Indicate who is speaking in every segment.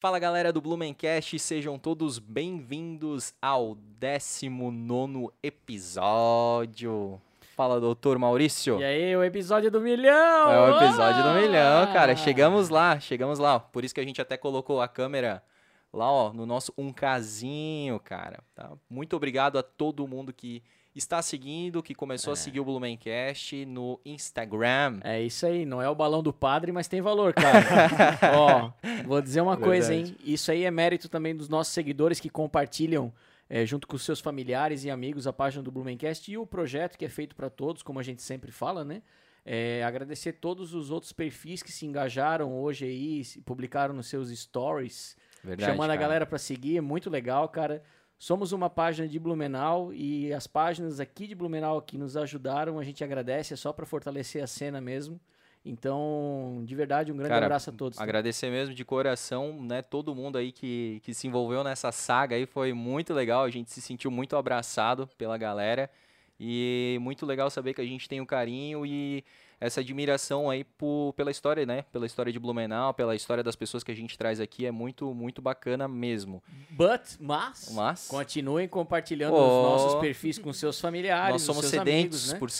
Speaker 1: Fala galera do Blumencast, sejam todos bem-vindos ao 19 episódio. Fala, doutor Maurício.
Speaker 2: E aí, o episódio do milhão!
Speaker 1: É o episódio do milhão, cara.
Speaker 2: Ah!
Speaker 1: Chegamos lá, chegamos lá. ó. Por isso que a gente até colocou a câmera lá, ó, no nosso um casinho, cara. tá? Muito obrigado a todo mundo que está seguindo, que começou a seguir o Blumencast no Instagram.
Speaker 2: É isso aí, não é o balão do padre, mas tem valor, cara. Ó, vou dizer uma coisa, hein? Isso aí é mérito também dos nossos seguidores que compartilham eh, junto com seus familiares e amigos a página do Blumencast e o projeto que é feito para todos, como a gente sempre fala, né? Eh, agradecer todos os outros perfis que se engajaram hoje aí, se publicaram nos seus stories,
Speaker 1: Verdade,
Speaker 2: chamando a
Speaker 1: cara.
Speaker 2: galera pra seguir, é muito legal, cara. Somos uma página de Blumenau e as páginas aqui de Blumenau que nos ajudaram, a gente agradece, é só pra fortalecer a cena mesmo. Então, de verdade, um grande
Speaker 1: Cara,
Speaker 2: abraço a todos.
Speaker 1: Agradecer mesmo de coração, né? Todo mundo aí que, que se envolveu nessa saga aí foi muito legal. A gente se sentiu muito abraçado pela galera. E muito legal saber que a gente tem o carinho e essa admiração aí por, pela história, né? Pela história de Blumenau, pela história das pessoas que a gente traz aqui. É muito, muito bacana mesmo.
Speaker 2: But, mas,
Speaker 1: Mas
Speaker 2: continuem compartilhando
Speaker 1: Oh.
Speaker 2: os nossos perfis com seus familiares,
Speaker 1: nós somos
Speaker 2: os seus
Speaker 1: sedentes
Speaker 2: amigos, né?
Speaker 1: por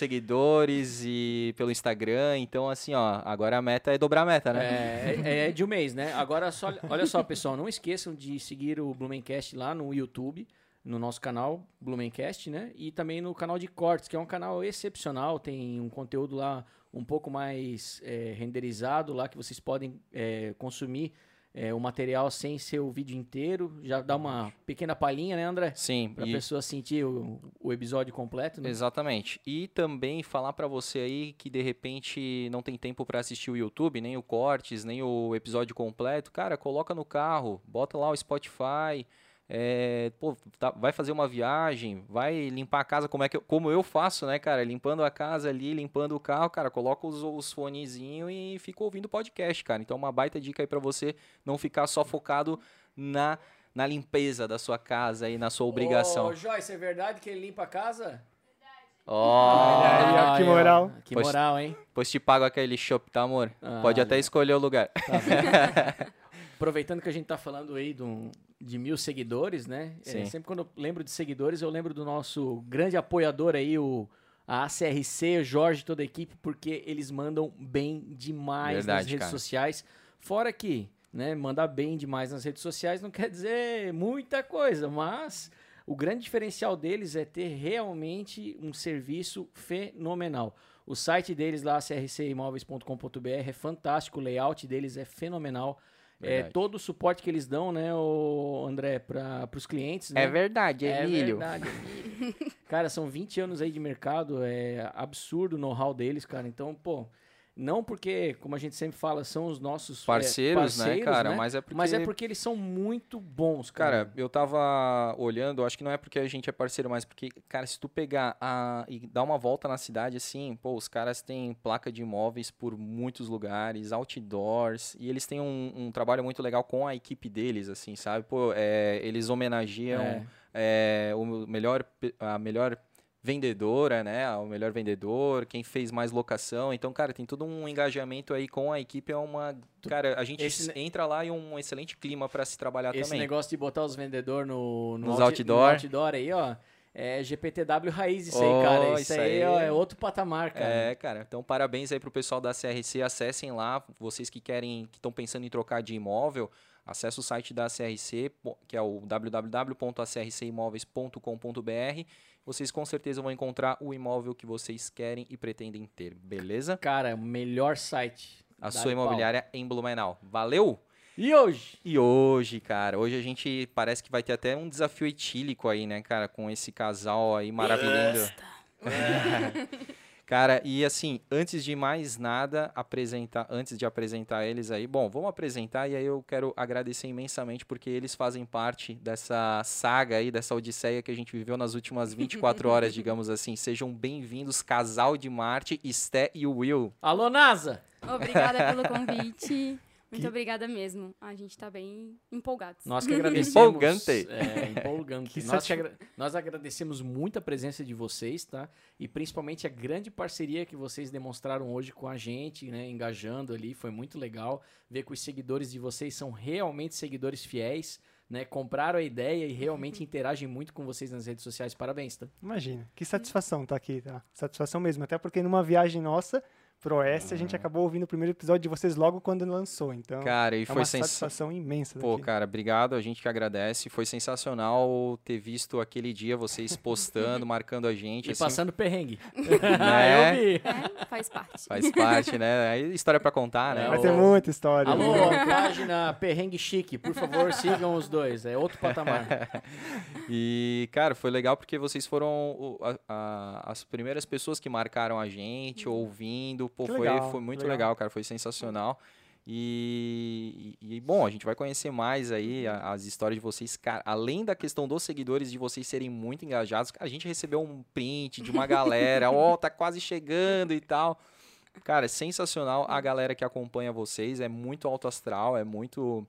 Speaker 1: seguidores e pelo Instagram. Então, assim, ó, agora a meta é dobrar a meta, né?
Speaker 2: É, é de um mês, né? Agora, só, olha só, pessoal, não esqueçam de seguir o Blumencast lá no YouTube, no nosso canal Blumencast, né? E também no canal de cortes, que é um canal excepcional, tem um conteúdo lá um pouco mais é, renderizado lá, que vocês podem é, consumir é, o material sem ser o vídeo inteiro. Já dá uma pequena palhinha, né, André?
Speaker 1: Sim,
Speaker 2: Pra
Speaker 1: e-
Speaker 2: pessoa sentir o, o episódio completo, né?
Speaker 1: Exatamente. E também falar pra você aí que de repente não tem tempo pra assistir o YouTube, nem o cortes, nem o episódio completo, cara, coloca no carro, bota lá o Spotify. é, pô, tá- vai fazer uma viagem, vai limpar a casa, como é que eu, como eu faço, né, cara? Limpando a casa ali, limpando o carro, cara, coloca os, os fonezinhos e fica ouvindo podcast, cara. Então, uma baita dica aí pra você não ficar só focado na, na limpeza da sua casa e na sua obrigação.
Speaker 2: Ô, Joyce, é verdade que ele limpa a casa?
Speaker 1: Ó.
Speaker 3: Olha aí, ó, que moral.
Speaker 2: Que
Speaker 1: Pois-
Speaker 2: moral, hein?
Speaker 1: Depois te pago aquele chopp, tá, amor?
Speaker 2: Ah,
Speaker 1: Pode até
Speaker 2: legal.
Speaker 1: escolher o lugar.
Speaker 2: Aproveitando que a gente tá falando aí de, um- de mil seguidores, né? É,
Speaker 1: Sim.
Speaker 2: sempre quando eu lembro de seguidores, eu lembro do nosso grande apoiador aí, o a ACRC, o Jorge e toda a equipe, porque eles mandam bem demais nas
Speaker 1: Verdade,
Speaker 2: redes
Speaker 1: cara.
Speaker 2: sociais. Fora que, né, mandar bem demais nas redes sociais não quer dizer muita coisa, mas o grande diferencial deles é ter realmente um serviço fenomenal. O site deles lá, crcimóveis.com.br, é fantástico, o layout deles é fenomenal. É,
Speaker 1: Verdade.
Speaker 2: todo o suporte que eles dão, né, o André, para os clientes, né?
Speaker 1: É verdade,
Speaker 2: verdade, Emílio. cara, são 20 anos aí de mercado, é absurdo o know-how deles, cara. Então, pô, não porque, como a gente sempre fala, são os nossos é,
Speaker 1: Parceiros, né,
Speaker 2: parceiros,
Speaker 1: cara? Mas é porque.
Speaker 2: Mas é porque eles são muito bons, cara.
Speaker 1: Cara, eu tava olhando, acho que não é porque a gente é parceiro, mas porque, cara, se tu pegar a, e dar uma volta na cidade assim, pô, os caras têm placa de imóveis por muitos lugares, outdoors, e eles têm um, um trabalho muito legal com a equipe deles, assim, sabe? Pô, é, eles homenageiam
Speaker 2: É.
Speaker 1: é, o melhor, pe- a melhor vendedora, né? O melhor vendedor, quem fez mais locação. Então, cara, tem todo um engajamento aí com a equipe. É uma. Cara, a gente
Speaker 2: Esse
Speaker 1: s- entra lá e é um excelente clima pra se trabalhar
Speaker 2: Esse
Speaker 1: também.
Speaker 2: negócio de botar os vendedores no, no,
Speaker 1: Nos
Speaker 2: out-
Speaker 1: outdoor.
Speaker 2: no outdoor aí, ó. É GPTW raiz
Speaker 1: Oh,
Speaker 2: isso aí, cara. Isso,
Speaker 1: isso
Speaker 2: aí,
Speaker 1: aí.
Speaker 2: ó, é outro patamar, cara. né?
Speaker 1: É, cara. Então, parabéns aí pro pessoal da CRC. Acessem lá. Vocês que querem, que estão pensando em trocar de imóvel, acesse o site da CRC, po- que é o www.acrcimóveis.com.br. Vocês com certeza vão encontrar o imóvel que vocês querem e pretendem ter, beleza?
Speaker 2: Cara, o melhor site.
Speaker 1: A
Speaker 2: Dá-lhe
Speaker 1: sua
Speaker 2: pau.
Speaker 1: imobiliária em Blumenau. Valeu!
Speaker 2: E hoje?
Speaker 1: E hoje, cara, hoje a gente parece que vai ter até um desafio etílico aí, né, cara, com esse casal aí maravilhoso. cara, e assim, antes de mais nada, apresentar, antes de apresentar eles aí, bom, vamos apresentar e aí eu quero agradecer imensamente porque eles fazem parte dessa saga aí, dessa odisseia que a gente viveu nas últimas 24 horas, digamos assim. Sejam bem-vindos, casal de Marte, Sté e Will.
Speaker 2: Alô, NASA!
Speaker 4: Obrigada pelo convite.
Speaker 3: Muito
Speaker 2: Que-
Speaker 3: obrigada mesmo. A gente tá bem empolgados.
Speaker 2: Nós que agradecemos.
Speaker 1: Empolgante.
Speaker 2: É, empolgante.
Speaker 1: Que
Speaker 2: nós, que agra- nós agradecemos muito a presença de vocês, tá? E principalmente a grande parceria que vocês demonstraram hoje com a gente, né? Engajando ali, foi muito legal. Ver que os seguidores de vocês são realmente seguidores fiéis, né? Compraram a ideia e realmente interagem muito com vocês nas redes sociais. Parabéns, tá?
Speaker 4: Imagina,
Speaker 3: Hum.
Speaker 4: que satisfação tá aqui, tá? Satisfação mesmo, até porque numa viagem nossa pro Oeste, a gente acabou ouvindo o primeiro episódio de vocês logo quando lançou, então
Speaker 1: Hum. Cara, e
Speaker 4: é
Speaker 1: foi
Speaker 4: uma
Speaker 1: sensacional.
Speaker 4: satisfação imensa
Speaker 1: Pô,
Speaker 4: daqui.
Speaker 1: cara, obrigado. A gente que agradece. Foi sensacional ter visto aquele dia vocês postando, marcando a gente.
Speaker 2: E
Speaker 1: assim,
Speaker 2: passando perrengue.
Speaker 1: Né?
Speaker 2: Eu vi.
Speaker 3: É, faz parte.
Speaker 1: Faz parte, né? Aí história pra contar, né?
Speaker 2: É,
Speaker 4: Vai
Speaker 2: o-
Speaker 4: ter muita história.
Speaker 2: Alô,
Speaker 4: né?
Speaker 2: página Perrengue Chique, por favor, sigam os dois. É outro patamar.
Speaker 1: E, cara, foi legal porque vocês foram o- a- a- as primeiras pessoas que marcaram a gente, ouvindo. Pô,
Speaker 4: Uhum. Que
Speaker 1: foi,
Speaker 4: legal,
Speaker 1: foi muito
Speaker 4: legal.
Speaker 1: legal. cara. Foi sensacional. E, e- e, bom, a gente vai conhecer mais aí
Speaker 4: Uhum.
Speaker 1: a- as histórias de vocês, cara. Além da questão dos seguidores, de vocês serem muito engajados, cara, a gente recebeu um print de uma galera, ó, tá quase chegando e tal. Cara, é sensacional
Speaker 4: Uhum.
Speaker 1: a galera que acompanha vocês, é muito alto astral, é muito.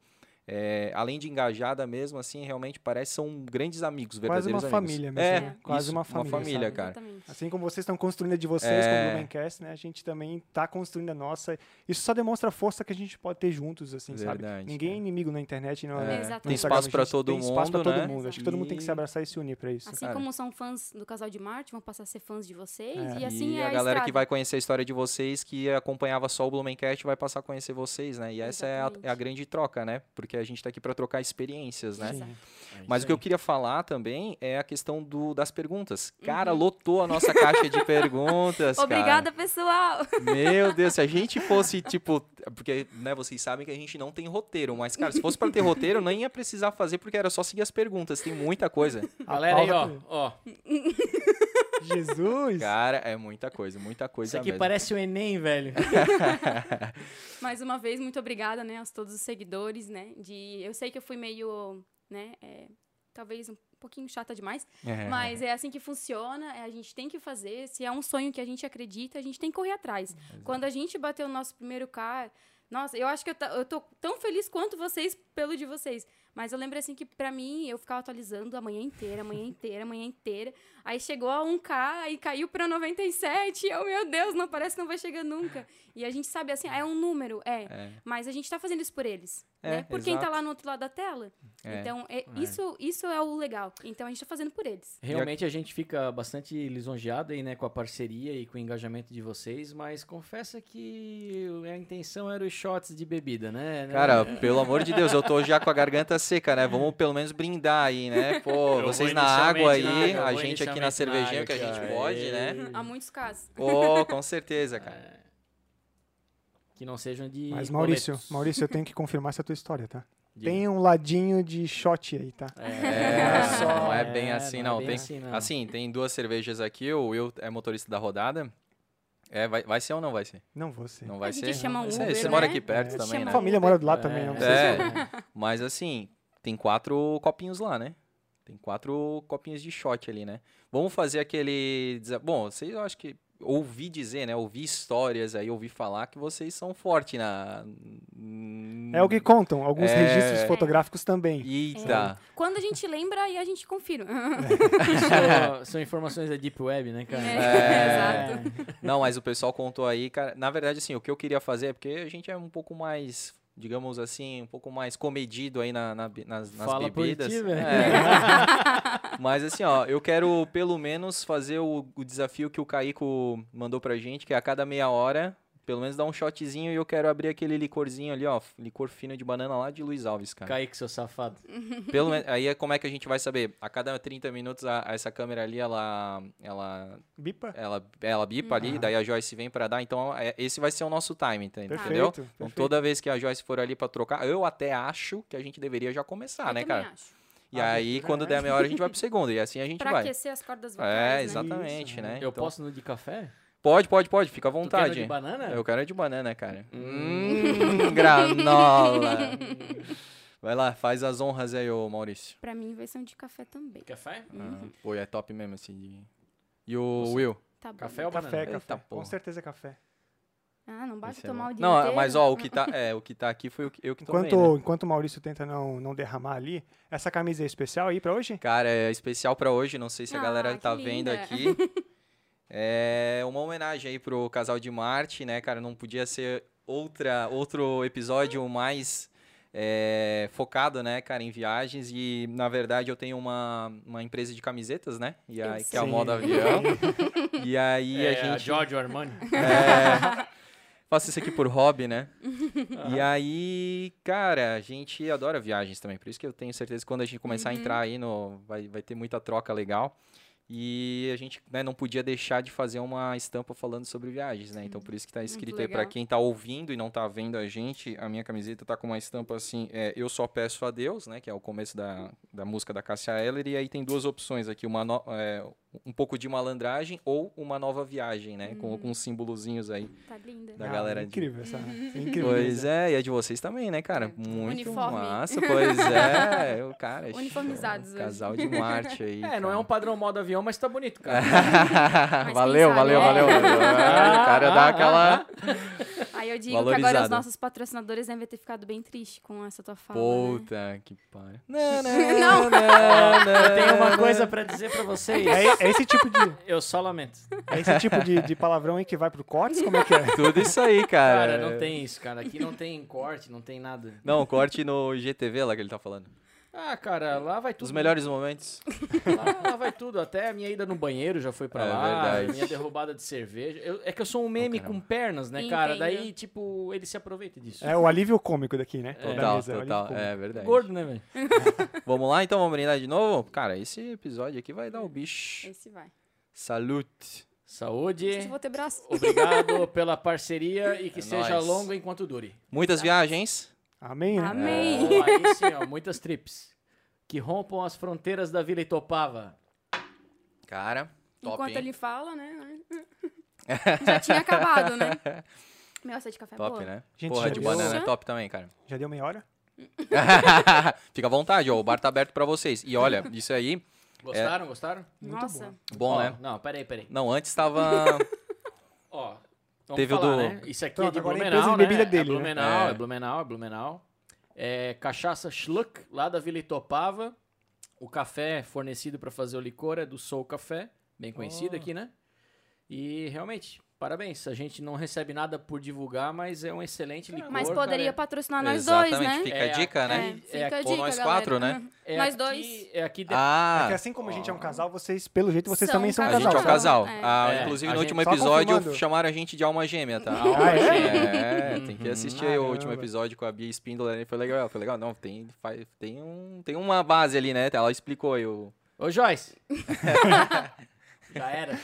Speaker 1: é, além de engajada mesmo, assim, realmente parece são grandes amigos,
Speaker 4: Quase uma
Speaker 1: verdadeiros amigos.
Speaker 4: família mesmo,
Speaker 1: É,
Speaker 4: né? Quase
Speaker 1: isso,
Speaker 4: uma
Speaker 1: uma
Speaker 4: família.
Speaker 1: família,
Speaker 4: sabe?
Speaker 1: cara.
Speaker 3: Exatamente.
Speaker 4: Assim como vocês estão construindo a de
Speaker 1: É.
Speaker 4: vocês com o Blumencast, né? A gente também tá construindo a nossa. Isso só demonstra a força que a gente pode ter juntos, assim,
Speaker 1: Verdade,
Speaker 4: sabe? Ninguém é
Speaker 1: cara.
Speaker 4: inimigo na internet, não
Speaker 3: É,
Speaker 4: é?
Speaker 3: Exatamente.
Speaker 1: tem espaço pra todo
Speaker 4: tem espaço pra
Speaker 1: mundo,
Speaker 4: todo
Speaker 1: né?
Speaker 4: mundo. Acho que todo mundo tem que
Speaker 1: E-
Speaker 4: se abraçar e se unir pra isso.
Speaker 3: Assim
Speaker 1: cara.
Speaker 3: como são fãs do casal de Marte, vão passar a ser fãs de vocês.
Speaker 4: É.
Speaker 3: E assim
Speaker 1: e
Speaker 3: é
Speaker 1: a galera
Speaker 3: estrada.
Speaker 1: que vai conhecer a história de vocês, que acompanhava só o Blumencast, vai passar a conhecer vocês, né? E essa é a, é a
Speaker 3: Exatamente.
Speaker 1: grande troca, né? Porque a gente tá aqui pra trocar experiências, né?
Speaker 3: Exato.
Speaker 1: Mas o que eu queria falar também é a questão do, das perguntas. Cara, lotou a nossa caixa de perguntas, cara.
Speaker 3: Uhum. Obrigada, pessoal!
Speaker 1: Meu Deus, se a gente fosse, tipo. Porque, né, vocês sabem que a gente não tem roteiro, mas, cara, se fosse pra ter roteiro, nem ia precisar fazer, porque era só seguir as perguntas. Tem muita coisa.
Speaker 2: Galera aí, ó,
Speaker 4: Pausa
Speaker 2: ó.
Speaker 4: Jesus!
Speaker 1: Cara, é muita coisa, muita coisa
Speaker 2: Isso aqui
Speaker 1: mesmo.
Speaker 4: um
Speaker 2: parece o Enem, velho.
Speaker 3: Mais uma vez, muito obrigada, né, a todos os seguidores, né, de... Eu sei que eu fui meio, né, é, talvez um pouquinho chata demais,
Speaker 1: É.
Speaker 3: mas é assim que funciona, é, a gente tem que fazer, se é um sonho que a gente acredita, a gente tem que correr atrás. Quando a gente bateu o nosso primeiro carro, nossa, eu acho que eu, ta- eu tô tão feliz quanto vocês pelo de vocês, mas eu lembro assim que pra mim, eu ficava atualizando a manhã inteira, a manhã inteira, a manhã inteira, aí chegou a 1K, aí caiu pra 97, e eu, meu Deus, não parece que não vai chegar nunca. E a gente sabe assim, ah, é um número, é.
Speaker 1: É.
Speaker 3: Mas a gente tá fazendo isso por eles.
Speaker 1: É,
Speaker 3: né? Por quem tá
Speaker 1: exato.
Speaker 3: lá no outro lado da tela.
Speaker 1: É.
Speaker 3: Então, é- Isso, isso é o legal. Então a gente tá fazendo por eles.
Speaker 2: Realmente a gente fica bastante lisonjeado aí, né, com a parceria e com o engajamento de vocês, mas confessa que a intenção era os shots de bebida, né?
Speaker 1: Cara, pelo amor de Deus, eu tô já com a garganta seca, né? Vamos pelo menos brindar aí, né? Pô,
Speaker 2: Eu
Speaker 1: vocês
Speaker 2: vou
Speaker 1: na água aí,
Speaker 2: inicialmente na água,
Speaker 1: a
Speaker 2: eu vou
Speaker 1: gente aqui na
Speaker 2: inicialmente na
Speaker 1: cervejinha,
Speaker 2: água
Speaker 1: que a
Speaker 2: aqui,
Speaker 1: gente
Speaker 2: ó.
Speaker 1: pode, né?
Speaker 2: Ei.
Speaker 3: Há muitos casos.
Speaker 1: Pô, com certeza, cara.
Speaker 2: que não sejam de
Speaker 4: Mas, Maurício,
Speaker 2: boletos.
Speaker 4: Maurício, eu tenho que confirmar essa tua história, tá?
Speaker 2: Diga.
Speaker 4: Tem um ladinho de shot aí, tá?
Speaker 1: É,
Speaker 4: Olha só.
Speaker 1: não é bem assim, não.
Speaker 2: bem
Speaker 1: Tem,
Speaker 2: assim,
Speaker 4: Ah.
Speaker 2: não.
Speaker 1: assim, tem duas cervejas aqui, o Will é motorista da rodada. É, vai, vai ser ou não vai ser?
Speaker 4: Não você.
Speaker 1: Não vai
Speaker 3: A gente
Speaker 1: ser?
Speaker 3: chama um
Speaker 1: Você-
Speaker 3: Uber,
Speaker 1: Você mora
Speaker 3: né?
Speaker 1: aqui perto
Speaker 4: É,
Speaker 1: também,
Speaker 3: chama
Speaker 1: né?
Speaker 3: um
Speaker 4: Família mora do lado também, não precisa.
Speaker 1: É. Mas assim, tem quatro copinhos lá, né? Tem quatro copinhos de shot ali, né? Vamos fazer aquele. desa- Bom, vocês eu acho que. Ouvi dizer, né? Ouvi histórias aí, ouvi falar que vocês são fortes na.
Speaker 4: É o que É. contam, alguns
Speaker 1: É.
Speaker 4: registros fotográficos também.
Speaker 1: Eita!
Speaker 3: Quando a gente lembra, aí a gente confirma.
Speaker 1: É.
Speaker 2: Isso são informações da Deep Web, né, cara?
Speaker 3: É,
Speaker 2: exato.
Speaker 1: Não, mas o pessoal contou aí, cara. Na verdade, assim, o que eu queria fazer é porque a gente é um pouco mais, digamos assim, um pouco mais comedido aí na- na be- nas, nas
Speaker 2: Fala por ti,
Speaker 1: bebidas.
Speaker 2: velho.
Speaker 1: É. mas assim, ó, eu quero pelo menos fazer o, o desafio que o Caico mandou pra gente, que é a cada meia hora, pelo menos dar um shotzinho e eu quero abrir aquele licorzinho ali, ó, licor fino de banana lá de Luiz Alves, cara.
Speaker 2: Kaique, seu safado.
Speaker 1: Pelo men- aí é como é que a gente vai saber? A cada 30 minutos a- essa câmera ali, ela ela
Speaker 4: Bipa?
Speaker 1: ela, ela bipa ali,
Speaker 3: Uhum.
Speaker 4: Aham.
Speaker 1: daí a Joyce vem pra dar, então é- esse vai ser o nosso time, ent-
Speaker 4: É, Perfeito.
Speaker 1: entendeu? Então
Speaker 4: perfeito.
Speaker 1: toda vez que a Joyce for ali pra trocar, eu até acho que a gente deveria já começar,
Speaker 3: Eu
Speaker 1: né,
Speaker 3: também
Speaker 1: cara?
Speaker 3: acho.
Speaker 1: E
Speaker 4: Ah,
Speaker 1: aí
Speaker 4: beleza,
Speaker 1: quando
Speaker 4: né?
Speaker 1: der a meia hora a gente vai pro segundo e assim a gente
Speaker 3: Pra
Speaker 1: vai.
Speaker 3: aquecer as cordas vocais,
Speaker 1: É,
Speaker 3: né?
Speaker 1: exatamente,
Speaker 4: Isso,
Speaker 1: né?
Speaker 2: Eu
Speaker 1: Então-
Speaker 2: posso no de café?
Speaker 1: Pode, pode, pode, fica à
Speaker 2: Tu quer no
Speaker 1: vontade.
Speaker 2: de banana?
Speaker 1: Eu quero é de banana, cara. Hum, granola. Vai lá, faz as honras aí, ô Maurício.
Speaker 3: Pra mim vai ser um de café também.
Speaker 2: Café?
Speaker 4: Hum,
Speaker 1: Ah,
Speaker 3: Uhum.
Speaker 1: Pô, é top mesmo assim. de- E o Will?
Speaker 3: Tá bom.
Speaker 2: Café ou
Speaker 4: Café,
Speaker 1: é
Speaker 2: banana?
Speaker 4: café.
Speaker 1: Eita
Speaker 4: Com
Speaker 1: porra.
Speaker 4: certeza é café.
Speaker 3: Ah, não basta
Speaker 5: Esse é
Speaker 3: tomar o né? dia
Speaker 1: Não,
Speaker 3: inteiro.
Speaker 1: mas ó, o que tá, é, o que tá aqui foi o que, eu que tomei,
Speaker 4: Enquanto,
Speaker 1: né?
Speaker 4: enquanto o Maurício tenta não, não derramar ali, essa camisa é especial aí pra hoje?
Speaker 1: Cara, é especial pra hoje, não sei se a
Speaker 3: Ah,
Speaker 1: galera
Speaker 3: que
Speaker 1: tá vendo
Speaker 3: linda.
Speaker 1: aqui. É uma homenagem aí pro casal de Marte, né, cara? Não podia ser outra, outro episódio mais é, focado, né, cara, em viagens. E, na verdade, eu tenho uma, uma empresa de camisetas, né? E
Speaker 3: Eu
Speaker 1: aí, que
Speaker 3: sei.
Speaker 1: é a Moda Avião. E aí
Speaker 2: é,
Speaker 1: a gente.
Speaker 2: Giorgio Armani.
Speaker 1: É, faço isso aqui por hobby, né? E aí, cara, a gente adora viagens também. Por isso que eu tenho certeza que quando a gente começar a entrar aí, no, vai, vai ter muita troca legal. E a gente né, não podia deixar de fazer uma estampa falando sobre viagens, né? Então por isso que tá escrito aí para
Speaker 3: legal.
Speaker 1: quem tá ouvindo e não tá vendo a gente, a minha camiseta tá com uma estampa assim, é, Eu Só Peço a Deus, né? Que é o começo da, da música da Cássia Eller. E aí tem duas opções aqui, uma no- é, um pouco de malandragem ou uma nova viagem, né? Com, com símbolozinhos aí.
Speaker 3: Tá linda.
Speaker 1: Da galera de-
Speaker 4: Ah, Incrível essa. Incrível.
Speaker 1: Pois é, e a de vocês também, né, cara? Muito
Speaker 3: É, Uniforme.
Speaker 1: massa, pois é. O cara, show,
Speaker 3: Uniformizados hoje.
Speaker 1: casal de Marte aí.
Speaker 2: É, não é um padrão modo avião, mas tá bonito, cara.
Speaker 1: um. valeu,
Speaker 3: quem sabe,
Speaker 1: valeu,
Speaker 3: né?
Speaker 1: valeu, valeu. Ah, O cara dá
Speaker 2: Ah,
Speaker 1: aquela.
Speaker 3: Aí eu digo que agora
Speaker 1: Valorizada.
Speaker 3: os nossos patrocinadores devem ter ficado bem tristes com essa tua fala. né?
Speaker 1: Puta que pariu. Não,
Speaker 3: Não.
Speaker 1: É.
Speaker 2: Eu tenho uma coisa pra dizer pra vocês.
Speaker 4: É, é esse tipo, de,
Speaker 2: Eu só lamento.
Speaker 4: é esse tipo de, de palavrão aí que vai pro cortes? Como é que é?
Speaker 1: Tudo isso aí, cara.
Speaker 2: Cara, não tem isso, cara. Aqui não tem corte, não tem nada.
Speaker 1: Não, corte no GTV lá que ele tá falando.
Speaker 2: Ah, cara, lá vai tudo.
Speaker 1: Os melhores momentos.
Speaker 2: Lá, lá vai tudo. Até a minha ida no banheiro já foi pra
Speaker 1: É
Speaker 2: lá.
Speaker 1: verdade.
Speaker 2: A minha derrubada de cerveja. Eu- é que eu sou um meme com pernas, né, cara?
Speaker 3: Entendo.
Speaker 2: Daí, tipo, ele se aproveita disso.
Speaker 4: É o alívio cômico daqui, né?
Speaker 2: É.
Speaker 4: Da
Speaker 1: É. Total,
Speaker 4: mesa, o alívio
Speaker 1: total.
Speaker 4: cômico.
Speaker 1: É verdade.
Speaker 2: Gordo, né, velho?
Speaker 1: Vamos lá então, vamos brindar de novo? Cara, esse episódio aqui vai dar o bicho.
Speaker 3: Esse vai.
Speaker 1: Salute.
Speaker 3: Se
Speaker 2: Saúde.
Speaker 3: vou ter braço.
Speaker 2: Obrigado pela parceria e que
Speaker 1: É
Speaker 2: seja
Speaker 1: nóis.
Speaker 2: longo enquanto dure.
Speaker 3: Tá.
Speaker 1: Muitas viagens.
Speaker 4: Amém, né?
Speaker 3: Amém.
Speaker 1: é,
Speaker 2: Ó, aí sim, ó, muitas trips. Que rompam as fronteiras da Vila Itopava.
Speaker 1: Cara, top,
Speaker 3: Enquanto
Speaker 1: hein?
Speaker 3: ele fala, né? Já tinha acabado, né? Meu, essa de café é
Speaker 1: Top,
Speaker 3: boa.
Speaker 1: né?
Speaker 4: Gente,
Speaker 1: Porra, de
Speaker 4: já deu-
Speaker 1: banana
Speaker 3: Uhum.
Speaker 1: é top também, cara.
Speaker 4: Já deu meia hora?
Speaker 1: Fica à vontade, ó. O bar tá aberto pra vocês. E olha, isso aí,
Speaker 2: Gostaram, gostaram?
Speaker 3: Nossa.
Speaker 1: bom,
Speaker 2: Ó,
Speaker 1: né?
Speaker 2: Não, peraí, peraí.
Speaker 1: Não, antes tava.
Speaker 2: Ó, vamos
Speaker 1: Teve o
Speaker 2: falar,
Speaker 1: do-
Speaker 2: né? Isso aqui
Speaker 4: Pronto,
Speaker 2: é de
Speaker 4: agora a
Speaker 2: Blumenau,
Speaker 4: empresa de
Speaker 2: né?
Speaker 4: bebida
Speaker 2: É
Speaker 4: dele, né?
Speaker 2: Blumenau,
Speaker 1: É.
Speaker 2: é Blumenau, é Blumenau. É cachaça Schluck, lá da Vila Itopava. O café é fornecido para fazer o licor é do Soul Café, bem conhecido aqui, né? E realmente, parabéns. A gente não recebe nada por divulgar, mas é um excelente licor.
Speaker 3: Mas
Speaker 2: cara.
Speaker 3: poderia patrocinar nós
Speaker 1: né? Exatamente,
Speaker 3: dois, né?
Speaker 1: fica
Speaker 2: É,
Speaker 1: a dica, né?
Speaker 2: é, é,
Speaker 1: Ou nós quatro, né?
Speaker 2: É
Speaker 3: nós
Speaker 2: aqui-
Speaker 3: dois.
Speaker 2: É aqui de...
Speaker 1: Ah,
Speaker 4: Porque assim como a gente é um casal, vocês, pelo jeito, vocês
Speaker 3: São
Speaker 4: também são um
Speaker 1: a
Speaker 4: casal.
Speaker 1: gente é um
Speaker 4: sabe?
Speaker 1: casal.
Speaker 3: Tá É.
Speaker 1: Ah,
Speaker 2: É,
Speaker 1: inclusive,
Speaker 2: a
Speaker 1: no
Speaker 2: gente-
Speaker 1: último
Speaker 4: Só
Speaker 1: episódio
Speaker 4: confirmando.
Speaker 1: chamaram a gente de alma gêmea, tá?
Speaker 4: Ah,
Speaker 1: é? tem que assistir aí o último
Speaker 4: Caramba.
Speaker 1: episódio com a Bia Espíndola. né? Foi legal, foi legal. Não, tem, faz- tem, um, tem uma base ali, né? Ela explicou aí o.
Speaker 2: Ô, Joyce! Já era.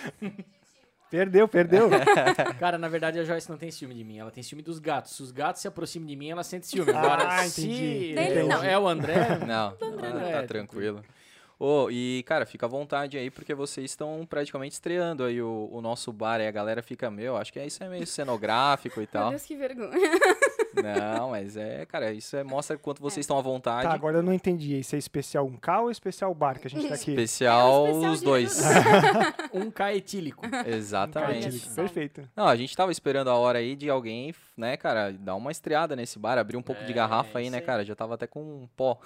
Speaker 4: Perdeu, perdeu.
Speaker 1: Tá,
Speaker 2: Cara, na verdade a Joyce não tem ciúme de mim, ela tem ciúme dos gatos. Se os gatos se aproximam de mim, ela sente ciúme.
Speaker 4: Ah,
Speaker 2: Agora,
Speaker 4: entendi.
Speaker 2: se
Speaker 3: Dele
Speaker 2: é o-
Speaker 3: não.
Speaker 2: é o André,
Speaker 1: Não, ah, tá
Speaker 2: É,
Speaker 1: tranquilo. Ô, e, cara, fica à vontade aí, porque vocês estão praticamente estreando aí o, o nosso bar. Aí a galera fica, meu, acho que isso é meio cenográfico e
Speaker 3: Meu
Speaker 1: tal.
Speaker 3: Deus, que vergonha.
Speaker 1: Não, mas é, cara, isso é, mostra o quanto vocês estão à vontade.
Speaker 4: tá, agora eu não entendi. Isso é especial um K ou especial bar que a gente tá aqui?
Speaker 1: Especial
Speaker 3: É um especial
Speaker 1: os
Speaker 3: de
Speaker 1: dois.
Speaker 2: um caetílico.
Speaker 1: Exatamente.
Speaker 4: Entendi. Perfeito.
Speaker 1: Não, a gente tava esperando a hora aí de alguém, né, cara, dar uma estreada nesse bar, abrir um pouco de
Speaker 2: É,
Speaker 1: garrafa aí, né,
Speaker 2: isso aí.
Speaker 1: cara? Já tava até com um pó.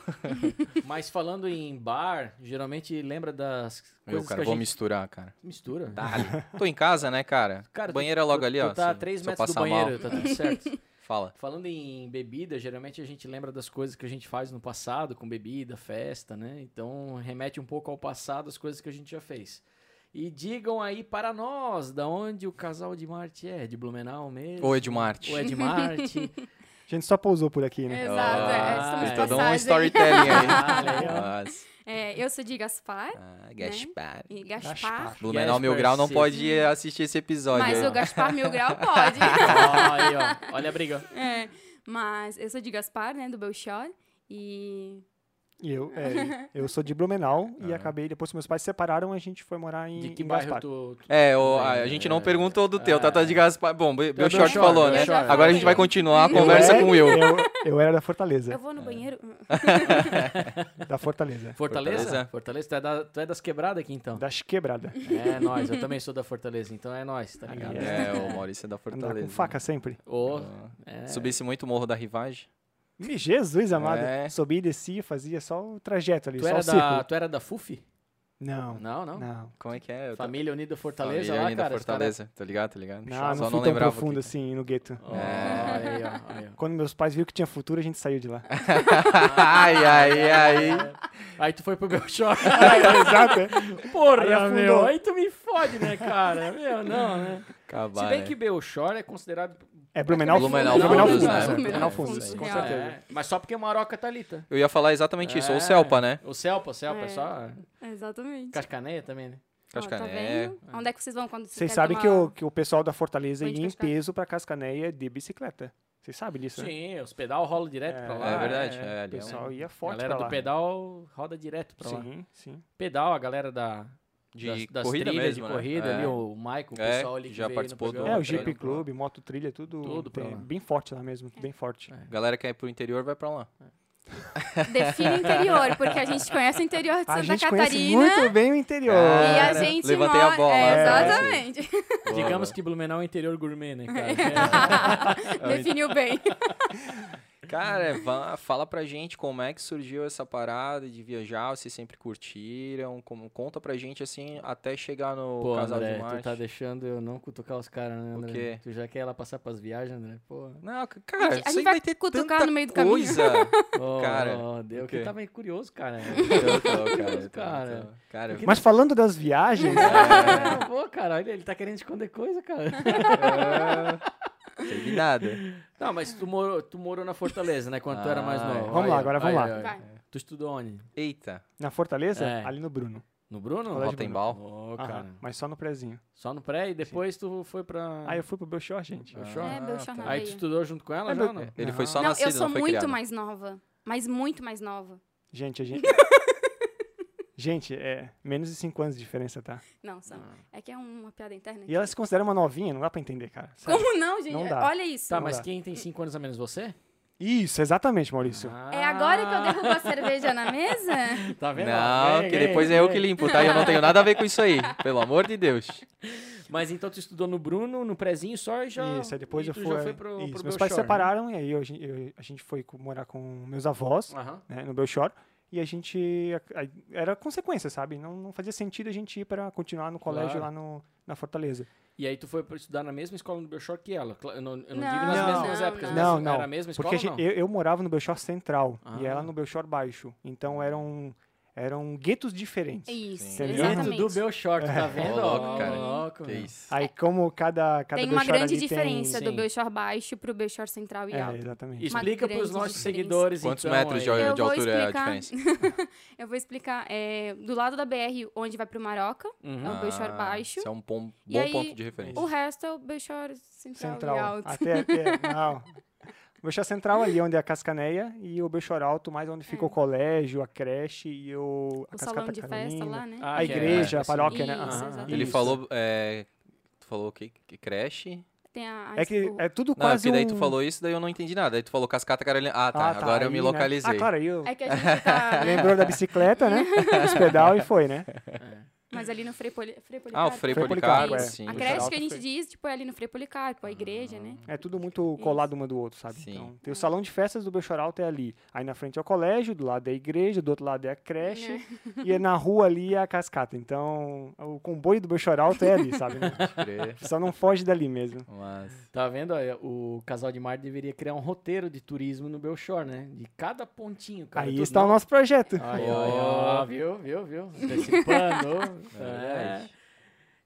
Speaker 2: Mas falando em bar, geralmente lembra das
Speaker 1: Meu,
Speaker 2: coisas
Speaker 1: cara,
Speaker 2: que a
Speaker 1: vou
Speaker 2: gente
Speaker 1: misturar, cara.
Speaker 2: mistura.
Speaker 1: Tá ali. Tô em casa, né, cara?
Speaker 2: Cara,
Speaker 1: Cara, banheiro é logo ali,
Speaker 2: tu
Speaker 1: ó.
Speaker 2: Tá a
Speaker 1: se-
Speaker 2: 3
Speaker 1: se eu
Speaker 2: metros do
Speaker 1: passar mal.
Speaker 2: banheiro, tá tudo certo.
Speaker 1: Fala.
Speaker 2: falando em bebida, geralmente a gente lembra das coisas que a gente faz no passado, com bebida, festa, né? Então remete um pouco ao passado, as coisas que a gente já fez. E digam aí para nós, da onde o casal de Marte é, de Blumenau mesmo?
Speaker 1: Oi, Edmarte.
Speaker 2: Ou é de Marte.
Speaker 4: A gente só pousou por aqui, né?
Speaker 3: Exato, é.
Speaker 2: Ah,
Speaker 3: Estamos de
Speaker 1: Todo um
Speaker 3: passagem. Ah,
Speaker 1: storytelling aí.
Speaker 2: Olha aí, ó.
Speaker 1: Nossa.
Speaker 3: É, eu sou de Gaspar
Speaker 1: Ah, Gaspar.
Speaker 3: e Gaspar.
Speaker 4: Gaspar.
Speaker 1: Blumenau
Speaker 2: Gaspar
Speaker 1: Mil Grau não
Speaker 2: City.
Speaker 1: pode assistir esse episódio.
Speaker 3: Mas
Speaker 1: aí.
Speaker 3: o Gaspar Mil Grau pode.
Speaker 2: Ó, aí, ó. Olha a briga.
Speaker 3: É, mas eu sou de Gaspar, né, do Belchior. E
Speaker 4: E eu, é, eu sou de Blumenau e
Speaker 1: Aham.
Speaker 4: acabei, depois que meus pais se separaram, a gente foi morar em,
Speaker 2: De que
Speaker 4: em
Speaker 2: bairro
Speaker 4: Gaspar.
Speaker 2: tu, tu-
Speaker 1: É, o-
Speaker 2: É,
Speaker 1: a, a gente não
Speaker 2: é.
Speaker 1: perguntou do teu,
Speaker 2: Ah.
Speaker 1: tá, tá de Gaspar. Bom, Be- Belchior
Speaker 4: Belchior,
Speaker 1: falou, né?
Speaker 4: Belchior.
Speaker 1: Agora a gente vai continuar a
Speaker 3: Eu
Speaker 1: conversa
Speaker 4: é,
Speaker 1: com o Will.
Speaker 4: Eu, eu era da Fortaleza,
Speaker 3: Eu vou
Speaker 1: É.
Speaker 3: no banheiro.
Speaker 4: da Fortaleza,
Speaker 2: Fortaleza?
Speaker 1: Fortaleza.
Speaker 2: Fortaleza, tu é, da- tu é das quebradas aqui então?
Speaker 4: da quebrada.
Speaker 2: É, nós, eu também sou da Fortaleza, então é nós, tá ligado?
Speaker 4: Yeah.
Speaker 1: É, o Maurício é da
Speaker 4: Andar
Speaker 1: Fortaleza.
Speaker 4: com faca sempre.
Speaker 2: Ô,
Speaker 1: Ah,
Speaker 2: é.
Speaker 1: Subisse muito o Morro da Rivagem.
Speaker 4: Me Jesus amado.
Speaker 1: É.
Speaker 4: Subi, descia, fazia só o trajeto ali,
Speaker 2: tu,
Speaker 4: só
Speaker 2: era
Speaker 4: o círculo.
Speaker 2: da, tu era da FUF?
Speaker 4: Não,
Speaker 2: Não, não.
Speaker 4: não.
Speaker 1: Como é que é? Eu tô-
Speaker 2: Família Unida Fortaleza
Speaker 1: Família
Speaker 2: lá,
Speaker 1: Unida
Speaker 2: cara. os caras-
Speaker 1: Fortaleza, tá ligado, tá ligado?
Speaker 4: Não,
Speaker 1: Só
Speaker 4: não fui
Speaker 1: não
Speaker 4: tão
Speaker 1: lembrava.
Speaker 4: profundo
Speaker 1: que-
Speaker 4: assim no gueto.
Speaker 2: Ó,
Speaker 1: É.
Speaker 2: olha aí, ó, olha aí, ó.
Speaker 4: Quando meus pais viram que tinha futuro, a gente saiu de lá.
Speaker 1: ai, ai, ai.
Speaker 2: Aí tu foi pro Belchior.
Speaker 4: Exato. é. Aí
Speaker 2: Porra,
Speaker 4: afundou.
Speaker 2: meu. Aí tu me fode, né, cara? Meu, não, né?
Speaker 1: Acabar,
Speaker 2: Se bem
Speaker 1: né?
Speaker 2: que Belchior é considerado.
Speaker 4: É Blumenau
Speaker 1: Blumenau
Speaker 4: Fundos. Blumenau
Speaker 1: Fundos,
Speaker 4: Fundos,
Speaker 1: né?
Speaker 4: né? Blumenau
Speaker 1: É,
Speaker 4: Fundos, com
Speaker 3: é.
Speaker 4: certeza.
Speaker 2: É, mas só porque é Maroca tá ali, tá?
Speaker 1: Eu ia falar exatamente isso,
Speaker 2: É.
Speaker 1: ou Celpa, né?
Speaker 2: O Celpa, o Celpa é,
Speaker 3: É.
Speaker 2: só.
Speaker 3: Exatamente.
Speaker 2: Cascaneia também, né?
Speaker 3: Ó,
Speaker 1: Acho que
Speaker 3: tá
Speaker 1: é.
Speaker 3: vendo? Onde é que vocês vão quando vocês
Speaker 4: Vocês
Speaker 3: querem
Speaker 4: sabem que
Speaker 3: tomar-
Speaker 4: o, que o pessoal da Fortaleza
Speaker 3: Banho de
Speaker 4: ia em
Speaker 3: pescar.
Speaker 4: peso pra Cascaneia de bicicleta. Vocês sabem disso, né?
Speaker 2: Sim, os pedal rolam direto pra lá.
Speaker 1: É verdade.
Speaker 2: A
Speaker 1: É,
Speaker 4: O
Speaker 1: ali é um-
Speaker 4: pessoal ia forte
Speaker 2: galera
Speaker 4: pra
Speaker 2: do
Speaker 4: lá.
Speaker 2: pedal roda direto pra lá.
Speaker 4: Sim, sim.
Speaker 2: Pedal, a galera da.
Speaker 1: De
Speaker 2: das, das
Speaker 1: corrida
Speaker 2: trilhas
Speaker 1: mesmo,
Speaker 2: de
Speaker 1: né?
Speaker 2: corrida
Speaker 1: É.
Speaker 2: ali, o Michael, o
Speaker 1: É,
Speaker 2: pessoal ali que
Speaker 1: que já
Speaker 2: veio no
Speaker 1: participou do-
Speaker 2: programa.
Speaker 4: É, o
Speaker 1: Jeep
Speaker 4: GP
Speaker 1: treino pra lá.
Speaker 4: Club, moto trilha, tudo,
Speaker 2: Tudo pra
Speaker 4: tem-
Speaker 2: lá.
Speaker 4: bem forte lá mesmo, bem forte.
Speaker 1: Galera que é pro interior vai pra lá.
Speaker 3: Define interior, porque a gente conhece o interior de Santa
Speaker 4: A gente conhece
Speaker 3: Catarina.
Speaker 4: muito bem o interior.
Speaker 3: E a
Speaker 1: Cara,
Speaker 3: gente
Speaker 1: É, levantei a
Speaker 3: mora-
Speaker 1: bola,
Speaker 3: É,
Speaker 1: né, cara?
Speaker 3: exatamente.
Speaker 2: Digamos
Speaker 1: Boa,
Speaker 2: que Blumenau é o interior gourmet, né, cara?
Speaker 1: É.
Speaker 3: Definiu bem.
Speaker 1: boa. Cara, vá- fala pra gente como é que surgiu essa parada de viajar, vocês sempre curtiram, como, conta pra gente assim até chegar no
Speaker 2: Pô,
Speaker 1: casal
Speaker 2: André,
Speaker 1: de
Speaker 2: tu
Speaker 1: Marte.
Speaker 2: tá deixando eu não cutucar os caras, né, André?
Speaker 1: quê?
Speaker 2: Tu já quer ela passar pras viagens, André? Pô.
Speaker 1: Não, c- cara,
Speaker 3: A gente
Speaker 1: isso aí
Speaker 3: vai
Speaker 1: ter
Speaker 3: cutucar
Speaker 1: tanta
Speaker 3: no meio do caminho.
Speaker 1: coisa.
Speaker 2: Ô,
Speaker 1: Cara,
Speaker 2: ô, Deus,
Speaker 1: o quê?
Speaker 2: que tava curioso, cara.
Speaker 1: Eu tô, cara, eu tô,
Speaker 2: Cara.
Speaker 1: eu tô. Cara,
Speaker 4: Mas falando das viagens,
Speaker 2: É, pô, cara, olha, ele tá querendo esconder coisa, cara.
Speaker 1: teve nada.
Speaker 2: Não, mas tu morou, tu morou na Fortaleza, né? Quando tu era mais
Speaker 1: Ah,
Speaker 2: novo.
Speaker 1: é.
Speaker 4: Vamos lá, agora vamos lá.
Speaker 3: Vai.
Speaker 2: Tu estudou onde?
Speaker 1: Eita,
Speaker 4: na Fortaleza,
Speaker 2: É.
Speaker 4: ali no Bruno.
Speaker 2: No Bruno?
Speaker 4: Colégio Bruno.
Speaker 1: Rotembal.
Speaker 2: Ô,
Speaker 4: Aham,
Speaker 2: cara. Ah.
Speaker 4: mas só no prezinho.
Speaker 2: Só no pré e depois tu foi pra.
Speaker 4: Aí eu fui pro Belchior, gente.
Speaker 2: Ah,
Speaker 3: É,
Speaker 1: tá.
Speaker 3: Belchior na
Speaker 2: Aí tu
Speaker 3: veia.
Speaker 2: estudou junto com ela
Speaker 4: É,
Speaker 2: já, ou
Speaker 4: meu-
Speaker 2: não?
Speaker 1: Ele foi só
Speaker 3: Não,
Speaker 1: nascido,
Speaker 3: eu sou
Speaker 1: não foi
Speaker 3: muito
Speaker 1: criado.
Speaker 3: mais nova. Mas muito mais nova.
Speaker 4: Gente, a gente... gente, é menos de 5 anos de diferença, tá?
Speaker 3: Não, são.
Speaker 1: Ah.
Speaker 3: É que é uma piada interna.
Speaker 4: E ela se considera uma novinha, não dá pra entender, cara. Sério.
Speaker 3: Como não, gente?
Speaker 4: Não dá.
Speaker 3: Olha isso.
Speaker 2: Tá,
Speaker 4: Não
Speaker 2: mas
Speaker 4: dá.
Speaker 2: quem tem 5 anos a menos você?
Speaker 4: Isso, exatamente, Maurício.
Speaker 2: Ah,
Speaker 3: É agora que eu derrubo a cerveja na mesa?
Speaker 2: derrubo. Tá vendo?
Speaker 1: Não,
Speaker 2: Vem,
Speaker 1: que
Speaker 2: vem,
Speaker 1: depois é eu
Speaker 2: vem.
Speaker 1: que limpo, tá? Eu não tenho nada a ver com isso aí, pelo amor de Deus.
Speaker 2: Mas então tu estudou no Bruno, no prezinho só e já.
Speaker 4: Isso, aí depois
Speaker 2: e
Speaker 4: eu
Speaker 2: tu
Speaker 4: fui. é,
Speaker 2: já foi pro,
Speaker 4: isso,
Speaker 2: pro
Speaker 4: meus
Speaker 2: Belchior,
Speaker 4: pais
Speaker 2: né?
Speaker 4: se separaram e aí eu- eu- a gente foi co- morar com meus avós,
Speaker 2: Aham.
Speaker 4: né, no Belchior. E a gente. a- a- era consequência, sabe? Não, não fazia sentido a gente ir para continuar no colégio
Speaker 2: Claro.
Speaker 4: lá no, na Fortaleza.
Speaker 2: E aí tu foi pra estudar na mesma escola do Belchior que ela. Cla- Eu não, eu não
Speaker 3: Não,
Speaker 2: digo nas
Speaker 4: não,
Speaker 2: mesmas
Speaker 3: não,
Speaker 2: épocas,
Speaker 3: não.
Speaker 2: mas
Speaker 4: Não, não.
Speaker 2: era a mesma escola
Speaker 4: Porque a gente-
Speaker 2: ou não?
Speaker 4: eu, eu morava no Belchior Central e
Speaker 2: Ah.
Speaker 4: ela no Belchior Baixo. Então eram, eram guetos diferentes.
Speaker 3: Isso,
Speaker 4: Sim.
Speaker 2: Dentro
Speaker 3: exatamente.
Speaker 2: do Belchior, tu
Speaker 4: É.
Speaker 2: tá vendo?
Speaker 1: Ô, louco,
Speaker 2: Ó,
Speaker 1: cara.
Speaker 2: louco,
Speaker 1: Que
Speaker 2: meu.
Speaker 1: isso.
Speaker 4: Aí, como cada, cada
Speaker 3: É. Tem uma
Speaker 4: Belchior
Speaker 3: grande
Speaker 4: ali tem-
Speaker 3: diferença do
Speaker 2: Sim.
Speaker 3: Belchor baixo pro Belchor central e
Speaker 4: É,
Speaker 3: alto.
Speaker 4: exatamente.
Speaker 3: Uma
Speaker 2: Explica
Speaker 3: grande
Speaker 2: pros nossos
Speaker 3: diferença.
Speaker 2: seguidores
Speaker 1: Quantos
Speaker 2: então,
Speaker 1: metros de,
Speaker 2: aí.
Speaker 3: Eu
Speaker 1: de
Speaker 3: vou
Speaker 1: altura é a
Speaker 3: explicar.
Speaker 1: diferença?
Speaker 3: Eu vou explicar. é, do lado da BR, onde vai pro Maroca,
Speaker 2: Uhum.
Speaker 3: é o Belchor
Speaker 1: Ah,
Speaker 3: baixo.
Speaker 1: Isso é um bom,
Speaker 3: E
Speaker 1: bom
Speaker 3: aí,
Speaker 1: ponto de referência.
Speaker 3: O resto é o Belchor central, e
Speaker 4: Central. Ah,
Speaker 3: alto.
Speaker 4: Até, até. Não. O Belchior Central ali onde é a Cascaneia e o Belchior Alto mais onde fica o colégio, a creche e o... A
Speaker 3: É. O
Speaker 4: Cascata
Speaker 3: salão de festa
Speaker 4: Carolina.
Speaker 3: lá, né?
Speaker 2: Ah,
Speaker 4: A
Speaker 2: que
Speaker 4: igreja, a
Speaker 2: assim,
Speaker 4: paróquia, né?
Speaker 3: Isso,
Speaker 4: Aham,
Speaker 3: exatamente.
Speaker 1: é, Ele
Speaker 4: isso.
Speaker 1: falou. É, tu falou que, que creche.
Speaker 3: Tem a, a-
Speaker 4: É que
Speaker 3: o-
Speaker 4: é tudo
Speaker 1: Não,
Speaker 4: quase
Speaker 1: porque daí tu
Speaker 4: um-
Speaker 1: falou isso, daí eu não entendi nada. Daí tu falou cascata carolina. Ah, tá.
Speaker 4: Ah, tá,
Speaker 1: agora eu
Speaker 4: aí,
Speaker 1: me
Speaker 4: né?
Speaker 1: localizei.
Speaker 4: Ah, claro, aí eu...
Speaker 3: é que a gente tá...
Speaker 4: Lembrou da bicicleta, né? Os pedal e foi, né?
Speaker 3: Mas ali no Frei, Poli... Frei
Speaker 1: Ah,
Speaker 3: Policarpo.
Speaker 1: o Frei
Speaker 4: Frei
Speaker 1: Policarpo,
Speaker 4: Policarpo,
Speaker 1: é.
Speaker 4: é.
Speaker 1: sim.
Speaker 3: A
Speaker 4: Sim.
Speaker 3: creche que
Speaker 4: Geraldo
Speaker 3: a gente
Speaker 4: foi.
Speaker 3: diz, tipo, é ali no Frei Policarpo, a igreja, né?
Speaker 4: É tudo muito colado uma do outro, sabe?
Speaker 1: Sim.
Speaker 4: Então, tem o salão de festas do Belchior Alto é ali. Aí na frente é o colégio, do lado é a igreja, do outro lado é a creche. E é na rua ali é a cascata. Então, o comboio do Belchior Alto é ali, sabe? Né?
Speaker 1: Crê.
Speaker 4: Só não foge dali mesmo.
Speaker 1: Mas.
Speaker 2: Tá vendo? Olha, o casal de mar deveria criar um roteiro de turismo no Belchor, né? De cada pontinho, cara.
Speaker 4: Aí
Speaker 2: Tu-
Speaker 4: está o
Speaker 2: não-
Speaker 4: nosso projeto.
Speaker 1: Ah,
Speaker 2: Aí, ó, aí, ó, viu, viu, viu? Antecipando. é.
Speaker 1: verdade.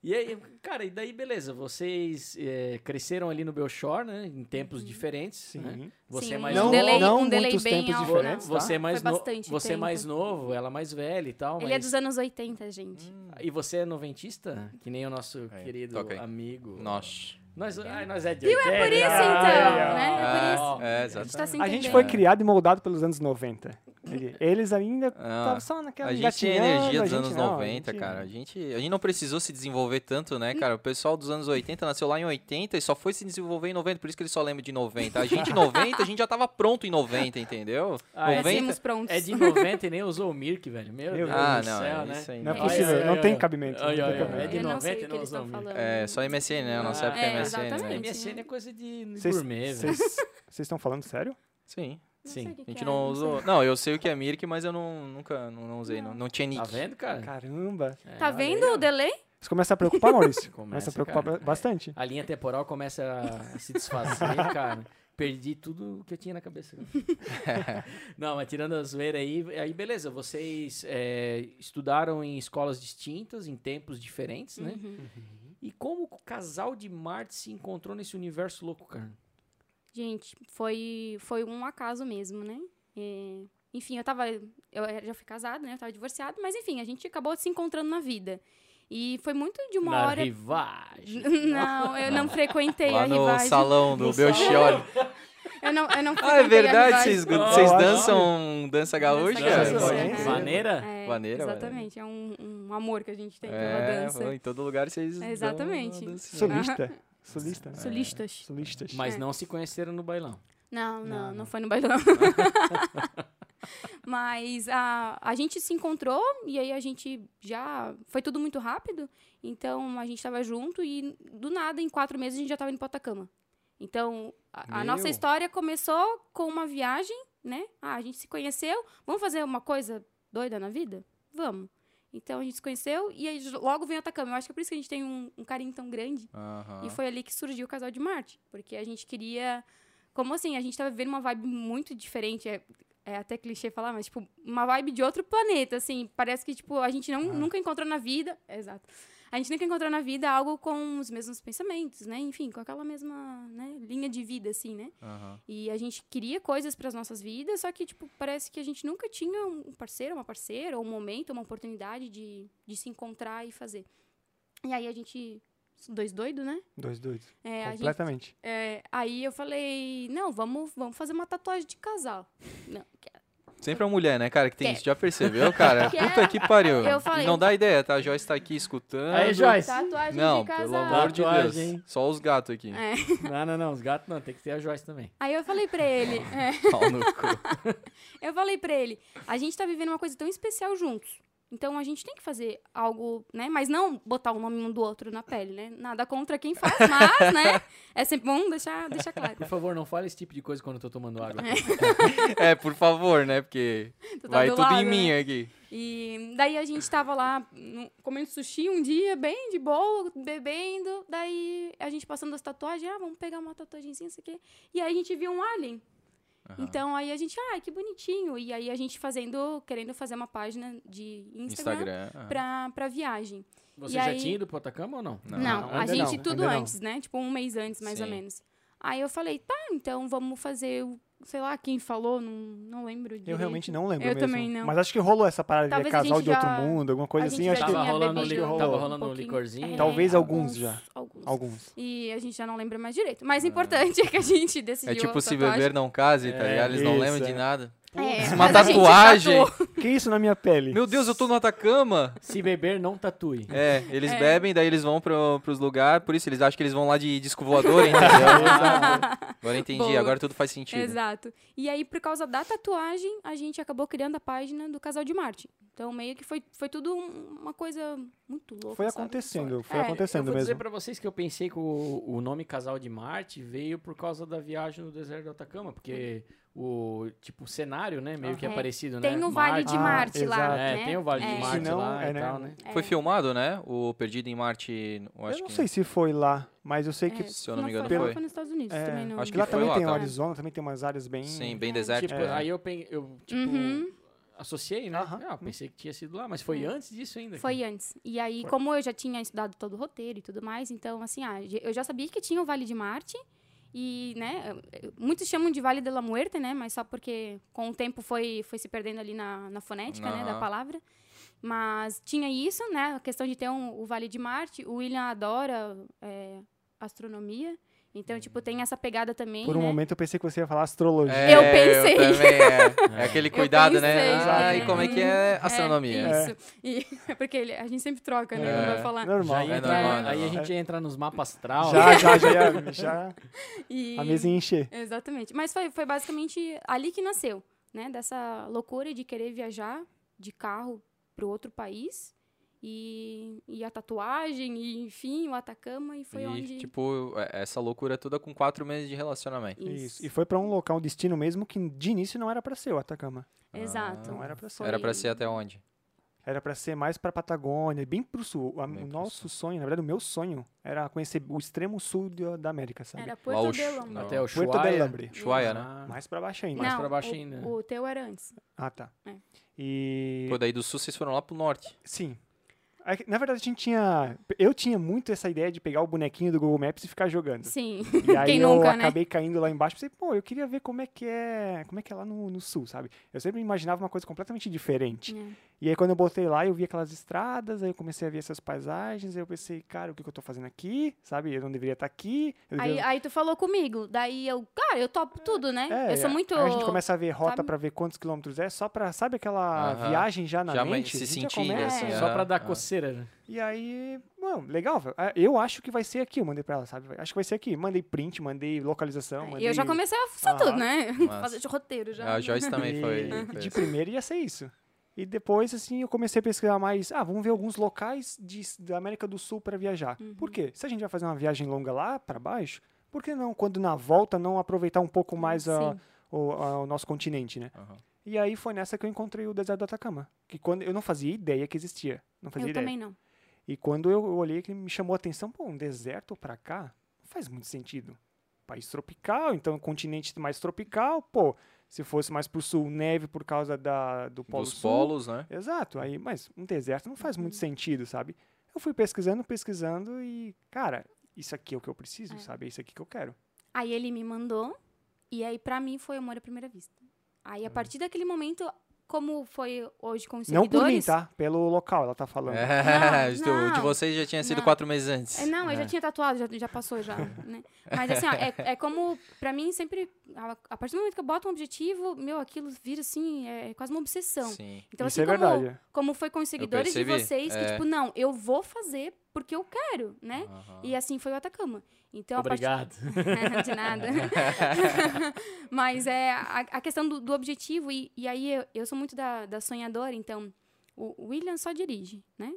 Speaker 2: E aí, cara, e daí beleza, vocês é, cresceram ali no Belchor, né? Em tempos diferentes, né?
Speaker 4: Sim.
Speaker 2: Você
Speaker 3: Uhum. Sim,
Speaker 2: é mais
Speaker 3: um
Speaker 4: Não-
Speaker 2: novo,
Speaker 3: delay,
Speaker 4: não
Speaker 3: um delay
Speaker 4: muitos
Speaker 3: bem
Speaker 4: tempos
Speaker 3: alto.
Speaker 2: vo-
Speaker 4: diferentes, tá?
Speaker 3: não.
Speaker 2: você é mais
Speaker 3: Foi
Speaker 2: no-
Speaker 3: bastante
Speaker 2: você é
Speaker 3: tempo.
Speaker 2: mais novo, ela é mais velha e tal,
Speaker 3: Ele é
Speaker 2: mas
Speaker 3: dos anos 80, gente.
Speaker 2: e você é noventista? Que nem o nosso
Speaker 1: Aí,
Speaker 2: querido
Speaker 1: toca aí.
Speaker 2: amigo.
Speaker 1: Nossa.
Speaker 2: Nós, ai, nós é de
Speaker 4: é por
Speaker 2: 80.
Speaker 4: isso,
Speaker 2: ai,
Speaker 4: então,
Speaker 2: ó.
Speaker 3: né? É por
Speaker 2: Ó,
Speaker 1: É,
Speaker 3: A gente
Speaker 1: exato.
Speaker 3: tá se
Speaker 4: A gente
Speaker 3: entendendo.
Speaker 4: foi criado e moldado pelos anos 90. Ele- Eles ainda estavam só naquela
Speaker 1: Ah, A gente tinha
Speaker 4: engatinhando,
Speaker 1: energia
Speaker 4: a
Speaker 1: dos
Speaker 4: gente
Speaker 1: anos
Speaker 4: não, a
Speaker 1: 90,
Speaker 4: gente-
Speaker 1: cara. A gente, a gente não precisou se desenvolver tanto, né, cara? O pessoal dos anos 80 nasceu lá em 80 e só foi se desenvolver em 90, por isso que ele só lembra de 90. A gente em 90, a gente já tava pronto em 90, entendeu?
Speaker 2: Ah, é,
Speaker 1: Noventa-
Speaker 3: Nascemos prontos.
Speaker 2: é de 90 e nem usou o Mirk, velho. Meu
Speaker 4: Meu
Speaker 2: Deus
Speaker 1: Ah,
Speaker 2: do
Speaker 1: não,
Speaker 2: céu,
Speaker 1: é
Speaker 2: né?
Speaker 1: isso aí.
Speaker 4: Não é
Speaker 1: Ai,
Speaker 4: possível,
Speaker 2: ai,
Speaker 4: não
Speaker 2: ai,
Speaker 4: tem
Speaker 2: ai. Ai,
Speaker 4: cabimento. não
Speaker 2: ai,
Speaker 4: tem
Speaker 2: ai.
Speaker 4: cabimento.
Speaker 2: É de
Speaker 3: Eu não sei
Speaker 2: 90
Speaker 3: o que eles
Speaker 2: não
Speaker 3: estão
Speaker 2: usam,
Speaker 3: falando.
Speaker 1: É, só MSN, né? A nossa
Speaker 2: Ah,
Speaker 1: época é
Speaker 3: é,
Speaker 1: MSN, né?
Speaker 3: exatamente.
Speaker 2: MSN é coisa de
Speaker 4: Vocês-
Speaker 2: gourmet, velho.
Speaker 4: Vocês vocês estão falando sério?
Speaker 1: Sim.
Speaker 3: Não
Speaker 2: Sim.
Speaker 3: sei o que
Speaker 1: A gente
Speaker 3: que é,
Speaker 1: não
Speaker 3: sei.
Speaker 1: usou. Não, eu sei o que é Mirk, mas eu não, nunca não, não usei. Não, não tinha nick.
Speaker 2: Tá vendo, cara?
Speaker 4: Caramba.
Speaker 2: É,
Speaker 3: Tá
Speaker 2: olha aí,
Speaker 3: vendo
Speaker 2: ó.
Speaker 3: o delay?
Speaker 4: Você começa a preocupar, Maurício.
Speaker 2: Começa,
Speaker 4: Começa a preocupar
Speaker 2: cara.
Speaker 4: ba- bastante.
Speaker 2: A linha temporal começa a se desfazer, cara. Perdi tudo que eu tinha na cabeça. Não, mas tirando a zoeira aí, aí beleza, vocês é, estudaram em escolas distintas, em tempos diferentes, né?
Speaker 3: Uhum.
Speaker 2: E como o casal de Marte se encontrou nesse universo louco, cara?
Speaker 3: Gente, foi, foi um acaso mesmo, né? É, enfim, eu tava. Eu era- já fui casada, né? Eu tava divorciada, mas enfim, a gente acabou se encontrando na vida. E foi muito de uma
Speaker 2: na
Speaker 3: hora.
Speaker 2: rivagem.
Speaker 3: Não, eu não frequentei a
Speaker 1: Lá no
Speaker 3: rivagem.
Speaker 1: salão do Belchior.
Speaker 3: Eu não, eu
Speaker 1: Ah, é
Speaker 3: não frequentei a
Speaker 1: verdade,
Speaker 3: rivagem.
Speaker 1: vocês, vocês
Speaker 4: Nossa.
Speaker 1: dançam dança gaúcha? É,
Speaker 4: gaúcha,
Speaker 1: Pô,
Speaker 4: sim.
Speaker 1: gente,
Speaker 2: Maneira?
Speaker 3: É,
Speaker 1: Vaneira,
Speaker 3: exatamente, é um, um amor que a gente tem pela
Speaker 1: É,
Speaker 3: dança.
Speaker 1: pô, em todo lugar vocês. dão uma
Speaker 3: Exatamente.
Speaker 1: dancinha.
Speaker 4: Solista. Solista. né?
Speaker 3: Solistas.
Speaker 4: Solistas.
Speaker 3: É.
Speaker 2: Mas não se conheceram no bailão.
Speaker 3: Não, É. não,
Speaker 4: Não,
Speaker 3: não,
Speaker 4: não.
Speaker 3: foi no bailão. Mas a, a gente se encontrou e aí a gente já. Foi tudo muito rápido, então a gente tava junto e do nada, em quatro meses, a gente já tava indo pra Atacama. Então a, a
Speaker 1: Meu.
Speaker 3: nossa história começou com uma viagem, né? Ah, a gente se conheceu, vamos fazer uma coisa doida na vida? Vamos. Então a gente se conheceu e aí logo veio Atacama. Eu acho que é por isso que a gente tem um- um carinho tão grande
Speaker 1: Aham.
Speaker 3: e foi ali que surgiu o Casal de Marte, porque a gente queria. Como assim? A gente tava vivendo uma vibe muito diferente. É, é até clichê falar, mas, tipo, uma vibe de outro planeta, assim. Parece que, tipo, a gente não, nunca encontrou na vida. é, Exato. A gente nunca encontrou na vida algo com os mesmos pensamentos, né? Enfim, com aquela mesma né, linha de vida, assim, né?
Speaker 1: aham.
Speaker 3: E a gente queria coisas para as nossas vidas, só que, tipo, parece que a gente nunca tinha um parceiro, uma parceira, ou um momento, uma oportunidade de, de se encontrar e fazer. E aí a gente. Dois doidos, né?
Speaker 4: Dois doidos.
Speaker 3: É, a gente
Speaker 4: Completamente.
Speaker 3: é, aí eu falei, não, vamos, vamos fazer uma tatuagem de casal. Não, quero.
Speaker 1: Sempre a mulher, né, cara, que tem
Speaker 3: Quer.
Speaker 1: isso. Já percebeu, cara?
Speaker 3: Quer.
Speaker 1: Puta que pariu.
Speaker 3: É. Eu falei-
Speaker 1: E não dá ideia, tá? A Joyce tá aqui escutando.
Speaker 2: Aí, Joyce.
Speaker 3: tatuagem
Speaker 1: Não,
Speaker 3: de casal.
Speaker 1: pelo amor de Deus.
Speaker 2: É Tatuagem.
Speaker 1: Só os gatos aqui.
Speaker 3: É.
Speaker 2: Não, não, não. Os gatos não. Tem que ter a Joyce também.
Speaker 3: Aí eu falei pra ele, é,
Speaker 1: Pau no cu.
Speaker 3: eu falei pra ele, a gente tá vivendo uma coisa tão especial juntos. Então a gente tem que fazer algo, né? Mas não botar o nome um do outro na pele, né? Nada contra quem faz, mas, né? É sempre bom deixar, deixar claro.
Speaker 2: Por favor, não fale esse tipo de coisa quando eu tô tomando água.
Speaker 1: É, por favor, né? Porque
Speaker 3: Tu tá
Speaker 1: vai
Speaker 3: do
Speaker 1: tudo
Speaker 3: lado,
Speaker 1: em
Speaker 3: né?
Speaker 1: mim aqui.
Speaker 3: E daí a gente tava lá no- comendo sushi um dia, bem de boa, bebendo. Daí a gente passando as tatuagens, ah, vamos pegar uma tatuagemzinha, isso aqui. E aí a gente viu um alien. Então aí a gente, ah, que bonitinho. E aí a gente fazendo, querendo fazer uma página de Instagram,
Speaker 1: Instagram. ah.
Speaker 3: Pra, pra viagem.
Speaker 2: Você
Speaker 3: E
Speaker 2: já
Speaker 3: aí-
Speaker 2: tinha ido pro Atacama ou não?
Speaker 1: Não.
Speaker 3: Não,
Speaker 4: Não,
Speaker 3: a
Speaker 4: ainda não,
Speaker 3: gente tudo
Speaker 4: ainda não.
Speaker 3: antes, né? Tipo, um mês antes, mais ou
Speaker 1: Sim.
Speaker 3: menos. Aí eu falei, tá, então vamos fazer, o- sei lá, quem falou, não, não lembro direito.
Speaker 4: Eu realmente não lembro
Speaker 3: Eu
Speaker 4: mesmo.
Speaker 3: também não.
Speaker 4: Mas acho que rolou essa parada de
Speaker 3: Talvez a
Speaker 4: casal
Speaker 3: gente
Speaker 4: de outro
Speaker 3: já-
Speaker 4: mundo, alguma coisa
Speaker 3: a gente
Speaker 4: assim.
Speaker 3: já
Speaker 4: Acho que
Speaker 2: Tava
Speaker 3: tinha
Speaker 2: rolando
Speaker 3: bebido
Speaker 2: li-
Speaker 3: um
Speaker 2: tava
Speaker 3: pouquinho.
Speaker 2: rolando um licorzinho.
Speaker 3: É,
Speaker 4: Talvez alguns já.
Speaker 3: Alguns.
Speaker 4: alguns.
Speaker 3: E a gente já não lembra mais direito. Mas o importante é que a gente decidiu.
Speaker 1: É tipo
Speaker 3: a
Speaker 1: se
Speaker 3: tatuagem.
Speaker 1: beber não case, tá
Speaker 2: É,
Speaker 1: ligado? Eles não
Speaker 4: isso,
Speaker 1: lembram de
Speaker 4: é.
Speaker 1: nada.
Speaker 3: É,
Speaker 1: Uma
Speaker 3: mas a gente
Speaker 1: tatuagem.
Speaker 3: tatuou.
Speaker 4: Que isso na minha pele?
Speaker 1: Meu Deus, eu tô no Atacama.
Speaker 2: Se beber, não tatue.
Speaker 1: É, eles bebem, daí eles vão pro, pros lugares, por isso eles acham que eles vão lá de disco voador, entendeu? agora entendi,
Speaker 3: Boa.
Speaker 1: agora tudo faz sentido.
Speaker 3: Exato. E aí, por causa da tatuagem, a gente acabou criando a página do Casal de Marte. Então, meio que foi, foi tudo um- uma coisa muito louca.
Speaker 4: Foi
Speaker 3: sabe?
Speaker 4: acontecendo, foi
Speaker 3: É,
Speaker 4: acontecendo
Speaker 2: eu vou dizer
Speaker 4: mesmo.
Speaker 2: pra vocês que eu pensei que o, o nome Casal de Marte veio por causa da viagem no deserto do Atacama, porque o tipo o cenário, né, meio que é
Speaker 3: É,
Speaker 2: parecido, né?
Speaker 3: Tem o Vale de
Speaker 4: Ah,
Speaker 3: Marte lá.
Speaker 4: exato.
Speaker 2: É,
Speaker 3: né?
Speaker 2: tem o Vale de
Speaker 3: É.
Speaker 2: Marte
Speaker 4: Senão,
Speaker 2: lá
Speaker 4: é,
Speaker 2: e
Speaker 4: né?
Speaker 2: tal, né?
Speaker 1: Foi filmado, né? O Perdido em Marte, eu acho
Speaker 4: eu não
Speaker 1: que.
Speaker 4: sei se foi lá, mas eu sei que.
Speaker 3: É,
Speaker 1: se eu não me engano,
Speaker 3: foi.
Speaker 1: foi.
Speaker 3: lá, foi nos Estados Unidos
Speaker 4: é,
Speaker 3: também. Não...
Speaker 1: acho que
Speaker 4: lá
Speaker 1: foi
Speaker 4: também
Speaker 1: lá,
Speaker 4: tem o
Speaker 1: tá?
Speaker 4: Arizona, também tem umas áreas bem.
Speaker 1: Sim, bem
Speaker 3: É,
Speaker 1: desértico.
Speaker 2: Tipo,
Speaker 1: né?
Speaker 2: aí eu, pen- eu tipo,
Speaker 3: Uhum.
Speaker 2: associei, né?
Speaker 4: Aham.
Speaker 2: Ah, pensei que tinha sido lá, mas Uhum. foi antes disso ainda.
Speaker 3: Foi antes. E aí, como eu já tinha estudado todo o roteiro e tudo mais, então, assim, ah, je- eu já sabia que tinha o Vale de Marte. E, né, eu- eu- muitos chamam de Vale de la Muerte, né? Mas só porque com o tempo foi, foi se perdendo ali na, na fonética, né? Da
Speaker 1: Aham.
Speaker 3: palavra. Mas tinha isso, né? A questão de ter um, o Vale de Marte. O William adora é, astronomia. Então, tipo, tem essa pegada também,
Speaker 4: Por um
Speaker 3: né?
Speaker 4: momento eu pensei que você ia falar astrologia.
Speaker 3: É, Eu pensei.
Speaker 1: também, é. É aquele
Speaker 3: Eu
Speaker 1: cuidado,
Speaker 3: pensei,
Speaker 1: né? Ah, e
Speaker 3: é.
Speaker 1: como é que é astronomia?
Speaker 3: É, isso. E- é porque ele- a gente sempre troca, né?
Speaker 1: É.
Speaker 3: Quando vai falar.
Speaker 4: Normal.
Speaker 2: Já
Speaker 1: É
Speaker 2: ia entrar-
Speaker 1: normal, é
Speaker 2: aí a
Speaker 1: normal.
Speaker 2: gente ia entrar nos mapas astral.
Speaker 4: Já, já, já, ia- já,
Speaker 3: E-
Speaker 4: a mesa ia encher.
Speaker 3: Exatamente. Mas foi, foi basicamente ali que nasceu, né? Dessa loucura de querer viajar de carro para outro país. E, e a tatuagem, e enfim, o Atacama, e foi
Speaker 1: e,
Speaker 3: onde.
Speaker 1: tipo, é- essa loucura toda com quatro meses de relacionamento.
Speaker 3: Isso.
Speaker 4: Isso. E foi pra um local, um destino mesmo que de início não era pra ser o Atacama.
Speaker 3: Ah, Exato.
Speaker 4: Não era pra ser.
Speaker 3: Foi-
Speaker 1: Era pra ser até onde?
Speaker 4: Era pra ser mais pra Patagônia, bem pro sul. A-
Speaker 1: Bem pro
Speaker 4: o nosso sonho, na verdade, o meu sonho era conhecer o extremo sul de- da América, sabe?
Speaker 3: Era
Speaker 1: Lá o
Speaker 3: Porto
Speaker 1: Ch-
Speaker 3: de Lomba.
Speaker 1: não.
Speaker 2: Até o
Speaker 4: Puerto del
Speaker 2: Chuaia.
Speaker 4: Hambre.
Speaker 1: Ushuaia, né?
Speaker 2: Ah,
Speaker 4: Mais pra baixo ainda.
Speaker 2: mais
Speaker 3: Não,
Speaker 2: pra baixo
Speaker 3: o-
Speaker 2: ainda.
Speaker 3: O teu era antes.
Speaker 4: Ah, tá.
Speaker 3: É.
Speaker 4: E
Speaker 1: Pô, daí do sul vocês foram lá pro norte.
Speaker 4: Sim. É que, Na verdade, a gente tinha. Eu tinha muito essa ideia de pegar o bonequinho do Google Maps e ficar jogando.
Speaker 3: Sim.
Speaker 4: E aí
Speaker 3: Quem
Speaker 4: eu
Speaker 3: nunca, né?
Speaker 4: acabei caindo lá embaixo e pensei, pô, eu queria ver como é que é. Como é que é lá no, no sul, sabe? Eu sempre imaginava uma coisa completamente diferente.
Speaker 3: É.
Speaker 4: E aí quando eu botei lá, eu vi aquelas estradas, aí eu comecei a ver essas paisagens, aí eu pensei, cara, o que, que eu tô fazendo aqui? Sabe? Eu não deveria estar aqui. eu
Speaker 3: Aí,
Speaker 4: deveria-
Speaker 3: aí tu falou comigo. Daí eu, cara, eu topo tudo, né?
Speaker 4: É,
Speaker 3: eu sou muito.
Speaker 4: Aí a gente começa a ver rota
Speaker 3: sabe?
Speaker 4: pra ver quantos quilômetros é, só pra, sabe aquela
Speaker 1: Aham.
Speaker 4: viagem já na
Speaker 1: Já mas
Speaker 4: mente?
Speaker 1: se
Speaker 4: A gente já
Speaker 1: sentindo,
Speaker 4: começa-
Speaker 1: assim.
Speaker 3: É.
Speaker 2: Só pra dar
Speaker 1: ah,
Speaker 2: coceira. né?
Speaker 4: E aí, mano, legal, velho. Ah, Eu acho que vai ser aqui, eu mandei pra ela, sabe? Acho que vai ser aqui. Mandei print, mandei localização,
Speaker 3: E
Speaker 4: mandei...
Speaker 3: eu já comecei a fuçar
Speaker 4: Aham.
Speaker 3: tudo, né?
Speaker 1: Massa.
Speaker 3: Fazer de roteiro já.
Speaker 1: A Joyce também
Speaker 4: E-
Speaker 1: foi.
Speaker 4: e
Speaker 1: foi
Speaker 4: de
Speaker 1: assim.
Speaker 4: primeira ia ser isso. E depois, assim, eu comecei a pesquisar mais. Ah, vamos ver alguns locais de, da América do Sul pra viajar.
Speaker 3: Uhum.
Speaker 4: Por quê? Se a gente vai fazer uma viagem longa lá pra baixo, por que não, quando na volta, não aproveitar um pouco mais a-
Speaker 3: Hum, Sim.
Speaker 4: o, a- o nosso continente, né?
Speaker 1: Aham.
Speaker 4: E aí foi nessa que eu encontrei o deserto do Atacama. Que quando eu não fazia ideia que existia. Não fazia
Speaker 3: Eu
Speaker 4: ideia.
Speaker 3: também não.
Speaker 4: E quando eu olhei, que me chamou a atenção, pô, um deserto pra cá não faz muito sentido. País tropical, então continente mais tropical, pô, se fosse mais pro sul, neve por causa da, do polo
Speaker 1: Dos
Speaker 4: sul.
Speaker 1: polos, né?
Speaker 4: Exato, aí, mas um deserto não faz
Speaker 3: Uhum.
Speaker 4: muito sentido, sabe? Eu fui pesquisando, pesquisando e, cara, isso aqui é o que eu preciso,
Speaker 3: É.
Speaker 4: sabe? É isso aqui que eu quero.
Speaker 3: Aí ele me mandou. E aí, pra mim, foi amor à primeira vista. Aí, a partir daquele momento, como foi hoje com os
Speaker 4: Hum. Não por mim,
Speaker 3: seguidores...
Speaker 4: tá? Pelo local, ela tá falando.
Speaker 1: É,
Speaker 3: Não,
Speaker 1: do- o de
Speaker 3: não.
Speaker 1: vocês já tinha sido
Speaker 3: Não.
Speaker 1: quatro meses antes.
Speaker 3: É, não, eu
Speaker 4: É.
Speaker 3: já tinha tatuado, já, já passou já, né? Mas assim, ó, é, é como, pra mim, sempre, a, a partir do momento que eu boto um objetivo, meu, aquilo vira assim, é quase uma obsessão.
Speaker 1: Sim.
Speaker 3: Então,
Speaker 4: isso
Speaker 3: assim,
Speaker 4: é
Speaker 3: como,
Speaker 4: verdade. é.
Speaker 3: como foi com os seguidores de
Speaker 1: percebi,
Speaker 3: vocês,
Speaker 1: é.
Speaker 3: que tipo, não, eu vou fazer porque eu quero, né?
Speaker 1: Aham.
Speaker 3: E assim foi o Atacama. Então, a partir
Speaker 2: Obrigado.
Speaker 3: de nada. Mas é a, a questão do, do objetivo, e, e aí eu, eu sou muito da, da sonhadora, então o o William só dirige, né?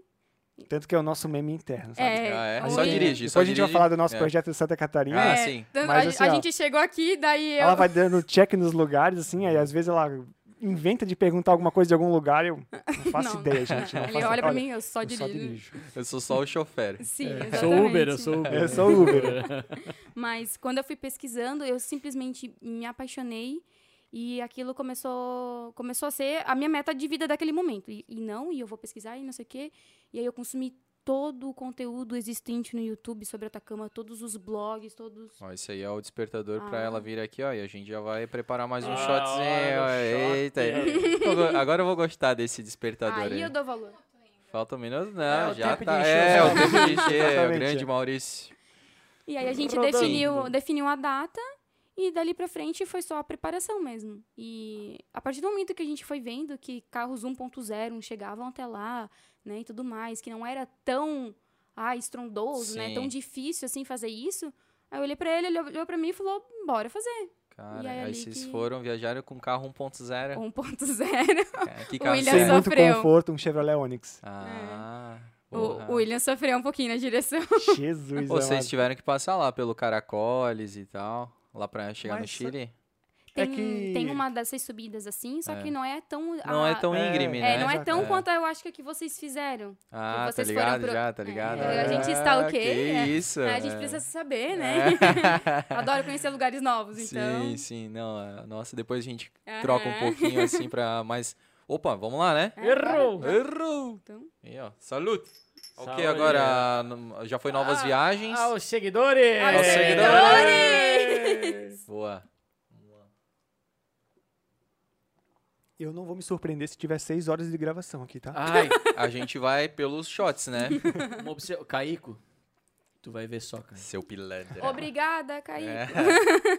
Speaker 4: Tanto que é o nosso meme interno, sabe?
Speaker 3: É,
Speaker 1: Ah, é?
Speaker 3: o
Speaker 1: Só
Speaker 3: William-
Speaker 1: dirige,
Speaker 4: Depois
Speaker 1: só
Speaker 4: a gente vai
Speaker 1: dirige.
Speaker 4: falar do nosso
Speaker 1: É.
Speaker 4: projeto de Santa Catarina.
Speaker 1: Ah, sim.
Speaker 3: Tanto-
Speaker 4: Mas,
Speaker 3: a,
Speaker 4: assim,
Speaker 3: a
Speaker 4: ó,
Speaker 3: gente chegou aqui, daí eu.
Speaker 4: Ela vai dando check nos lugares, assim, aí às vezes ela inventa de perguntar alguma coisa de algum lugar, eu não faço
Speaker 3: Não.
Speaker 4: ideia, gente. Não
Speaker 3: Ele
Speaker 4: faço-
Speaker 3: olha pra mim, eu só
Speaker 4: eu só
Speaker 3: dirijo.
Speaker 4: dirijo. É.
Speaker 1: Eu sou só o chofer.
Speaker 3: Sim,
Speaker 2: Eu
Speaker 3: exatamente.
Speaker 2: sou Uber, eu sou Uber.
Speaker 4: Eu sou Uber.
Speaker 3: Mas quando eu fui pesquisando, eu simplesmente me apaixonei e aquilo começou, começou a ser a minha meta de vida daquele momento. E, e não, e eu vou pesquisar e não sei o quê. E aí eu consumi todo o conteúdo existente no YouTube sobre Atacama, todos os blogs, todos.
Speaker 1: Ó, isso aí é o despertador pra
Speaker 3: Ah.
Speaker 1: ela vir aqui, ó. E a gente já vai preparar mais um
Speaker 2: Ah,
Speaker 1: shotzinho.
Speaker 2: olha o
Speaker 1: ó,
Speaker 2: shot.
Speaker 1: Eita. Eu go- Agora eu vou gostar desse despertador aí.
Speaker 3: Aí eu dou valor.
Speaker 1: Falta um minuto? Não,
Speaker 2: É o
Speaker 1: já
Speaker 2: tempo de
Speaker 1: tá.
Speaker 2: encher
Speaker 1: é,
Speaker 2: o
Speaker 1: o tempo de encher. é o
Speaker 4: Exatamente,
Speaker 1: grande
Speaker 4: é.
Speaker 1: Maurício.
Speaker 3: E aí a gente
Speaker 4: Rodando.
Speaker 3: definiu, definiu a data e dali pra frente foi só a preparação mesmo. E a partir do momento que a gente foi vendo que carros 1.0 chegavam até lá, né, e tudo mais, que não era tão ah, estrondoso, né,
Speaker 1: Sim.
Speaker 3: tão difícil assim fazer isso, aí eu olhei pra ele, ele olhou pra mim e falou: "Bora fazer
Speaker 1: Cara,
Speaker 3: E aí,
Speaker 1: aí,
Speaker 3: ali
Speaker 1: vocês
Speaker 3: que-
Speaker 1: foram, viajaram com carro 1.0.
Speaker 3: 1.0".
Speaker 1: Cara, Que
Speaker 3: O
Speaker 1: carro
Speaker 3: William
Speaker 1: que
Speaker 4: Sem
Speaker 1: era?
Speaker 4: muito
Speaker 3: só- é sofreu.
Speaker 4: conforto, um Chevrolet Onix.
Speaker 1: Ah, porra.
Speaker 3: O, o William sofreu um pouquinho na direção.
Speaker 4: Jesus,
Speaker 1: Pô, Vocês
Speaker 4: amado.
Speaker 1: tiveram que passar lá pelo Caracoles e tal. Lá pra chegar no
Speaker 4: Mas sa-
Speaker 1: Chile.
Speaker 4: É
Speaker 3: Tem,
Speaker 4: que-
Speaker 3: tem uma dessas subidas assim, só
Speaker 1: É.
Speaker 3: que não é tão
Speaker 1: Não
Speaker 3: a-
Speaker 1: é tão
Speaker 4: é,
Speaker 1: íngreme, né?
Speaker 3: é, não é tão
Speaker 1: É.
Speaker 3: quanto eu acho que a que vocês fizeram.
Speaker 1: Ah, tá
Speaker 3: vocês foram
Speaker 1: ligado
Speaker 3: pro-
Speaker 1: já, tá
Speaker 3: É,
Speaker 1: ligado?
Speaker 4: a
Speaker 3: gente está
Speaker 1: Ah,
Speaker 3: ok,
Speaker 1: Que
Speaker 3: né?
Speaker 1: isso.
Speaker 3: É, a gente
Speaker 1: é.
Speaker 3: precisa saber, né? Adoro conhecer lugares novos, então.
Speaker 1: Sim, sim, não. é, Nossa, depois a gente
Speaker 3: Aham.
Speaker 1: troca um pouquinho assim pra mais. Opa, vamos lá, né?
Speaker 3: É,
Speaker 2: Errou!
Speaker 1: Errou!
Speaker 3: Então.
Speaker 1: Aí, ó. Salute! Ok,
Speaker 2: Saúde.
Speaker 1: agora no- já foi novas
Speaker 2: Ah,
Speaker 1: viagens.
Speaker 2: Aos seguidores!
Speaker 3: Aos
Speaker 2: seguidores!
Speaker 1: Boa.
Speaker 4: Eu não vou me surpreender se tiver seis horas de gravação aqui, tá?
Speaker 2: Ai,
Speaker 1: A gente vai pelos shots, né?
Speaker 2: uma obse... Caico, Tu vai ver só, cara.
Speaker 1: Seu pilantra.
Speaker 3: Obrigada, Kaique.
Speaker 1: É.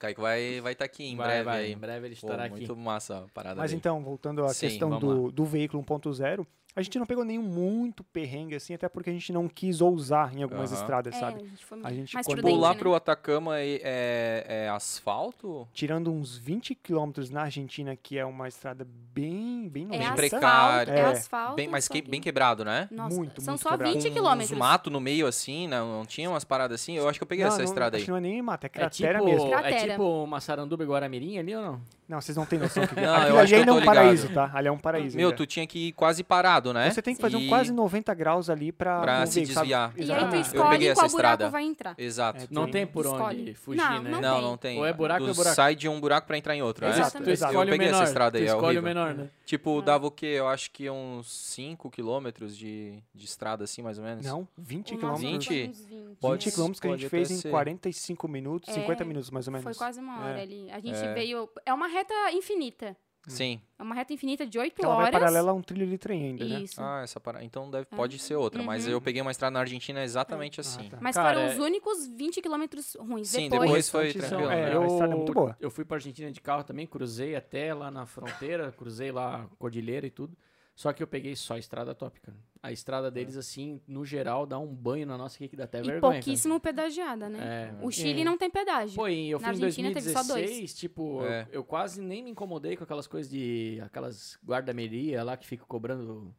Speaker 1: Kaique vai estar vai tá aqui em breve aí.
Speaker 2: Em breve ele
Speaker 1: Pô,
Speaker 2: estará aqui.
Speaker 1: muito massa a parada
Speaker 4: Mas
Speaker 1: dele.
Speaker 4: então, voltando à
Speaker 1: Ah, Sim,
Speaker 4: questão
Speaker 1: vamos
Speaker 4: do, do veículo 1.0, a gente não pegou nenhum muito perrengue assim, até porque a gente não quis ousar em algumas
Speaker 1: Aham.
Speaker 4: estradas,
Speaker 3: É,
Speaker 4: sabe?
Speaker 3: a gente foi
Speaker 4: A gente
Speaker 3: mais
Speaker 4: quando-
Speaker 3: prudente,
Speaker 1: Pular
Speaker 3: né?
Speaker 1: pro Atacama é, é- é asfalto?
Speaker 4: Tirando uns 20 quilômetros na Argentina, que é uma estrada bem,
Speaker 1: bem
Speaker 4: bem
Speaker 3: É
Speaker 4: nojenta.
Speaker 3: asfalto,
Speaker 1: precário.
Speaker 4: É.
Speaker 3: É asfalto.
Speaker 1: Bem, mas
Speaker 3: só
Speaker 1: que-
Speaker 3: que-
Speaker 1: bem quebrado, né?
Speaker 3: Nossa,
Speaker 4: Muito,
Speaker 3: são
Speaker 4: muito
Speaker 3: só
Speaker 4: quebrado.
Speaker 3: 20
Speaker 1: Com
Speaker 3: quilômetros.
Speaker 1: Uns mato no meio assim, não, não tinha umas paradas assim? Eu acho que eu peguei
Speaker 4: não,
Speaker 1: essa
Speaker 4: não,
Speaker 1: estrada
Speaker 4: acho
Speaker 1: aí.
Speaker 4: que não é nem mata, é
Speaker 2: É
Speaker 4: cratera
Speaker 2: tipo,
Speaker 4: mesmo.
Speaker 2: é
Speaker 3: Cratera.
Speaker 2: tipo Massaranduba e Guaramirim ali ou não?
Speaker 4: Não, vocês não têm noção. Que...
Speaker 1: Não, eu
Speaker 4: Aquilo
Speaker 1: acho
Speaker 4: ali
Speaker 1: que eu
Speaker 4: ainda é
Speaker 1: tô
Speaker 4: um
Speaker 1: ligado.
Speaker 4: paraíso, tá? Ali é um paraíso.
Speaker 1: Meu,
Speaker 4: ainda.
Speaker 1: tu tinha que ir quase parado, né?
Speaker 4: Você tem que fazer um
Speaker 1: E-
Speaker 4: quase 90 graus ali pra,
Speaker 1: Pra
Speaker 4: mover,
Speaker 1: se desviar.
Speaker 4: Sabe? Ah.
Speaker 3: E aí tu
Speaker 4: Exatamente.
Speaker 1: Eu peguei
Speaker 3: escolhe
Speaker 1: essa
Speaker 3: qual
Speaker 1: estrada.
Speaker 3: buraco vai entrar.
Speaker 1: Exato.
Speaker 4: É,
Speaker 2: Não
Speaker 4: Sim.
Speaker 2: tem por
Speaker 3: Escolhe.
Speaker 2: onde fugir,
Speaker 3: Não,
Speaker 2: né?
Speaker 1: Não,
Speaker 3: não
Speaker 1: não,
Speaker 3: tem.
Speaker 1: tem.
Speaker 2: Ou é buraco
Speaker 1: tu
Speaker 2: ou é buraco.
Speaker 1: sai de um buraco pra entrar em outro, né?
Speaker 3: Exato.
Speaker 2: Tu
Speaker 4: Exatamente.
Speaker 1: Eu
Speaker 2: escolhe o
Speaker 1: peguei
Speaker 2: menor.
Speaker 1: essa estrada
Speaker 2: tu
Speaker 1: aí, é
Speaker 2: escolhe
Speaker 1: horrível.
Speaker 2: o menor, né?
Speaker 3: Ah.
Speaker 1: Tipo, dava o quê? Eu acho que uns 5 quilômetros de, de estrada, assim, mais ou menos.
Speaker 4: Não, 20
Speaker 3: O nosso
Speaker 4: quilômetros. 20,
Speaker 1: quilômetros.
Speaker 3: foi uns 20.
Speaker 1: Pode-
Speaker 4: quilômetros que a
Speaker 1: pode
Speaker 4: gente
Speaker 1: até
Speaker 4: fez em
Speaker 1: ser.
Speaker 4: 45 minutos,
Speaker 3: É,
Speaker 4: 50 minutos mais ou menos.
Speaker 3: Foi quase uma hora ali. A gente
Speaker 1: É.
Speaker 3: veio. É uma reta infinita.
Speaker 1: Sim.
Speaker 3: É uma reta infinita de 8
Speaker 4: Ela vai
Speaker 3: horas.
Speaker 4: paralela a um trilho de trem ainda, né?
Speaker 3: Isso.
Speaker 1: Ah, essa parada. Então deve, pode ser outra, mas
Speaker 3: Uhum.
Speaker 1: eu peguei uma estrada na Argentina exatamente assim.
Speaker 4: tá.
Speaker 3: Mas
Speaker 2: Cara,
Speaker 3: foram
Speaker 2: é-
Speaker 3: os únicos 20 quilômetros ruins.
Speaker 1: Sim,
Speaker 3: depois.
Speaker 1: depois foi
Speaker 4: São-
Speaker 1: tranquilo.
Speaker 4: é,
Speaker 1: né?
Speaker 4: eu- a estrada é muito boa.
Speaker 2: Então, Eu fui pra Argentina de carro também, cruzei até lá na fronteira, cruzei lá a cordilheira e tudo. Só que eu peguei só a estrada top, cara. A estrada deles, assim, no geral, dá um banho na nossa aqui que dá até
Speaker 3: E
Speaker 2: vergonha.
Speaker 3: pouquíssimo pedagiada, né?
Speaker 2: Cara. É.
Speaker 3: O Chile
Speaker 2: É.
Speaker 3: não tem pedágio.
Speaker 2: Pô, e eu fui
Speaker 3: Na
Speaker 2: em
Speaker 3: Argentina teve só dois.
Speaker 2: 2016, tipo, eu-
Speaker 1: É.
Speaker 2: eu, quase nem me incomodei com aquelas coisas de... Aquelas guarda-meria lá que ficam cobrando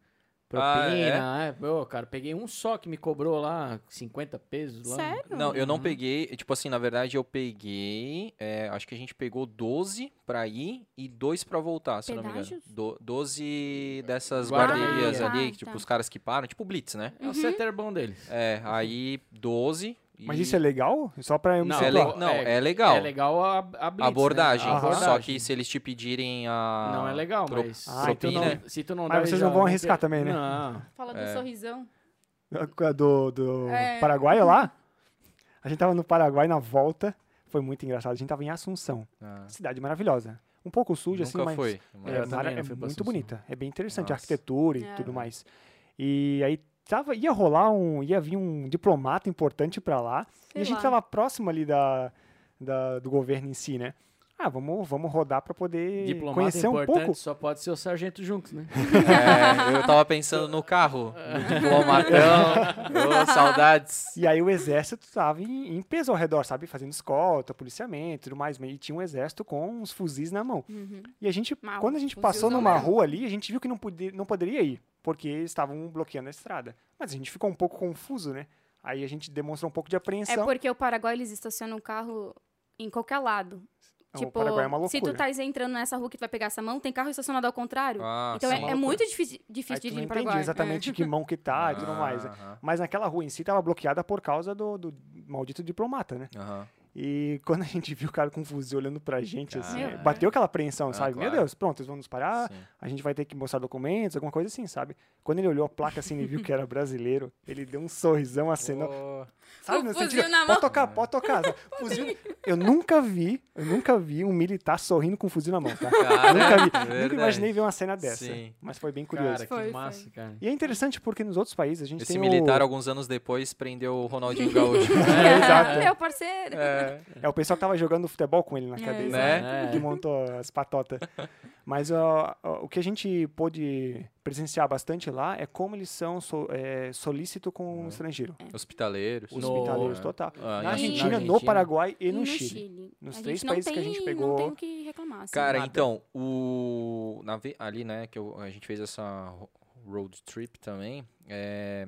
Speaker 1: Ah,
Speaker 2: propina. é? Pô, cara, peguei um só que me cobrou lá 50 pesos lá.
Speaker 3: Sério?
Speaker 1: Não, eu não
Speaker 2: Uhum.
Speaker 1: peguei. Tipo assim, na verdade, eu peguei. é, acho que a gente pegou 12 pra ir e 2 pra voltar, se eu não me engano.
Speaker 3: Pedágios?
Speaker 1: Do, 12 dessas
Speaker 2: Guarderia.
Speaker 1: guarderias
Speaker 2: Ah,
Speaker 1: ali,
Speaker 3: tá,
Speaker 1: que, tipo,
Speaker 3: tá.
Speaker 1: os caras que param, tipo Blitz, né?
Speaker 3: Uhum.
Speaker 2: É o setter bom deles.
Speaker 1: É, aí 12. e-
Speaker 4: Mas isso é legal? Só pra eu me
Speaker 1: Não,
Speaker 2: Não,
Speaker 1: é,
Speaker 4: situar.
Speaker 1: le- não, é, legal.
Speaker 2: É legal a, a blitz, né?
Speaker 1: A abordagem.
Speaker 2: A
Speaker 4: Aham.
Speaker 2: abordagem.
Speaker 1: Só que se eles te pedirem a.
Speaker 2: Não é legal,
Speaker 1: tro- né?
Speaker 2: mas...
Speaker 4: Ah,
Speaker 2: se tu não-
Speaker 1: propina.
Speaker 2: se tu não
Speaker 4: Mas
Speaker 2: der,
Speaker 4: vocês
Speaker 2: já
Speaker 4: não vão arriscar
Speaker 2: tem-
Speaker 4: também, né?
Speaker 2: Não.
Speaker 3: Fala do sorrisão.
Speaker 4: Do, do
Speaker 3: É.
Speaker 4: Paraguai lá? A gente tava no Paraguai na volta. Foi muito engraçado. A gente tava em Assunção.
Speaker 1: Ah,
Speaker 4: Cidade maravilhosa. Um pouco suja, assim,
Speaker 1: nunca
Speaker 4: mas.
Speaker 1: foi. mas-
Speaker 4: É,
Speaker 2: Eu também
Speaker 4: mara-
Speaker 2: não
Speaker 4: é
Speaker 2: fui pra
Speaker 4: muito
Speaker 2: Assunção.
Speaker 4: bonita. É bem interessante a
Speaker 1: Nossa.
Speaker 4: arquitetura e
Speaker 3: É.
Speaker 4: tudo mais. E aí tava, ia rolar um. ia vir um diplomata importante pra lá. e
Speaker 3: Sei
Speaker 4: a gente
Speaker 3: lá.
Speaker 4: tava próximo ali da, da- do governo em si, né? Ah, vamos, vamos rodar pra poder
Speaker 2: Diplomata
Speaker 4: conhecer um
Speaker 2: importante
Speaker 4: pouco.
Speaker 2: só pode ser o sargento juntos, né?
Speaker 1: É, eu tava pensando no carro. no Diplomatão. Ô, saudades.
Speaker 4: E aí o exército tava em, em peso ao redor, sabe? Fazendo escolta, policiamento e tudo mais. E tinha um exército com uns fuzis na mão. E a gente,
Speaker 3: Mal,
Speaker 4: quando a gente
Speaker 3: fuzil
Speaker 4: passou
Speaker 3: não
Speaker 4: numa
Speaker 3: leva.
Speaker 4: rua ali, a gente viu que não, podia, não poderia ir, porque eles estavam bloqueando a estrada. Mas a gente ficou um pouco confuso, né? Aí a gente demonstrou um pouco de
Speaker 3: É
Speaker 4: apreensão.
Speaker 3: porque o Paraguai eles estacionam o carro em qualquer lado.
Speaker 4: O
Speaker 3: tipo,
Speaker 4: Paraguai é uma
Speaker 3: se
Speaker 4: loucura.
Speaker 3: tu tá entrando nessa rua que tu vai pegar essa mão, tem carro estacionado ao contrário.
Speaker 1: Ah,
Speaker 3: então
Speaker 1: sim.
Speaker 3: é, é muito difícil,
Speaker 4: Aí
Speaker 3: difícil
Speaker 4: tu não
Speaker 3: dirigir no
Speaker 4: entendi
Speaker 3: Paraguai.
Speaker 4: exatamente que mão que tá e
Speaker 1: Ah.
Speaker 4: tudo mais. né?
Speaker 1: Aham,
Speaker 4: Mas naquela rua em si tava bloqueada por causa do, do maldito diplomata, né?
Speaker 1: aham.
Speaker 4: E quando a gente viu o cara com um fuzil olhando pra gente, assim,
Speaker 1: Cara.
Speaker 4: bateu aquela apreensão,
Speaker 1: Ah,
Speaker 4: sabe? Meu
Speaker 1: claro.
Speaker 4: Deus, pronto, eles vão nos parar,
Speaker 1: Sim.
Speaker 4: a gente vai ter que mostrar documentos, alguma coisa assim, sabe? Quando ele olhou a placa assim e viu que era brasileiro, ele deu um sorrisão, acenou.
Speaker 1: Ô,
Speaker 4: Sabe,
Speaker 3: Com
Speaker 4: no
Speaker 3: Um fuzil
Speaker 4: sentido,
Speaker 3: na
Speaker 4: Pode
Speaker 3: mão.
Speaker 4: tocar, pode tocar. sabe? Fuzil- Eu nunca vi, eu nunca vi um militar sorrindo com um fuzil na mão, tá?
Speaker 1: Cara,
Speaker 4: nunca vi. Nunca
Speaker 1: É verdade.
Speaker 4: imaginei ver uma cena dessa.
Speaker 1: Sim.
Speaker 4: Mas foi bem curioso.
Speaker 2: Cara,
Speaker 3: Foi,
Speaker 2: que
Speaker 3: foi.
Speaker 2: massa, cara.
Speaker 4: E é interessante porque nos outros países a gente
Speaker 1: Esse
Speaker 4: tem
Speaker 1: militar, é
Speaker 4: o...
Speaker 1: alguns anos depois, prendeu o Ronaldinho Gaúcho.
Speaker 4: É, exato.
Speaker 3: Meu parceiro.
Speaker 1: É,
Speaker 4: É o pessoal que tava jogando futebol com ele na
Speaker 3: É,
Speaker 4: cadeia,
Speaker 1: né?
Speaker 4: né? que montou as patotas. Mas ó, ó, o que a gente pôde presenciar bastante lá é como eles são so, é, solícito
Speaker 1: Uhum.
Speaker 4: com o estrangeiro.
Speaker 1: Hospitaleiros.
Speaker 4: Os
Speaker 2: No-
Speaker 4: hospitaleiros total.
Speaker 1: Ah,
Speaker 4: na
Speaker 1: em-
Speaker 4: Argentina,
Speaker 2: na
Speaker 4: no
Speaker 2: Argentina.
Speaker 4: Paraguai e
Speaker 3: E
Speaker 4: no, Chile. Nos
Speaker 3: a
Speaker 4: três
Speaker 3: gente não
Speaker 4: países que a
Speaker 3: tem-
Speaker 4: gente pegou-
Speaker 3: Não tem o que reclamar. assim.
Speaker 1: Cara,
Speaker 4: nada.
Speaker 1: então, o. na ve- ali, né, que eu- a gente fez essa ro- road trip também. é,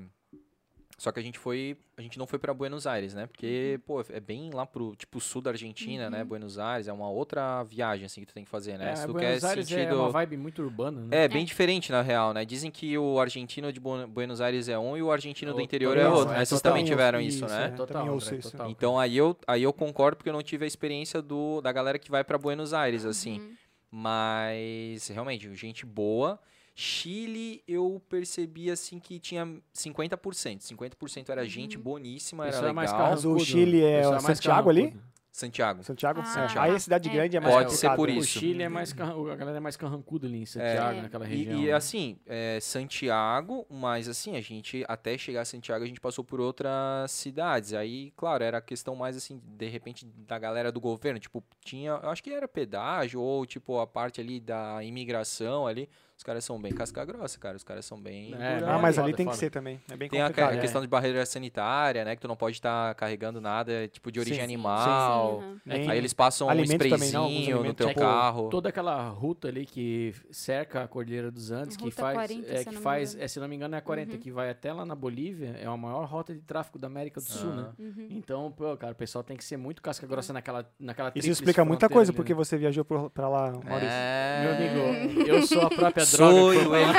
Speaker 1: Só que a gente foi. A gente não foi pra Buenos Aires, né? Porque,
Speaker 2: Uhum.
Speaker 1: pô, é bem lá pro tipo sul da Argentina, né? Buenos Aires, é uma outra viagem assim que tu tem que fazer, né?
Speaker 2: É,
Speaker 1: Se tu
Speaker 2: Buenos
Speaker 1: quer
Speaker 2: Aires
Speaker 1: sentido.
Speaker 2: é uma vibe muito urbana, né?
Speaker 1: É, bem diferente, na real, né? Dizem que o argentino de Bu- Buenos Aires é um e o argentino do
Speaker 2: Outro,
Speaker 1: interior é
Speaker 2: isso,
Speaker 1: outro,
Speaker 2: é,
Speaker 1: né? Vocês
Speaker 2: total.
Speaker 1: também tiveram isso,
Speaker 4: é,
Speaker 1: né?
Speaker 4: também
Speaker 2: Total,
Speaker 4: ouço
Speaker 2: André,
Speaker 4: isso.
Speaker 2: total.
Speaker 1: Então aí eu, aí eu concordo porque eu não tive a experiência do, da galera que vai pra Buenos Aires, assim.
Speaker 3: Uhum.
Speaker 1: Mas realmente, gente boa. Chile, eu percebi assim que tinha 50%. 50% era gente boníssima, era
Speaker 2: Isso
Speaker 1: legal.
Speaker 2: é mais
Speaker 4: Mas o
Speaker 2: carrancudo,
Speaker 4: Chile é
Speaker 2: isso
Speaker 4: o
Speaker 2: mais
Speaker 4: Santiago ali?
Speaker 2: carrancudo.
Speaker 1: Santiago.
Speaker 4: Santiago,
Speaker 3: Ah,
Speaker 4: é.
Speaker 1: Santiago.
Speaker 4: aí a cidade
Speaker 3: é.
Speaker 4: grande é mais
Speaker 1: Pode ser
Speaker 4: complicado,
Speaker 1: por
Speaker 4: né?
Speaker 2: O
Speaker 1: isso.
Speaker 2: Chile é mais carran- a galera é mais carrancuda ali em Santiago,
Speaker 3: É.
Speaker 2: naquela
Speaker 1: E-
Speaker 2: região.
Speaker 1: E,
Speaker 2: né?
Speaker 1: assim, é, Santiago, mas assim, a gente, até chegar a Santiago, a gente passou por outras cidades. Aí, claro, era a questão mais assim, de repente, da galera do governo. Tipo, tinha, eu acho que era pedágio, ou tipo, a parte ali da imigração ali. Os caras são bem casca grossa, cara. Os caras são bem.
Speaker 2: É,
Speaker 1: durão.
Speaker 4: Ah, mas
Speaker 2: foda,
Speaker 4: ali tem que
Speaker 2: foda.
Speaker 4: ser também. É bem
Speaker 1: Tem a, que- a
Speaker 4: complicado.
Speaker 1: questão de barreira sanitária, né? Que tu não pode estar carregando nada, tipo, de origem
Speaker 2: Sim, sim,
Speaker 1: animal.
Speaker 3: Sim, aham.
Speaker 4: É, Nem-
Speaker 1: Aí eles passam um
Speaker 4: Alimento também não, alguns
Speaker 1: sprayzinho no
Speaker 4: alimentos,
Speaker 1: teu
Speaker 4: tipo,
Speaker 1: carro.
Speaker 2: Toda aquela ruta ali que cerca a Cordilheira dos Andes, que
Speaker 3: Ruta
Speaker 2: faz,
Speaker 3: 40,
Speaker 2: é,
Speaker 3: se eu
Speaker 2: que
Speaker 3: não me
Speaker 2: faz,
Speaker 3: engano. Uhum.
Speaker 2: é, se não me engano, é a 40, que vai até lá na Bolívia, é a maior rota de tráfico da América do Sul, né?
Speaker 3: Uhum.
Speaker 2: Então, pô, cara, o pessoal tem que ser muito casca
Speaker 3: É.
Speaker 2: grossa naquela, naquela
Speaker 4: Isso
Speaker 2: tríplice
Speaker 4: explica muita
Speaker 2: fronteira
Speaker 4: coisa,
Speaker 2: ali,
Speaker 4: porque
Speaker 2: né?
Speaker 4: você viajou pro- pra lá, Maurício.
Speaker 2: Meu
Speaker 1: É...
Speaker 2: amigo, eu sou a própria droga.
Speaker 1: Soy
Speaker 2: que eu- é.
Speaker 1: el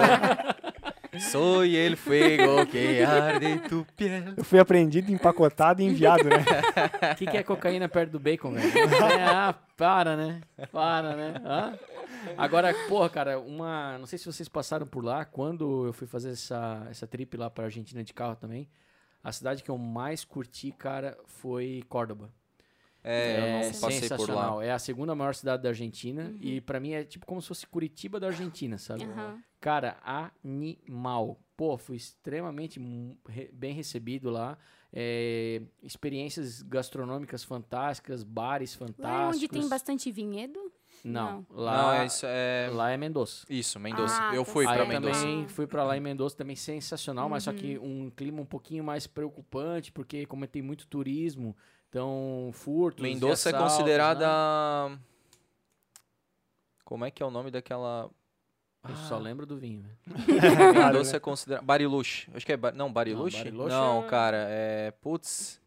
Speaker 1: fuego. Soy el fuego que arde tu piel.
Speaker 4: Eu fui apreendido, empacotado e enviado, né?
Speaker 2: O que, que é cocaína perto do bacon, velho? É, ah, para, né? Para, né? Hã? Agora, porra, cara, uma. Não sei se vocês passaram por lá. Quando eu fui fazer essa, essa trip lá pra Argentina de carro também, a cidade que eu mais curti, cara, foi Córdoba.
Speaker 1: É, eu não passei por lá. Uhum.
Speaker 2: sensacional. É a segunda maior cidade da Argentina. E pra mim é tipo como se fosse Curitiba da Argentina, sabe?
Speaker 4: Uhum.
Speaker 3: Aham.
Speaker 2: Cara, animal. Pô, fui extremamente mu- re- bem recebido lá. É, experiências gastronômicas fantásticas, bares
Speaker 3: Lá é
Speaker 2: fantásticos.
Speaker 3: onde tem bastante vinhedo?
Speaker 2: Não,
Speaker 1: Não,
Speaker 2: lá
Speaker 1: é isso, é...
Speaker 2: lá é Mendoza.
Speaker 1: Isso, Mendoza.
Speaker 3: Ah,
Speaker 1: eu
Speaker 3: tá
Speaker 1: fui
Speaker 2: Aí
Speaker 1: pra
Speaker 2: eu
Speaker 3: certo.
Speaker 1: Mendoza.
Speaker 2: também
Speaker 3: Ah.
Speaker 2: fui pra lá em Mendoza, também sensacional, mas só que
Speaker 3: Uhum.
Speaker 2: um clima um pouquinho mais preocupante, porque como tem muito turismo, então furtos e
Speaker 1: Mendoza é
Speaker 2: assaltos,
Speaker 1: considerada...
Speaker 2: né?
Speaker 1: Como é que é o nome daquela... Ah,
Speaker 2: Eu só lembro do vinho, né?
Speaker 4: né?
Speaker 1: Mendoza é considerada... Bariluche. Acho que é... Ba- Não, Bariluche? Não,
Speaker 2: Bariloche é-
Speaker 1: cara. É... Putz.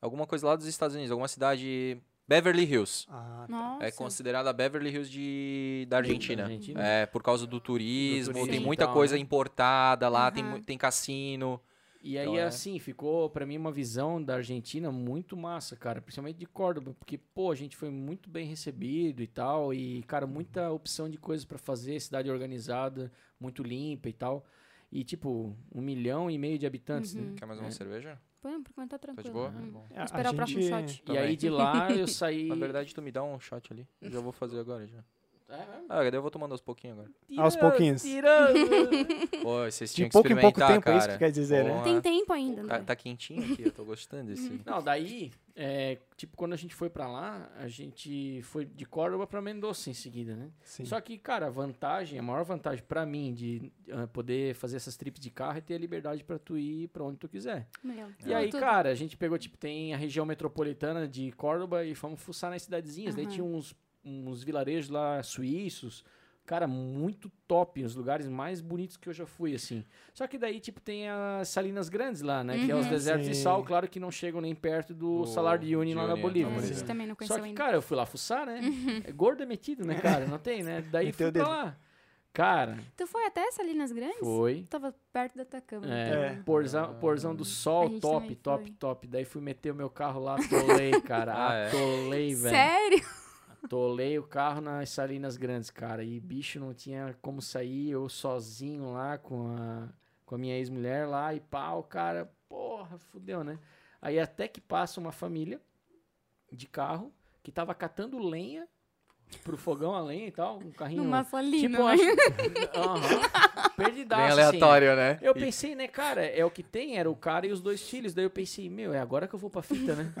Speaker 1: Alguma coisa lá dos Estados Unidos. Alguma cidade... Beverly Hills.
Speaker 4: Ah,
Speaker 3: Nossa.
Speaker 1: É considerada Beverly Hills de... da Argentina.
Speaker 2: Argentina.
Speaker 1: É, por causa do turismo, tem
Speaker 2: turismo e
Speaker 1: muita
Speaker 2: tal,
Speaker 1: coisa
Speaker 2: né?
Speaker 1: importada lá, tem, mu-
Speaker 3: Aham.
Speaker 1: tem cassino.
Speaker 2: E aí,
Speaker 1: Então, é.
Speaker 2: assim, ficou pra mim uma visão da Argentina muito massa, cara. Principalmente de Córdoba, porque, pô, a gente foi muito bem recebido e tal. E, cara, muita opção de coisas pra fazer, cidade organizada, muito limpa e tal. E, tipo, um milhão e meio de habitantes, né?
Speaker 1: Quer mais uma cerveja?
Speaker 3: Põe um pouquinho, tá
Speaker 1: Tá
Speaker 3: tranquilo.
Speaker 1: de boa? Então,
Speaker 3: Hum.
Speaker 4: É, a- a
Speaker 3: Esperar o próximo
Speaker 4: gente-
Speaker 3: shot.
Speaker 2: E aí,
Speaker 1: Também.
Speaker 2: de lá, eu saí...
Speaker 1: Na verdade, tu me dá um shot ali. Eu Já vou fazer agora já.
Speaker 2: É, é.
Speaker 1: Ah, daí eu vou tomando aos pouquinhos agora.
Speaker 4: Aos
Speaker 3: uh,
Speaker 4: pouquinhos.
Speaker 1: Pô, vocês tinham
Speaker 4: De
Speaker 1: que
Speaker 4: pouco em pouco
Speaker 1: experimentar,
Speaker 4: tempo, é isso
Speaker 1: cara.
Speaker 4: que quer dizer, né?
Speaker 1: Porra.
Speaker 3: Tem tempo ainda,
Speaker 1: Tá,
Speaker 3: né?
Speaker 1: tá quentinho aqui, eu tô gostando desse.
Speaker 2: Não, daí, é, tipo, quando a gente foi pra lá, a gente foi de Córdoba pra Mendoza em seguida, né?
Speaker 4: Sim.
Speaker 2: Só que, cara, a vantagem, a maior vantagem pra mim de ah, poder fazer essas trips de carro é ter a liberdade pra tu ir pra onde tu quiser.
Speaker 3: Meu,
Speaker 2: E aí,
Speaker 3: É. tudo.
Speaker 2: cara, a gente pegou, tipo, tem a região metropolitana de Córdoba e fomos fuçar nas cidadezinhas. Daí
Speaker 3: Aham.
Speaker 2: tinha uns, uns vilarejos lá suíços. Cara, muito top, os lugares mais bonitos que eu já fui, assim. Só que daí, tipo, tem as Salinas Grandes lá, né? Que é os
Speaker 3: Uhum.
Speaker 2: desertos de
Speaker 4: Sim.
Speaker 2: sal, claro que não chegam nem perto do
Speaker 1: Do
Speaker 2: Salar de Uyuni lá na
Speaker 1: Uyuni,
Speaker 2: Bolívia.
Speaker 1: na
Speaker 3: A
Speaker 2: né?
Speaker 1: Bolívia.
Speaker 3: gente também não
Speaker 2: Só
Speaker 3: conheceu
Speaker 2: que,
Speaker 3: ainda.
Speaker 2: cara, eu fui lá fuçar, né?
Speaker 3: Uhum.
Speaker 2: É Gordo é metido, né, cara? Não tem, né? Daí
Speaker 4: Meteu
Speaker 2: fui
Speaker 4: o
Speaker 2: pra
Speaker 4: dedo.
Speaker 2: lá. Cara,
Speaker 3: Tu foi até Salinas Grandes?
Speaker 2: foi.
Speaker 3: Eu tava perto da tua cama.
Speaker 2: É,
Speaker 4: É.
Speaker 1: Ah.
Speaker 2: Porzão, porzão do sol,
Speaker 3: A gente
Speaker 2: top,
Speaker 3: também
Speaker 2: top,
Speaker 3: foi.
Speaker 2: top. Daí fui meter o meu carro lá, atolei, cara.
Speaker 1: Ah, é?
Speaker 2: Atolei, velho.
Speaker 3: Sério?
Speaker 2: Atolei o carro nas Salinas Grandes, cara. E bicho, não tinha como sair, eu sozinho lá com a, com a minha ex-mulher lá e pau, cara. Porra, fudeu, né? Aí até que passa uma família de carro que tava catando lenha pro fogão a lenha e tal, um carrinho.
Speaker 3: Numa salina.
Speaker 2: Tipo, eu
Speaker 3: né?
Speaker 2: acho. Aham. Perdidaço.
Speaker 1: Bem
Speaker 2: assim.
Speaker 1: aleatório, né?
Speaker 2: Eu pensei, né, cara, é o que tem, era o cara e os dois filhos. Daí eu pensei, meu, é agora que eu vou pra fita, né?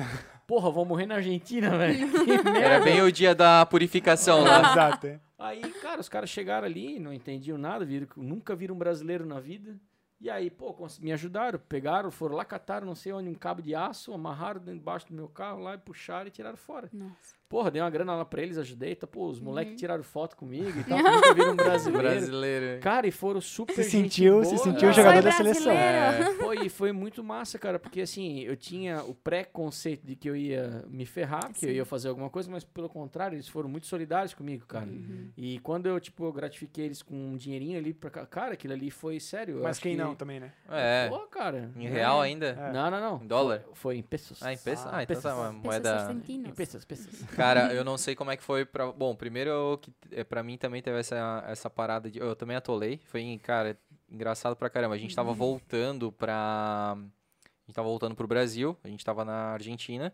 Speaker 2: Porra, eu vou morrer na Argentina, velho. Que merda.
Speaker 1: Era bem o dia da purificação né? lá.
Speaker 4: Exato. é.
Speaker 2: Aí, cara, os caras chegaram ali, não entendiam nada, viram, que- nunca viram um brasileiro na vida. E aí, pô, cons- me ajudaram, pegaram, foram lá, cataram, não sei onde, um cabo de aço, amarraram dentro embaixo do meu carro lá e puxaram e tiraram fora.
Speaker 3: Nossa.
Speaker 2: Porra, dei uma grana lá pra eles, ajudei, tá, pô, os moleques tiraram foto comigo e tal, que nunca viram um brasileiro.
Speaker 1: Brasileiro.
Speaker 2: Cara, e foram super
Speaker 4: Se
Speaker 2: gente
Speaker 4: sentiu, se
Speaker 2: boa. né?
Speaker 4: sentiu
Speaker 1: Ah.
Speaker 4: o jogador
Speaker 3: Foi
Speaker 4: da seleção.
Speaker 1: É.
Speaker 3: brasileiro.
Speaker 2: Foi, e foi muito massa, cara, porque assim, eu tinha o preconceito de que eu ia me ferrar, que eu
Speaker 3: Sim.
Speaker 2: ia fazer alguma coisa, mas pelo contrário, eles foram muito solidários comigo, cara. E quando eu, tipo, eu gratifiquei eles com um dinheirinho ali pra ca- cara, aquilo ali foi sério. eu
Speaker 4: Mas
Speaker 2: acho
Speaker 4: quem
Speaker 2: que-
Speaker 4: não também, né?
Speaker 1: É.
Speaker 2: Pô, cara.
Speaker 1: Em
Speaker 2: né?
Speaker 1: real ainda?
Speaker 2: Não, não, não.
Speaker 1: Em dólar?
Speaker 2: Foi em pesos.
Speaker 1: Ah, em peso?
Speaker 4: Ah,
Speaker 1: Ah, então tá uma
Speaker 3: Pessoas
Speaker 1: moeda.
Speaker 2: Em
Speaker 3: argentinas.
Speaker 2: pesos, pesos.
Speaker 1: Cara, eu não sei como é que foi pra. Bom, primeiro eu que é, para mim também teve essa essa parada de eu também atolei. Foi, em- cara, engraçado pra caramba. A gente
Speaker 2: Uhum.
Speaker 1: tava voltando pra a gente tava voltando pro Brasil, a gente tava na Argentina.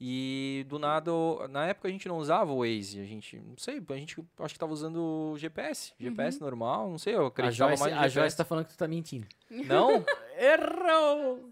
Speaker 1: E do nada, eu- na época a gente não usava o Waze, a gente, não sei, a gente acho que tava usando o GPS, GPS normal, não sei, eu
Speaker 2: Uhum. A
Speaker 1: acreditava
Speaker 2: Joyce,
Speaker 1: mais no
Speaker 2: a
Speaker 1: GPS.
Speaker 2: Joyce tá falando que tu tá mentindo.
Speaker 1: Não?
Speaker 2: Errou!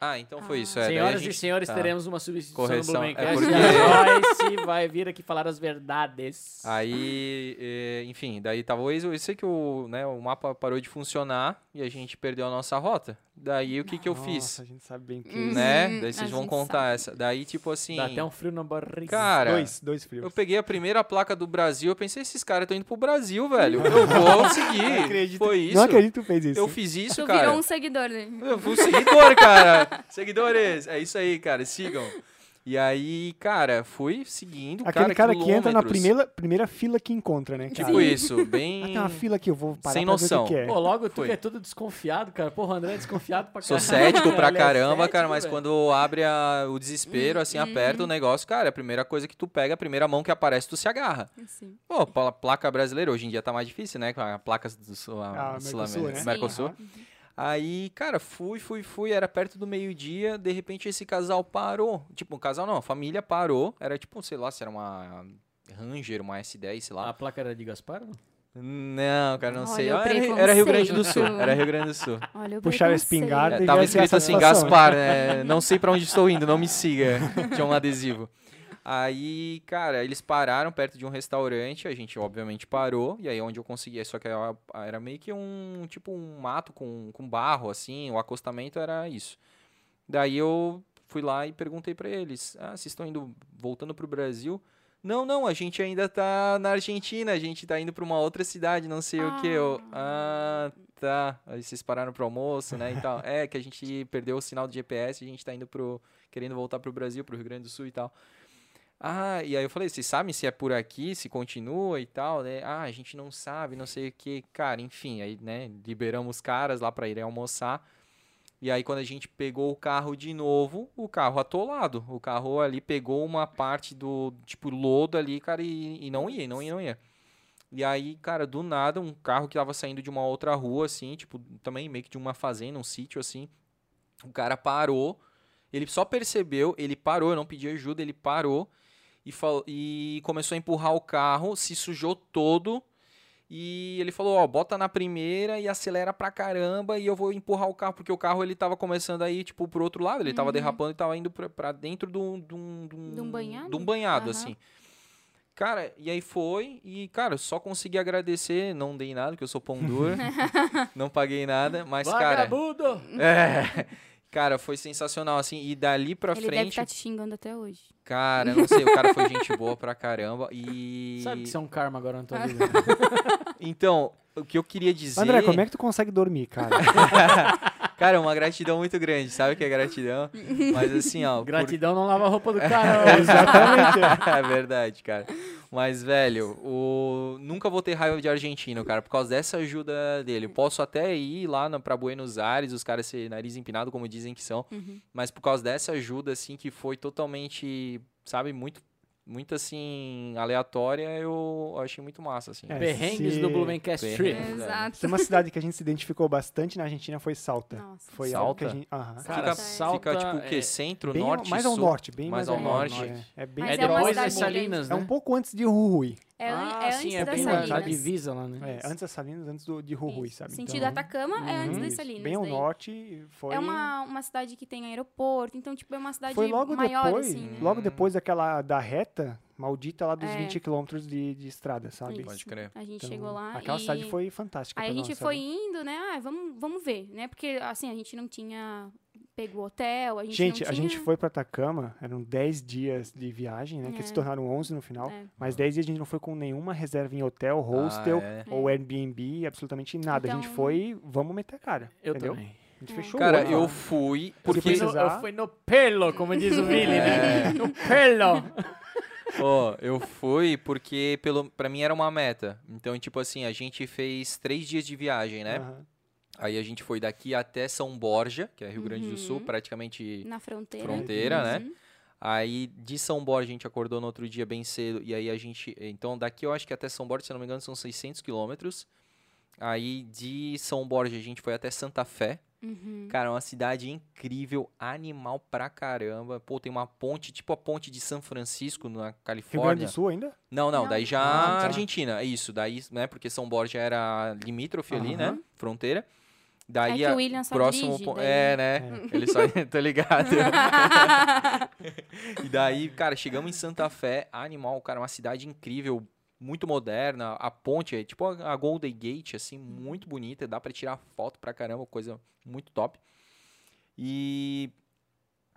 Speaker 1: Ah, então foi isso, é, daí a
Speaker 2: Senhoras
Speaker 1: gente-
Speaker 2: e senhores,
Speaker 1: tá.
Speaker 2: teremos uma substituição
Speaker 1: Correção,
Speaker 2: no
Speaker 1: é
Speaker 2: Blumencast.
Speaker 1: porque-
Speaker 2: A Joyce vai vir aqui falar as verdades.
Speaker 1: Ah, Aí,
Speaker 4: Ah.
Speaker 1: eh, enfim, daí tava o Waze, eu sei que o, né, o mapa parou de funcionar e a gente perdeu a nossa rota. Daí o que que eu
Speaker 4: Nossa,
Speaker 1: fiz?
Speaker 4: a gente sabe bem que...
Speaker 3: Hum.
Speaker 1: Né?
Speaker 3: Uhum,
Speaker 1: Daí
Speaker 3: a
Speaker 1: vocês vão
Speaker 3: gente
Speaker 1: contar essa. Daí, tipo assim.
Speaker 2: Dá até um frio na barriga.
Speaker 1: Cara,
Speaker 4: Dois, dois frios.
Speaker 1: eu peguei a primeira placa do Brasil, eu pensei, esses caras estão indo pro Brasil, velho. Eu vou
Speaker 4: Não
Speaker 1: conseguir.
Speaker 4: acredito-
Speaker 1: Foi isso.
Speaker 4: Não acredito que tu fez isso.
Speaker 1: Eu fiz isso,
Speaker 3: Tu
Speaker 1: cara.
Speaker 3: virou um seguidor dele.
Speaker 1: Eu fui um seguidor, cara. Seguidores, é isso aí, cara. Sigam. E aí, cara, fui seguindo.
Speaker 4: Aquele cara que entra na
Speaker 1: quilômetros.
Speaker 4: primeira, primeira fila que encontra, né? cara?
Speaker 1: Tipo isso, bem.
Speaker 4: Ah, tem uma fila aqui, eu vou parar
Speaker 1: Sem
Speaker 4: pra ver o
Speaker 1: noção.
Speaker 4: que que é.
Speaker 2: Pô, logo tu
Speaker 1: Foi.
Speaker 2: que é todo desconfiado, cara. Porra, o André é desconfiado pra
Speaker 1: Sou
Speaker 2: caramba.
Speaker 1: cético pra
Speaker 2: Ele é
Speaker 1: caramba,
Speaker 2: cético,
Speaker 1: cara, mas
Speaker 2: velho. Uhum.
Speaker 1: quando abre a- o desespero, assim, aperta o negócio, cara, é a primeira coisa que tu pega, a primeira mão que aparece, tu se agarra.
Speaker 3: Sim.
Speaker 1: Pô, pla- placa brasileira, hoje em dia tá mais difícil, né? Com a placa do Sul, a
Speaker 4: Ah,
Speaker 1: Sul-
Speaker 4: Mercosul, né?
Speaker 1: Mercosul.
Speaker 4: Aham.
Speaker 1: Aí, cara, fui, fui, fui, era perto do meio-dia, de repente esse casal parou. Tipo, um casal não, a família parou, era tipo, sei lá, se era uma Ranger, uma S10, sei lá.
Speaker 2: A placa era de Gaspar? não?
Speaker 1: Não, cara, não
Speaker 3: Olha
Speaker 1: sei.
Speaker 3: o
Speaker 1: Era, era Rio Grande do Sul,
Speaker 3: preconceito.
Speaker 1: era Rio Grande do Sul.
Speaker 3: Olha o
Speaker 4: Puxaram a
Speaker 3: preconceito.
Speaker 4: espingarda
Speaker 1: É,
Speaker 4: e
Speaker 1: tava
Speaker 4: vai ser a
Speaker 1: escrito assim,
Speaker 4: satisfação.
Speaker 1: Gaspar, né? Não sei pra onde estou indo, não me siga. Tinha um adesivo. Aí, cara, eles pararam perto de um restaurante, a gente obviamente parou, e aí onde eu conseguia, só que era era meio que um, tipo um mato com, com barro, assim, o acostamento era isso. Daí eu fui lá e perguntei pra eles, ah, vocês estão indo, voltando pro Brasil? Não, não, a gente ainda tá na Argentina, a gente tá indo pra uma outra cidade, não sei o que. Eu, ah, tá. Aí vocês pararam pro almoço, né, e tal. É, que a gente perdeu o sinal do GPS, a gente tá indo pro, querendo voltar pro Brasil, pro Rio Grande do Sul e tal. Ah, e aí eu falei, vocês sabem se é por aqui, se continua e tal, né? Ah, a gente não sabe, não sei o que. Cara, enfim, aí, né, liberamos os caras lá pra irem almoçar. E aí quando a gente pegou o carro de novo, o carro atolado. O carro ali pegou uma parte do, tipo, lodo ali, cara, e, e não ia, e não ia, e não ia. E aí, cara, do nada, um carro que tava saindo de uma outra rua, assim, tipo, também meio que de uma fazenda, um sítio, assim. O cara parou, ele só percebeu, ele parou, eu não pedi ajuda, ele parou e, falou, e começou a empurrar o carro, se sujou todo. E ele falou, ó, bota na primeira e acelera pra caramba e eu vou empurrar o carro, porque o carro ele tava começando aí, tipo, pro outro lado, ele tava derrapando e tava indo pra, pra dentro de um... De um,
Speaker 3: Uhum. De um banhado?
Speaker 1: De um banhado,
Speaker 3: Aham.
Speaker 1: assim. Cara, e aí foi, e, cara, eu só consegui agradecer, não dei nada, porque eu sou pão duro, não paguei nada, mas, cara...
Speaker 2: Vagabundo!
Speaker 1: É, cara, foi sensacional, assim, e dali
Speaker 2: É,
Speaker 1: pra
Speaker 3: Ele deve
Speaker 1: frente,
Speaker 3: estar te xingando até hoje.
Speaker 1: cara, não sei, o cara foi gente boa pra caramba, e...
Speaker 2: Sabe que isso é um karma agora na tua vida.
Speaker 1: Então, o que eu queria dizer...
Speaker 4: André, como é que tu consegue dormir, cara?
Speaker 1: Cara, é uma gratidão muito grande, sabe o que é gratidão? Mas assim, ó... por-
Speaker 2: Gratidão não lava a roupa do cara. não.
Speaker 1: é verdade, cara. Mas, velho, o... nunca vou ter raiva de argentino, cara, por causa dessa ajuda dele. Eu posso até ir lá na, pra Buenos Aires, os caras ser nariz empinado, como dizem que são, mas por causa dessa ajuda, assim, que foi totalmente, sabe, muito, muito assim, aleatória, eu achei muito massa, assim.
Speaker 4: É,
Speaker 2: Perrengues
Speaker 4: se-
Speaker 2: do Blumencast Trip.
Speaker 1: Perrengues.
Speaker 3: Exato.
Speaker 4: Tem uma cidade que a gente se identificou bastante na Argentina, foi Salta.
Speaker 3: Nossa.
Speaker 4: Foi
Speaker 1: Salta?
Speaker 4: algo que a gente... aham.
Speaker 2: Cara,
Speaker 1: fica,
Speaker 2: Salta
Speaker 1: fica, tipo, o
Speaker 2: é-
Speaker 1: quê? Centro,
Speaker 4: Bem ao-
Speaker 1: norte,
Speaker 4: mais ao
Speaker 1: sul?
Speaker 4: norte, bem
Speaker 1: mais
Speaker 4: mais,
Speaker 1: ao
Speaker 2: norte.
Speaker 4: É, é bem
Speaker 3: Mas
Speaker 2: É
Speaker 3: é uma
Speaker 2: depois
Speaker 3: cidade
Speaker 2: das Salinas,
Speaker 4: É
Speaker 2: né?
Speaker 4: um pouco antes de Jujuy.
Speaker 3: É, an-
Speaker 2: ah,
Speaker 3: é antes
Speaker 2: sim, é
Speaker 3: das
Speaker 2: bem na-
Speaker 3: Salinas.
Speaker 2: na divisa lá, né?
Speaker 4: É, antes das Salinas, antes do, de Jujuy,
Speaker 3: Isso.
Speaker 4: sabe?
Speaker 3: Sentido
Speaker 4: Então,
Speaker 3: Atacama é antes das
Speaker 4: isso,
Speaker 3: Salinas.
Speaker 4: Bem ao
Speaker 3: daí.
Speaker 4: norte, foi...
Speaker 3: É uma, uma cidade que tem aeroporto, então, tipo, é uma cidade
Speaker 4: Foi logo
Speaker 3: maior,
Speaker 4: depois,
Speaker 3: assim, né?
Speaker 4: logo depois daquela da reta maldita lá dos
Speaker 3: É.
Speaker 4: 20 quilômetros de, de estrada, sabe?
Speaker 3: Isso.
Speaker 1: Pode crer.
Speaker 3: A gente
Speaker 4: Então,
Speaker 3: chegou lá
Speaker 4: Aquela
Speaker 3: e...
Speaker 4: cidade foi fantástica.
Speaker 3: Aí a
Speaker 4: pra
Speaker 3: gente
Speaker 4: nós,
Speaker 3: foi
Speaker 4: sabe?
Speaker 3: indo, né? Ah, vamos, vamos ver, né? Porque, assim, a gente não tinha... Pegou hotel, a gente,
Speaker 4: Gente,
Speaker 3: não
Speaker 4: a
Speaker 3: tinha...
Speaker 4: gente foi pra Atacama, eram 10 dias de viagem, né? Que se
Speaker 3: É.
Speaker 4: tornaram 11 no final.
Speaker 3: É.
Speaker 4: Mas 10 dias a gente não foi com nenhuma reserva em hotel, hostel,
Speaker 1: Ah, é.
Speaker 4: ou Airbnb, absolutamente nada. a gente
Speaker 3: Então-
Speaker 4: foi, vamos meter a cara.
Speaker 2: Eu
Speaker 4: entendeu?
Speaker 2: também.
Speaker 4: A gente
Speaker 3: É.
Speaker 4: fechou o
Speaker 1: Cara,
Speaker 4: olho,
Speaker 1: eu
Speaker 4: sabe?
Speaker 1: fui
Speaker 2: Eu
Speaker 1: porque
Speaker 2: fui, no, eu
Speaker 4: precisar-
Speaker 2: fui no pelo, como diz o Vini,
Speaker 1: É.
Speaker 2: né? No pelo.
Speaker 1: Ó, eu fui porque pelo para mim era uma meta. Então, tipo assim, a gente fez três dias de viagem, né?
Speaker 4: Aham. Ah.
Speaker 1: Aí a gente foi daqui até São Borja, que é Rio Grande do Sul,
Speaker 3: Uhum.
Speaker 1: praticamente.
Speaker 3: Na fronteira.
Speaker 1: Fronteira, né?
Speaker 3: Uhum.
Speaker 1: Aí de São Borja a gente acordou no outro dia bem cedo e aí a gente, então daqui eu acho que até São Borja, se eu não me engano, são 600 quilômetros. Aí de São Borja a gente foi até Santa Fé,
Speaker 3: Uhum.
Speaker 1: Cara, é uma cidade incrível, animal pra caramba. Pô, tem uma ponte, tipo a ponte de São Francisco, na
Speaker 4: Rio Grande
Speaker 1: Califórnia.
Speaker 4: do Sul ainda?
Speaker 1: Não, não,
Speaker 3: Não.
Speaker 1: daí já
Speaker 4: Ah, tá.
Speaker 1: Argentina, isso, daí, né, porque São Borja era limítrofe ali, né,
Speaker 2: Aham.
Speaker 1: fronteira. Daí
Speaker 3: É que
Speaker 1: a-
Speaker 3: o William só
Speaker 1: próximo
Speaker 3: dirige,
Speaker 1: po-
Speaker 3: daí,
Speaker 1: é, né? Ele só tá ligado. e daí, cara, chegamos em Santa Fé, animal, cara, uma cidade incrível, muito moderna, a ponte é tipo a a Golden Gate assim, muito bonita, dá pra tirar foto pra caramba, coisa muito top. E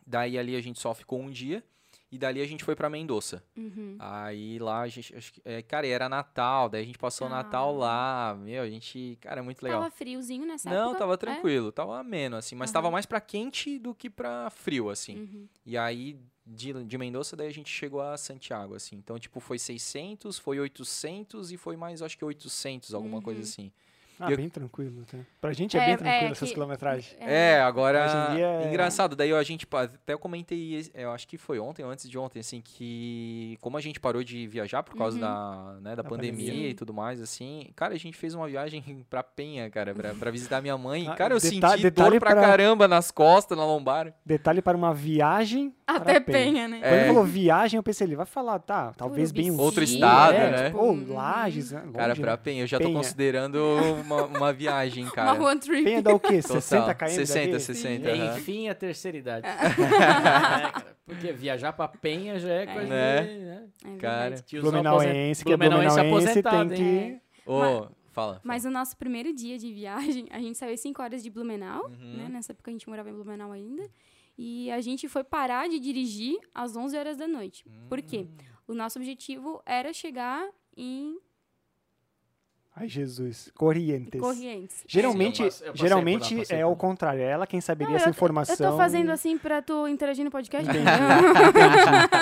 Speaker 1: daí ali a gente só ficou um dia e dali a gente foi pra Mendoza.
Speaker 3: Uhum.
Speaker 1: Ah, Aí lá a gente. Acho que, é, cara, e era Natal, daí a gente passou o
Speaker 3: Ah.
Speaker 1: Natal lá. Meu, a gente. Cara, é muito legal.
Speaker 3: Tava friozinho nessa
Speaker 1: Não,
Speaker 3: época?
Speaker 1: tava
Speaker 3: É?
Speaker 1: tranquilo, tava ameno, assim, mas
Speaker 3: Aham.
Speaker 1: tava mais pra quente do que pra frio, assim.
Speaker 3: Uhum.
Speaker 1: E aí, de, de Mendoza, daí a gente chegou a Santiago, assim. Então, tipo, foi 600, foi 800 e foi mais, acho que 800, alguma coisa
Speaker 3: Uhum.
Speaker 1: assim.
Speaker 4: Ah,
Speaker 1: Eu-
Speaker 4: bem tranquilo. Tá? Pra gente é,
Speaker 3: É,
Speaker 4: bem tranquilo
Speaker 3: é
Speaker 4: essas
Speaker 3: que-
Speaker 4: quilometragens.
Speaker 1: É, agora.
Speaker 4: Hoje em dia é-
Speaker 1: Engraçado, daí a gente. pa- Até eu comentei, esse- eu acho que foi ontem, ou antes de ontem, assim, que como a gente parou de viajar por causa
Speaker 3: Uhum.
Speaker 1: da, né, da,
Speaker 4: Da
Speaker 1: pandemia,
Speaker 4: pandemia.
Speaker 1: e tudo mais, assim, cara, a gente fez uma viagem pra Penha, cara, pra, pra visitar minha mãe.
Speaker 4: Ah,
Speaker 1: Cara, eu
Speaker 4: deta-
Speaker 1: senti dor
Speaker 4: detalhe
Speaker 1: pra
Speaker 4: pra-
Speaker 1: caramba nas costas, na lombar.
Speaker 4: Detalhe para uma viagem
Speaker 3: Até
Speaker 4: para Penha.
Speaker 3: penha, né?
Speaker 4: Quando
Speaker 1: É.
Speaker 4: ele falou viagem, eu pensei, ele vai falar, tá, talvez bem...
Speaker 3: Urubici,
Speaker 1: Outro estado,
Speaker 4: é,
Speaker 1: né?
Speaker 4: tipo, Ou
Speaker 3: Uhum.
Speaker 4: Lages, né? Longe,
Speaker 1: Cara, pra
Speaker 4: né?
Speaker 1: Penha, eu já tô
Speaker 4: Penha.
Speaker 1: considerando uma, uma viagem,
Speaker 3: Uma
Speaker 1: cara.
Speaker 3: one trip.
Speaker 4: Penha dá o quê?
Speaker 1: Total.
Speaker 4: 60 km
Speaker 1: 60,
Speaker 4: daqui?
Speaker 1: 60.
Speaker 2: É,
Speaker 1: aham.
Speaker 2: Enfim, a terceira idade. É, cara, Porque viajar pra Penha já é coisa
Speaker 1: Né?
Speaker 2: de... Né?
Speaker 3: É
Speaker 1: Cara,
Speaker 3: verdade.
Speaker 2: Tiozão aposent-
Speaker 4: Blumenauense, que é
Speaker 2: Blumenauense
Speaker 4: Blumenauense, tem
Speaker 2: aposentado,
Speaker 4: que...
Speaker 1: Ô, fala.
Speaker 3: Mas o nosso primeiro dia de viagem, a gente saiu às 5 horas de Blumenau,
Speaker 1: Uhum.
Speaker 3: né? Nessa época a gente morava em Blumenau ainda. E a gente foi parar de dirigir às 11 horas da noite. Por quê? O nosso objetivo era chegar em
Speaker 4: Ai, Jesus. Corrientes.
Speaker 3: Corrientes.
Speaker 4: Geralmente,
Speaker 2: Eu passe- eu passei
Speaker 4: geralmente
Speaker 2: por lá, passei
Speaker 4: é
Speaker 2: por
Speaker 4: o
Speaker 2: lá.
Speaker 4: contrário. É ela quem saberia
Speaker 3: Não,
Speaker 4: essa
Speaker 3: eu- Eu
Speaker 4: informação.
Speaker 3: tô fazendo assim pra tu interagir no podcast.
Speaker 1: né?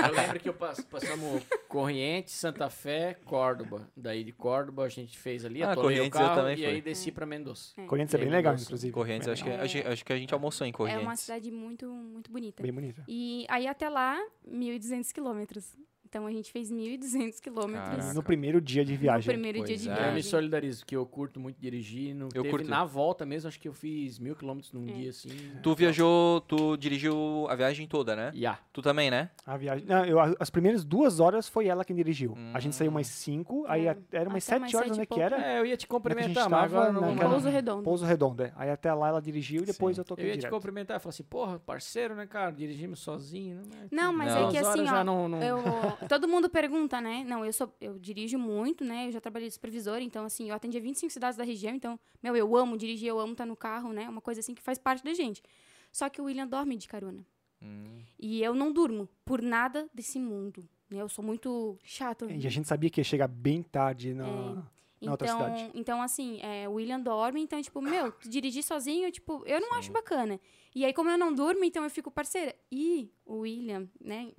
Speaker 2: Eu lembro que eu pass- passamos Corrientes, Santa Fé, Córdoba. Daí de Córdoba a gente fez ali,
Speaker 1: Ah,
Speaker 2: atolei o
Speaker 1: Corrientes eu
Speaker 2: carro
Speaker 1: também
Speaker 2: e
Speaker 1: fui.
Speaker 2: aí desci pra Mendoza.
Speaker 4: Corrientes é bem
Speaker 2: Bem
Speaker 4: legal,
Speaker 2: legal,
Speaker 4: inclusive.
Speaker 1: Correntes,
Speaker 4: Bem
Speaker 1: acho que,
Speaker 4: legal.
Speaker 1: acho, acho que a gente almoçou em
Speaker 3: É
Speaker 1: Correntes.
Speaker 3: uma cidade muito, muito bonita.
Speaker 4: Bem bonita.
Speaker 3: E aí até lá, 1.200 quilômetros. Então a gente fez 1.200
Speaker 1: Caraca.
Speaker 3: quilômetros
Speaker 4: No primeiro dia de
Speaker 3: no
Speaker 4: viagem.
Speaker 3: primeiro dia
Speaker 1: Pois
Speaker 3: de
Speaker 1: é.
Speaker 2: Eu me
Speaker 3: viagem.
Speaker 2: solidarizo, que eu curto muito dirigir. Não
Speaker 1: Eu
Speaker 2: teve-
Speaker 1: curto.
Speaker 2: Na volta mesmo, acho que eu fiz mil quilômetros num dia assim.
Speaker 1: Tu viajou, tu dirigiu a viagem toda, né?
Speaker 2: Yeah.
Speaker 1: Tu também, né?
Speaker 4: A viagem. Não, eu- as primeiras duas horas foi ela quem dirigiu. A gente saiu umas
Speaker 1: Hum.
Speaker 4: cinco, aí
Speaker 3: É.
Speaker 4: a- era umas
Speaker 3: Até
Speaker 4: sete
Speaker 3: umas
Speaker 4: horas,
Speaker 3: sete
Speaker 4: onde
Speaker 3: e
Speaker 4: é que
Speaker 3: pouco.
Speaker 4: era?
Speaker 2: É, eu ia te cumprimentar,
Speaker 4: gente
Speaker 2: mas agora
Speaker 4: tava
Speaker 2: não vou
Speaker 4: naquela-
Speaker 2: mais.
Speaker 3: Pouso Redondo.
Speaker 4: Pouso Redondo, é. Aí até lá ela dirigiu e depois
Speaker 1: Sim.
Speaker 4: eu
Speaker 2: Eu
Speaker 4: toquei
Speaker 2: ia te
Speaker 4: direto.
Speaker 2: cumprimentar e falar assim, porra, parceiro, né, cara? Dirigimos sozinho. Né?
Speaker 3: Não, mas
Speaker 1: Não.
Speaker 3: é que
Speaker 2: Duas
Speaker 3: assim,
Speaker 2: horas
Speaker 3: ó,
Speaker 2: já não, não...
Speaker 3: Eu- todo mundo pergunta, né? Não, eu sou, eu dirijo muito, né? Eu já trabalhei de supervisor, então assim, eu atendia 25 cidades da região, então, meu, eu amo dirigir, eu amo estar no carro, né? Uma coisa assim que faz parte da gente. Só que o William dorme de carona. Hum. E eu não durmo por nada desse mundo. Né? Eu sou muito chata.
Speaker 4: E a gente sabia que ia chegar bem
Speaker 1: É.
Speaker 4: tarde na. na outra
Speaker 3: então,
Speaker 4: cidade.
Speaker 3: então, assim, é, o William dorme, então, tipo, meu, tu dirigir sozinho, tipo, eu não acho bacana. E aí, como eu não durmo, então eu fico parceira. E o William, né,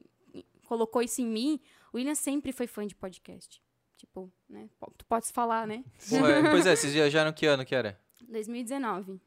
Speaker 3: colocou isso em mim. O William sempre foi fã de podcast. Tipo, né, po- tu podes falar, né?
Speaker 1: Pô, é, pois é, vocês viajaram que ano que era?
Speaker 3: 2019.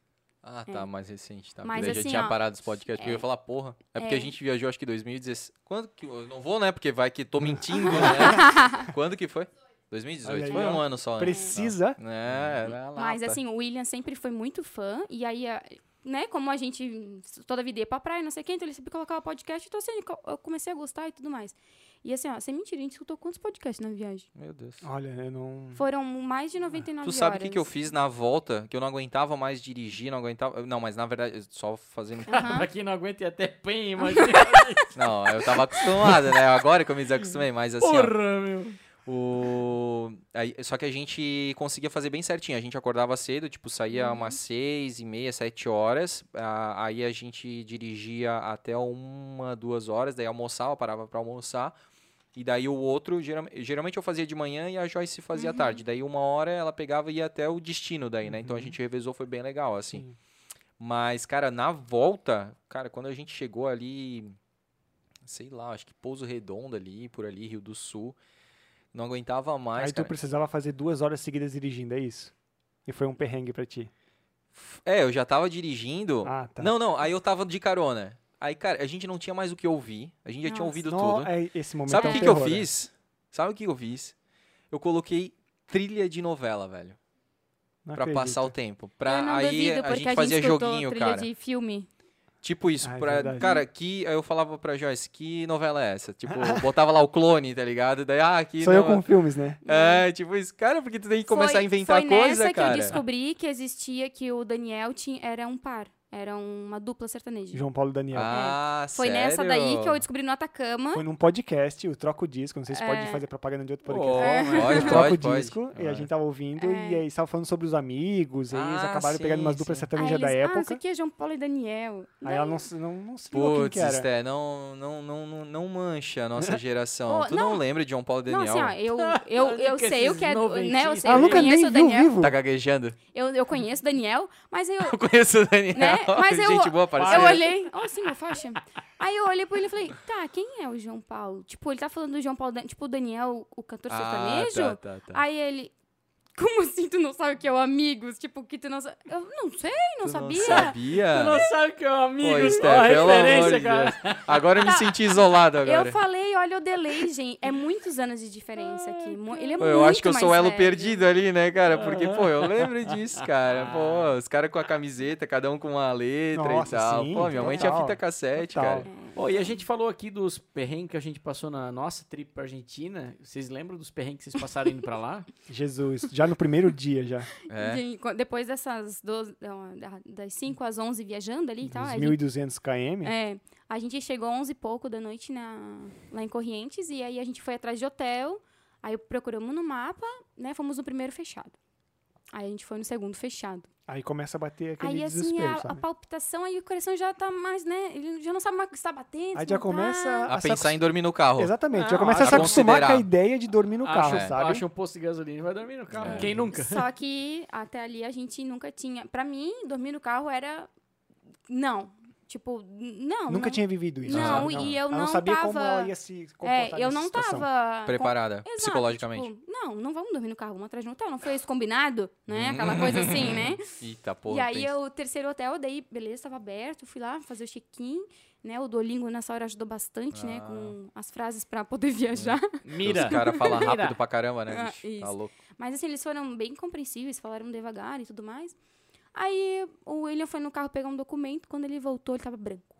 Speaker 1: Ah, tá, mais recente, tá? Porque
Speaker 3: Mas
Speaker 1: daí já
Speaker 3: É. assim,
Speaker 1: tinha
Speaker 3: ó,
Speaker 1: parado os podcasts. porque Eu ia falar, porra. É porque a gente viajou, acho que 2016. Quando que. Eu não vou, né? Porque vai que tô mentindo, né? Quando que foi? 2018.
Speaker 4: Olha aí,
Speaker 1: Foi um
Speaker 4: ó.
Speaker 1: ano só, né?
Speaker 4: Precisa.
Speaker 1: É, era lá,
Speaker 3: Mas,
Speaker 1: tá.
Speaker 3: assim, o William sempre foi muito fã. E aí, a- né, como a gente toda vida ia pra praia, não sei o quê, então ele sempre colocava podcast. Então, assim, eu comecei a gostar e tudo mais. E assim, ó, sem mentira, a gente escutou quantos podcasts na viagem?
Speaker 1: Meu Deus.
Speaker 4: Olha, eu não.
Speaker 3: Foram
Speaker 4: Ah.
Speaker 3: mais de 99
Speaker 1: Tu sabe o que,
Speaker 3: horas.
Speaker 1: que eu fiz na volta? Que eu não aguentava mais dirigir, não aguentava. Não, mas na verdade, só fazendo.
Speaker 3: Aham.
Speaker 2: Pra quem não aguenta ir até penha, imagina.
Speaker 1: não, eu tava acostumado, né? Agora que eu me desacostumei, mas assim. ó,
Speaker 2: Porra, meu.
Speaker 1: O... Aí, só que a gente conseguia fazer bem certinho. A gente acordava cedo, tipo, saía
Speaker 4: Uhum.
Speaker 1: umas seis e meia, sete horas. a- Aí a gente dirigia até uma, duas horas. Daí almoçava, parava pra almoçar. E daí o outro, geral- geralmente eu fazia de manhã e a Joyce fazia
Speaker 4: Uhum.
Speaker 1: à tarde. Daí uma hora ela pegava e ia até o destino daí, né? Então a gente revezou, foi bem legal, assim.
Speaker 4: Uhum. Sim.
Speaker 1: Mas, cara, na volta, cara, quando a gente chegou ali, sei lá, acho que Pouso Redondo ali, por ali, Rio do Sul, não aguentava mais,
Speaker 4: Aí tu
Speaker 1: cara.
Speaker 4: precisava fazer duas horas seguidas dirigindo, é isso? E foi um perrengue pra ti.
Speaker 1: É, eu já tava dirigindo.
Speaker 4: Ah, tá.
Speaker 1: Não, não, aí eu tava de carona. Aí, cara, a gente não tinha mais o que ouvir, a gente já tinha
Speaker 3: Nossa.
Speaker 1: ouvido
Speaker 4: Não,
Speaker 1: tudo.
Speaker 4: é- esse momento
Speaker 1: Sabe
Speaker 4: é
Speaker 1: o
Speaker 4: um
Speaker 1: que, que eu
Speaker 4: terror, né?
Speaker 1: fiz? Sabe o que eu fiz? Eu coloquei trilha de novela, velho.
Speaker 4: Não
Speaker 1: pra
Speaker 4: acredito.
Speaker 1: passar o tempo.
Speaker 3: eu
Speaker 1: Pra
Speaker 3: não
Speaker 1: aí
Speaker 3: duvido,
Speaker 1: a
Speaker 3: porque
Speaker 1: gente fazia
Speaker 3: escutou
Speaker 1: joguinho,
Speaker 3: trilha
Speaker 1: cara.
Speaker 3: de filme.
Speaker 1: Tipo isso,
Speaker 4: Ah, é
Speaker 1: pra-
Speaker 4: verdade.
Speaker 1: cara, que aí eu falava pra Joyce, que novela é essa? Tipo, botava lá o clone, tá ligado? Daí, ah, aqui
Speaker 4: Sou eu com
Speaker 1: não.
Speaker 4: filmes, né?
Speaker 1: É, tipo isso, cara, porque tu tem que começar
Speaker 3: Foi-
Speaker 1: a inventar
Speaker 3: foi
Speaker 1: coisa,
Speaker 3: nessa
Speaker 1: cara.
Speaker 3: que eu descobri que existia que o Daniel tinha, era um par. Era uma dupla sertaneja.
Speaker 4: João Paulo e Daniel.
Speaker 1: Ah,
Speaker 3: Foi nessa
Speaker 1: sério?
Speaker 3: daí que eu descobri no Atacama.
Speaker 4: Foi num podcast, o Troca o Disco. Não sei se pode fazer propaganda de outro
Speaker 1: É. Pô,
Speaker 4: podcast.
Speaker 1: pode,
Speaker 4: Eu troco
Speaker 1: pode,
Speaker 4: o
Speaker 1: pode.
Speaker 4: disco e a
Speaker 1: Vai.
Speaker 4: gente tava ouvindo e aí tava falando sobre os amigos, aí eles
Speaker 1: Ah,
Speaker 4: acabaram
Speaker 1: sim,
Speaker 4: pegando umas duplas
Speaker 1: sim.
Speaker 3: Aí
Speaker 4: sertanejas da
Speaker 3: eles, ah, isso
Speaker 4: época.
Speaker 3: aqui é João Paulo e Daniel.
Speaker 4: Aí ela não, se- não, não se ligou quem
Speaker 1: Putz,
Speaker 4: que era.
Speaker 1: Esté, não, não, não, não- não mancha a nossa geração.
Speaker 3: Oh,
Speaker 1: tu não, lembra de João Paulo e
Speaker 3: Não,
Speaker 1: Daniel?
Speaker 3: assim, ó, eu, eu, eu
Speaker 2: Olha
Speaker 3: sei o
Speaker 2: esses
Speaker 3: que é, né, eu,
Speaker 2: noventistas.
Speaker 3: sei,
Speaker 4: Ah,
Speaker 3: eu
Speaker 4: nunca nem
Speaker 3: conheço
Speaker 4: viu
Speaker 3: o Daniel,
Speaker 4: vivo.
Speaker 1: Tá gaguejando?
Speaker 3: eu, eu conheço o Daniel, mas eu,
Speaker 1: Eu conheço o Daniel.
Speaker 3: né, mas eu,
Speaker 1: gente boa, parceiro.
Speaker 3: eu olhei, ó, sim, meu faixa, aí eu olhei pra ele e falei, tá, quem é o João Paulo? Tipo, ele tá falando do João Paulo, Dan- tipo, o Daniel, o cantor
Speaker 1: ah,
Speaker 3: sertanejo?
Speaker 1: tá, tá, tá.
Speaker 3: Aí ele, como assim tu não sabe o que é o Amigos? Tipo, que tu não sabe, eu não sei, não
Speaker 1: Tu
Speaker 3: sabia.
Speaker 1: Não sabia?
Speaker 2: Tu não sabe que é um amigo,
Speaker 1: Pô, Esté,
Speaker 2: ó,
Speaker 1: pelo amor
Speaker 2: referência,
Speaker 1: de
Speaker 2: cara.
Speaker 1: Deus. Agora eu me senti isolado agora.
Speaker 3: Tá. Eu falei, olha o delay, gente. É muitos anos de diferença aqui. mu- Ele é
Speaker 1: Pô,
Speaker 3: muito
Speaker 1: eu acho que eu
Speaker 3: mais
Speaker 1: sou o elo
Speaker 3: velho.
Speaker 1: perdido ali, né, cara? Porque, pô, eu lembro
Speaker 4: Ah.
Speaker 1: disso, cara. Pô, os caras com a camiseta, cada um com uma letra
Speaker 4: Nossa,
Speaker 1: e tal.
Speaker 4: sim,
Speaker 1: pô, minha mãe tinha
Speaker 4: total.
Speaker 1: fita cassete,
Speaker 4: Total.
Speaker 1: cara.
Speaker 2: Pô, e a gente falou aqui dos perrengues que a gente passou na nossa trip pra Argentina. Vocês lembram dos perrengues que vocês passaram indo pra lá?
Speaker 4: Jesus, já no primeiro dia já.
Speaker 1: É.
Speaker 3: De- co- depois dessas 12, não, da- das 5 às 11 viajando ali e tal.
Speaker 4: Uns
Speaker 3: A gente,
Speaker 4: 1.200 km.
Speaker 3: é, a gente chegou 11 e pouco da noite na, lá em Corrientes e aí a gente foi atrás de hotel. Aí procuramos no mapa, né? Fomos no primeiro fechado. Aí a gente foi no segundo fechado.
Speaker 4: Aí começa a bater É aquele
Speaker 3: aí assim,
Speaker 4: desespero,
Speaker 3: a, a
Speaker 4: sabe?
Speaker 3: palpitação, aí o coração já tá mais, né? Ele já não sabe mais o que está batendo.
Speaker 4: Aí
Speaker 3: se
Speaker 4: já
Speaker 3: não tá.
Speaker 4: começa a,
Speaker 1: A
Speaker 4: se
Speaker 1: pensar
Speaker 4: acos-
Speaker 1: em dormir no carro.
Speaker 4: Exatamente, já
Speaker 2: Não,
Speaker 4: começa a
Speaker 2: a
Speaker 4: se acostumar com a
Speaker 1: considerar.
Speaker 4: ideia de dormir no carro,
Speaker 2: acha,
Speaker 4: sabe?
Speaker 2: acha um posto de gasolina e vai dormir no carro. Quem nunca?
Speaker 3: Só que até ali a gente nunca tinha. Pra mim, dormir no carro era. Não. Tipo, n- não.
Speaker 4: Nunca
Speaker 3: não-
Speaker 4: tinha vivido isso.
Speaker 3: Não,
Speaker 4: sabe?
Speaker 3: e eu
Speaker 4: ela não
Speaker 3: não
Speaker 4: sabia como
Speaker 3: tava-
Speaker 4: ela ia se comportar
Speaker 3: É, eu
Speaker 4: nessa
Speaker 3: não
Speaker 4: situação.
Speaker 3: tava.
Speaker 1: Preparada,
Speaker 3: com- Exato,
Speaker 1: psicologicamente.
Speaker 3: tipo, não, não vamos dormir no carro, vamos atrás de um hotel. Não foi isso combinado, né? Aquela coisa assim, né?
Speaker 1: Hum. Eita, porra.
Speaker 3: e aí,
Speaker 1: pensa.
Speaker 3: eu, o terceiro hotel, daí, beleza, tava aberto, fui lá fazer o check-in, né? O Duolingo nessa hora ajudou bastante, né?
Speaker 1: Ah. É.
Speaker 3: Com as frases pra poder viajar.
Speaker 2: Mira.
Speaker 1: Os caras falam
Speaker 2: Mira.
Speaker 1: rápido pra caramba, né,
Speaker 3: Ah,
Speaker 1: bicho? Tá
Speaker 3: isso.
Speaker 1: louco.
Speaker 3: Mas assim, eles foram bem compreensíveis, falaram devagar e tudo mais. Aí o William foi no carro pegar um documento, quando ele voltou, ele tava branco.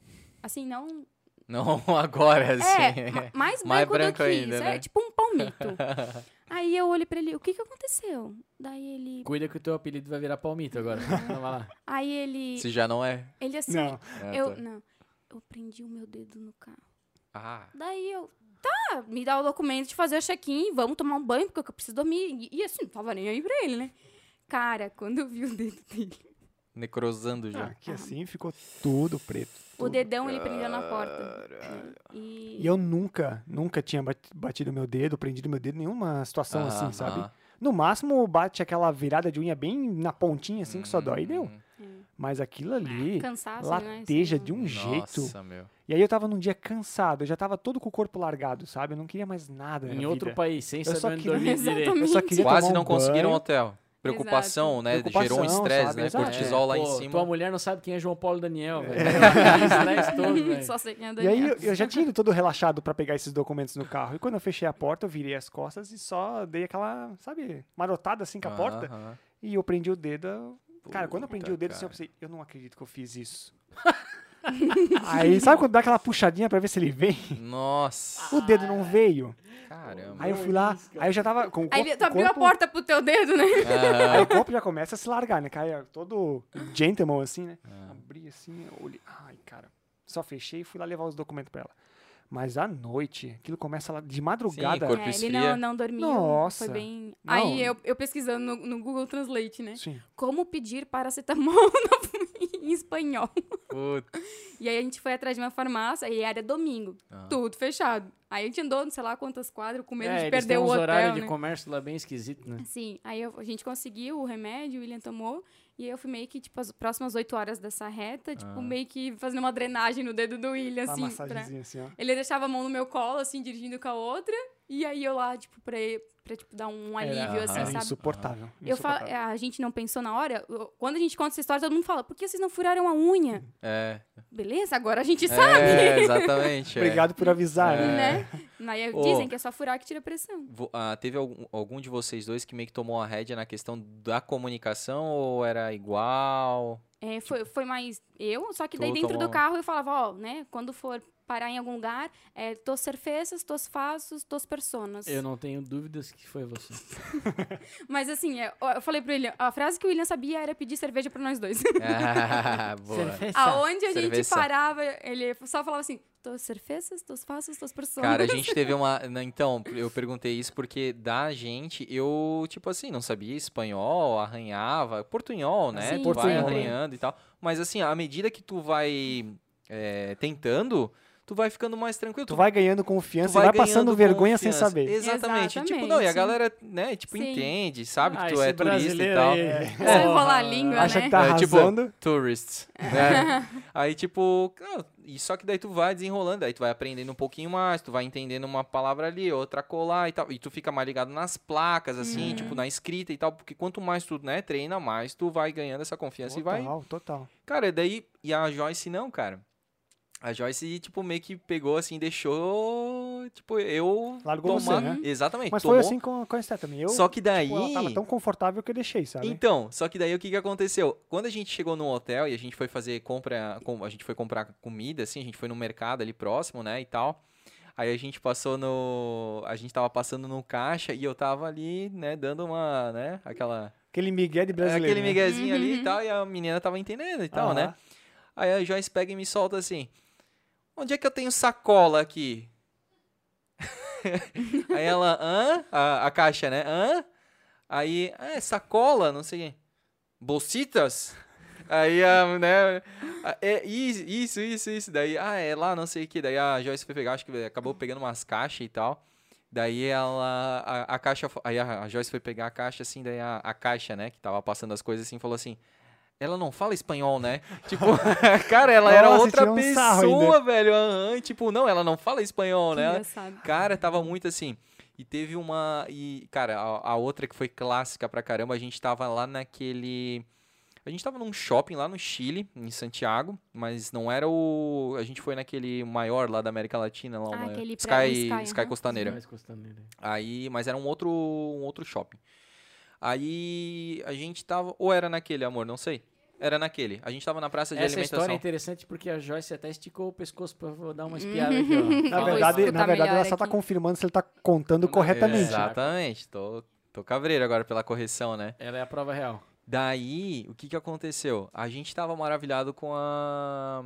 Speaker 3: Assim, não.
Speaker 1: Não agora, assim.
Speaker 3: É, ma- mais branco,
Speaker 1: Mais branco
Speaker 3: do que
Speaker 1: ainda,
Speaker 3: isso. É
Speaker 1: né?
Speaker 3: tipo um palmito. Aí eu olhei pra ele, o que que aconteceu? Daí ele.
Speaker 2: Cuida que o teu apelido vai virar palmito agora. Então vai lá.
Speaker 3: Aí ele.
Speaker 1: Se já não é.
Speaker 3: Ele assim.
Speaker 4: Não,
Speaker 1: É, tá.
Speaker 3: eu. Não. Eu prendi o meu dedo no carro.
Speaker 1: Ah,
Speaker 3: Daí eu. Tá, me dá o documento de fazer o check-in, vamos tomar um banho, porque eu preciso dormir. E, e assim, não tava nem aí pra ele, né? Cara, quando eu vi o dedo dele.
Speaker 1: necrosando já.
Speaker 4: aqui assim ficou tudo preto.
Speaker 3: O dedão ele prendeu na porta. né?
Speaker 4: E
Speaker 3: E,
Speaker 4: eu nunca, nunca tinha bat- batido meu dedo, prendido meu dedo em nenhuma situação assim,
Speaker 1: Aham.
Speaker 4: sabe? No máximo bate aquela virada de unha bem na pontinha assim que só dói e deu.
Speaker 1: Hum,
Speaker 4: Mas aquilo ali
Speaker 3: Ah, cansaço, né?
Speaker 4: lateja
Speaker 3: Assim,
Speaker 4: de um jeito.
Speaker 1: Nossa, meu.
Speaker 4: E aí eu tava num dia cansado, eu já tava todo com o corpo largado, sabe? Eu não queria mais nada.
Speaker 2: Em
Speaker 4: na
Speaker 2: outro
Speaker 4: vida.
Speaker 2: país, sem
Speaker 4: só
Speaker 2: saber onde
Speaker 4: queria-
Speaker 2: dormir direito.
Speaker 4: Eu só queria
Speaker 1: Quase
Speaker 4: tomar um
Speaker 1: não conseguiram
Speaker 4: banho.
Speaker 1: hotel. Preocupação, né? Gerou um
Speaker 4: Preocupação,
Speaker 1: estresse,
Speaker 4: sabe?
Speaker 1: né?
Speaker 4: Exato.
Speaker 1: Cortisol lá
Speaker 2: É,
Speaker 1: em
Speaker 2: pô,
Speaker 1: cima.
Speaker 2: Tua mulher não sabe quem é João Paulo Daniel, velho. Estresse todo, velho.
Speaker 3: Só sei quem é
Speaker 4: E aí eu,
Speaker 3: Daniel.
Speaker 4: eu já tinha ido todo relaxado pra pegar esses documentos no carro. E quando eu fechei a porta, eu virei as costas e só dei aquela, sabe, marotada assim com a porta.
Speaker 1: Aham.
Speaker 4: E eu prendi o dedo. eu- Cara, quando eu prendi
Speaker 1: Puta,
Speaker 4: o dedo, assim, eu
Speaker 1: cara.
Speaker 4: pensei, eu não acredito que eu fiz isso. Aí, sabe quando dá aquela puxadinha pra ver se ele vem?
Speaker 1: Nossa,
Speaker 4: O dedo não veio.
Speaker 1: caramba.
Speaker 4: Aí eu fui lá, aí eu já tava com o corpo.
Speaker 3: Aí ele- tu abriu a
Speaker 4: corpo-
Speaker 3: porta pro teu dedo, né?
Speaker 4: Aí o corpo já começa a se largar, né? Cara, eu todo gentleman assim, né?
Speaker 1: É.
Speaker 4: Abri assim, eu olhei. Ai, cara. Só fechei e fui lá levar os documentos pra ela. Mas à noite, aquilo começa lá de madrugada.
Speaker 1: corpo
Speaker 3: É, ele
Speaker 1: esfria.
Speaker 3: não, não dormiu.
Speaker 4: Nossa.
Speaker 3: Foi bem.
Speaker 4: Não.
Speaker 3: Aí eu, eu pesquisando no, no Google Translate, né?
Speaker 4: Sim.
Speaker 3: Como pedir paracetamol na- em espanhol.
Speaker 1: Puta.
Speaker 3: E aí a gente foi atrás de uma farmácia e era domingo.
Speaker 1: Ah.
Speaker 3: Tudo fechado. Aí a gente andou, não sei lá quantas quadras, com medo
Speaker 2: É,
Speaker 3: de
Speaker 2: eles têm
Speaker 3: perder o
Speaker 2: uns
Speaker 3: hotel.
Speaker 2: horários de
Speaker 3: Né?
Speaker 2: comércio lá bem esquisito, né?
Speaker 3: Sim, aí eu- a gente conseguiu o remédio, o William tomou. E eu fui meio que, tipo, as próximas oito horas dessa reta, tipo,
Speaker 1: Ah.
Speaker 3: meio que fazendo uma drenagem no dedo do William,
Speaker 4: Uma
Speaker 3: assim. pra-
Speaker 4: massagenzinha assim, ó.
Speaker 3: Ele deixava a mão no meu colo, assim, dirigindo com a outra. E E aí eu lá, tipo, pra, pra tipo, dar um
Speaker 2: Era-
Speaker 3: alívio, assim,
Speaker 4: Era
Speaker 3: sabe?
Speaker 4: insuportável.
Speaker 3: Eu falo, é,
Speaker 4: insuportável.
Speaker 3: a gente não pensou na hora. eu- Quando a gente conta essa história, todo mundo fala, por que vocês não furaram a unha?
Speaker 1: É.
Speaker 3: Beleza, agora a gente sabe,
Speaker 1: É, exatamente. é.
Speaker 4: Obrigado por avisar, né?
Speaker 3: né? Aí
Speaker 1: Ô.
Speaker 3: dizem que é só furar que tira pressão.
Speaker 1: Vo- ah, teve algum, algum de vocês dois que meio que tomou a rédea na questão da comunicação ou era igual?
Speaker 3: É, foi, foi mais eu, só que daí
Speaker 1: Tu
Speaker 3: dentro do
Speaker 1: tomou-
Speaker 3: carro eu falava, ó, né? Quando for parar em algum lugar, é, tos cerfezas, tos faços, tos personas.
Speaker 2: Eu não tenho dúvidas que foi você.
Speaker 3: Mas assim, é, ó, eu falei pro William, a frase que o William sabia era pedir cerveja pra nós dois.
Speaker 1: Ah, boa.
Speaker 3: Aonde a gente
Speaker 1: Cerveza.
Speaker 3: parava, ele só falava assim, tos cerfezas, tos faços, tos personas.
Speaker 1: Cara, a gente teve uma. na- Então, eu perguntei isso porque da gente, eu, tipo assim, não sabia espanhol, arranhava, portunhol, né?
Speaker 3: Sim,
Speaker 1: tu vai
Speaker 4: portunhol.
Speaker 1: arranhando e tal. Mas assim, à medida que tu vai é, tentando, tu vai ficando mais tranquilo.
Speaker 4: Tu vai ganhando confiança
Speaker 1: tu
Speaker 4: e vai passando
Speaker 1: ganhando
Speaker 4: vergonha sem
Speaker 1: confiança.
Speaker 4: saber.
Speaker 1: Exatamente.
Speaker 3: Exatamente.
Speaker 1: Tipo, não, e a galera, né, tipo,
Speaker 3: Sim.
Speaker 1: entende, sabe
Speaker 2: Ah,
Speaker 1: que tu
Speaker 2: esse
Speaker 1: é turista e
Speaker 2: brasileiro
Speaker 1: tal.
Speaker 2: aí.
Speaker 4: é.
Speaker 3: Só enrolar a língua,
Speaker 4: Acha
Speaker 3: né?
Speaker 4: que tá
Speaker 1: É, tipo,
Speaker 4: arrasando.
Speaker 1: tourists. né? aí, tipo, cara, e só que daí tu vai desenrolando, aí tu vai aprendendo um pouquinho mais, tu vai entendendo uma palavra ali, outra colar e tal. E tu fica mais ligado nas placas, assim, tipo, na escrita e tal, porque quanto mais tu, né, treina, mais tu vai ganhando essa confiança
Speaker 2: assim
Speaker 1: e vai.
Speaker 4: Total, total.
Speaker 1: Cara, daí. E a Joyce não, cara. A Joyce, tipo, meio que pegou assim, deixou. Tipo, eu.
Speaker 4: Largou você, né?
Speaker 1: Exatamente.
Speaker 4: Mas
Speaker 1: um tomou.
Speaker 4: foi assim com, com a Esté também. Eu,
Speaker 1: só que daí.
Speaker 4: tipo, ela tava tão confortável que eu deixei, sabe?
Speaker 1: Então, só que daí o que, que aconteceu? Quando a gente chegou no hotel e a gente foi fazer compra, com- a gente foi comprar comida, assim, a gente foi no mercado ali próximo, né, e tal. Aí a gente passou no, a gente tava passando no caixa e eu tava ali, né, dando uma, né, aquela,
Speaker 4: Aquele migué de brasileiro.
Speaker 1: É, aquele
Speaker 4: né?
Speaker 1: miguezinho ali
Speaker 3: Uhum.
Speaker 1: e tal, e a menina tava entendendo e tal,
Speaker 4: Aham.
Speaker 1: né. Aí a Joyce pega e me solta assim: Onde é que eu tenho sacola aqui? Aí ela, hã? A, a caixa, né? Hã? Aí, ah, é sacola, não sei. o quê. Bolsitas? Aí, a, né? a- É, isso, isso, isso, isso. Daí, ah, é lá, não sei o que. Daí a Joyce foi pegar, acho que acabou pegando umas caixas e tal. Daí ela, a, a caixa, fo- aí a, a Joyce foi pegar a caixa, assim, daí a, a caixa, né, que tava passando as coisas, assim, falou assim, ela não fala espanhol, né? Tipo, cara, ela era
Speaker 4: Nossa,
Speaker 1: outra
Speaker 4: tirou um sarro ainda.
Speaker 1: pessoa, velho. aham, Tipo, não, ela não fala espanhol,
Speaker 3: Que
Speaker 1: né?
Speaker 3: engraçado.
Speaker 1: Cara, tava muito assim. E teve uma. E, cara, a, a outra que foi clássica pra caramba, a gente tava lá naquele. A gente tava num shopping lá no Chile, em Santiago, mas não era o. A gente foi naquele maior lá da América Latina, lá o
Speaker 3: Ah,
Speaker 1: maior-
Speaker 3: aquele
Speaker 1: Sky,
Speaker 3: pra- o Sky,
Speaker 1: Sky
Speaker 3: aham.
Speaker 1: Costaneira.
Speaker 2: é Mais costaneira.
Speaker 1: Aí, mas era um outro, um outro shopping. Aí a gente tava. Ou era naquele, amor, não sei. Era naquele. A gente tava na praça de
Speaker 2: Essa história é
Speaker 1: alimentação.
Speaker 2: interessante porque a Joyce até esticou o pescoço pra vou dar uma espiada aqui, ó.
Speaker 4: Uhum. Na
Speaker 3: Eu
Speaker 2: Fala
Speaker 3: vou
Speaker 4: verdade,
Speaker 3: escutar
Speaker 4: na verdade ela
Speaker 3: melhor
Speaker 4: só tá
Speaker 3: aqui.
Speaker 4: confirmando se ele tá
Speaker 1: É,
Speaker 4: contando corretamente. né?
Speaker 1: Exatamente. Tô, tô cabreiro agora pela correção, né?
Speaker 2: isso. Ela é a prova real.
Speaker 1: Daí, o que que aconteceu? A gente tava maravilhado com a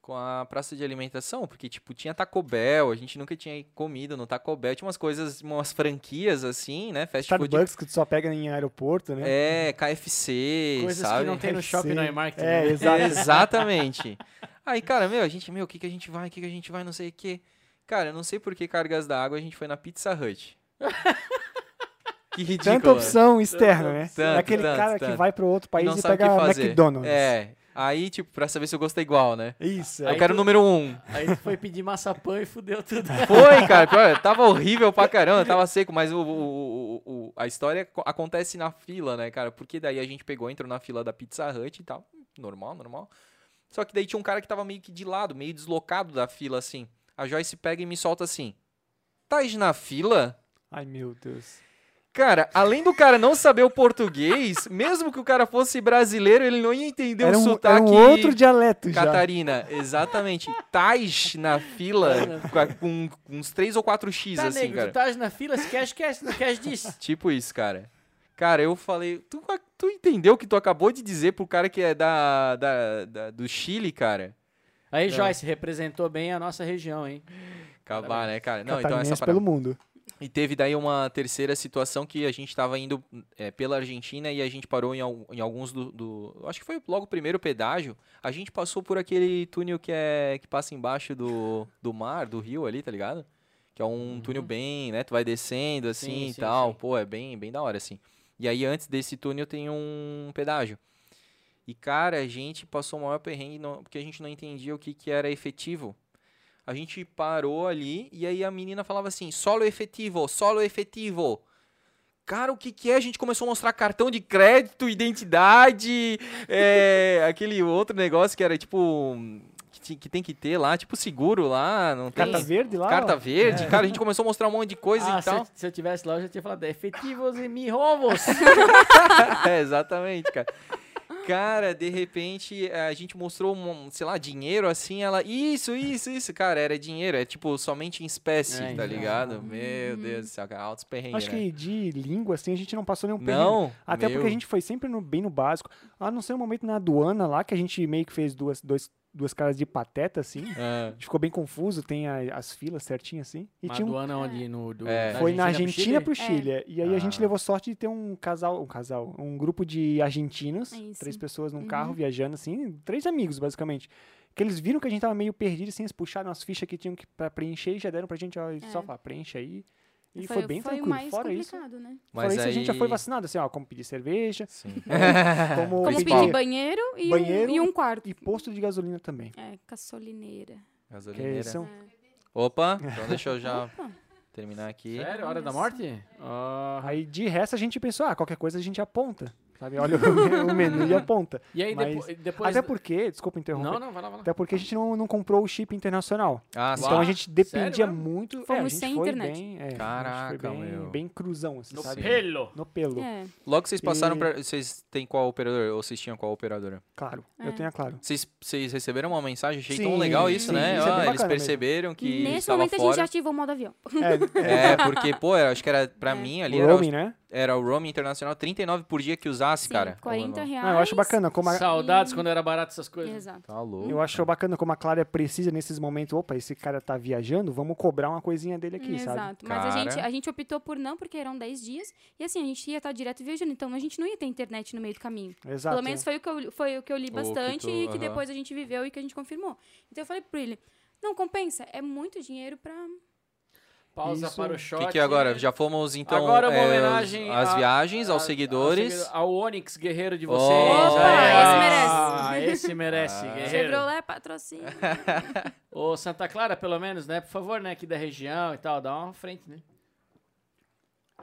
Speaker 1: com a praça de alimentação, porque tipo tinha Taco Bell, a gente nunca tinha comido no Taco Bell, tinha umas coisas, umas franquias assim, né? Fast food.
Speaker 4: Starbucks que tu só pega em aeroporto, né?
Speaker 1: É, KFC,
Speaker 2: Coisas
Speaker 1: sabe?
Speaker 2: que não tem no shopping,
Speaker 4: Sim.
Speaker 2: não é marketing.
Speaker 4: É,
Speaker 2: né?
Speaker 4: exato.
Speaker 1: Exatamente. Aí, cara, meu, a gente, meu, o que que a gente vai? O que que a gente vai? Não sei o quê. Cara, eu não sei por que cargas da água a gente foi na Pizza Hut. Que ridículo.
Speaker 4: Tanta opção externa, né?
Speaker 1: Tanto,
Speaker 4: é aquele
Speaker 1: tanto,
Speaker 4: cara que
Speaker 1: tanto.
Speaker 4: vai pro outro país
Speaker 1: não
Speaker 4: e
Speaker 1: sabe o que
Speaker 4: pega
Speaker 1: fazer.
Speaker 4: McDonald's.
Speaker 1: É. Aí, tipo, pra saber se eu gostei igual, né?
Speaker 4: Isso,
Speaker 1: Eu
Speaker 4: é.
Speaker 2: Aí
Speaker 1: quero o
Speaker 2: tu-
Speaker 1: número um.
Speaker 2: Aí tu foi pedir maçapã e fudeu tudo.
Speaker 1: Foi, cara. Pior, tava horrível pra caramba, tava seco, mas o, o- o- o- a história co- acontece na fila, né, cara? Porque daí a gente pegou, entrou na fila da Pizza Hut e tal. Normal, normal. Só que daí tinha um cara que tava meio que de lado, meio deslocado da fila, assim. A Joyce pega e me solta assim. Tais na fila?
Speaker 4: Ai, meu Deus.
Speaker 1: Cara, além do cara não saber o português, mesmo que o cara fosse brasileiro, ele não ia entender
Speaker 4: Era
Speaker 1: o
Speaker 4: um,
Speaker 1: sotaque.
Speaker 4: era um outro dialeto já.
Speaker 1: Catarina, exatamente. Tais na fila com, a- com- com uns três ou quatro X,
Speaker 2: Tá,
Speaker 1: assim,
Speaker 2: nego,
Speaker 1: cara.
Speaker 2: tu tá na fila, esquece, esquece, não esquece disso.
Speaker 1: Tipo isso, cara. Cara, eu falei. Tu, a- tu entendeu o que tu acabou de dizer pro cara que é da, da- da- do Chile, cara?
Speaker 2: Aí,
Speaker 1: Não.
Speaker 2: Joyce, representou bem a nossa região, hein?
Speaker 1: Acabar, né, cara? Não, então
Speaker 4: Catarinense
Speaker 1: essa parada.
Speaker 4: pelo mundo.
Speaker 1: E teve daí uma terceira situação que a gente tava indo é, pela Argentina e a gente parou em, al- em alguns do, do- Acho que foi logo o primeiro pedágio. A gente passou por aquele túnel que é que passa embaixo do, do mar, do rio ali, tá ligado? Que é um túnel bem, né? Tu vai descendo assim
Speaker 2: Uhum. Sim,
Speaker 1: e
Speaker 2: sim,
Speaker 1: tal.
Speaker 2: sim.
Speaker 1: Pô, é bem, bem da hora, assim. E aí antes desse túnel tem um pedágio. E cara, a gente passou o maior perrengue não- porque a gente não entendia o que, que era efetivo. A gente parou ali e aí a menina falava assim: solo efetivo, solo efetivo. Cara, o que, que é? A gente começou a mostrar cartão de crédito, identidade, é, aquele outro negócio que era tipo. Que, ti- que tem que ter lá, tipo seguro lá, não tem.
Speaker 4: Carta verde lá?
Speaker 1: Carta
Speaker 4: ó.
Speaker 1: verde. Cara, a gente começou a mostrar um monte de coisa
Speaker 2: Ah,
Speaker 1: e
Speaker 2: se, eu,
Speaker 1: tal.
Speaker 2: se eu tivesse lá, eu já tinha falado "É efetivos e me roubos.
Speaker 1: É, exatamente, cara. Cara, de repente eh, a gente mostrou, um, sei lá, dinheiro assim, ela. Isso, isso, isso, cara, era dinheiro, é tipo somente em espécie,
Speaker 2: É,
Speaker 1: tá
Speaker 2: então.
Speaker 1: ligado?
Speaker 4: Uhum.
Speaker 1: Meu Deus do céu, cara, altos perrengues. né?
Speaker 4: Acho que de língua, assim, a gente não passou nenhum perrengue.
Speaker 1: Não,
Speaker 4: Até
Speaker 1: meu.
Speaker 4: porque a gente foi sempre no- bem no básico. A não ser um momento na aduana lá, que a gente meio que fez duas, dois, duas caras de pateta, assim. A
Speaker 1: Ah,
Speaker 4: gente ficou bem confuso, tem a- as filas certinho, assim. E tinha um-
Speaker 2: Maduana onde? No, do,
Speaker 1: É.
Speaker 2: da
Speaker 4: foi na Argentina
Speaker 2: pro
Speaker 4: pro Chile. E aí a gente
Speaker 1: Ah.
Speaker 4: levou sorte de ter um casal, um casal, um grupo de argentinos,
Speaker 3: Aí sim.
Speaker 4: três pessoas num
Speaker 3: É Uhum.
Speaker 4: carro viajando, assim, três amigos, basicamente. Que eles viram que a gente tava meio perdido, assim, eles puxaram as fichas que tinham que, pra preencher e já deram pra gente, ó, só fala, preenche aí. E foi, bem
Speaker 3: É. foi
Speaker 4: tranquilo.
Speaker 3: o mais
Speaker 4: Fora isso,
Speaker 3: complicado, né?
Speaker 1: mas
Speaker 4: Fora isso,
Speaker 1: aí...
Speaker 4: a gente já foi vacinado, assim, ó, como pedir cerveja,
Speaker 1: Sim.
Speaker 4: como,
Speaker 3: Como
Speaker 4: pedir
Speaker 3: pedir banheiro e,
Speaker 4: Banheiro
Speaker 3: um, e um quarto.
Speaker 4: e posto de gasolina também.
Speaker 3: É, caçolineira.
Speaker 4: Que
Speaker 1: Gasolineira.
Speaker 4: são...
Speaker 3: É.
Speaker 1: Opa, então deixa eu já terminar aqui.
Speaker 2: Sério? Hora da morte? Ah,
Speaker 4: Aí de resto a gente pensou, ah, qualquer coisa a gente aponta. Sabe? Olha o, o menu e aponta.
Speaker 2: e aí
Speaker 4: Mas-
Speaker 2: depo- depois...
Speaker 4: Até porque, desculpa interromper.
Speaker 2: Não, não, vai lá, vai lá.
Speaker 4: Até porque a gente não, não comprou o chip internacional.
Speaker 1: Ah,
Speaker 2: Uau.
Speaker 1: sim.
Speaker 4: Então a gente dependia
Speaker 2: Sério mesmo?
Speaker 4: muito. é, a
Speaker 3: Fomos
Speaker 4: gente
Speaker 3: sem
Speaker 4: foi
Speaker 3: internet.
Speaker 4: Bem, é, a gente
Speaker 1: Caraca,
Speaker 4: foi bem,
Speaker 1: meu.
Speaker 4: bem cruzão, assim,
Speaker 1: No
Speaker 4: sabe?
Speaker 1: pé.
Speaker 2: Pelo.
Speaker 4: No pelo.
Speaker 3: É,
Speaker 1: Logo que vocês passaram
Speaker 4: E-
Speaker 1: pra. Vocês têm qual operador? Ou vocês tinham qual operadora?
Speaker 4: Claro,
Speaker 3: É.
Speaker 4: eu tenho a claro.
Speaker 1: Vocês, vocês receberam uma mensagem? Achei tão
Speaker 4: Sim,
Speaker 1: legal isso,
Speaker 4: sim,
Speaker 1: né?
Speaker 4: isso é bem
Speaker 1: Ah, eles
Speaker 4: bacana mesmo.
Speaker 1: perceberam que
Speaker 3: Nesse
Speaker 1: estava
Speaker 3: momento a gente já
Speaker 1: fora.
Speaker 3: ativou o modo avião.
Speaker 4: É,
Speaker 1: É, porque, pô, eu acho que era
Speaker 3: É.
Speaker 1: pra mim ali,
Speaker 4: o
Speaker 1: era,
Speaker 4: roaming, né?
Speaker 1: o- era o roaming internacional, 39 por dia que usasse,
Speaker 3: Sim,
Speaker 1: cara.
Speaker 3: 40 reais.
Speaker 4: Ah, eu acho bacana como a,
Speaker 2: Saudades quando era barato essas coisas.
Speaker 3: Exato.
Speaker 1: Tá louco.
Speaker 4: eu acho bacana como a Clara é precisa nesses momentos. Opa, esse cara tá viajando, vamos cobrar uma coisinha dele aqui, sabe?
Speaker 3: Exato. Mas a gente,
Speaker 1: Cara.
Speaker 3: a gente optou por não, porque eram 10 dias. E assim, a gente ia estar direto viajando. Então a gente não ia ter internet no meio do caminho.
Speaker 4: Exato.
Speaker 3: Pelo menos foi o que eu, foi o que eu li
Speaker 1: Oh, que
Speaker 3: bastante
Speaker 1: tu-
Speaker 3: e que
Speaker 1: aham.
Speaker 3: depois a gente viveu e que a gente confirmou. Então eu falei pra ele, não compensa, é muito dinheiro pra...
Speaker 2: Pausa
Speaker 4: Isso.
Speaker 2: para o
Speaker 1: O
Speaker 2: shot.
Speaker 1: que, que é agora? Já fomos, então,
Speaker 2: Agora uma
Speaker 1: é, os-
Speaker 2: homenagem
Speaker 1: às
Speaker 2: a-
Speaker 1: viagens, aos
Speaker 2: a-
Speaker 1: seguidores.
Speaker 2: Ao, Onix, guerreiro de
Speaker 1: Oh.
Speaker 2: vocês.
Speaker 1: Opa,
Speaker 2: Ah, esse merece,
Speaker 1: Ah.
Speaker 2: guerreiro.
Speaker 3: Chevrolet patrocínio.
Speaker 2: Ô, Santa Clara, pelo menos, né? Por favor, né? Aqui da região e tal, dá uma frente, né?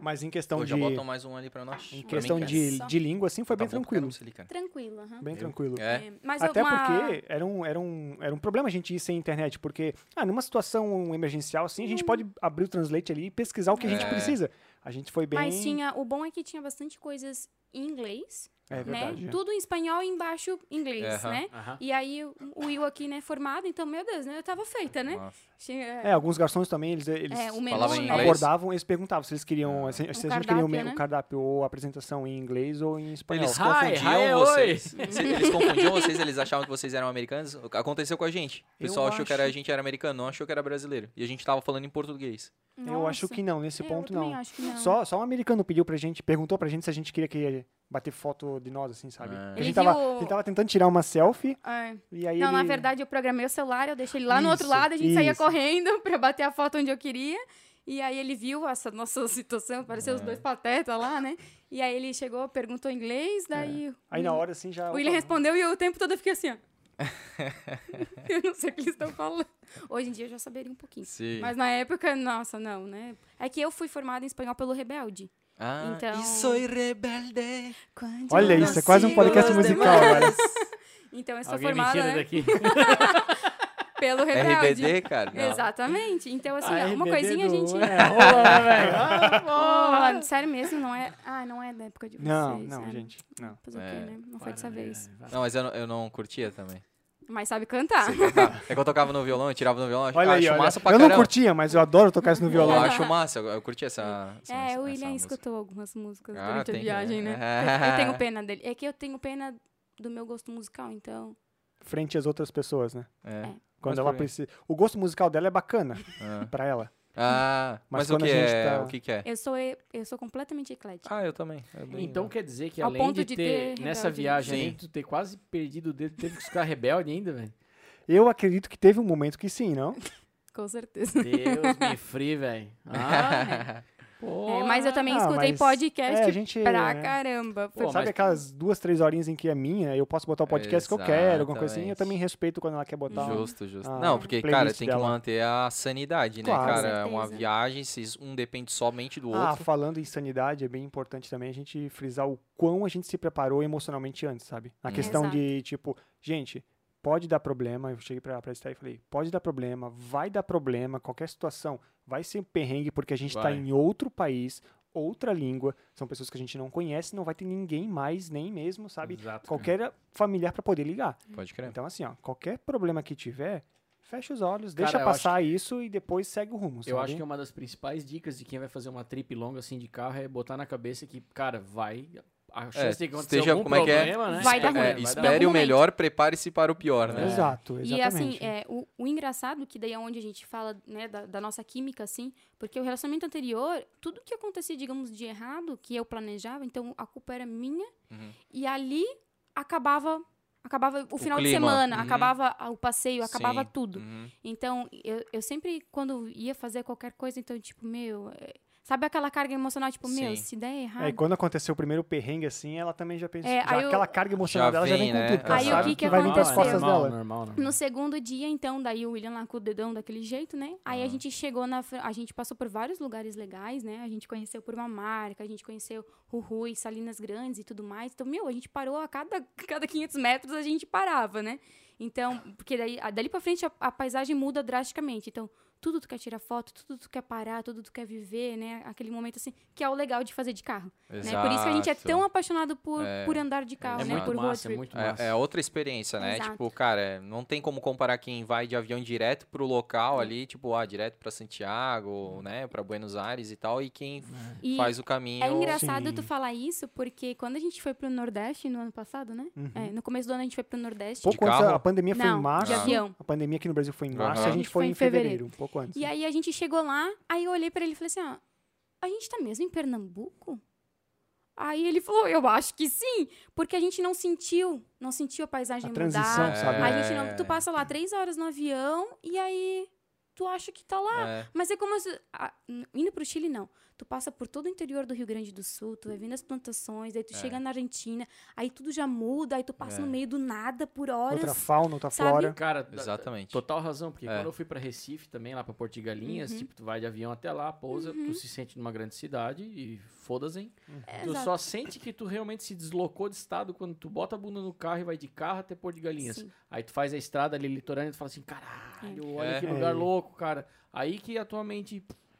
Speaker 4: Mas em questão
Speaker 1: Pô,
Speaker 4: Então de,
Speaker 1: já botam mais um ali pra nós.
Speaker 4: em
Speaker 1: Pra
Speaker 4: questão
Speaker 1: mim, cara.
Speaker 4: de,
Speaker 3: Só.
Speaker 4: de língua, assim, foi
Speaker 1: Tá
Speaker 4: bem
Speaker 1: bom,
Speaker 4: tranquilo.
Speaker 1: caramba, isso ali, cara.
Speaker 3: Tranquilo, aham.
Speaker 4: Bem tranquilo.
Speaker 1: É.
Speaker 3: É, mas
Speaker 4: Até
Speaker 3: uma-
Speaker 4: porque era um, era, um, era um problema a gente ir sem internet, porque ah, numa situação emergencial assim, a
Speaker 3: Hum.
Speaker 4: gente pode abrir o Translate ali e pesquisar o que a gente
Speaker 1: É.
Speaker 4: precisa. A gente foi bem...
Speaker 3: Mas tinha, o bom é que tinha bastante coisas em inglês,
Speaker 4: É verdade.
Speaker 3: né?
Speaker 4: é.
Speaker 3: Tudo em espanhol e embaixo inglês,
Speaker 1: Aham.
Speaker 3: né?
Speaker 2: Aham.
Speaker 3: E aí o o Will aqui, né, formado, então, meu Deus, né? Eu tava feita, né?
Speaker 1: Nossa.
Speaker 3: Tinha-
Speaker 4: É, alguns garçons também, eles, eles
Speaker 3: É, o menu,
Speaker 1: Falava em
Speaker 3: né?
Speaker 1: inglês? Ah.
Speaker 4: abordavam, eles perguntavam se eles queriam, se, se a gente queria o, me-
Speaker 3: cardápio, né?
Speaker 4: o cardápio ou a apresentação em inglês ou em espanhol.
Speaker 1: Eles
Speaker 2: Hi,
Speaker 1: confundiam
Speaker 2: hi, oi.
Speaker 1: vocês. Se- Eles confundiam vocês, eles achavam que vocês eram americanos. O que Aconteceu com a gente. O
Speaker 4: Eu
Speaker 1: pessoal achou que era, a
Speaker 4: acho-
Speaker 1: gente era americano, não achou que era brasileiro. E a gente tava falando em português.
Speaker 4: É, Eu acho
Speaker 3: Nossa.
Speaker 4: que não, nesse
Speaker 3: É,
Speaker 4: ponto
Speaker 3: eu também
Speaker 4: não.
Speaker 3: acho que não.
Speaker 4: Só, só um americano pediu pra gente, perguntou pra gente se a gente queria que bater foto de nós, assim, sabe?
Speaker 1: Ah.
Speaker 4: A,
Speaker 3: Ele
Speaker 4: gente tava,
Speaker 3: viu-
Speaker 4: ele tava tentando tirar uma selfie
Speaker 3: É.
Speaker 4: e aí
Speaker 3: Não,
Speaker 4: ele...
Speaker 3: na verdade eu programei o celular, eu deixei ele lá no outro
Speaker 4: Isso,
Speaker 3: lado, a gente saía
Speaker 4: isso.
Speaker 3: correndo pra bater a foto onde eu queria. E aí ele viu essa nossa situação, parecia
Speaker 4: É.
Speaker 3: os dois patetas lá, né? E aí ele chegou, perguntou em inglês, daí
Speaker 4: É. Aí na hora, assim, já...
Speaker 3: o William
Speaker 4: opa,
Speaker 3: respondeu e eu o tempo todo eu fiquei assim, ó. eu não sei o que eles estão falando. Hoje em dia eu já saberia um pouquinho.
Speaker 1: Sim.
Speaker 3: Mas na época, nossa, não, né? É que eu fui formada em espanhol pelo Rebelde.
Speaker 1: Ah,
Speaker 3: Então-
Speaker 1: e soy rebelde.
Speaker 3: Quando
Speaker 4: Olha
Speaker 3: eu
Speaker 4: isso, é quase um
Speaker 3: nasci,
Speaker 4: podcast
Speaker 3: os
Speaker 4: musical,
Speaker 3: demais-
Speaker 4: velho.
Speaker 3: Então eu sou
Speaker 2: Alguém me
Speaker 3: formada
Speaker 2: tira
Speaker 3: né,
Speaker 2: daqui.
Speaker 3: pelo
Speaker 1: É
Speaker 3: Rebelde.
Speaker 1: RBD, cara. Não.
Speaker 3: Exatamente. Então, assim,
Speaker 4: Ah,
Speaker 3: ó, uma
Speaker 2: RBD
Speaker 3: coisinha a
Speaker 2: do-
Speaker 3: gente.
Speaker 2: É, rola, né, velho? Ah, porra.
Speaker 3: Ah, sério mesmo, não é. Ah, não é da época de vocês.
Speaker 4: Não, não,
Speaker 3: é.
Speaker 4: gente, não.
Speaker 3: Fazer o
Speaker 1: É.
Speaker 3: quê, né? Não foi dessa vez.
Speaker 1: Não, mas eu, não- eu não curtia também.
Speaker 3: Mas sabe cantar.
Speaker 1: Sei cantar. É que eu tocava no violão, eu tirava no violão. eu
Speaker 4: Olha
Speaker 1: acho
Speaker 4: aí, olha.
Speaker 1: massa pra
Speaker 4: Eu
Speaker 1: caramba.
Speaker 4: não curtia, mas eu adoro tocar isso no
Speaker 1: Eu
Speaker 4: violão.
Speaker 1: acho massa, eu, eu curti essa. essa
Speaker 3: É,
Speaker 1: essa
Speaker 3: o William
Speaker 1: música.
Speaker 3: escutou algumas músicas
Speaker 1: Ah,
Speaker 3: durante a
Speaker 1: tem-
Speaker 3: viagem, né?
Speaker 1: é.
Speaker 3: Eu, eu tenho pena dele. É que eu tenho pena do meu gosto musical, então.
Speaker 4: Frente às outras pessoas, né?
Speaker 1: É.
Speaker 4: Quando
Speaker 1: Mas
Speaker 4: ela
Speaker 1: por quê?
Speaker 4: precisa... O gosto musical dela é bacana
Speaker 1: Ah.
Speaker 4: pra ela.
Speaker 1: Ah, mas,
Speaker 4: Mas
Speaker 1: o,
Speaker 4: quando
Speaker 1: que
Speaker 4: a gente
Speaker 1: é,
Speaker 4: tá-
Speaker 1: o que que é?
Speaker 3: Eu sou, e- eu sou completamente eclética.
Speaker 1: Ah, eu também. eu bem-
Speaker 2: Então quer dizer que
Speaker 3: Ao
Speaker 2: além
Speaker 3: ponto
Speaker 2: de,
Speaker 3: de
Speaker 2: ter,
Speaker 3: ter
Speaker 2: nessa
Speaker 3: rebelde.
Speaker 2: viagem,
Speaker 1: Sim.
Speaker 2: além de tu ter quase perdido o dedo, teve que ficar rebelde ainda, velho.
Speaker 4: Eu acredito que teve um momento que sim, não?
Speaker 3: Com certeza.
Speaker 2: Deus me free, velho. Ah,
Speaker 3: É, mas eu também
Speaker 4: Ah,
Speaker 3: escutei
Speaker 4: mas-
Speaker 3: podcast
Speaker 4: é, a gente-
Speaker 3: pra
Speaker 4: é.
Speaker 3: caramba.
Speaker 2: Pô,
Speaker 4: Sabe
Speaker 2: mas-
Speaker 4: aquelas duas, três horinhas em que é minha, eu posso botar o podcast que eu quero, alguma coisa assim. Eu
Speaker 1: Exatamente.
Speaker 4: também respeito quando ela quer botar. um-
Speaker 1: Justo, justo.
Speaker 4: a
Speaker 1: não, porque, cara,
Speaker 4: playlist
Speaker 1: tem que
Speaker 4: dela.
Speaker 1: manter a sanidade, né,
Speaker 4: Claro.
Speaker 1: cara? É
Speaker 3: Com
Speaker 1: uma
Speaker 3: certeza.
Speaker 1: viagem, se um depende somente do
Speaker 4: Ah,
Speaker 1: outro.
Speaker 4: falando em sanidade, é bem importante também a gente frisar o quão a gente se preparou emocionalmente antes, sabe? Na
Speaker 1: Hum.
Speaker 4: questão de, tipo, gente, pode dar problema. Eu cheguei pra, pra Esther e falei, pode dar problema, vai dar problema, qualquer situação. Vai ser um perrengue porque a gente tá
Speaker 1: Vai.
Speaker 4: em outro país, outra língua, são pessoas que a gente não conhece, não vai ter ninguém mais, nem mesmo, sabe?
Speaker 2: Exato.
Speaker 4: Qualquer familiar pra poder ligar.
Speaker 1: Pode crer.
Speaker 4: Então, assim, ó, qualquer problema que tiver, fecha os olhos,
Speaker 2: Cara,
Speaker 4: deixa
Speaker 2: eu
Speaker 4: passar isso e depois segue o rumo,
Speaker 2: Eu
Speaker 4: sabe?
Speaker 2: acho que é uma das principais dicas de quem vai fazer uma trip longa assim de carro é botar na cabeça que, cara, vai. A chance de acontecer
Speaker 1: esteja-
Speaker 2: algum
Speaker 1: como é que é?
Speaker 2: problema, né?
Speaker 3: Vai dar
Speaker 1: É,
Speaker 2: dar
Speaker 3: ruim.
Speaker 1: espere
Speaker 3: ruim.
Speaker 1: o melhor, prepare-se para o pior, né?
Speaker 4: Exato,
Speaker 3: E assim,
Speaker 4: exatamente.
Speaker 3: é, o, o engraçado, que daí é onde a gente fala né, da, da nossa química, assim, porque o relacionamento anterior, tudo que acontecia, digamos, de errado, que eu planejava, então a culpa era minha,
Speaker 1: Uhum.
Speaker 3: e ali acabava acabava o final de
Speaker 1: clima,
Speaker 3: semana,
Speaker 1: uhum.
Speaker 3: acabava ah, o passeio, acabava
Speaker 1: Sim,
Speaker 3: tudo.
Speaker 1: uhum.
Speaker 3: Então, eu, eu sempre, quando ia fazer qualquer coisa, então, tipo, meu. é, Sabe aquela carga emocional, tipo, meu,
Speaker 1: Sim.
Speaker 3: se der errado.
Speaker 4: É, e quando aconteceu o primeiro perrengue, assim, ela também já pensou.
Speaker 3: É,
Speaker 4: já
Speaker 3: aí eu-
Speaker 4: aquela carga emocional
Speaker 1: Já
Speaker 4: dela já vem
Speaker 1: vem,
Speaker 4: com
Speaker 1: né?
Speaker 4: tudo. ela
Speaker 3: Aí o
Speaker 4: sabe
Speaker 3: que que
Speaker 4: vai vir pras
Speaker 3: aconteceu?
Speaker 4: costas
Speaker 2: normal,
Speaker 4: dela.
Speaker 2: Normal, né? normal.
Speaker 3: No segundo dia, então, daí o William lá com o dedão daquele jeito, né? Aí a gente chegou na. Fran- A gente passou por vários lugares legais, né? A gente conheceu por uma marca, a gente conheceu Rui, Salinas Grandes e tudo mais. Então, meu, a gente parou a cada, cada 500 metros, a gente parava, né? Então, porque daí, a- dali pra frente a, a paisagem muda drasticamente. Então, tudo tu quer tirar foto, tudo tu quer parar, tudo tu quer viver, né? Aquele momento assim, que é o legal de fazer de carro. Né? Por isso que a gente é
Speaker 1: Exato.
Speaker 3: tão apaixonado por, por andar de carro,
Speaker 2: É
Speaker 3: né?
Speaker 2: muito
Speaker 3: Por road
Speaker 2: massa, é
Speaker 3: trip.
Speaker 2: muito massa.
Speaker 1: É, é outra experiência, né?
Speaker 3: Exato.
Speaker 1: Tipo, cara, é, não tem como comparar quem vai de avião direto pro local ali, tipo, ah, direto pra Santiago, né, Pra Buenos Aires e tal, e quem
Speaker 3: E-
Speaker 1: faz o caminho.
Speaker 3: É engraçado
Speaker 4: Sim.
Speaker 3: tu falar isso, porque quando a gente foi pro Nordeste no ano passado, né? É, no começo do ano a gente foi pro Nordeste.
Speaker 4: Pouco antes,
Speaker 1: carro?
Speaker 4: a pandemia Uhum. foi
Speaker 3: Não,
Speaker 4: em
Speaker 3: de
Speaker 4: março.
Speaker 3: avião.
Speaker 4: A pandemia aqui no Brasil foi em março,
Speaker 1: Aham.
Speaker 4: a gente foi em fevereiro, um pouco antes.
Speaker 3: E aí a gente chegou lá, aí eu olhei pra ele e falei assim, ó, a gente tá mesmo em Pernambuco? Aí ele falou, eu acho que sim, porque a gente não sentiu, não sentiu a paisagem
Speaker 4: A transição,
Speaker 3: mudar.
Speaker 4: sabe?
Speaker 3: A gente não, né?
Speaker 1: É.
Speaker 3: tu passa lá três horas no avião e aí tu acha que tá lá.
Speaker 1: É,
Speaker 3: Mas é como se, ah, n- indo pro Chile não. Tu passa por todo o interior do Rio Grande do Sul, tu vai vendo as plantações, aí tu chega na Argentina, aí tudo já muda, aí tu
Speaker 1: É.
Speaker 3: passa no meio do nada por horas.
Speaker 4: outra fauna, outra
Speaker 3: sabe?
Speaker 4: flora.
Speaker 2: Cara, da-
Speaker 1: Exatamente.
Speaker 2: total razão, porque
Speaker 1: É.
Speaker 2: quando eu fui pra Recife também, lá pra Porto de Galinhas,
Speaker 3: Uhum.
Speaker 2: tipo, tu vai de avião até lá, pousa, tu se sente numa grande cidade e foda-se, hein?
Speaker 4: Uhum.
Speaker 2: Tu
Speaker 3: É, Exato.
Speaker 2: só sente que tu realmente se deslocou de estado quando tu bota a bunda no carro e vai de carro até Porto de Galinhas.
Speaker 3: Sim.
Speaker 2: Aí tu faz a estrada ali litorânea e tu fala assim, caralho, olha
Speaker 1: É.
Speaker 2: que lugar louco, cara. Aí que a tua mente...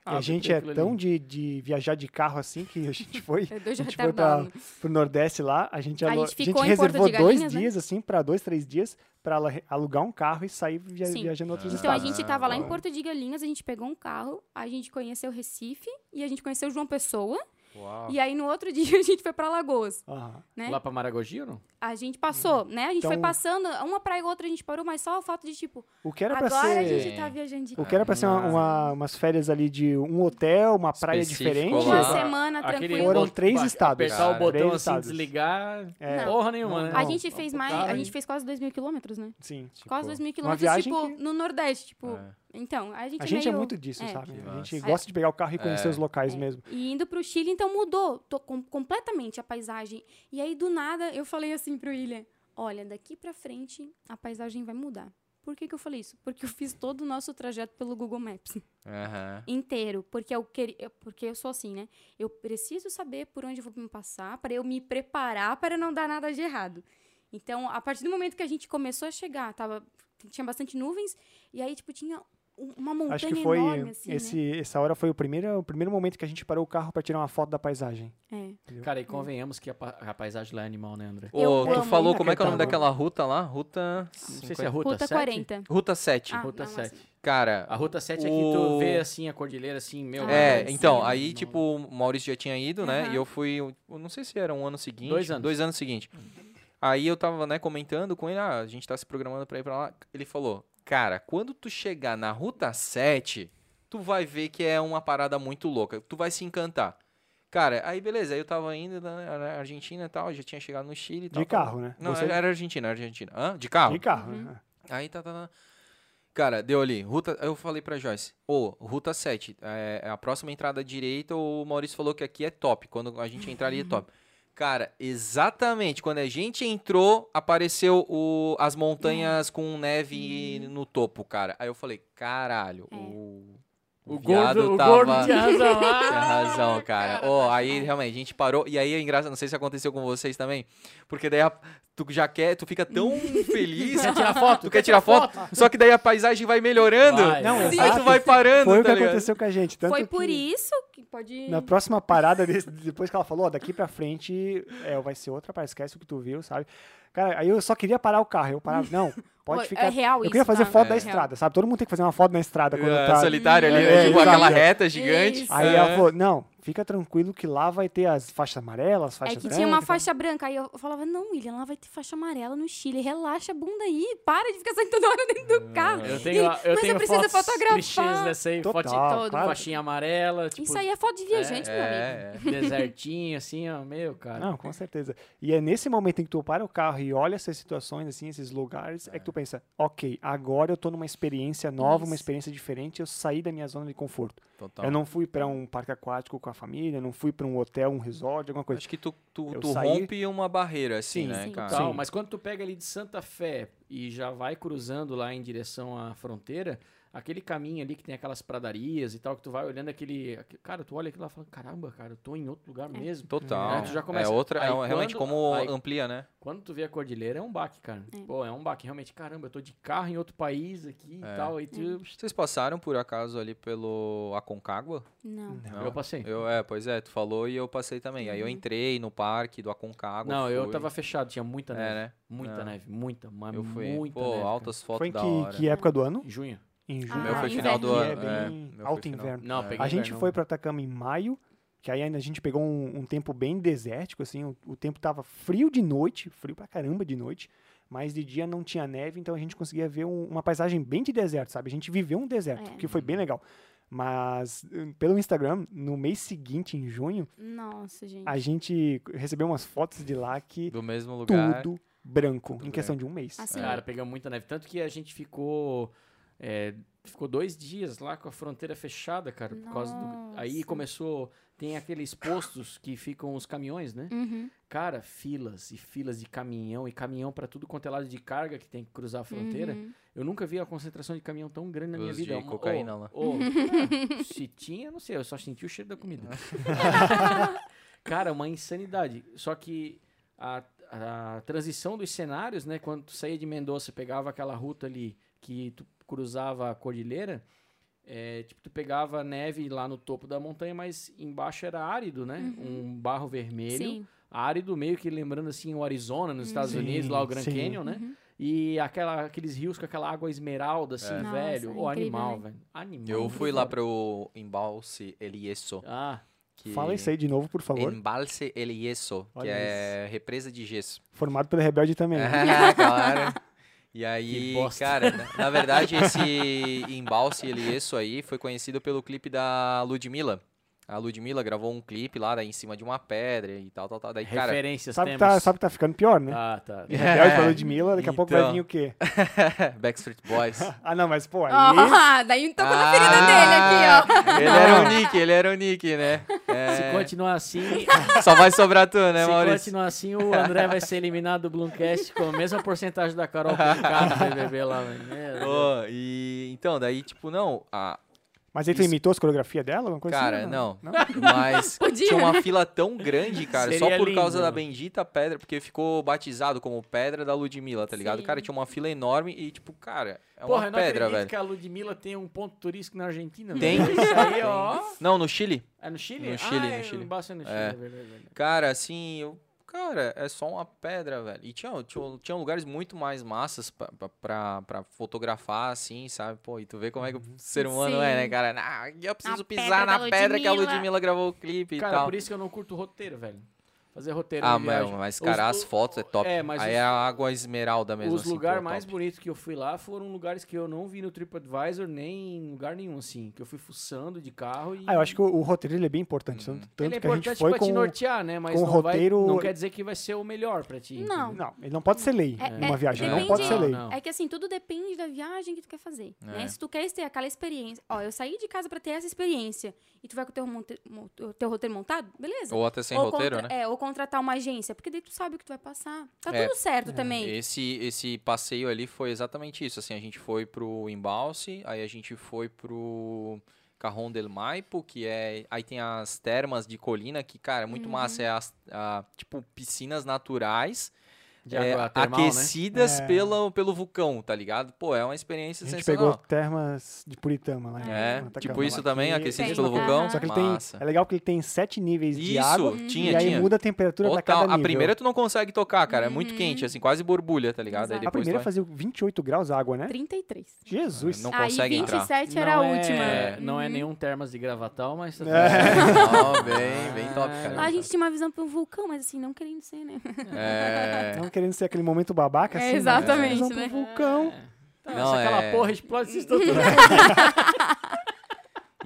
Speaker 4: e a
Speaker 1: Ah,
Speaker 2: abre
Speaker 4: gente
Speaker 2: pra
Speaker 4: é
Speaker 2: aquilo ali.
Speaker 4: tão de, de viajar de carro assim que a gente foi.
Speaker 3: É dois
Speaker 4: a gente foi pra, pro Nordeste lá, a gente,
Speaker 3: A
Speaker 4: alu-
Speaker 3: gente ficou em
Speaker 4: reservou
Speaker 3: Porto de
Speaker 4: dois
Speaker 3: Galinhas, né?
Speaker 4: dias, assim, pra dois, três dias, pra ala- alugar um carro e sair via-
Speaker 3: Sim.
Speaker 4: viajando outros
Speaker 3: Então a
Speaker 4: estados.
Speaker 3: gente tava lá em
Speaker 1: Ah.
Speaker 3: Porto de Galinhas, a gente pegou um carro, a gente conheceu Recife e a gente conheceu João Pessoa.
Speaker 1: uau.
Speaker 3: E é, aí no outro dia a gente foi pra Lagoas,
Speaker 4: Aham.
Speaker 3: né?
Speaker 2: Lá pra Maragogi ou não?
Speaker 3: A gente passou, né? A gente foi
Speaker 4: Então-
Speaker 3: passando, uma praia e outra a gente parou, mas só o fato de tipo,
Speaker 4: O que era pra
Speaker 3: agora
Speaker 4: ser.
Speaker 3: a gente tá viajando de
Speaker 4: O que era pra ser uma-
Speaker 2: Ah.
Speaker 4: uma- umas férias ali de um hotel, uma praia
Speaker 1: Específico
Speaker 4: diferente.
Speaker 1: lá.
Speaker 3: uma
Speaker 1: Olá.
Speaker 3: semana
Speaker 2: Aquele
Speaker 3: tranquila.
Speaker 4: Foram
Speaker 2: bot-
Speaker 4: três
Speaker 2: ba-
Speaker 4: estados.
Speaker 2: Apertar
Speaker 1: Cara,
Speaker 2: o botão
Speaker 4: três
Speaker 2: assim,
Speaker 4: estados.
Speaker 2: desligar.
Speaker 4: É.
Speaker 2: Porra nenhuma,
Speaker 4: Não,
Speaker 2: né?
Speaker 3: A
Speaker 4: não.
Speaker 3: gente fez mais,
Speaker 2: cara,
Speaker 3: a
Speaker 2: hein?
Speaker 3: gente fez quase 2 mil quilômetros, né?
Speaker 4: Sim.
Speaker 3: quase 2 mil quilômetros,
Speaker 4: viagem
Speaker 3: tipo,
Speaker 4: que-
Speaker 3: no Nordeste, tipo.
Speaker 1: É.
Speaker 3: Então, a gente,
Speaker 4: A gente é
Speaker 3: meio-
Speaker 4: muito disso,
Speaker 3: é.
Speaker 4: sabe?
Speaker 1: Que
Speaker 4: A gente
Speaker 1: massa. É.
Speaker 4: gosta de pegar o carro e conhecer os locais mesmo.
Speaker 3: E indo pro Chile, então mudou to- com- completamente a paisagem. E aí, do nada, eu falei assim pro William: olha, daqui pra frente a paisagem vai mudar. Por que, que eu falei isso? Porque eu fiz todo o nosso trajeto pelo Google Maps
Speaker 1: É, Aham.
Speaker 3: inteiro. Porque eu, queri, eu- porque eu sou assim, né? Eu preciso saber por onde eu vou me passar para eu me preparar para não dar nada de errado. Então, a partir do momento que a gente começou a chegar, tava, tinha bastante nuvens, e aí, tipo, tinha um- uma montanha
Speaker 4: Acho que foi.
Speaker 3: enorme, assim,
Speaker 4: esse, Essa hora foi o primeiro, o primeiro momento que a gente parou o carro pra tirar uma foto da paisagem.
Speaker 3: né? É.
Speaker 2: Cara, e convenhamos que a, pa- a paisagem lá é animal, né, André?
Speaker 3: Eu
Speaker 1: Ô, tu
Speaker 3: amo.
Speaker 1: falou, como é que é o nome
Speaker 4: Inacreditável.
Speaker 1: daquela ruta lá? Ruta...
Speaker 2: Tá Não sei se é
Speaker 1: 50.
Speaker 2: a Ruta,
Speaker 3: Ruta
Speaker 2: 7.
Speaker 3: 40.
Speaker 1: Tipo, Ruta 7.
Speaker 3: Ah,
Speaker 2: Ruta
Speaker 3: não,
Speaker 2: 7.
Speaker 1: Cara,
Speaker 2: A Ruta 7
Speaker 1: O-
Speaker 2: é que tu vê, assim, a cordilheira, assim, meu...
Speaker 3: Ah,
Speaker 1: É,
Speaker 3: sim.
Speaker 1: então, aí, tipo, o Maurício já tinha ido, né?
Speaker 3: Aham.
Speaker 1: E eu fui, eu não sei se era um ano seguinte.
Speaker 2: Dois anos.
Speaker 1: Dois anos seguinte. Aí eu tava, né, comentando com ele, ah, a gente tá se programando pra ir pra lá. Ele falou, cara, quando tu chegar na Ruta 7, tu vai ver que é uma parada muito louca. Tu vai se encantar. Cara, aí beleza, aí eu tava indo na na Argentina e tal, já tinha chegado no Chile e tal.
Speaker 4: De carro, né?
Speaker 1: Não, é
Speaker 4: Você-
Speaker 3: Uhum.
Speaker 1: era Argentina, era Argentina. Hã? De carro?
Speaker 4: De carro, né?
Speaker 1: Aí tá, tá, tá. Cara, deu ali. Ruta, eu falei pra Joyce, ô, Ruta 7, é, é a próxima entrada à direita, o Maurício falou que aqui é top. Quando a gente entrar ali é top. Cara, exatamente. Quando a gente entrou, apareceu o, as montanhas com neve no topo, cara. Aí eu falei, caralho,
Speaker 3: É.
Speaker 1: o, o,
Speaker 2: O
Speaker 1: viado
Speaker 2: gordo,
Speaker 1: tava.
Speaker 2: o gordo tinha razão.
Speaker 1: Tinha razão, cara. Ó, aí realmente a gente parou. E aí é engraçado, não sei se aconteceu com vocês também. Porque daí a- tu já quer, tu fica tão feliz.
Speaker 2: Quer tirar foto?
Speaker 1: Tu quer tirar foto? Só que daí a paisagem vai melhorando.
Speaker 2: Vai.
Speaker 4: Não,
Speaker 1: aí
Speaker 4: exato.
Speaker 1: tu vai parando.
Speaker 4: Foi o que
Speaker 1: tá ligado?
Speaker 4: aconteceu com a gente. Tanto
Speaker 3: Foi por
Speaker 4: que
Speaker 3: isso que pode.
Speaker 4: Na próxima parada, desse- depois que ela falou, ó, daqui pra frente é, vai ser outra parada, esquece o que tu viu, sabe? Cara, aí eu só queria parar o carro. Eu parava, não, pode
Speaker 3: É
Speaker 4: ficar.
Speaker 3: real
Speaker 4: eu
Speaker 3: isso,
Speaker 4: queria fazer
Speaker 3: tá?
Speaker 4: foto
Speaker 3: É
Speaker 4: da
Speaker 3: real.
Speaker 4: estrada, sabe? Todo mundo tem que fazer uma foto na estrada quando
Speaker 1: Ah,
Speaker 4: tá.
Speaker 1: Solitário ali,
Speaker 4: É,
Speaker 1: né? tipo
Speaker 4: exato.
Speaker 1: aquela reta gigante.
Speaker 3: Isso.
Speaker 4: Aí
Speaker 1: É.
Speaker 4: ela falou, não, fica tranquilo que lá vai ter as faixas amarelas,
Speaker 3: É
Speaker 4: faixas
Speaker 3: que tinha uma
Speaker 4: brancas, tá?"
Speaker 3: faixa branca. Aí eu falava, não, William, lá vai ter faixa amarela no Chile. Relaxa a bunda aí. Para de ficar saindo toda hora dentro do carro.
Speaker 2: Hum. Eu
Speaker 3: E
Speaker 2: tenho,
Speaker 3: ele,
Speaker 2: eu
Speaker 3: mas
Speaker 2: tenho
Speaker 3: eu preciso
Speaker 2: fotos
Speaker 3: fotografar.
Speaker 2: clichês né, dessa aí,
Speaker 4: Total,
Speaker 2: foto
Speaker 3: todo.
Speaker 4: claro.
Speaker 2: faixinha amarela, tipo,
Speaker 3: Isso aí é foto de viajante, meu amigo.
Speaker 1: É, é.
Speaker 2: desertinho, assim, ó, meu, cara.
Speaker 4: Ah, Não, com certeza. E é nesse momento em que tu para o carro e olha essas situações, assim, esses lugares, é, que tu pensa, ok, agora eu tô numa experiência nova, uma
Speaker 3: Isso.
Speaker 4: experiência diferente, eu saí da minha zona de conforto.
Speaker 1: Total.
Speaker 4: Eu não fui pra um parque aquático com a família, não fui pra um hotel, um resort, alguma coisa.
Speaker 1: Acho que tu, tu,
Speaker 4: Eu
Speaker 1: tu
Speaker 4: saí-
Speaker 1: rompe uma barreira, assim,
Speaker 4: Sim,
Speaker 1: né,
Speaker 3: sim.
Speaker 1: cara?
Speaker 2: Tal,
Speaker 4: Sim.
Speaker 2: mas quando tu pega ali de Santa Fé e já vai cruzando lá em direção à fronteira, aquele caminho ali que tem aquelas pradarias e tal, que tu vai olhando aquele. aquele- Cara, tu olha aquilo lá e fala, caramba, cara, eu tô em outro lugar mesmo.
Speaker 1: Total.
Speaker 2: É, tu já começa-
Speaker 1: É outra, é
Speaker 2: aí
Speaker 1: um- realmente
Speaker 2: quando-
Speaker 1: como
Speaker 2: aí-
Speaker 1: amplia, né?
Speaker 2: Quando tu vê a cordilheira, é um baque, cara. Pô, é um baque. Realmente, caramba, eu tô de carro em outro país aqui
Speaker 1: É.
Speaker 2: e tal. E tu.
Speaker 4: É.
Speaker 1: Vocês passaram, por acaso, ali pelo Aconcagua?
Speaker 3: Não.
Speaker 1: Não.
Speaker 2: Eu passei.
Speaker 1: Eu, é, pois é, tu falou e eu passei também.
Speaker 4: Uhum.
Speaker 1: Aí eu entrei no parque do Aconcagua.
Speaker 2: Não, eu
Speaker 1: fui.
Speaker 2: tava fechado, tinha muita
Speaker 1: É,
Speaker 2: neve.
Speaker 1: né?
Speaker 2: Muita
Speaker 1: Não.
Speaker 2: neve, muita, mas
Speaker 1: Eu fui.
Speaker 2: muita
Speaker 1: Pô,
Speaker 2: neve. cara.
Speaker 1: altas fotos
Speaker 4: Foi em
Speaker 1: da
Speaker 4: que,
Speaker 1: hora.
Speaker 4: que época do ano?
Speaker 2: Em junho.
Speaker 4: Em
Speaker 3: Ah,
Speaker 4: junho.
Speaker 1: O meu foi
Speaker 3: inverno.
Speaker 1: final do
Speaker 4: É
Speaker 1: ano.
Speaker 4: bem
Speaker 1: É, o meu foi
Speaker 4: alto
Speaker 1: final.
Speaker 4: inverno.
Speaker 2: Não,
Speaker 1: É.
Speaker 2: peguei
Speaker 4: A gente
Speaker 2: inverno.
Speaker 4: foi pra Atacama em maio, que aí ainda a gente pegou um, um tempo bem desértico, assim, o, o tempo tava frio de noite, frio pra caramba de noite, mas de dia não tinha neve, então a gente conseguia ver um- uma paisagem bem de deserto, sabe? A gente viveu um deserto,
Speaker 3: É.
Speaker 4: que foi bem legal. Mas eh, pelo Instagram, no mês seguinte, em junho,
Speaker 3: Nossa, gente.
Speaker 4: a gente recebeu umas fotos de lá que
Speaker 1: Do mesmo lugar.
Speaker 4: é tudo branco, em
Speaker 1: branco.
Speaker 4: questão de um mês.
Speaker 3: Assim,
Speaker 2: É. Cara, pegamos muita neve. Tanto que a gente ficou. é, ficou dois dias lá com a fronteira fechada, cara. Por causa do. Aí
Speaker 3: Nossa.
Speaker 2: começou. Tem aqueles postos que ficam os caminhões, né?
Speaker 3: Uhum.
Speaker 2: Cara, filas e filas de caminhão e caminhão pra tudo quanto é lado de carga que tem que cruzar a fronteira.
Speaker 3: Uhum.
Speaker 2: Eu nunca vi a concentração de caminhão tão grande na minha
Speaker 1: Os
Speaker 2: vida. É
Speaker 1: de
Speaker 2: Uma-
Speaker 1: cocaína
Speaker 2: ô,
Speaker 1: lá.
Speaker 2: ô, se tinha, não sei, eu só senti o cheiro da comida.
Speaker 1: Ah.
Speaker 2: Cara, uma insanidade. Só que a, a transição dos cenários, né? Quando tu saía de Mendoza, pegava aquela ruta ali que tu cruzava a cordilheira, é, tipo, tu pegava neve lá no topo da montanha, mas embaixo era árido, né? Um barro vermelho
Speaker 3: Sim.
Speaker 2: árido, meio que lembrando assim o Arizona nos Estados
Speaker 4: Sim,
Speaker 2: Unidos, lá o Grand
Speaker 4: sim.
Speaker 2: Canyon, né?
Speaker 3: Uhum.
Speaker 2: E aquela, aqueles rios com aquela água esmeralda, assim,
Speaker 1: É.
Speaker 3: Nossa,
Speaker 2: velho. o
Speaker 3: incrível,
Speaker 2: animal,
Speaker 3: né?
Speaker 2: velho. Animal.
Speaker 1: Eu fui lá pro Embalse El Yeso.
Speaker 2: Ah,
Speaker 1: que-
Speaker 4: Fala isso aí de novo, por favor.
Speaker 1: Embalse El Yeso, que
Speaker 4: Olha
Speaker 1: é represa de gesso.
Speaker 4: Formado pelo Rebelde também. né?
Speaker 1: É, claro. E aí,
Speaker 2: Que bosta.
Speaker 1: cara, na, na verdade, esse embalse Eliesso aí foi conhecido pelo clipe da Ludmilla. A Ludmilla gravou um clipe lá, daí em cima de uma pedra e tal, tal, tal. Daí, cara,
Speaker 2: referências
Speaker 4: Sabe que,
Speaker 2: temos.
Speaker 4: tá, sabe que tá ficando pior, né?
Speaker 2: Ah, tá.
Speaker 1: É.
Speaker 4: Rebelde pra Ludmilla, daqui a pouco vai
Speaker 1: Então.
Speaker 4: vir o quê?
Speaker 1: Backstreet Boys.
Speaker 4: Ah, não, mas pô, aí.
Speaker 3: Ah, daí tocou na ferida dele aqui, ó.
Speaker 1: Ah, Ele era o Nick, ele era o Nick, né?
Speaker 2: Se
Speaker 1: É,
Speaker 2: continuar assim,
Speaker 1: só vai sobrar tu, né,
Speaker 2: se
Speaker 1: Maurício?
Speaker 2: continuar assim, o André vai ser eliminado do Bloomcast com a mesma porcentagem da Carol Picard do BBB lá, velho. Meu Deus.
Speaker 1: Ô, é e então, daí, tipo, não, a,
Speaker 4: Mas aí tu
Speaker 1: Isso.
Speaker 4: imitou as coreografias dela? Alguma coisa
Speaker 1: Cara,
Speaker 4: assim,
Speaker 1: não. Mas
Speaker 3: Podia,
Speaker 1: tinha uma
Speaker 3: né?
Speaker 1: fila tão grande, cara, só
Speaker 2: Seria
Speaker 1: por
Speaker 2: lindo.
Speaker 1: causa da bendita pedra, porque ficou batizado como Pedra da Ludmilla, tá ligado?
Speaker 3: Sim.
Speaker 1: Cara, tinha uma fila enorme e, tipo, cara, é uma
Speaker 2: Porra, eu não
Speaker 1: pedra,
Speaker 2: acredito
Speaker 1: velho.
Speaker 2: que a Ludmilla tem um ponto turístico na Argentina.
Speaker 1: Tem.
Speaker 2: velho. Isso aí, ó.
Speaker 1: Não, no Chile?
Speaker 2: É no Chile?
Speaker 1: No Chile,
Speaker 2: ah,
Speaker 1: no
Speaker 2: é
Speaker 1: Chile.
Speaker 2: embaixo é no Chile,
Speaker 1: É.
Speaker 2: é verdade, verdade.
Speaker 1: Cara, assim, eu. Cara, é só uma pedra, velho. E tinha, tinha, tinha lugares muito mais massas pra, pra- pra, pra fotografar, assim, sabe? Pô, e tu vê como é que o ser humano é, né,
Speaker 3: Uhum. Sim.
Speaker 1: cara? Ah, eu preciso
Speaker 3: Na
Speaker 1: pisar
Speaker 3: pedra
Speaker 1: na
Speaker 3: da
Speaker 1: pedra que a
Speaker 3: Ludmilla.
Speaker 1: Ludmilla gravou o clipe e
Speaker 2: Cara,
Speaker 1: tal.
Speaker 2: por isso que eu não curto roteiro, velho. Fazer roteiro
Speaker 1: Ah,
Speaker 2: de viagem.
Speaker 1: mano, mas, cara,
Speaker 2: Os-
Speaker 1: as fotos é top.
Speaker 2: é, mas
Speaker 1: Aí
Speaker 2: os-
Speaker 1: é a água esmeralda mesmo.
Speaker 2: Os
Speaker 1: assim,
Speaker 2: lugares
Speaker 1: pô,
Speaker 2: mais
Speaker 1: top.
Speaker 2: bonitos que eu fui lá foram lugares que eu não vi no TripAdvisor, nem em lugar nenhum, assim. Que eu fui fuçando de carro e.
Speaker 4: Ah, eu acho que o, o roteiro ele é bem importante.
Speaker 1: Uhum.
Speaker 4: Tanto, tanto
Speaker 2: Ele é
Speaker 4: que a
Speaker 3: tipo,
Speaker 4: gente
Speaker 2: importante
Speaker 4: foi
Speaker 2: pra
Speaker 4: com...
Speaker 2: te nortear, né? Mas
Speaker 4: com
Speaker 2: não,
Speaker 4: roteiro-
Speaker 2: vai, não quer dizer que vai ser o melhor pra ti.
Speaker 3: Não.
Speaker 2: entendeu?
Speaker 4: Não, ele não pode ser lei.
Speaker 3: É-
Speaker 4: Uma
Speaker 3: é-
Speaker 4: viagem não
Speaker 3: depende-
Speaker 4: pode ser lei.
Speaker 2: Não.
Speaker 3: É que assim, tudo depende da viagem que tu quer fazer.
Speaker 1: É.
Speaker 3: Né? Se tu queres ter aquela experiência. Ó, eu saí de casa pra ter essa experiência e tu vai com o teu, monte- mo- o teu roteiro montado, beleza.
Speaker 1: Ou até sem roteiro,
Speaker 3: contra-
Speaker 1: né?
Speaker 3: É, ou contratar uma agência, porque daí tu sabe o que tu vai passar. Tá
Speaker 1: É.
Speaker 3: tudo certo também.
Speaker 1: Esse, esse passeio ali foi exatamente isso. Assim, a gente foi pro Embalse, aí a gente foi pro Carron del Maipo, que é. Aí tem as termas de colina, que, cara, é muito massa. É as, a- tipo, piscinas naturais
Speaker 2: De
Speaker 1: é,
Speaker 2: água termal, né?
Speaker 1: aquecidas
Speaker 4: É.
Speaker 1: pelo, pelo vulcão, tá ligado? Pô, é uma experiência
Speaker 4: A gente
Speaker 1: sensacional.
Speaker 4: pegou termas de Puritama lá. em
Speaker 1: É,
Speaker 4: Atacama,
Speaker 1: tipo isso
Speaker 4: lá,
Speaker 1: também,
Speaker 4: que-
Speaker 1: aquecido
Speaker 3: Tem.
Speaker 1: pelo
Speaker 3: Aham.
Speaker 1: vulcão.
Speaker 4: Só que ele tem,
Speaker 1: Massa.
Speaker 4: é legal que ele tem sete níveis de água.
Speaker 1: Isso, tinha,
Speaker 4: e aí
Speaker 1: tinha.
Speaker 4: muda a temperatura da
Speaker 1: Total.
Speaker 4: cada nível.
Speaker 1: A primeira tu não consegue tocar, cara. É muito quente, assim, quase borbulha, tá ligado? Aí
Speaker 3: Exato.
Speaker 4: A
Speaker 1: depois tu
Speaker 4: primeira
Speaker 1: vai-
Speaker 4: fazia 28 graus a água, né?
Speaker 3: 33.
Speaker 4: Jesus.
Speaker 1: Não
Speaker 3: Aí
Speaker 1: consegue entrar.
Speaker 3: 27 era a
Speaker 2: Não é-
Speaker 3: última. Uhum.
Speaker 2: Não é nenhum termas de gravatal, mas. tá
Speaker 4: É.
Speaker 1: Não, bem, bem top, cara.
Speaker 3: Lá a gente tinha uma visão pro vulcão, mas assim, não querendo ser, né?
Speaker 1: É.
Speaker 4: Não querendo ser aquele momento babaca,
Speaker 3: É,
Speaker 4: assim. né?
Speaker 3: exatamente,
Speaker 4: Eles vão pro
Speaker 3: né?
Speaker 4: vulcão.
Speaker 2: Tá,
Speaker 1: Não,
Speaker 2: se aquela
Speaker 1: é-
Speaker 2: porra explode se estrutura.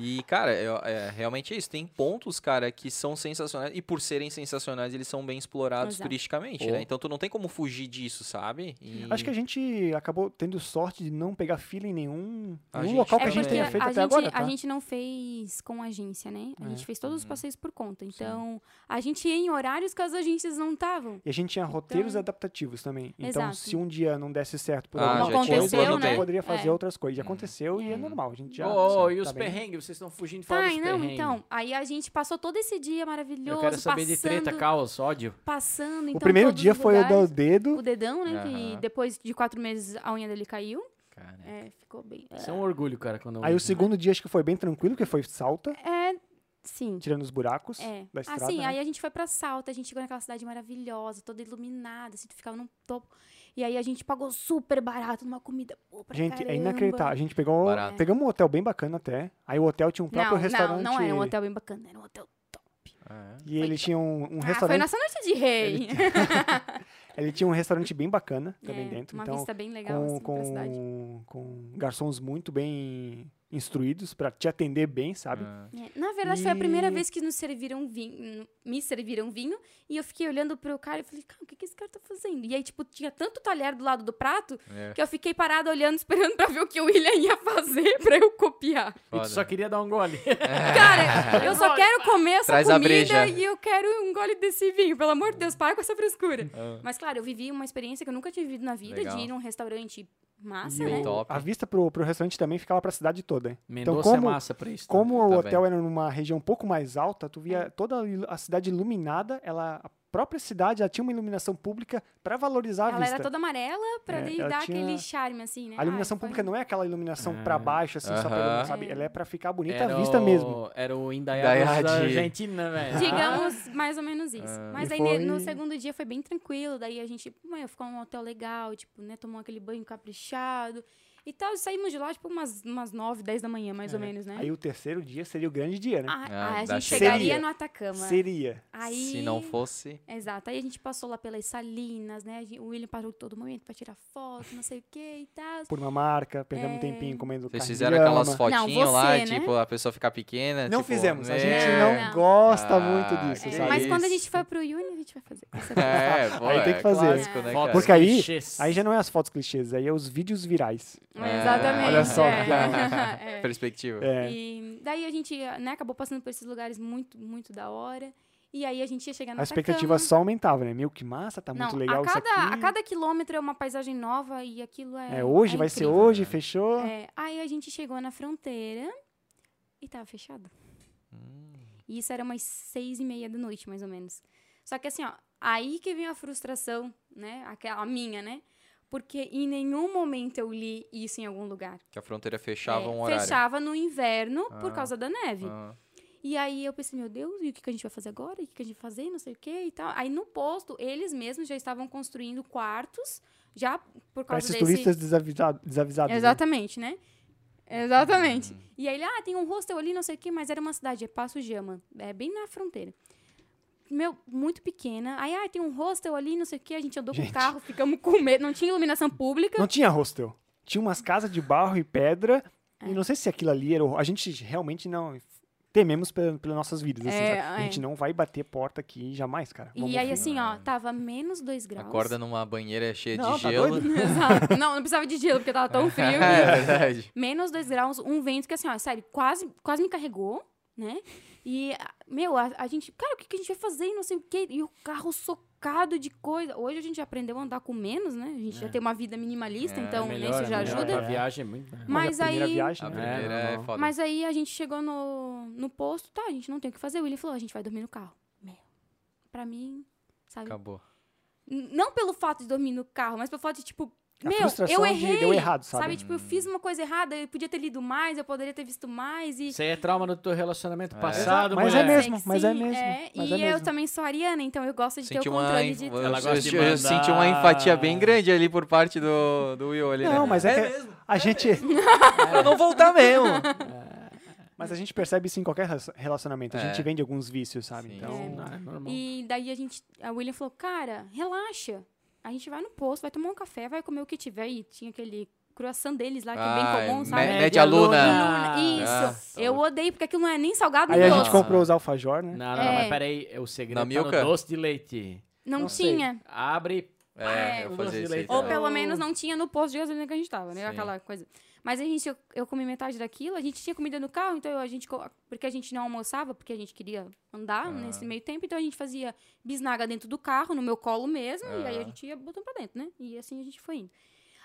Speaker 1: E, cara, eu- é, realmente é isso. Tem pontos, cara, que são sensacionais. E por serem sensacionais, eles são bem explorados
Speaker 3: Exato.
Speaker 1: turisticamente,
Speaker 2: Pô.
Speaker 1: né? Então tu não tem como fugir disso, sabe? E-
Speaker 4: Oh. Acho que a gente acabou tendo sorte de não pegar fila em nenhum,
Speaker 1: A
Speaker 4: nenhum
Speaker 1: gente
Speaker 4: local que a
Speaker 1: também.
Speaker 4: gente tenha
Speaker 1: É,
Speaker 4: feito
Speaker 3: a,
Speaker 4: até
Speaker 3: gente,
Speaker 4: agora, tá? É.
Speaker 3: a gente não fez com agência, né? A gente fez todos os
Speaker 1: Uhum.
Speaker 3: passeios por conta. Então, a gente ia em horários que as agências não estavam.
Speaker 4: E a gente tinha roteiros adaptativos também. Então,
Speaker 3: Então Exato.
Speaker 4: se um dia não desse certo por
Speaker 1: Ah,
Speaker 4: alguma
Speaker 1: já tinha
Speaker 4: coisa,
Speaker 1: aconteceu,
Speaker 4: a gente
Speaker 1: né?
Speaker 4: poderia fazer
Speaker 3: É.
Speaker 4: outras coisas. Já aconteceu e é
Speaker 3: É.
Speaker 4: normal. A gente já.
Speaker 2: Ô,
Speaker 4: tá
Speaker 2: e os
Speaker 4: bem.
Speaker 2: perrengues? Vocês estão fugindo de falar
Speaker 3: Tá,
Speaker 2: dos
Speaker 3: e não,
Speaker 2: perrengues.
Speaker 3: então. Aí a gente passou todo esse dia maravilhoso,
Speaker 2: Eu quero saber
Speaker 3: passando,
Speaker 2: de treta, caos, ódio.
Speaker 3: passando. Então,
Speaker 4: o primeiro
Speaker 3: todos
Speaker 4: dia
Speaker 3: os
Speaker 4: foi o
Speaker 3: lugares.
Speaker 4: do dedo.
Speaker 3: o dedão, né? Que
Speaker 1: Aham.
Speaker 3: depois de quatro meses a unha dele caiu.
Speaker 1: Cara,
Speaker 3: É, ficou bem.
Speaker 2: Isso é um orgulho, cara, quando
Speaker 4: Aí
Speaker 2: eu-
Speaker 4: o segundo dia acho que foi bem tranquilo, porque foi salta,
Speaker 3: É, sim.
Speaker 4: tirando os buracos
Speaker 3: É.
Speaker 4: da estrada.
Speaker 3: assim,
Speaker 4: né?
Speaker 3: aí a gente foi pra Salta, a gente chegou naquela cidade maravilhosa, toda iluminada, assim, tu ficava num topo. E aí a gente pagou super barato numa comida boa pra
Speaker 4: Gente,
Speaker 3: caramba.
Speaker 4: é inacreditável. A gente pegou,
Speaker 1: Barato.
Speaker 4: pegamos um hotel bem bacana até. Aí o hotel tinha um próprio
Speaker 3: não,
Speaker 4: restaurante.
Speaker 3: Não, não era um hotel bem bacana, era um hotel.
Speaker 1: é.
Speaker 4: E ele tinha um, um
Speaker 3: Ah, foi
Speaker 4: restaurante.
Speaker 3: nossa noite de rei.
Speaker 4: Ele tinha um restaurante bem bacana também
Speaker 3: É,
Speaker 4: dentro.
Speaker 3: Uma
Speaker 4: então,
Speaker 3: vista bem legal,
Speaker 4: com,
Speaker 3: assim, pra cidade.
Speaker 4: com, com garçons muito bem instruídos pra te atender bem, sabe?
Speaker 1: Ah.
Speaker 3: É, Na verdade, foi a primeira
Speaker 4: E-
Speaker 3: vez que nos serviram vinho, me serviram vinho, e eu fiquei olhando pro cara e falei, cara, o que, que esse cara tá fazendo? E aí, tipo, tinha tanto talher do lado do prato
Speaker 1: É,
Speaker 3: que eu fiquei parada olhando, esperando pra ver o que o William ia fazer pra eu copiar.
Speaker 2: E tu só
Speaker 1: foda.
Speaker 2: queria dar um gole.
Speaker 4: Então,
Speaker 3: Cara, eu só quero comer essa
Speaker 1: Traz a breja.
Speaker 3: comida e eu quero um gole desse vinho. Pelo amor de Deus, para com essa frescura.
Speaker 1: Ah.
Speaker 3: Mas, claro, eu vivi uma experiência que eu nunca tinha vivido na vida
Speaker 1: Legal.
Speaker 3: de ir num restaurante massa,
Speaker 4: E
Speaker 1: Bem
Speaker 3: né?
Speaker 4: o-
Speaker 1: top.
Speaker 4: a vista pro, pro restaurante também ficava pra cidade toda. hein?
Speaker 2: Mendonça é
Speaker 4: como-
Speaker 2: massa pra isso. tá?
Speaker 4: Como o
Speaker 1: Tá
Speaker 4: hotel era numa região um pouco mais alta, tu
Speaker 3: É.
Speaker 4: via toda a ilu- a cidade iluminada, ela a própria cidade ela tinha uma iluminação pública pra valorizar a
Speaker 3: Ela
Speaker 4: vista.
Speaker 3: era toda amarela pra
Speaker 4: É,
Speaker 3: daí
Speaker 4: ela
Speaker 3: dar
Speaker 4: tinha-
Speaker 3: aquele charme, assim, né?
Speaker 4: A iluminação
Speaker 3: Ai, foi-
Speaker 4: pública não é aquela iluminação
Speaker 2: Ah.
Speaker 4: pra baixo, assim, só pra iluminar,
Speaker 1: Aham.
Speaker 4: sabe?
Speaker 3: É.
Speaker 4: Ela é pra ficar bonita
Speaker 2: Era
Speaker 4: a vista
Speaker 2: o-
Speaker 4: mesmo.
Speaker 2: Era o Indaiá
Speaker 1: Indaiá
Speaker 2: da
Speaker 1: de-
Speaker 2: Argentina, velho.
Speaker 1: É.
Speaker 3: Digamos mais ou menos isso.
Speaker 1: Ah.
Speaker 3: Mas
Speaker 4: E
Speaker 3: aí
Speaker 4: foi-
Speaker 3: no segundo dia foi bem tranquilo. Daí a gente, mãe, ficou num hotel legal, tipo, né? Tomou aquele banho caprichado e tal. E saímos de lá, tipo, umas, umas 9, 10 da manhã, mais ou menos, né?
Speaker 4: É. Aí o terceiro dia seria o grande dia, né?
Speaker 3: Ah,
Speaker 1: Ah,
Speaker 3: a
Speaker 1: dá
Speaker 3: gente
Speaker 1: chegaria.
Speaker 3: chegaria no Atacama.
Speaker 4: Seria.
Speaker 3: Aí,
Speaker 1: Se não fosse.
Speaker 3: Exato. Aí a gente passou lá pelas salinas, né? A gente- O William parou todo momento pra tirar foto, não sei o que e tal.
Speaker 4: Por uma marca, perdemos
Speaker 3: É.
Speaker 4: um tempinho comendo
Speaker 1: Vocês
Speaker 4: carne de
Speaker 1: fizeram
Speaker 4: lhama.
Speaker 1: aquelas fotinhas
Speaker 3: Não,
Speaker 1: lá,
Speaker 3: você, né?
Speaker 1: tipo, a pessoa ficar pequena.
Speaker 4: Não
Speaker 1: tipo,
Speaker 4: fizemos, a
Speaker 1: né?
Speaker 4: gente
Speaker 3: Não.
Speaker 4: não gosta
Speaker 1: Ah,
Speaker 4: muito disso,
Speaker 1: que
Speaker 3: É,
Speaker 4: sabe?
Speaker 3: mas quando a
Speaker 1: isso.
Speaker 3: gente for pro Uni, a gente vai fazer. Essa coisa.
Speaker 1: É, pô,
Speaker 4: Aí tem
Speaker 1: é
Speaker 4: que fazer.
Speaker 1: clássico, né, cara?
Speaker 2: Fotos
Speaker 4: Porque aí-
Speaker 2: clichês.
Speaker 4: Aí já não é as fotos clichês, aí é os vídeos virais.
Speaker 1: É,
Speaker 3: Exatamente.
Speaker 4: olha só,
Speaker 3: é.
Speaker 1: cara.
Speaker 3: É.
Speaker 1: Perspectiva.
Speaker 4: É.
Speaker 3: E daí a gente né, acabou passando por esses lugares muito, muito da hora. E aí a gente ia chegar
Speaker 4: A
Speaker 3: na
Speaker 4: expectativa só aumentava, né? Meu, que massa, tá muito
Speaker 3: Não,
Speaker 4: legal
Speaker 3: a
Speaker 4: isso
Speaker 3: cada,
Speaker 4: aqui.
Speaker 3: a cada quilômetro é uma paisagem nova e aquilo é.
Speaker 4: É, hoje
Speaker 3: é
Speaker 4: vai
Speaker 3: incrível.
Speaker 4: ser hoje, fechou.
Speaker 3: É, aí a gente chegou na fronteira e tava fechado.
Speaker 1: Hum.
Speaker 3: E isso era umas seis e meia da noite, mais ou menos. Só que assim, ó, aí que vem a frustração, né? Aquela a minha, né? Porque em nenhum momento eu li isso em algum lugar.
Speaker 1: Que a fronteira fechava um
Speaker 3: É,
Speaker 1: horário.
Speaker 3: fechava no inverno por
Speaker 1: Ah.
Speaker 3: causa da neve.
Speaker 1: Ah.
Speaker 3: E aí eu pensei, meu Deus, e o que, que a gente vai fazer agora? E o que, que a gente vai fazer? Não sei o que e tal. Aí no posto, eles mesmos já estavam construindo quartos, já
Speaker 4: Pra
Speaker 3: por causa
Speaker 4: esses
Speaker 3: desse...
Speaker 4: turistas desavisa- desavisados. né?
Speaker 3: Exatamente, né? Exatamente.
Speaker 5: Hum.
Speaker 3: E aí, ele, ah, tem um hostel ali, não sei o que, mas era uma cidade, é Passo Jama, é bem na fronteira. meu, muito pequena. Aí, ah, tem um hostel ali, não sei o que, a gente andou com o carro, ficamos com medo, não tinha iluminação pública.
Speaker 4: Não tinha hostel. Tinha umas casas de barro e pedra.
Speaker 3: É.
Speaker 4: E não sei se aquilo ali era. o- A gente realmente não. Tememos pe- pelas nossas vidas. assim, sabe?
Speaker 3: É,
Speaker 4: A
Speaker 3: é.
Speaker 4: gente não vai bater porta aqui jamais, cara. Vamos
Speaker 3: E aí,
Speaker 4: ver.
Speaker 3: assim, ó, tava menos 2 graus.
Speaker 5: Acorda numa banheira cheia
Speaker 4: Não,
Speaker 5: de
Speaker 4: tá
Speaker 5: gelo.
Speaker 4: doido?
Speaker 3: Exato. Não, não precisava de gelo, porque tava tão frio.
Speaker 5: é
Speaker 3: que-
Speaker 5: verdade.
Speaker 3: Menos 2 graus, um vento que assim, ó, sério, quase, quase me carregou, né? E, a- meu, a, a gente, cara, o que, que a gente vai fazer e não sei o quê? E o carro socado de coisa. Hoje a gente já aprendeu a andar com menos, né? A gente já tem uma vida minimalista,
Speaker 5: É,
Speaker 3: então né, isso já
Speaker 2: melhor.
Speaker 3: ajuda.
Speaker 2: A viagem é muito.
Speaker 3: Mas
Speaker 4: a primeira
Speaker 3: aí-
Speaker 4: Viagem,
Speaker 5: A
Speaker 4: né?
Speaker 5: primeira
Speaker 2: É,
Speaker 5: é,
Speaker 2: normal.
Speaker 5: foda.
Speaker 3: Mas aí a gente chegou no, no posto, tá, a gente não tem o que fazer. O William falou, a gente vai dormir no carro. Meu, pra mim, sabe?
Speaker 5: Acabou.
Speaker 3: N- Não pelo fato de dormir no carro, mas pelo fato de, tipo,
Speaker 1: É.
Speaker 4: A
Speaker 3: meu, eu
Speaker 4: frustração de
Speaker 3: errei.
Speaker 4: deu errado, sabe?
Speaker 3: Tipo, eu fiz uma coisa errada, eu podia ter lido mais, eu poderia ter visto mais e...
Speaker 2: Isso aí é trauma do teu relacionamento
Speaker 5: É.
Speaker 2: passado,
Speaker 4: Mas é
Speaker 2: mulher.
Speaker 4: mesmo,
Speaker 3: Sei que
Speaker 4: mas é
Speaker 3: sim,
Speaker 4: mesmo, mas
Speaker 3: e
Speaker 4: é
Speaker 3: eu
Speaker 4: mesmo.
Speaker 3: também sou ariana, então eu gosto de ter
Speaker 1: um
Speaker 5: Senti
Speaker 3: o
Speaker 5: uma,
Speaker 3: controle
Speaker 5: en-
Speaker 3: de...
Speaker 5: eu-
Speaker 2: Ela
Speaker 5: eu-
Speaker 2: gosta de
Speaker 5: eu
Speaker 2: mandar.
Speaker 5: senti uma empatia bem grande ali por parte do, do Will ali, né?
Speaker 4: Não, mas é, que a gente,
Speaker 5: Pra Ah, não voltar mesmo.
Speaker 3: Ah,
Speaker 4: mas a gente percebe isso em qualquer relacion- relacionamento. A
Speaker 5: É.
Speaker 4: gente vende alguns vícios, sabe?
Speaker 5: Sim.
Speaker 4: Então,
Speaker 3: É.
Speaker 2: Não, é normal.
Speaker 3: E daí a gente... A William falou, cara, relaxa. A gente vai no posto, vai tomar um café, vai comer o que tiver. E tinha aquele croissant deles lá, que é
Speaker 5: Ah,
Speaker 3: bem comum,
Speaker 5: me-
Speaker 3: sabe?
Speaker 2: Média
Speaker 5: Média aluna.
Speaker 2: aluna.
Speaker 3: Luna,
Speaker 5: Ah,
Speaker 3: Isso.
Speaker 5: tá
Speaker 3: eu
Speaker 5: louco.
Speaker 3: odeio, porque aquilo não é nem salgado
Speaker 4: aí
Speaker 3: nem
Speaker 4: a
Speaker 3: doce.
Speaker 4: gente comprou os alfajor, né?
Speaker 2: Não, não, não,
Speaker 3: É.
Speaker 2: mas peraí, é o segredo
Speaker 5: Na
Speaker 2: tá no
Speaker 5: Milka?
Speaker 2: doce de leite.
Speaker 3: Não,
Speaker 2: sei.
Speaker 3: tinha.
Speaker 2: Abre,
Speaker 3: Ah,
Speaker 5: É, eu
Speaker 2: Um doce
Speaker 5: fazia
Speaker 2: de
Speaker 5: isso aí.
Speaker 2: leite.
Speaker 3: Ou
Speaker 5: também.
Speaker 1: Então,
Speaker 3: pelo menos não tinha no posto de gasolina que a gente tava, né?
Speaker 5: Sim.
Speaker 3: Aquela coisa. Mas a gente, eu, eu comi metade daquilo, a gente tinha comida no carro, então a gente. co- Porque a gente não almoçava, porque a gente queria andar nesse meio tempo, então a gente fazia bisnaga dentro do carro, no meu colo mesmo, e aí a
Speaker 5: Ah.
Speaker 3: gente ia botando pra dentro, né? E assim a gente foi indo.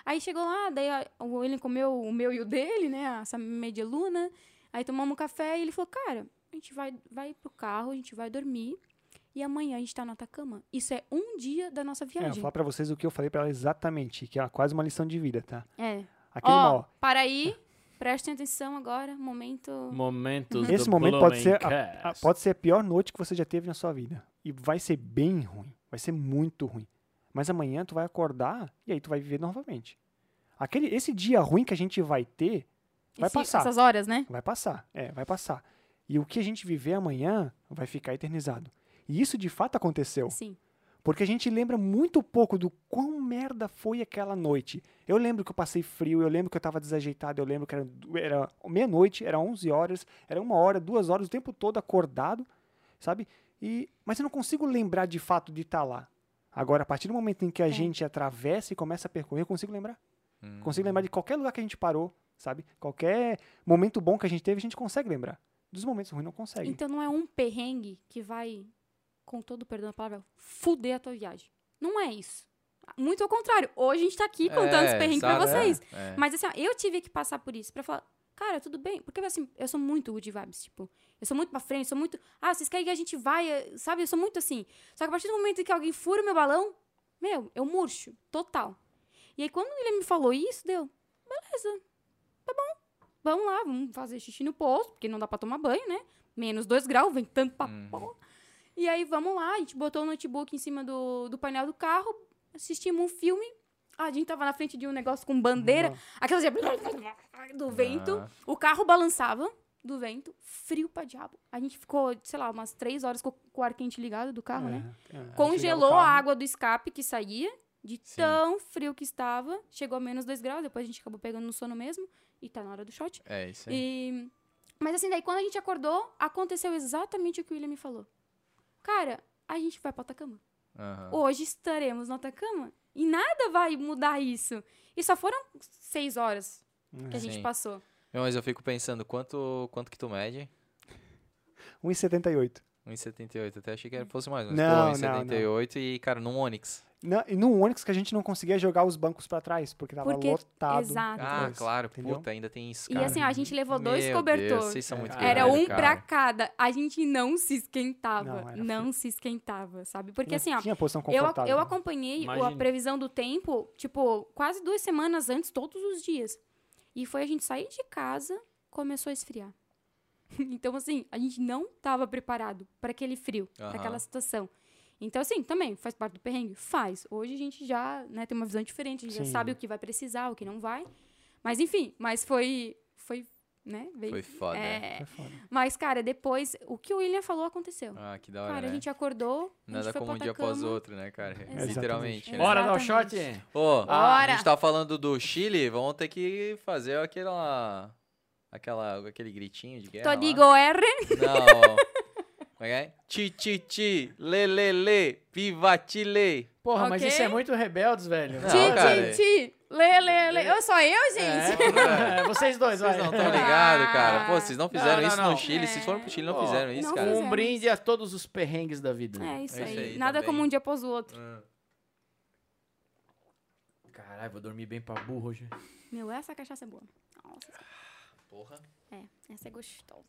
Speaker 3: Aí chegou lá, daí a- o William comeu o meu e o dele, né? Essa media luna. Aí tomamos um café e ele falou, cara, a gente vai, vai pro carro, a gente vai dormir. E amanhã a gente tá no Atacama. Isso é um dia da nossa
Speaker 4: É, eu vou
Speaker 3: viagem.
Speaker 4: falar pra vocês o que eu falei pra ela exatamente, que é quase uma lição de vida, tá?
Speaker 3: É.
Speaker 4: Aquele
Speaker 3: Ó,
Speaker 4: mal.
Speaker 3: para aí, prestem atenção agora, momento.
Speaker 2: momentos
Speaker 4: Esse
Speaker 2: do
Speaker 4: momento pode ser a-
Speaker 2: Blumencast.
Speaker 4: Ah, Pode ser a pior noite que você já teve na sua vida. E vai ser bem ruim. Vai ser muito ruim. Mas amanhã tu vai acordar e aí tu vai viver novamente. Aquele, esse dia ruim que a gente vai ter, vai
Speaker 3: esse-
Speaker 4: passar.
Speaker 3: Essas horas, né?
Speaker 4: Vai passar. É, vai passar. E o que a gente viver amanhã vai ficar eternizado. E isso de fato aconteceu.
Speaker 3: Sim.
Speaker 4: Porque a gente lembra muito pouco do quão merda foi aquela noite. Eu lembro que eu passei frio, eu lembro que eu tava desajeitado, eu lembro que era, du- era meia-noite, era 11 horas, era uma hora, duas horas, o tempo todo acordado, sabe? E, mas eu não consigo lembrar de fato de estar lá. Agora, a partir do momento em
Speaker 3: É.
Speaker 4: que a gente atravessa e começa a percorrer, eu consigo lembrar.
Speaker 5: Hum.
Speaker 4: Consigo lembrar de qualquer lugar que a gente parou, sabe? Qualquer momento bom que a gente teve, a gente consegue lembrar. Dos momentos ruins, não consegue.
Speaker 3: Então não é um perrengue que vai, com todo o perdão da palavra, fuder a tua viagem. Não é isso. Muito ao contrário. Hoje a gente tá aqui contando os
Speaker 5: É,
Speaker 3: perrengues pra
Speaker 5: exato, é,
Speaker 3: vocês.
Speaker 5: é.
Speaker 3: Mas assim, ó, eu tive que passar por isso pra falar, cara, tudo bem. Porque assim, eu sou muito good vibes, tipo, eu sou muito pra frente, sou muito. Ah, vocês querem que a gente vai, eh, sabe? Eu sou muito assim. Só que a partir do momento que alguém fura o meu balão, meu, eu murcho, total. E aí, quando ele me falou isso, deu, beleza, tá bom, vamos lá, vamos fazer xixi no posto, porque não dá pra tomar banho, né? Menos dois graus, vem tanto pra
Speaker 5: Uhum.
Speaker 3: porra. E aí, vamos lá, a gente botou o notebook em cima do, do painel do carro, assistimos um filme. A gente tava na frente de um negócio com bandeira, Aquela de... do vento.
Speaker 5: Ah.
Speaker 3: O carro balançava do vento. Frio pra diabo. A gente ficou, sei lá, umas três horas com, com o ar quente ligado do carro, né?
Speaker 4: É, é, a gente
Speaker 3: Congelou
Speaker 4: ligava o
Speaker 3: a
Speaker 4: carro.
Speaker 3: água do escape que saía. De
Speaker 5: Sim.
Speaker 3: tão frio que estava. Chegou a menos 2 graus. Depois a gente acabou pegando no sono mesmo. E tá na hora do shot.
Speaker 5: É isso aí.
Speaker 3: E... Mas assim, daí quando a gente acordou, aconteceu exatamente o que o William me falou. Cara, a gente vai pro Atacama.
Speaker 5: Aham.
Speaker 3: Hoje estaremos no Atacama. E nada vai mudar isso. E só foram seis horas que a gente
Speaker 5: Sim.
Speaker 3: passou.
Speaker 5: Não, Mas eu fico pensando, quanto, quanto que tu mede?
Speaker 4: 1,78.
Speaker 5: 1,78. Até achei que era- fosse mais, mas
Speaker 4: Não, não, não.
Speaker 5: pô, 1,78 e, cara, num Onix.
Speaker 4: Na- e no Onix que a gente não conseguia jogar os bancos pra trás, porque tava
Speaker 3: Porque-
Speaker 4: lotado.
Speaker 3: exato.
Speaker 5: Ah,
Speaker 4: Pois,
Speaker 5: claro,
Speaker 4: entendeu?
Speaker 5: puta, ainda tem isso,
Speaker 3: E
Speaker 5: cara.
Speaker 3: assim, ó, a gente levou dois
Speaker 5: Meu Deus,
Speaker 3: cobertores.
Speaker 5: vocês são muito
Speaker 3: Era
Speaker 5: guerreiros,
Speaker 3: um pra
Speaker 5: cara.
Speaker 3: cada. A gente não se esquentava.
Speaker 4: Não,
Speaker 3: Não,
Speaker 4: era
Speaker 3: se esquentava, sabe? Porque
Speaker 4: Não
Speaker 3: assim, ó,
Speaker 4: Tinha posição
Speaker 3: eu,
Speaker 4: confortável.
Speaker 3: eu
Speaker 4: né?
Speaker 3: acompanhei o- a
Speaker 2: Imagino.
Speaker 3: previsão do tempo, tipo, quase duas semanas antes, todos os dias. E foi a gente sair de casa, começou a esfriar. Então, assim, a gente não estava preparado para aquele frio, para
Speaker 5: Aham.
Speaker 3: aquela situação. Então, assim, também faz parte do perrengue? Faz. Hoje a gente já né, tem uma visão diferente, a gente já
Speaker 4: Sim.
Speaker 3: sabe o que vai precisar, o que não vai. Mas, enfim, mas foi, foi né? Bem-
Speaker 5: Foi foda.
Speaker 3: é.
Speaker 4: É foda.
Speaker 3: Mas, cara, depois, o que o William falou aconteceu.
Speaker 5: Ah, que da hora,
Speaker 3: cara,
Speaker 5: né?
Speaker 3: a gente acordou, a gente
Speaker 5: Nada
Speaker 3: foi
Speaker 5: como um
Speaker 3: pra
Speaker 5: dia
Speaker 3: cama.
Speaker 5: após outro, né, cara?
Speaker 3: Exatamente.
Speaker 5: Literalmente, né?
Speaker 2: Bora dar o shot!
Speaker 3: Exatamente.
Speaker 5: Ô,
Speaker 3: Bora!
Speaker 5: a gente tá falando do Chile, vamos ter que fazer aquela... Aquela, aquele gritinho de guerra. lá.
Speaker 3: Todigo R.
Speaker 5: Não. Como é que é? Ti, ti, ti, lê, lê, lê, viva Chile.
Speaker 2: Porra, mas
Speaker 3: Ok.
Speaker 2: isso é muito rebeldes, velho.
Speaker 5: Não,
Speaker 3: Ti,
Speaker 5: cara.
Speaker 3: ti, ti. Lê, lê, lê. Eu sou eu, gente?
Speaker 2: É, vocês dois, vai.
Speaker 5: Vocês não estão ligados, cara. Pô, vocês não fizeram
Speaker 2: Não, não,
Speaker 5: isso
Speaker 2: não.
Speaker 5: no Chile. Vocês foram pro Chile e não
Speaker 2: Pô,
Speaker 5: fizeram isso,
Speaker 3: Ah. não
Speaker 5: cara.
Speaker 3: fizeram.
Speaker 2: Um brinde a todos os perrengues da vida.
Speaker 3: É isso,
Speaker 5: É isso
Speaker 3: aí.
Speaker 5: aí
Speaker 3: Nada
Speaker 5: também.
Speaker 3: como um dia após o outro.
Speaker 5: Ah.
Speaker 2: Caralho, vou dormir bem pra burro hoje.
Speaker 3: Meu, essa cachaça é boa. Nossa,
Speaker 5: Porra.
Speaker 3: é, essa é gostosa.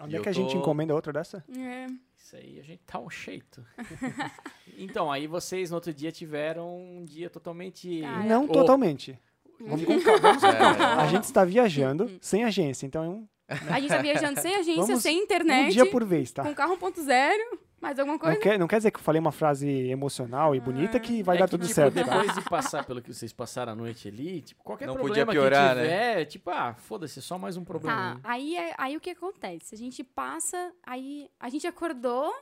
Speaker 4: Onde
Speaker 5: E
Speaker 4: é
Speaker 5: eu
Speaker 4: que a gente
Speaker 5: tô-
Speaker 4: encomenda outra dessa?
Speaker 3: É.
Speaker 2: Isso aí, a gente tá um jeito. então, aí vocês no outro dia tiveram um dia totalmente...
Speaker 3: Ah, é.
Speaker 4: Não
Speaker 2: Ô,
Speaker 4: totalmente. Vamos com calma.
Speaker 5: É,
Speaker 4: A gente está
Speaker 3: Hum.
Speaker 4: viajando sem agência, então é um,
Speaker 3: A gente tá viajando sem agência,
Speaker 4: Vamos
Speaker 3: sem
Speaker 4: um
Speaker 3: internet,
Speaker 4: dia por vez, tá?
Speaker 3: Né, com carro 1.0, mais alguma
Speaker 4: Não
Speaker 3: coisa. Ah.
Speaker 4: quer, não quer dizer que eu falei uma frase emocional e bonita que vai
Speaker 2: É
Speaker 4: dar
Speaker 2: que,
Speaker 4: tudo
Speaker 2: tipo,
Speaker 4: certo, tá?
Speaker 2: Depois de passar pelo que vocês passaram a noite ali, tipo, qualquer
Speaker 5: Não
Speaker 2: problema
Speaker 5: podia piorar,
Speaker 2: que
Speaker 5: né?
Speaker 2: tiver, tipo, ah, foda-se, só mais um problema.
Speaker 3: Tá, aí, é- aí o que acontece? A gente passa, aí a gente acordou.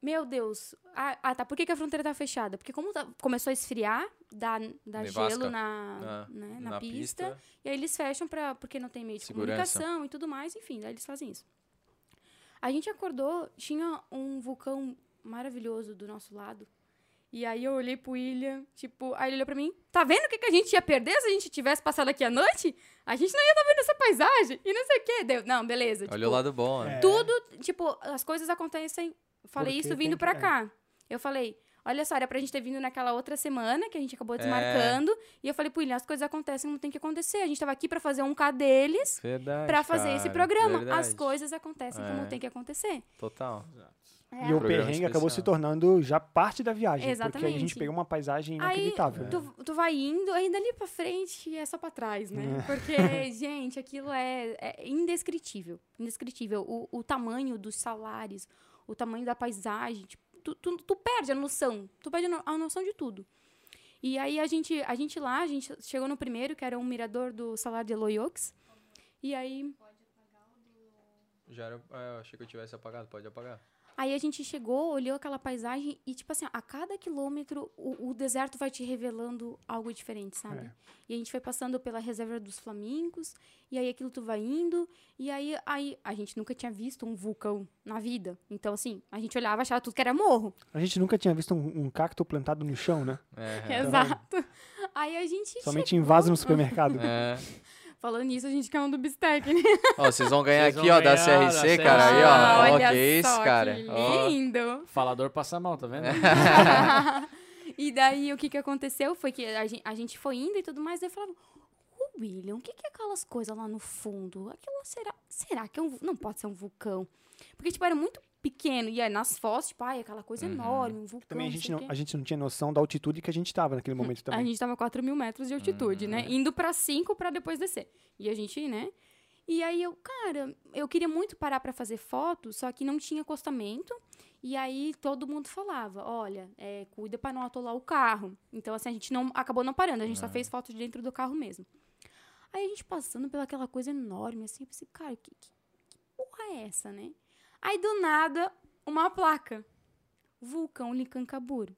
Speaker 3: Meu Deus. Ah, ah, tá. Por que, que a fronteira tá fechada? Porque como tá- começou a esfriar, dá, dá
Speaker 5: Nevasca
Speaker 3: gelo na,
Speaker 5: na-
Speaker 3: né, na
Speaker 5: Ah, Na
Speaker 3: pista,
Speaker 5: pista.
Speaker 3: E aí eles fecham pra, porque não tem meio de
Speaker 5: Segurança.
Speaker 3: comunicação e tudo mais, enfim, daí eles fazem isso. A gente acordou, tinha um vulcão maravilhoso do nosso lado. E aí eu olhei pro William, tipo, aí ele olhou pra mim, tá vendo o que, que a gente ia perder se a gente tivesse passado aqui a noite? A gente não ia estar vendo essa paisagem e não sei o quê. Deu, não, beleza.
Speaker 5: Olha
Speaker 3: tipo,
Speaker 5: o lado bom,
Speaker 2: É.
Speaker 5: né?
Speaker 3: Tudo, tipo, as coisas acontecem. Falei
Speaker 4: É. Porque
Speaker 3: isso
Speaker 4: tem
Speaker 3: vindo
Speaker 4: que-
Speaker 3: pra
Speaker 4: é.
Speaker 3: cá. Eu falei, olha só, era pra gente ter vindo naquela outra semana que a gente
Speaker 5: É.
Speaker 3: acabou desmarcando. E eu falei, pro William, as coisas acontecem como tem que acontecer. A gente tava aqui pra fazer um K deles
Speaker 4: É
Speaker 5: Verdade,
Speaker 3: pra fazer
Speaker 5: cara,
Speaker 3: esse programa. As
Speaker 5: verdade.
Speaker 3: coisas acontecem como
Speaker 5: É.
Speaker 3: tem que acontecer.
Speaker 5: Total.
Speaker 3: É.
Speaker 4: E o
Speaker 5: Programa
Speaker 4: perrengue acabou se
Speaker 5: especial.
Speaker 4: tornando já parte da viagem. Porque aí a
Speaker 3: Exatamente.
Speaker 4: gente pegou uma paisagem
Speaker 3: Aí,
Speaker 4: inacreditável.
Speaker 3: Tu, tu vai indo, aí dali pra frente é só pra trás, né? Porque, gente, aquilo é, é indescritível. Indescritível. O, o tamanho dos salários, o tamanho da paisagem. tipo, tu, tu, tu perde a noção. Tu perde a no- a noção de tudo. E aí a gente, a gente lá, a gente chegou no primeiro, que era um mirador do salário de Loyox. E aí
Speaker 5: Já era, ah, eu achei que eu tivesse apagado, pode apagar.
Speaker 3: Aí a gente chegou, olhou aquela paisagem e, tipo assim, a cada quilômetro o, o deserto vai te revelando algo diferente, sabe?
Speaker 4: É.
Speaker 3: E a gente foi passando pela reserva dos flamingos, e aí aquilo tu vai indo, e aí, aí a gente nunca tinha visto um vulcão na vida. Então, assim, a gente olhava e achava tudo que era morro.
Speaker 4: A gente nunca tinha visto um, um cacto plantado no chão, né?
Speaker 5: É.
Speaker 3: Exato. Aí a gente.
Speaker 4: Somente em vaso no supermercado.
Speaker 5: É.
Speaker 3: Falando nisso, a gente caiu do bistec, né?
Speaker 5: Ó, vocês vão ganhar
Speaker 2: Vocês
Speaker 5: aqui,
Speaker 2: vão
Speaker 5: ó, da
Speaker 2: ganhar, da
Speaker 5: CRC,
Speaker 2: CRC.
Speaker 5: cara. Aí, ó.
Speaker 3: Ah,
Speaker 5: ó,
Speaker 3: olha
Speaker 5: que isso,
Speaker 3: só,
Speaker 5: cara.
Speaker 3: Que
Speaker 5: Ó.
Speaker 3: lindo.
Speaker 2: Falador passa mal, tá
Speaker 1: É.
Speaker 2: vendo?
Speaker 3: e daí o que que aconteceu foi que a gen- a gente, foi indo e tudo mais, daí eu falava, "Ô, William, o que que é aquelas coisas lá no fundo? Aquilo será, será que é um, vu- não pode ser um vulcão? Porque tipo era muito pequeno e aí nas fotos, tipo, ai, aquela coisa enorme, um vulcão.
Speaker 4: Uhum. Também a
Speaker 3: não
Speaker 4: gente,
Speaker 3: sei o
Speaker 4: não,
Speaker 3: quê.
Speaker 4: a gente não tinha noção da altitude que a gente estava naquele momento
Speaker 3: Hum, A
Speaker 4: também.
Speaker 3: gente tava a 4 mil metros de altitude, né? Indo pra 5 pra depois descer. E a gente, né? E aí eu, cara, eu queria muito parar pra fazer foto, só que não tinha acostamento. E aí todo mundo falava, olha, é, cuida pra não atolar o carro. Então, assim, a gente não acabou não parando, a gente só fez foto de dentro do carro mesmo. Aí a gente passando pelaquela coisa enorme, assim, eu pensei, cara, que, que, que porra é essa, né? Aí do nada, uma placa. Vulcão Licancabur.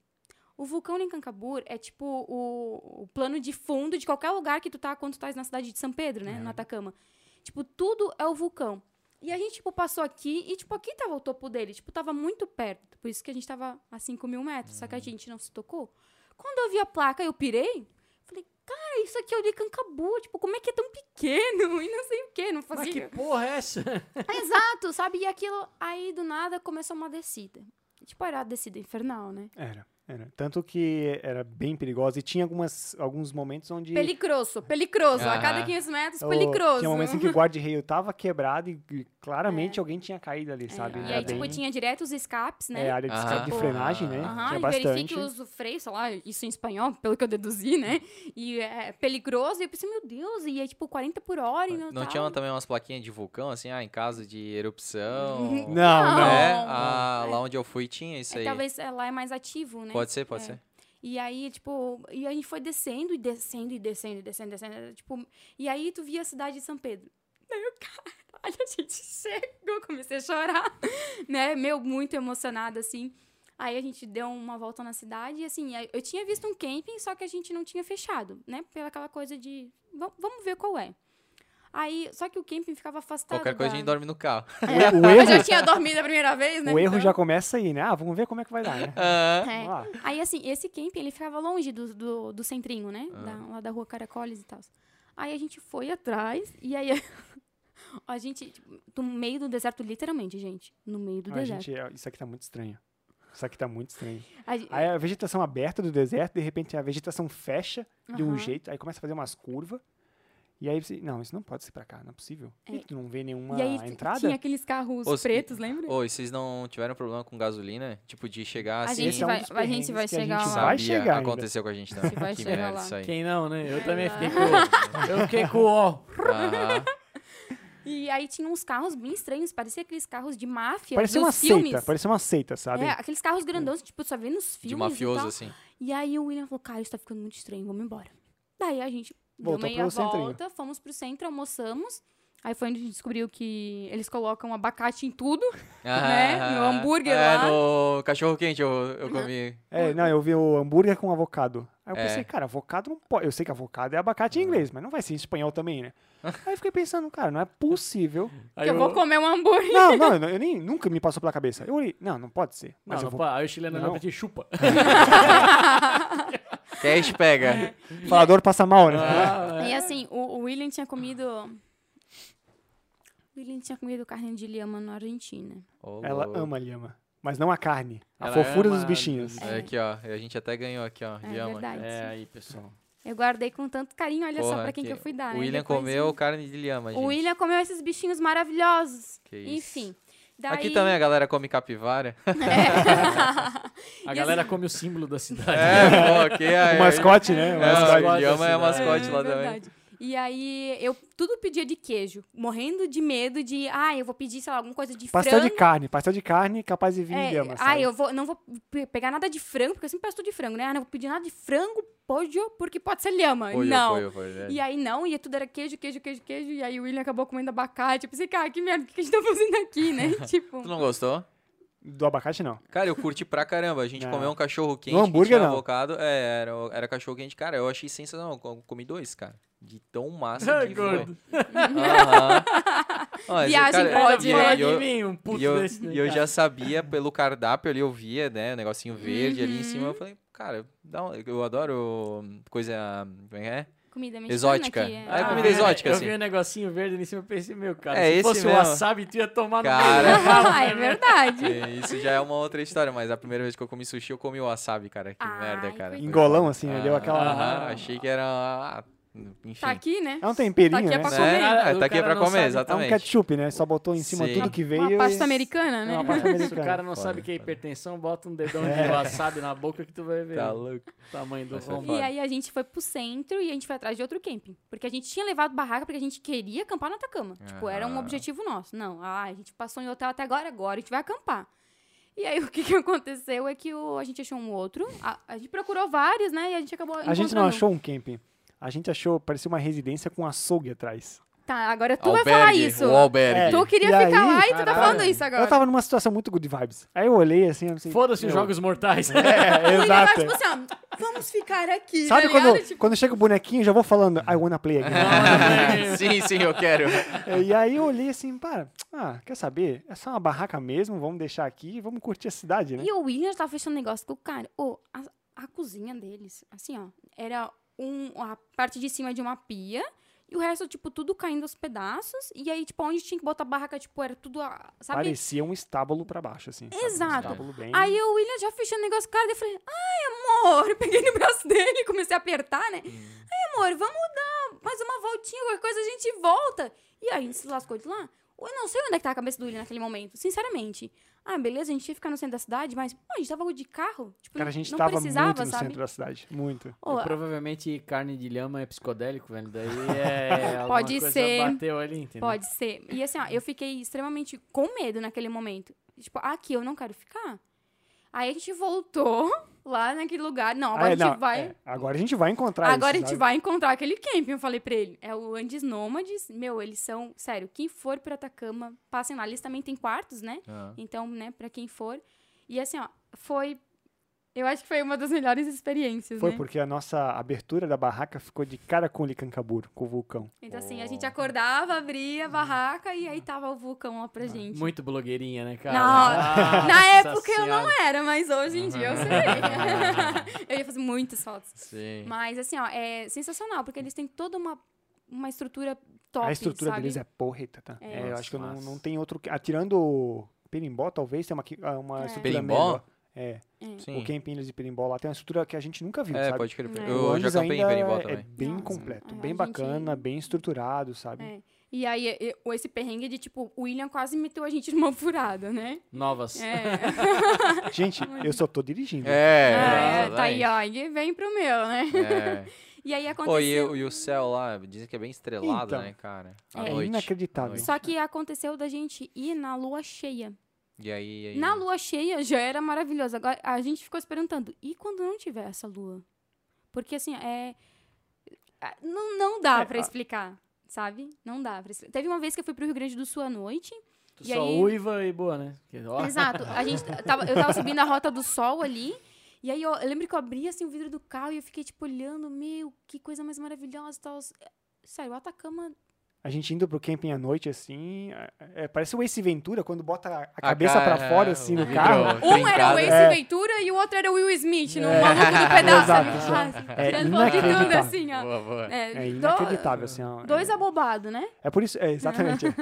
Speaker 3: O vulcão Licancabur é tipo o, o plano de fundo de qualquer lugar que tu tá quando tu tá na cidade de São Pedro,
Speaker 2: É.
Speaker 3: né? No Atacama. Tipo, tudo é o vulcão. E a gente, tipo, passou aqui e, tipo, aqui tava o topo dele. Tipo, tava muito perto. Por isso que a gente tava a 5 mil metros. Só que a
Speaker 2: Uhum.
Speaker 3: gente não se tocou. Quando eu vi a placa, eu pirei. Falei, cara, isso aqui é o Licancabur. Tipo, como é que é tão pequeno? E não sei o quê. Não
Speaker 2: Mas
Speaker 3: fazia...
Speaker 2: que porra é essa?
Speaker 3: Exato, sabe? E aquilo, aí do nada começou uma descida. Tipo, era a descida infernal, né?
Speaker 4: Era, era. Tanto que era bem perigosa e tinha algumas, alguns momentos onde.
Speaker 3: Pelicroso, pelicroso. A cada
Speaker 5: Aham.
Speaker 3: 500 metros,
Speaker 4: o-
Speaker 3: pelicroso.
Speaker 4: Ah. Tinha momentos em que o guarda-reio tava quebrado e e claramente alguém tinha caído ali, sabe?
Speaker 3: É. E
Speaker 4: Era
Speaker 3: aí, tipo,
Speaker 4: bem-
Speaker 3: tinha direto os escapes, né?
Speaker 4: É, área de,
Speaker 5: Aham.
Speaker 4: escape de
Speaker 3: Tipo,
Speaker 4: frenagem, né?
Speaker 3: Aham,
Speaker 4: tinha
Speaker 3: e
Speaker 4: bastante.
Speaker 3: verifique os freios, sei lá, isso em espanhol, pelo que eu deduzi, né? E é peligroso, e eu pensei, meu Deus, e é tipo 40 por hora e não,
Speaker 5: Não
Speaker 3: tal.
Speaker 5: tinha também umas plaquinhas de vulcão, assim, ah, em caso de erupção.
Speaker 4: Não, não.
Speaker 5: É,
Speaker 3: Não.
Speaker 5: ah, lá onde eu fui tinha isso
Speaker 3: É,
Speaker 5: aí.
Speaker 3: talvez é, lá é mais ativo, né?
Speaker 5: Pode ser, pode
Speaker 3: É.
Speaker 5: ser.
Speaker 3: E aí, tipo, e a gente foi descendo e descendo e descendo e descendo, descendo, era, tipo, e aí tu via a cidade de São Pedro. Daí eu, caralho, a gente chegou, comecei a chorar, né? Meu, muito emocionada, assim. Aí a gente deu uma volta na cidade e, assim, aí eu tinha visto um camping, só que a gente não tinha fechado, né? Pela aquela coisa de, "Vam- vamos ver qual é. Aí, só que o camping ficava afastado
Speaker 1: Qualquer coisa
Speaker 3: da- É,
Speaker 1: a gente dorme no carro.
Speaker 4: O, o
Speaker 3: Eu
Speaker 4: erro,
Speaker 3: já tinha dormido a primeira vez, né?
Speaker 4: o erro
Speaker 3: então-
Speaker 4: já começa aí, né? Ah, vamos ver como é que vai dar, né?
Speaker 1: Ah,
Speaker 3: É.
Speaker 4: Vamos lá.
Speaker 3: Aí, assim, esse camping, ele ficava longe do, do, do centrinho, né?
Speaker 4: Ah.
Speaker 3: Da- lá da rua Caracoles e tal. Aí a gente foi atrás e aí... A gente... tipo, No meio do deserto, literalmente, gente. No meio do
Speaker 4: Ah,
Speaker 3: deserto.
Speaker 4: gente, é- isso aqui tá muito estranho. Isso aqui tá muito estranho.
Speaker 3: A gen-
Speaker 4: Aí a vegetação aberta do deserto, de repente a vegetação fecha de um
Speaker 3: Aham.
Speaker 4: jeito, aí começa a fazer umas curvas. E aí você, não, isso não pode ser pra cá, não é possível. E tu não vê nenhuma
Speaker 3: E aí t-
Speaker 4: entrada?
Speaker 3: tinha aqueles carros
Speaker 1: Os-
Speaker 3: pretos, lembra?
Speaker 1: Ô, e vocês não tiveram problema com gasolina? Tipo, de chegar
Speaker 3: A
Speaker 1: assim...
Speaker 3: gente
Speaker 4: Esse é um
Speaker 3: vai-
Speaker 4: dos
Speaker 3: a gente
Speaker 4: perrengues
Speaker 3: vai
Speaker 4: que a
Speaker 3: chegar
Speaker 4: gente
Speaker 3: lá.
Speaker 4: vai
Speaker 1: sabia,
Speaker 4: chegar ainda.
Speaker 1: aconteceu com a gente também.
Speaker 3: Você vai
Speaker 1: que
Speaker 3: chegar
Speaker 1: merda
Speaker 3: lá.
Speaker 1: isso aí.
Speaker 2: Quem não, né? Eu também
Speaker 3: lá.
Speaker 2: fiquei com. Eu fiquei com ó.
Speaker 1: Aham.
Speaker 3: E aí tinha uns carros bem estranhos, parecia aqueles carros de máfia
Speaker 4: Parecia
Speaker 3: dos
Speaker 4: uma
Speaker 3: filmes.
Speaker 4: seita, parecia uma seita, sabe?
Speaker 3: É, aqueles carros grandões que, tipo, só vê nos filmes
Speaker 1: de
Speaker 3: e
Speaker 1: mafioso,
Speaker 3: tal.
Speaker 1: assim.
Speaker 3: E aí o William falou, cara, isso tá ficando muito estranho, vamos embora. Daí a gente
Speaker 4: Voltou
Speaker 3: deu meia
Speaker 4: pro centrinho.
Speaker 3: volta, fomos pro centro, almoçamos. Aí foi onde a gente descobriu que eles colocam abacate em tudo. Né? No
Speaker 1: Ah,
Speaker 3: hambúrguer
Speaker 1: é,
Speaker 3: lá.
Speaker 1: no cachorro quente eu, eu comi.
Speaker 4: É, não, eu vi o hambúrguer com avocado. Aí eu
Speaker 1: É.
Speaker 4: pensei, cara, avocado não pode. Eu sei que avocado é abacate em inglês, mas não vai ser em espanhol também, né? Aí eu fiquei pensando, cara, não é possível.
Speaker 2: Aí
Speaker 3: que eu vou comer um hambúrguer.
Speaker 4: Não, não, eu, não- eu nem nunca me passou pela cabeça. Eu olhei, não, não pode ser.
Speaker 2: Não,
Speaker 4: Mas
Speaker 2: não,
Speaker 4: eu vou.
Speaker 2: pá, aí o chileno olhou
Speaker 4: Não.
Speaker 2: pra ti, chupa.
Speaker 1: Cash
Speaker 3: É.
Speaker 1: pega.
Speaker 4: Falador passa mal, né?
Speaker 1: É.
Speaker 3: E assim, o, o William tinha comido. O William tinha comido carne de lhama na Argentina.
Speaker 1: Ô,
Speaker 4: Ela
Speaker 1: louco.
Speaker 4: ama a lhama, mas não a carne. A
Speaker 2: Ela
Speaker 4: fofura
Speaker 2: ama
Speaker 4: dos bichinhos.
Speaker 1: É, aqui, ó. A gente até ganhou aqui, ó.
Speaker 3: É
Speaker 1: Ele ama.
Speaker 3: verdade.
Speaker 2: É, aí, pessoal.
Speaker 3: Eu guardei com tanto carinho, olha só
Speaker 1: Porra,
Speaker 3: pra quem que, eu fui dar.
Speaker 1: O
Speaker 3: né?
Speaker 1: William
Speaker 3: Depois
Speaker 1: comeu
Speaker 3: eu-
Speaker 1: carne de lhama, gente.
Speaker 3: O William comeu esses bichinhos maravilhosos.
Speaker 1: Que isso.
Speaker 3: Enfim. Daí...
Speaker 1: Aqui também a galera come capivara.
Speaker 2: A
Speaker 3: E
Speaker 2: galera come o símbolo da cidade.
Speaker 1: É, pô, que aí.
Speaker 4: O mascote, né? O
Speaker 1: É,
Speaker 4: mascote.
Speaker 1: o Lhama é
Speaker 2: da
Speaker 1: o mascote lá também.
Speaker 3: verdade. E aí, eu tudo pedia de queijo, morrendo de medo de, ah, eu vou pedir, sei lá, alguma coisa de
Speaker 4: Pastel de
Speaker 3: frango.
Speaker 4: carne, pastel de carne capaz de vir
Speaker 3: É,
Speaker 4: em lhama.
Speaker 3: ah,
Speaker 4: sabe?
Speaker 3: eu vou, não vou pe- pegar nada de frango, porque eu sempre peço tudo de frango, né? Ah, não vou pedir nada de frango, pojo, porque pode ser lhama.
Speaker 1: Foi,
Speaker 3: não.
Speaker 1: foi, foi, é.
Speaker 3: E aí não, e tudo era queijo, queijo, queijo, queijo. E aí o William acabou comendo abacate. Eu pensei, cara, que merda, o que a gente tá fazendo aqui, né? tipo.
Speaker 1: Tu não gostou?
Speaker 4: Do abacate, não.
Speaker 1: Cara, eu curti pra caramba. A gente
Speaker 4: Não.
Speaker 1: comeu um cachorro quente.
Speaker 4: No
Speaker 1: que
Speaker 4: hambúrguer,
Speaker 1: tinha
Speaker 4: não.
Speaker 1: Avocado. É, era, era cachorro quente. Cara, eu achei sensacional. Eu comi dois, cara. De tão massa
Speaker 2: Ah,
Speaker 1: que foi.
Speaker 2: gordo.
Speaker 1: Aham. Olha,
Speaker 3: Viagem pode,
Speaker 1: e
Speaker 3: né?
Speaker 2: Fala
Speaker 1: eu-
Speaker 2: de mim, um puto
Speaker 1: E eu,
Speaker 2: desse. né,
Speaker 1: e eu
Speaker 2: cara?
Speaker 1: já sabia pelo cardápio ali, eu via, né? O negocinho verde ali em cima.
Speaker 3: Uhum.
Speaker 1: Eu falei, cara, dá um- eu adoro coisa. Como é que é?
Speaker 3: Comida mexicana
Speaker 1: Exótica.
Speaker 3: que é-
Speaker 1: Ah, é
Speaker 2: Ah,
Speaker 1: comida
Speaker 2: eu-
Speaker 1: exótica,
Speaker 2: eu
Speaker 1: assim.
Speaker 2: vi um negocinho verde ali em cima e pensei, meu cara,
Speaker 1: É
Speaker 2: se
Speaker 1: esse
Speaker 2: fosse um
Speaker 1: mesmo.
Speaker 2: wasabi, tu ia tomar
Speaker 1: Cara.
Speaker 2: no né?
Speaker 3: Ah, é verdade.
Speaker 1: E Isso já é uma outra história, mas a primeira vez que eu comi sushi, eu comi wasabi, cara. Que
Speaker 3: Ai,
Speaker 1: merda, cara. Ah,
Speaker 3: coitado.
Speaker 4: Engolão, assim, né? Deu aquela.
Speaker 1: Aham, achei que era. ah, enfim.
Speaker 3: Tá aqui, né?
Speaker 4: É um temperinho,
Speaker 3: Tá aqui é
Speaker 4: né?
Speaker 3: pra
Speaker 1: Né?
Speaker 3: comer.
Speaker 1: Ah,
Speaker 2: O
Speaker 1: tá aqui é
Speaker 2: cara
Speaker 1: pra
Speaker 2: não
Speaker 1: comer,
Speaker 2: sabe.
Speaker 4: É um
Speaker 1: exatamente.
Speaker 4: ketchup, né? Só botou em cima
Speaker 1: Sim.
Speaker 4: tudo que veio.
Speaker 3: Uma
Speaker 4: e-
Speaker 3: pasta americana, né?
Speaker 4: É uma pasta
Speaker 2: Se o cara
Speaker 4: americana.
Speaker 2: não
Speaker 1: Foda,
Speaker 2: sabe o que é
Speaker 1: foda.
Speaker 2: hipertensão, bota um dedão
Speaker 3: É.
Speaker 2: de wasabi na boca que tu vai ver
Speaker 1: Tá louco.
Speaker 2: o tamanho do
Speaker 1: Vai ser
Speaker 2: rombo.
Speaker 3: E aí a gente foi pro centro e a gente foi atrás de outro camping. Porque a gente tinha levado barraca porque a gente queria acampar no Atacama. Tipo, era um
Speaker 1: Aham.
Speaker 3: objetivo nosso. Não, ah, a gente passou em hotel até agora, agora a gente vai acampar. E aí o que, que aconteceu é que o- a gente achou um outro. A, a gente procurou vários, né? E a gente acabou
Speaker 4: A gente não
Speaker 3: encontrando um.
Speaker 4: achou um camping. A gente achou, parecia uma residência com açougue atrás.
Speaker 3: Tá, agora tu vai falar
Speaker 1: Albergue,
Speaker 3: isso.
Speaker 1: o albergue.
Speaker 3: Tu queria
Speaker 4: E
Speaker 3: ficar
Speaker 4: aí,
Speaker 3: lá e tu tá
Speaker 2: caralho,
Speaker 3: falando isso agora.
Speaker 4: Eu tava numa situação muito good vibes. Aí eu olhei assim, eu não sei.
Speaker 2: Foda-se os
Speaker 4: meu,
Speaker 2: jogos mortais.
Speaker 4: É,
Speaker 3: O William tava
Speaker 4: exato.
Speaker 3: tipo assim, ó, vamos ficar aqui,
Speaker 4: Sabe
Speaker 3: tá
Speaker 4: quando,
Speaker 3: ligado? Tipo,
Speaker 4: quando chega o bonequinho, eu já vou falando, I wanna play again.
Speaker 1: sim, sim, eu quero.
Speaker 4: É, E aí eu olhei assim, para, ah, quer saber? É só uma barraca mesmo, vamos deixar aqui e vamos curtir a cidade, né?
Speaker 3: E o William tava fechando negócio com o cara. Ô, a, a cozinha deles, assim, ó, era um, a parte de cima de uma pia e o resto, tipo, tudo caindo aos pedaços. E aí, tipo, onde tinha que botar a barraca, tipo, era tudo, ah, sabe?
Speaker 4: Parecia um estábulo pra baixo, assim. sabe? Um
Speaker 3: Exato.
Speaker 4: estábulo bem...
Speaker 3: Aí o William já fechando o negócio com o cara, daí eu falei, ai, amor, eu peguei no braço dele, comecei a apertar,
Speaker 4: Hum.
Speaker 3: né? Ai, amor, vamos dar mais uma voltinha, qualquer coisa a gente volta. E aí a gente se lascou de lá. Eu não sei onde é que tá a cabeça do William naquele momento, sinceramente. Ah, beleza, a gente ia ficar no centro da cidade, mas pô, a gente tava de carro. Tipo,
Speaker 4: Cara,
Speaker 3: não-
Speaker 4: a gente
Speaker 3: não
Speaker 4: tava
Speaker 3: precisava,
Speaker 4: muito no
Speaker 3: sabe?
Speaker 4: centro da cidade. Muito.
Speaker 3: Ô,
Speaker 2: Provavelmente carne de lhama é psicodélico, velho. Daí é. alguma
Speaker 3: Pode
Speaker 2: coisa
Speaker 3: ser.
Speaker 2: Bateu ali,
Speaker 4: né?
Speaker 2: entendeu?
Speaker 3: pode ser. E assim, ó, eu fiquei extremamente com medo naquele momento. Tipo, aqui eu não quero ficar. Aí a gente voltou lá naquele lugar. Não,
Speaker 4: Ah,
Speaker 3: agora
Speaker 4: é,
Speaker 3: a gente
Speaker 4: não,
Speaker 3: vai.
Speaker 4: é, agora a gente vai encontrar
Speaker 3: Agora a
Speaker 4: isso,
Speaker 3: gente vai encontrar aquele camping, eu falei pra ele. É o Andes Nômades. Meu, eles são. Sério, quem for pra Atacama, passem lá. Eles também têm quartos, né?
Speaker 5: Aham.
Speaker 3: Então, né, pra quem for. E assim, ó, foi. Eu acho que foi uma das melhores experiências,
Speaker 4: Foi
Speaker 3: né?
Speaker 4: porque a nossa abertura da barraca ficou de cara com o Licancabur, com o vulcão.
Speaker 3: Então, assim, a gente acordava, abria a barraca e aí tava o vulcão lá pra gente.
Speaker 2: Muito blogueirinha, né, cara?
Speaker 3: Não,
Speaker 2: Nossa
Speaker 3: Na época eu não
Speaker 2: Senhora.
Speaker 3: era, mas hoje em dia eu sei. eu ia fazer muitas fotos.
Speaker 2: Sim.
Speaker 3: Mas assim, ó, é sensacional, porque eles têm toda uma, uma estrutura top,
Speaker 4: a estrutura
Speaker 3: sabe?
Speaker 4: deles é porreta, tá?
Speaker 3: É.
Speaker 4: É, eu acho que eu não,
Speaker 2: Nossa.
Speaker 4: não tem outro... que- Atirando o Perimbó, talvez, tem uma, que- ah, uma
Speaker 3: É.
Speaker 4: estrutura
Speaker 5: Perimbó?
Speaker 4: melhor. É,
Speaker 5: Sim.
Speaker 4: o Camping Ilhas de Perimbó lá tem uma estrutura que a gente nunca viu,
Speaker 5: É,
Speaker 4: Hum, sabe?
Speaker 5: pode crer.
Speaker 4: O
Speaker 3: É.
Speaker 5: Eu já
Speaker 4: ônibus
Speaker 5: campei em
Speaker 4: ainda
Speaker 5: Berimbau
Speaker 4: é
Speaker 5: também.
Speaker 4: bem
Speaker 3: Nossa,
Speaker 4: completo,
Speaker 3: a
Speaker 4: bem
Speaker 3: gente-
Speaker 4: bacana, bem estruturado, sabe?
Speaker 3: É. E aí, e- e- esse perrengue de tipo, o William quase meteu a gente numa furada, né?
Speaker 2: Novas.
Speaker 3: É,
Speaker 4: Gente, eu só tô dirigindo.
Speaker 5: É,
Speaker 3: É, tá aí,
Speaker 5: exatamente.
Speaker 3: ó, e vem pro meu, né?
Speaker 5: É.
Speaker 3: E aí
Speaker 5: Pô, e,
Speaker 3: aconteceu.
Speaker 5: o- e o céu lá, dizem que é bem estrelado,
Speaker 4: Então.
Speaker 5: né, cara? À
Speaker 4: É
Speaker 5: noite.
Speaker 4: inacreditável.
Speaker 3: Só que aconteceu da gente ir na lua cheia.
Speaker 5: E aí, aí-
Speaker 3: Na lua cheia já era maravilhoso. Agora a gente ficou se perguntando, e quando não tiver essa lua? Porque assim, é ah, não, não dá
Speaker 4: É,
Speaker 3: pra
Speaker 4: a-
Speaker 3: explicar, sabe? Não dá pra explicar. Teve uma vez que eu fui pro Rio Grande do Sul à noite.
Speaker 2: Tu
Speaker 3: E
Speaker 2: só
Speaker 3: aí-
Speaker 2: uiva e boa, né? Porque, ó,
Speaker 3: Exato. A gente tava, eu tava subindo a rota do sol ali. E aí eu, eu lembro que eu abri assim o vidro do carro e eu fiquei tipo olhando, meu, que coisa mais maravilhosa e tal. Sério, o Atacama
Speaker 4: A gente indo pro camping à noite, assim, é- é, parece o Ace Ventura, quando bota a- a,
Speaker 5: A
Speaker 4: cabeça
Speaker 5: cara-
Speaker 4: pra fora, assim,
Speaker 5: o
Speaker 4: no
Speaker 5: vidro
Speaker 4: carro.
Speaker 3: Um era o
Speaker 5: trincado.
Speaker 3: Ace
Speaker 4: É.
Speaker 3: Ventura e o outro era o Will Smith,
Speaker 5: É.
Speaker 3: no maluco do pedaço. sabe?
Speaker 4: Exato,
Speaker 3: Ah,
Speaker 4: exato.
Speaker 3: assim,
Speaker 4: É
Speaker 3: tirando foto de tudo,
Speaker 4: inacreditável.
Speaker 3: assim, ó.
Speaker 5: Boa, boa.
Speaker 3: É,
Speaker 4: É
Speaker 3: do-
Speaker 4: inacreditável, assim. ó.
Speaker 3: dois abobados, né?
Speaker 4: É por isso, é, exatamente. é.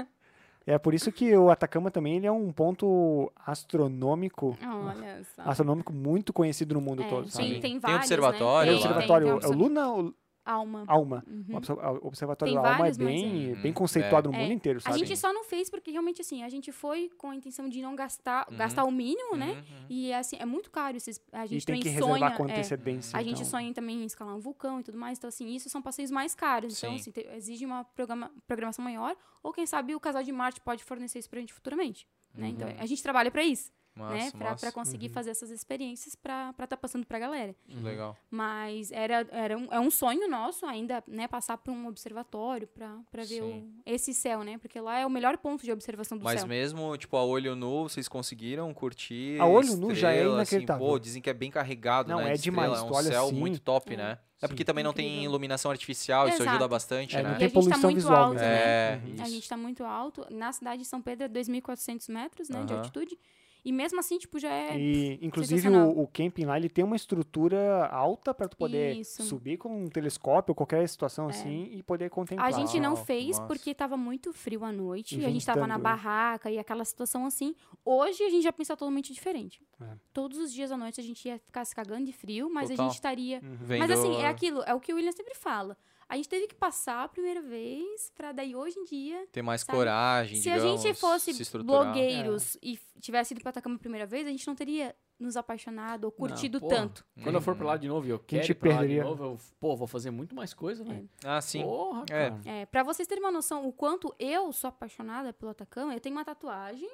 Speaker 4: É por isso que o Atacama também ele é um ponto astronômico,
Speaker 3: Olha só.
Speaker 4: astronômico muito conhecido no mundo
Speaker 3: Ah. É,
Speaker 4: todo,
Speaker 3: sim,
Speaker 4: sabe?
Speaker 5: Tem
Speaker 3: tem
Speaker 5: um
Speaker 3: vários,
Speaker 5: observatório
Speaker 4: Tem o
Speaker 3: né?
Speaker 5: lá.
Speaker 4: observatório,
Speaker 3: tem
Speaker 4: é o Luna ou
Speaker 3: Alma.
Speaker 4: Alma?
Speaker 3: Uhum.
Speaker 4: O obser- O observatório
Speaker 3: Tem
Speaker 4: da Alma é
Speaker 3: vários, mas
Speaker 4: bem,
Speaker 5: é.
Speaker 4: bem conceituado no
Speaker 3: É.
Speaker 4: mundo inteiro,
Speaker 3: A
Speaker 5: Ah,
Speaker 4: sabe?
Speaker 3: gente só não fez porque realmente, assim, a gente foi com a intenção de não gastar,
Speaker 5: Uhum.
Speaker 3: gastar o mínimo, né?
Speaker 5: Uhum.
Speaker 3: E, assim, é muito caro. Esses, a
Speaker 4: e
Speaker 3: gente
Speaker 4: tem
Speaker 3: também
Speaker 4: que
Speaker 3: sonha...
Speaker 4: reservar com
Speaker 3: é,
Speaker 4: antecedência.
Speaker 3: A gente
Speaker 4: então.
Speaker 3: sonha também em escalar um vulcão e tudo mais. Então, assim, isso são passeios mais caros. Então,
Speaker 5: Sim.
Speaker 3: assim, te- exige uma programa- programação maior. Ou, quem sabe, o Casal de Marte pode fornecer isso pra gente futuramente. né? Então, a gente trabalha pra isso,
Speaker 5: Uhum. Massa,
Speaker 3: né? Pra,
Speaker 5: massa. Uhum.
Speaker 3: pra conseguir fazer essas experiências pra estar tá passando pra galera.
Speaker 5: Legal.
Speaker 3: Mas era, era um, é um sonho nosso ainda, né? Passar por um observatório pra, pra ver o- esse céu, né? Porque lá é o melhor ponto de observação do
Speaker 5: Mas
Speaker 3: céu.
Speaker 5: mesmo, tipo, a olho nu, vocês conseguiram curtir
Speaker 4: A olho nu já é
Speaker 5: estrela,
Speaker 4: inacreditável.
Speaker 5: Assim, pô, dizem que é bem carregado,
Speaker 4: Não,
Speaker 5: né?
Speaker 4: é
Speaker 5: de estrela,
Speaker 4: demais,
Speaker 5: É
Speaker 4: tu
Speaker 5: um
Speaker 4: olha
Speaker 5: céu
Speaker 4: assim,
Speaker 5: muito top, né? É porque também não tem
Speaker 3: incrível.
Speaker 5: iluminação artificial, isso ajuda
Speaker 3: Exato.
Speaker 5: bastante,
Speaker 4: É,
Speaker 5: né?
Speaker 4: não
Speaker 3: E
Speaker 4: tem
Speaker 3: a gente tá
Speaker 4: poluição
Speaker 3: muito
Speaker 4: visual,
Speaker 3: alto, né?
Speaker 5: É,
Speaker 4: Uhum.
Speaker 3: A gente
Speaker 5: isso.
Speaker 3: tá muito alto. Na cidade de São Pedro é 2.400 metros, né? De
Speaker 5: Aham.
Speaker 3: altitude. E mesmo assim, tipo, já é...
Speaker 4: E, inclusive,
Speaker 3: sensacional.
Speaker 4: o, o camping lá, ele tem uma estrutura alta para tu poder
Speaker 3: Isso. É.
Speaker 4: subir com um telescópio, qualquer situação assim, e poder contemplar.
Speaker 3: A gente não
Speaker 5: Uau,
Speaker 3: fez
Speaker 5: massa.
Speaker 3: porque tava muito frio à noite.
Speaker 4: E
Speaker 3: a gente tava na
Speaker 4: ventando, né?
Speaker 3: barraca e aquela situação assim. Hoje a gente já pensa totalmente diferente.
Speaker 4: É.
Speaker 3: Todos os dias à noite a gente ia ficar se cagando de frio, mas
Speaker 5: Total.
Speaker 3: a gente estaria.
Speaker 5: Vendo...
Speaker 3: Mas assim, é aquilo, é o que o William sempre fala. A gente teve que passar a primeira vez pra daí hoje em dia.
Speaker 5: Ter mais
Speaker 3: sabe?
Speaker 5: coragem,
Speaker 3: se a gente
Speaker 5: digamos,
Speaker 3: fosse
Speaker 5: se estruturar. É.
Speaker 3: blogueiros e f- tivesse ido pra Atacama a primeira vez, a gente não teria nos apaixonado ou curtido
Speaker 2: porra.
Speaker 3: tanto.
Speaker 2: Quando eu for pra lá de novo e eu quero
Speaker 4: gente
Speaker 2: ir pra lá de
Speaker 4: perderia?
Speaker 2: novo, eu, pô, vou fazer muito mais coisa, velho.
Speaker 5: Ah, sim.
Speaker 2: Porra,
Speaker 5: É.
Speaker 2: cara.
Speaker 3: É, para vocês terem uma noção o quanto eu sou apaixonada pelo Atacama, eu tenho uma tatuagem,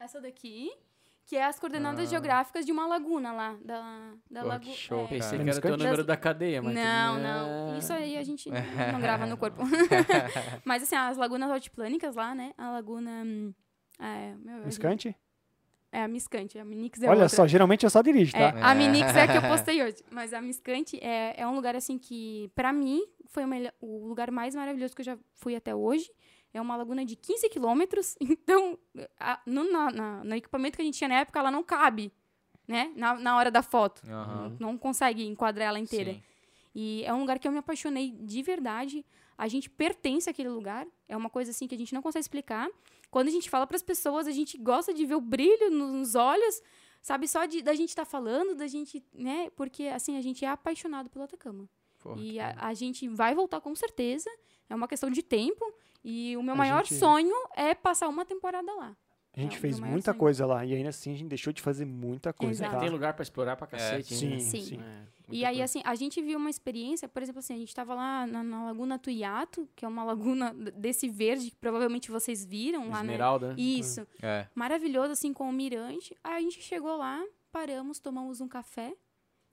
Speaker 3: essa daqui, que é as coordenadas
Speaker 5: Ah.
Speaker 3: geográficas de uma laguna lá, da,
Speaker 5: Pô,
Speaker 3: da
Speaker 5: que
Speaker 3: laguna.
Speaker 5: show, cara.
Speaker 2: Pensei que era
Speaker 4: Menos
Speaker 2: o teu
Speaker 3: cantinho.
Speaker 2: número da cadeia, mas... É.
Speaker 3: Não,
Speaker 5: né?
Speaker 3: não. Isso aí a gente não grava no corpo. Mas assim, as lagunas altiplânicas lá, né? A laguna. hum, É, meu, a gente-
Speaker 4: Miscante?
Speaker 3: É, a Miscante. A Minix é
Speaker 4: Um Olha
Speaker 3: outra.
Speaker 4: só, geralmente eu só dirijo,
Speaker 3: É,
Speaker 4: tá?
Speaker 3: a Minix é a que eu postei hoje. Mas a Miscante é, é um lugar, assim, que, pra mim, foi o, melhor- o lugar mais maravilhoso que eu já fui até hoje. É uma laguna de 15 quilômetros. Então, a- no, na- na- no equipamento que a gente tinha na época, ela não cabe, né? Na, na hora da foto.
Speaker 5: Aham,
Speaker 3: Não consegue enquadrar ela inteira.
Speaker 5: sim.
Speaker 3: E é um lugar que eu me apaixonei de verdade. A gente pertence àquele lugar. É uma coisa assim que a gente não consegue explicar. Quando a gente fala pras pessoas, a gente gosta de ver o brilho no- nos olhos, sabe? Só de, da gente estar falando, da gente, né? Porque assim, a gente é apaixonado pelo Atacama.
Speaker 5: Pô,
Speaker 3: e a, a gente vai voltar com certeza. É uma questão de tempo. E o meu
Speaker 4: A
Speaker 3: maior
Speaker 4: gente-
Speaker 3: sonho é passar uma temporada lá.
Speaker 4: A gente
Speaker 3: É,
Speaker 4: fez
Speaker 3: meu maior
Speaker 4: muita
Speaker 3: sonho.
Speaker 4: coisa lá, e ainda assim a gente deixou de fazer muita coisa,
Speaker 3: Exato.
Speaker 4: tá?
Speaker 2: Tem lugar pra explorar pra cacete,
Speaker 4: Sim,
Speaker 2: né?
Speaker 4: sim.
Speaker 3: Sim. É, E aí, assim, a gente viu uma experiência, por exemplo, assim, a gente tava lá na, na Laguna Tuiato, que é uma laguna d- desse verde que provavelmente vocês viram lá, né?
Speaker 2: Esmeralda.
Speaker 3: Isso.
Speaker 5: É.
Speaker 3: Maravilhoso, assim, com o mirante. Aí a gente chegou lá, paramos, tomamos um café.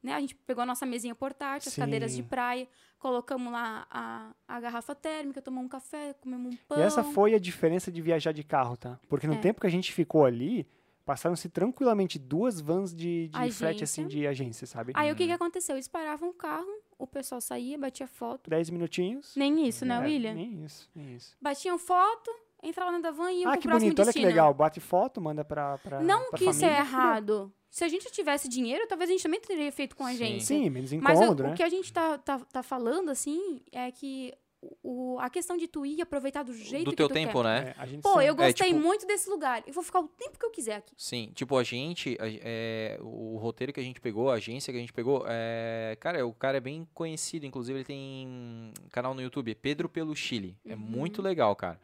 Speaker 3: né? A gente pegou a nossa mesinha portátil, as cadeiras de
Speaker 4: Sim.
Speaker 3: praia, colocamos lá a, a garrafa térmica, tomamos um café, comemos um pão.
Speaker 4: E essa foi a diferença de viajar de carro, tá? Porque no
Speaker 3: É.
Speaker 4: tempo que a gente ficou ali, passaram-se tranquilamente duas vans de, de frete,
Speaker 3: Agência.
Speaker 4: assim, de agência, sabe?
Speaker 3: Aí o que, que aconteceu? Eles paravam o carro, o pessoal saía, batia foto.
Speaker 4: Dez minutinhos.
Speaker 3: Nem isso, né,
Speaker 4: É,
Speaker 3: William?
Speaker 4: Nem isso, nem isso.
Speaker 3: Batiam foto, entravam dentro da van e iam
Speaker 4: ah,
Speaker 3: pro
Speaker 4: que
Speaker 3: próximo
Speaker 4: bonito, olha que
Speaker 3: destino.
Speaker 4: legal. Bate foto, manda pra. pra
Speaker 3: Não
Speaker 4: pra
Speaker 3: que isso é
Speaker 4: família.
Speaker 3: errado. Se a gente tivesse dinheiro, talvez a gente também teria feito com a
Speaker 1: Sim.
Speaker 3: gente.
Speaker 4: Sim, menos
Speaker 3: Mas o,
Speaker 4: incômodo,
Speaker 3: o
Speaker 4: né?
Speaker 3: que a gente tá, tá, tá falando, assim, é que o, a questão de tu ir aproveitar do jeito
Speaker 1: Do
Speaker 3: que
Speaker 1: teu
Speaker 3: tu
Speaker 1: tempo,
Speaker 3: quer.
Speaker 1: né?
Speaker 4: É, a gente
Speaker 3: Pô,
Speaker 4: sempre-
Speaker 3: eu gostei
Speaker 1: tipo-
Speaker 3: muito desse lugar. Eu vou ficar o tempo que eu quiser aqui.
Speaker 1: Sim, tipo, a gente, a- é, o roteiro que a gente pegou, a agência que a gente pegou, é, cara, o cara é bem conhecido, inclusive ele tem canal no YouTube, é Pedro pelo Chile, é
Speaker 3: Uhum.
Speaker 1: muito legal, cara.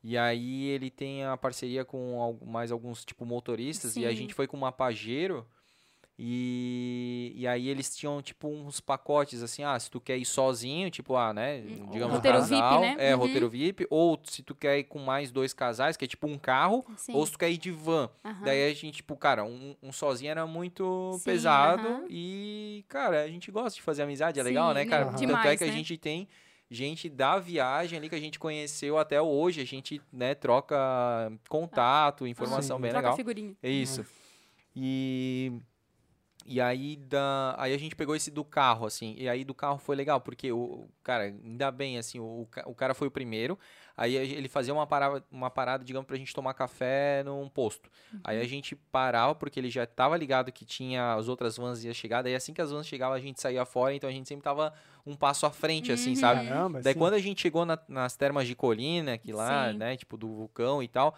Speaker 1: E aí ele tem a parceria com al- mais alguns, tipo, motoristas, e a
Speaker 3: Sim.
Speaker 1: gente foi com uma Pajero, e, e aí eles tinham, tipo, uns pacotes, assim, ah, se tu quer ir sozinho, tipo, ah, né,
Speaker 3: Hum,
Speaker 1: digamos,
Speaker 3: roteiro VIP,
Speaker 1: casal,
Speaker 3: né?
Speaker 1: é,
Speaker 3: Uhum.
Speaker 1: roteiro VIP, ou se tu quer ir com mais dois casais, que é tipo um carro,
Speaker 3: Sim.
Speaker 1: ou se tu quer ir de van.
Speaker 3: aham.
Speaker 1: Daí a gente, tipo, cara, um, um sozinho era muito
Speaker 3: Sim,
Speaker 1: pesado.
Speaker 3: aham.
Speaker 1: E, cara, a gente gosta de fazer amizade, é
Speaker 3: Sim,
Speaker 1: legal, né, cara?
Speaker 4: legal.
Speaker 1: Tanto é
Speaker 3: Demais,
Speaker 1: que a
Speaker 3: né?
Speaker 1: gente tem gente da viagem ali que a gente conheceu até hoje. A gente, né, troca contato, informação
Speaker 4: Sim.
Speaker 1: bem
Speaker 3: Troca
Speaker 1: legal.
Speaker 3: figurinha.
Speaker 1: É isso. E. E aí, da, aí a gente pegou esse do carro, assim. E aí do carro foi legal, porque o. Cara, ainda bem, assim, o, ca- o cara foi o primeiro. Aí a gen- ele fazia uma parada, uma parada, digamos, pra gente tomar café num posto. Aí a gente parava, porque ele já tava ligado que tinha as outras vans ia chegar. Daí assim que as vans chegavam, a gente saía fora, então a gente sempre tava um passo à frente, assim,
Speaker 4: Uhum.
Speaker 1: sabe?
Speaker 4: Caramba,
Speaker 1: Daí
Speaker 4: sim.
Speaker 1: quando a gente chegou na- nas termas de colina, que lá,
Speaker 3: Sim.
Speaker 1: né, tipo do vulcão e tal,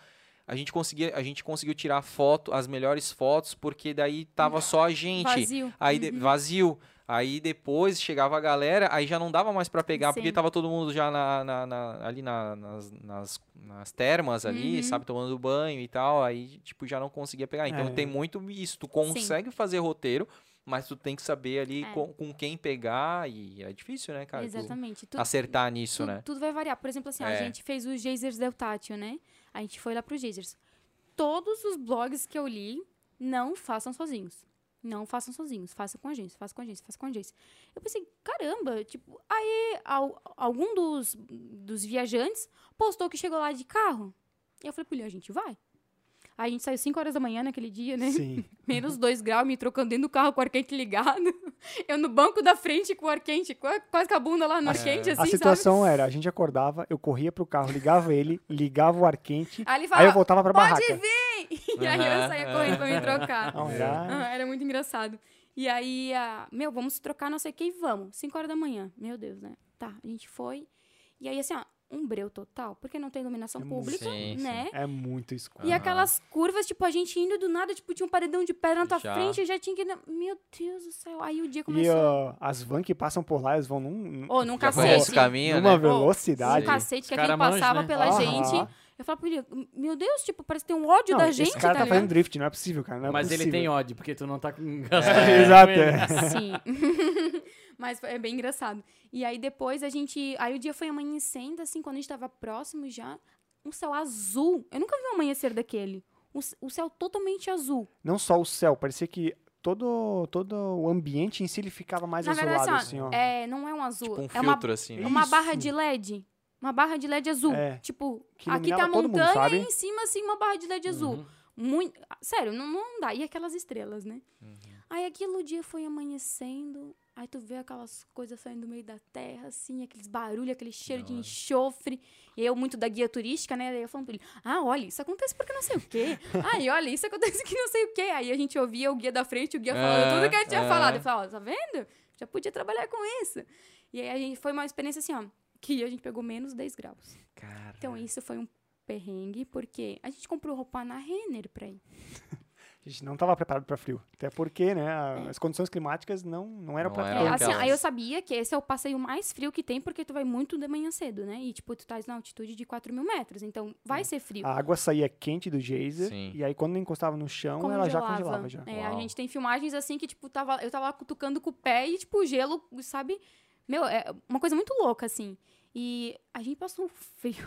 Speaker 1: a gente conseguia, a gente conseguiu tirar foto, as melhores fotos, porque daí tava só a gente. ah,
Speaker 3: Vazio. Uhum.
Speaker 1: Aí de- vazio. Aí depois chegava a galera, aí já não dava mais pra pegar, porque
Speaker 3: Sim.
Speaker 1: tava todo mundo já na- na- na- ali na- nas, nas- nas termas ali,
Speaker 3: Uhum.
Speaker 1: sabe, tomando banho e tal. Aí, tipo, já não conseguia pegar. Então
Speaker 4: É.
Speaker 1: tem muito isso. Tu consegue fazer roteiro, mas tu tem que saber ali
Speaker 3: É.
Speaker 1: com, com quem pegar. E é difícil, né, cara? tu-
Speaker 3: Exatamente. Tu-
Speaker 1: acertar nisso,
Speaker 3: tu- tá
Speaker 1: né?
Speaker 3: Tudo vai variar. Por exemplo, assim,
Speaker 1: É.
Speaker 3: a gente fez os geysers del Tátil, né? A gente foi lá pro geysers. Todos os blogs que eu li, não façam sozinhos. Não façam sozinhos, façam com a gente, façam com a gente, façam com a gente. Eu pensei, caramba, tipo, aí al- algum dos, dos viajantes postou que chegou lá de carro. E eu falei, pulha, a gente vai. Aí a gente saiu 5 horas da manhã naquele dia, né?
Speaker 4: Sim.
Speaker 3: Menos 2 graus, me trocando dentro do carro com o ar quente ligado. Eu no banco da frente com o ar quente, qua- quase com a bunda lá no
Speaker 1: É.
Speaker 3: ar quente, assim,
Speaker 4: a
Speaker 3: sabe?
Speaker 4: situação era, a gente acordava, eu corria pro carro, ligava ele, ligava o ar quente,
Speaker 3: Aí
Speaker 4: aí
Speaker 3: ele
Speaker 4: eu
Speaker 3: falava,
Speaker 4: voltava pra
Speaker 3: pode
Speaker 4: barraca.
Speaker 3: vir! E aí eu saía correndo pra me trocar.
Speaker 1: É.
Speaker 4: Não, era-
Speaker 3: Ah, era muito engraçado. E aí, ah, meu, vamos se trocar, não sei o que, e vamos. 5 horas da manhã. Meu Deus, né? Tá, a gente foi. E aí, assim, ó, um breu total, porque não tem iluminação
Speaker 4: É muito-
Speaker 3: pública,
Speaker 1: Sim, sim.
Speaker 3: né?
Speaker 4: É muito escuro.
Speaker 3: E aquelas curvas, tipo, a gente indo e do nada, tipo, tinha um paredão de pedra na tua
Speaker 1: Já.
Speaker 3: frente, e já tinha que... Meu Deus do céu. Aí o dia
Speaker 4: E
Speaker 3: começou...
Speaker 4: ó, as vans que passam por lá, elas vão num, num-
Speaker 3: Ô, num
Speaker 1: Já conhece
Speaker 3: cacete.
Speaker 1: o caminho,
Speaker 4: numa
Speaker 1: né?
Speaker 3: Um
Speaker 4: velocidade.
Speaker 3: cacete que
Speaker 2: Os cara
Speaker 3: aquele
Speaker 2: manja,
Speaker 3: passava
Speaker 2: né?
Speaker 3: pela
Speaker 4: Aham.
Speaker 3: gente. Eu falava, pro William, meu Deus, tipo, parece que tem um ódio
Speaker 4: Não,
Speaker 3: da
Speaker 4: esse
Speaker 3: gente,
Speaker 4: cara tá,
Speaker 3: ligado?
Speaker 4: fazendo drift, não é possível, cara. não é
Speaker 2: Mas ele
Speaker 4: possível.
Speaker 2: tem ódio, porque tu não tá com
Speaker 4: É, exato. é.
Speaker 3: Sim. Mas foi- é bem engraçado. E aí depois a gente. Aí o dia foi amanhecendo, assim, quando a gente tava próximo já. Um céu azul. Eu nunca vi um amanhecer daquele. Um c- O céu totalmente azul.
Speaker 4: Não só o céu, parecia que todo, todo o ambiente em si ele ficava mais
Speaker 3: Na verdade,
Speaker 4: azulado,
Speaker 3: assim,
Speaker 4: assim, ó.
Speaker 3: É, não é um azul.
Speaker 1: Tipo um
Speaker 3: é uma,
Speaker 1: filtro, assim,
Speaker 3: é
Speaker 1: né?
Speaker 3: uma
Speaker 4: Isso.
Speaker 3: barra de LED. Uma barra de LED azul.
Speaker 4: É.
Speaker 3: Tipo,
Speaker 4: Que
Speaker 3: aqui tá a
Speaker 4: iluminava todo mundo,
Speaker 3: montanha
Speaker 4: sabe?
Speaker 3: e em cima, assim, uma barra de LED azul.
Speaker 2: Uhum.
Speaker 3: Muito. ah, Sério, não, não dá. E aquelas estrelas, né? Aí aquilo dia foi amanhecendo. Aí tu vê aquelas coisas saindo do meio da terra, assim, aqueles barulhos, aquele cheiro de enxofre. E eu, muito da guia turística, né? Daí eu falando pra ele, ah, olha, isso acontece porque não sei o quê. Aí, olha, isso acontece que não sei o quê. Aí a gente ouvia o guia da frente, o guia falando
Speaker 1: É,
Speaker 3: tudo que ele tinha
Speaker 1: é.
Speaker 3: falado. Eu falava, ó, tá vendo? Já podia trabalhar com isso. E aí a gente foi uma experiência assim, ó, que a gente pegou menos 10 graus.
Speaker 1: Cara.
Speaker 3: Então isso foi um perrengue, porque a gente comprou roupa na Renner pra ir.
Speaker 4: A gente não tava preparado pra frio. Até porque, né, a- as condições climáticas não, não eram
Speaker 1: Não
Speaker 4: pra
Speaker 1: era
Speaker 3: É,
Speaker 4: tanto.
Speaker 3: assim,
Speaker 1: aquelas.
Speaker 3: aí eu sabia que esse é o passeio mais frio que tem, porque tu vai muito de manhã cedo, né? E, tipo, tu estás na altitude de 4 mil metros, então
Speaker 1: É.
Speaker 3: vai ser frio.
Speaker 4: A água saía quente do geyser
Speaker 1: Sim.
Speaker 4: e aí quando encostava no chão, então ela já congelava já.
Speaker 3: É, a
Speaker 1: Uau.
Speaker 3: gente tem filmagens assim que, tipo, tava, eu tava cutucando com o pé e, tipo, o gelo, sabe? Meu, é uma coisa muito louca, assim. E a gente passou um frio.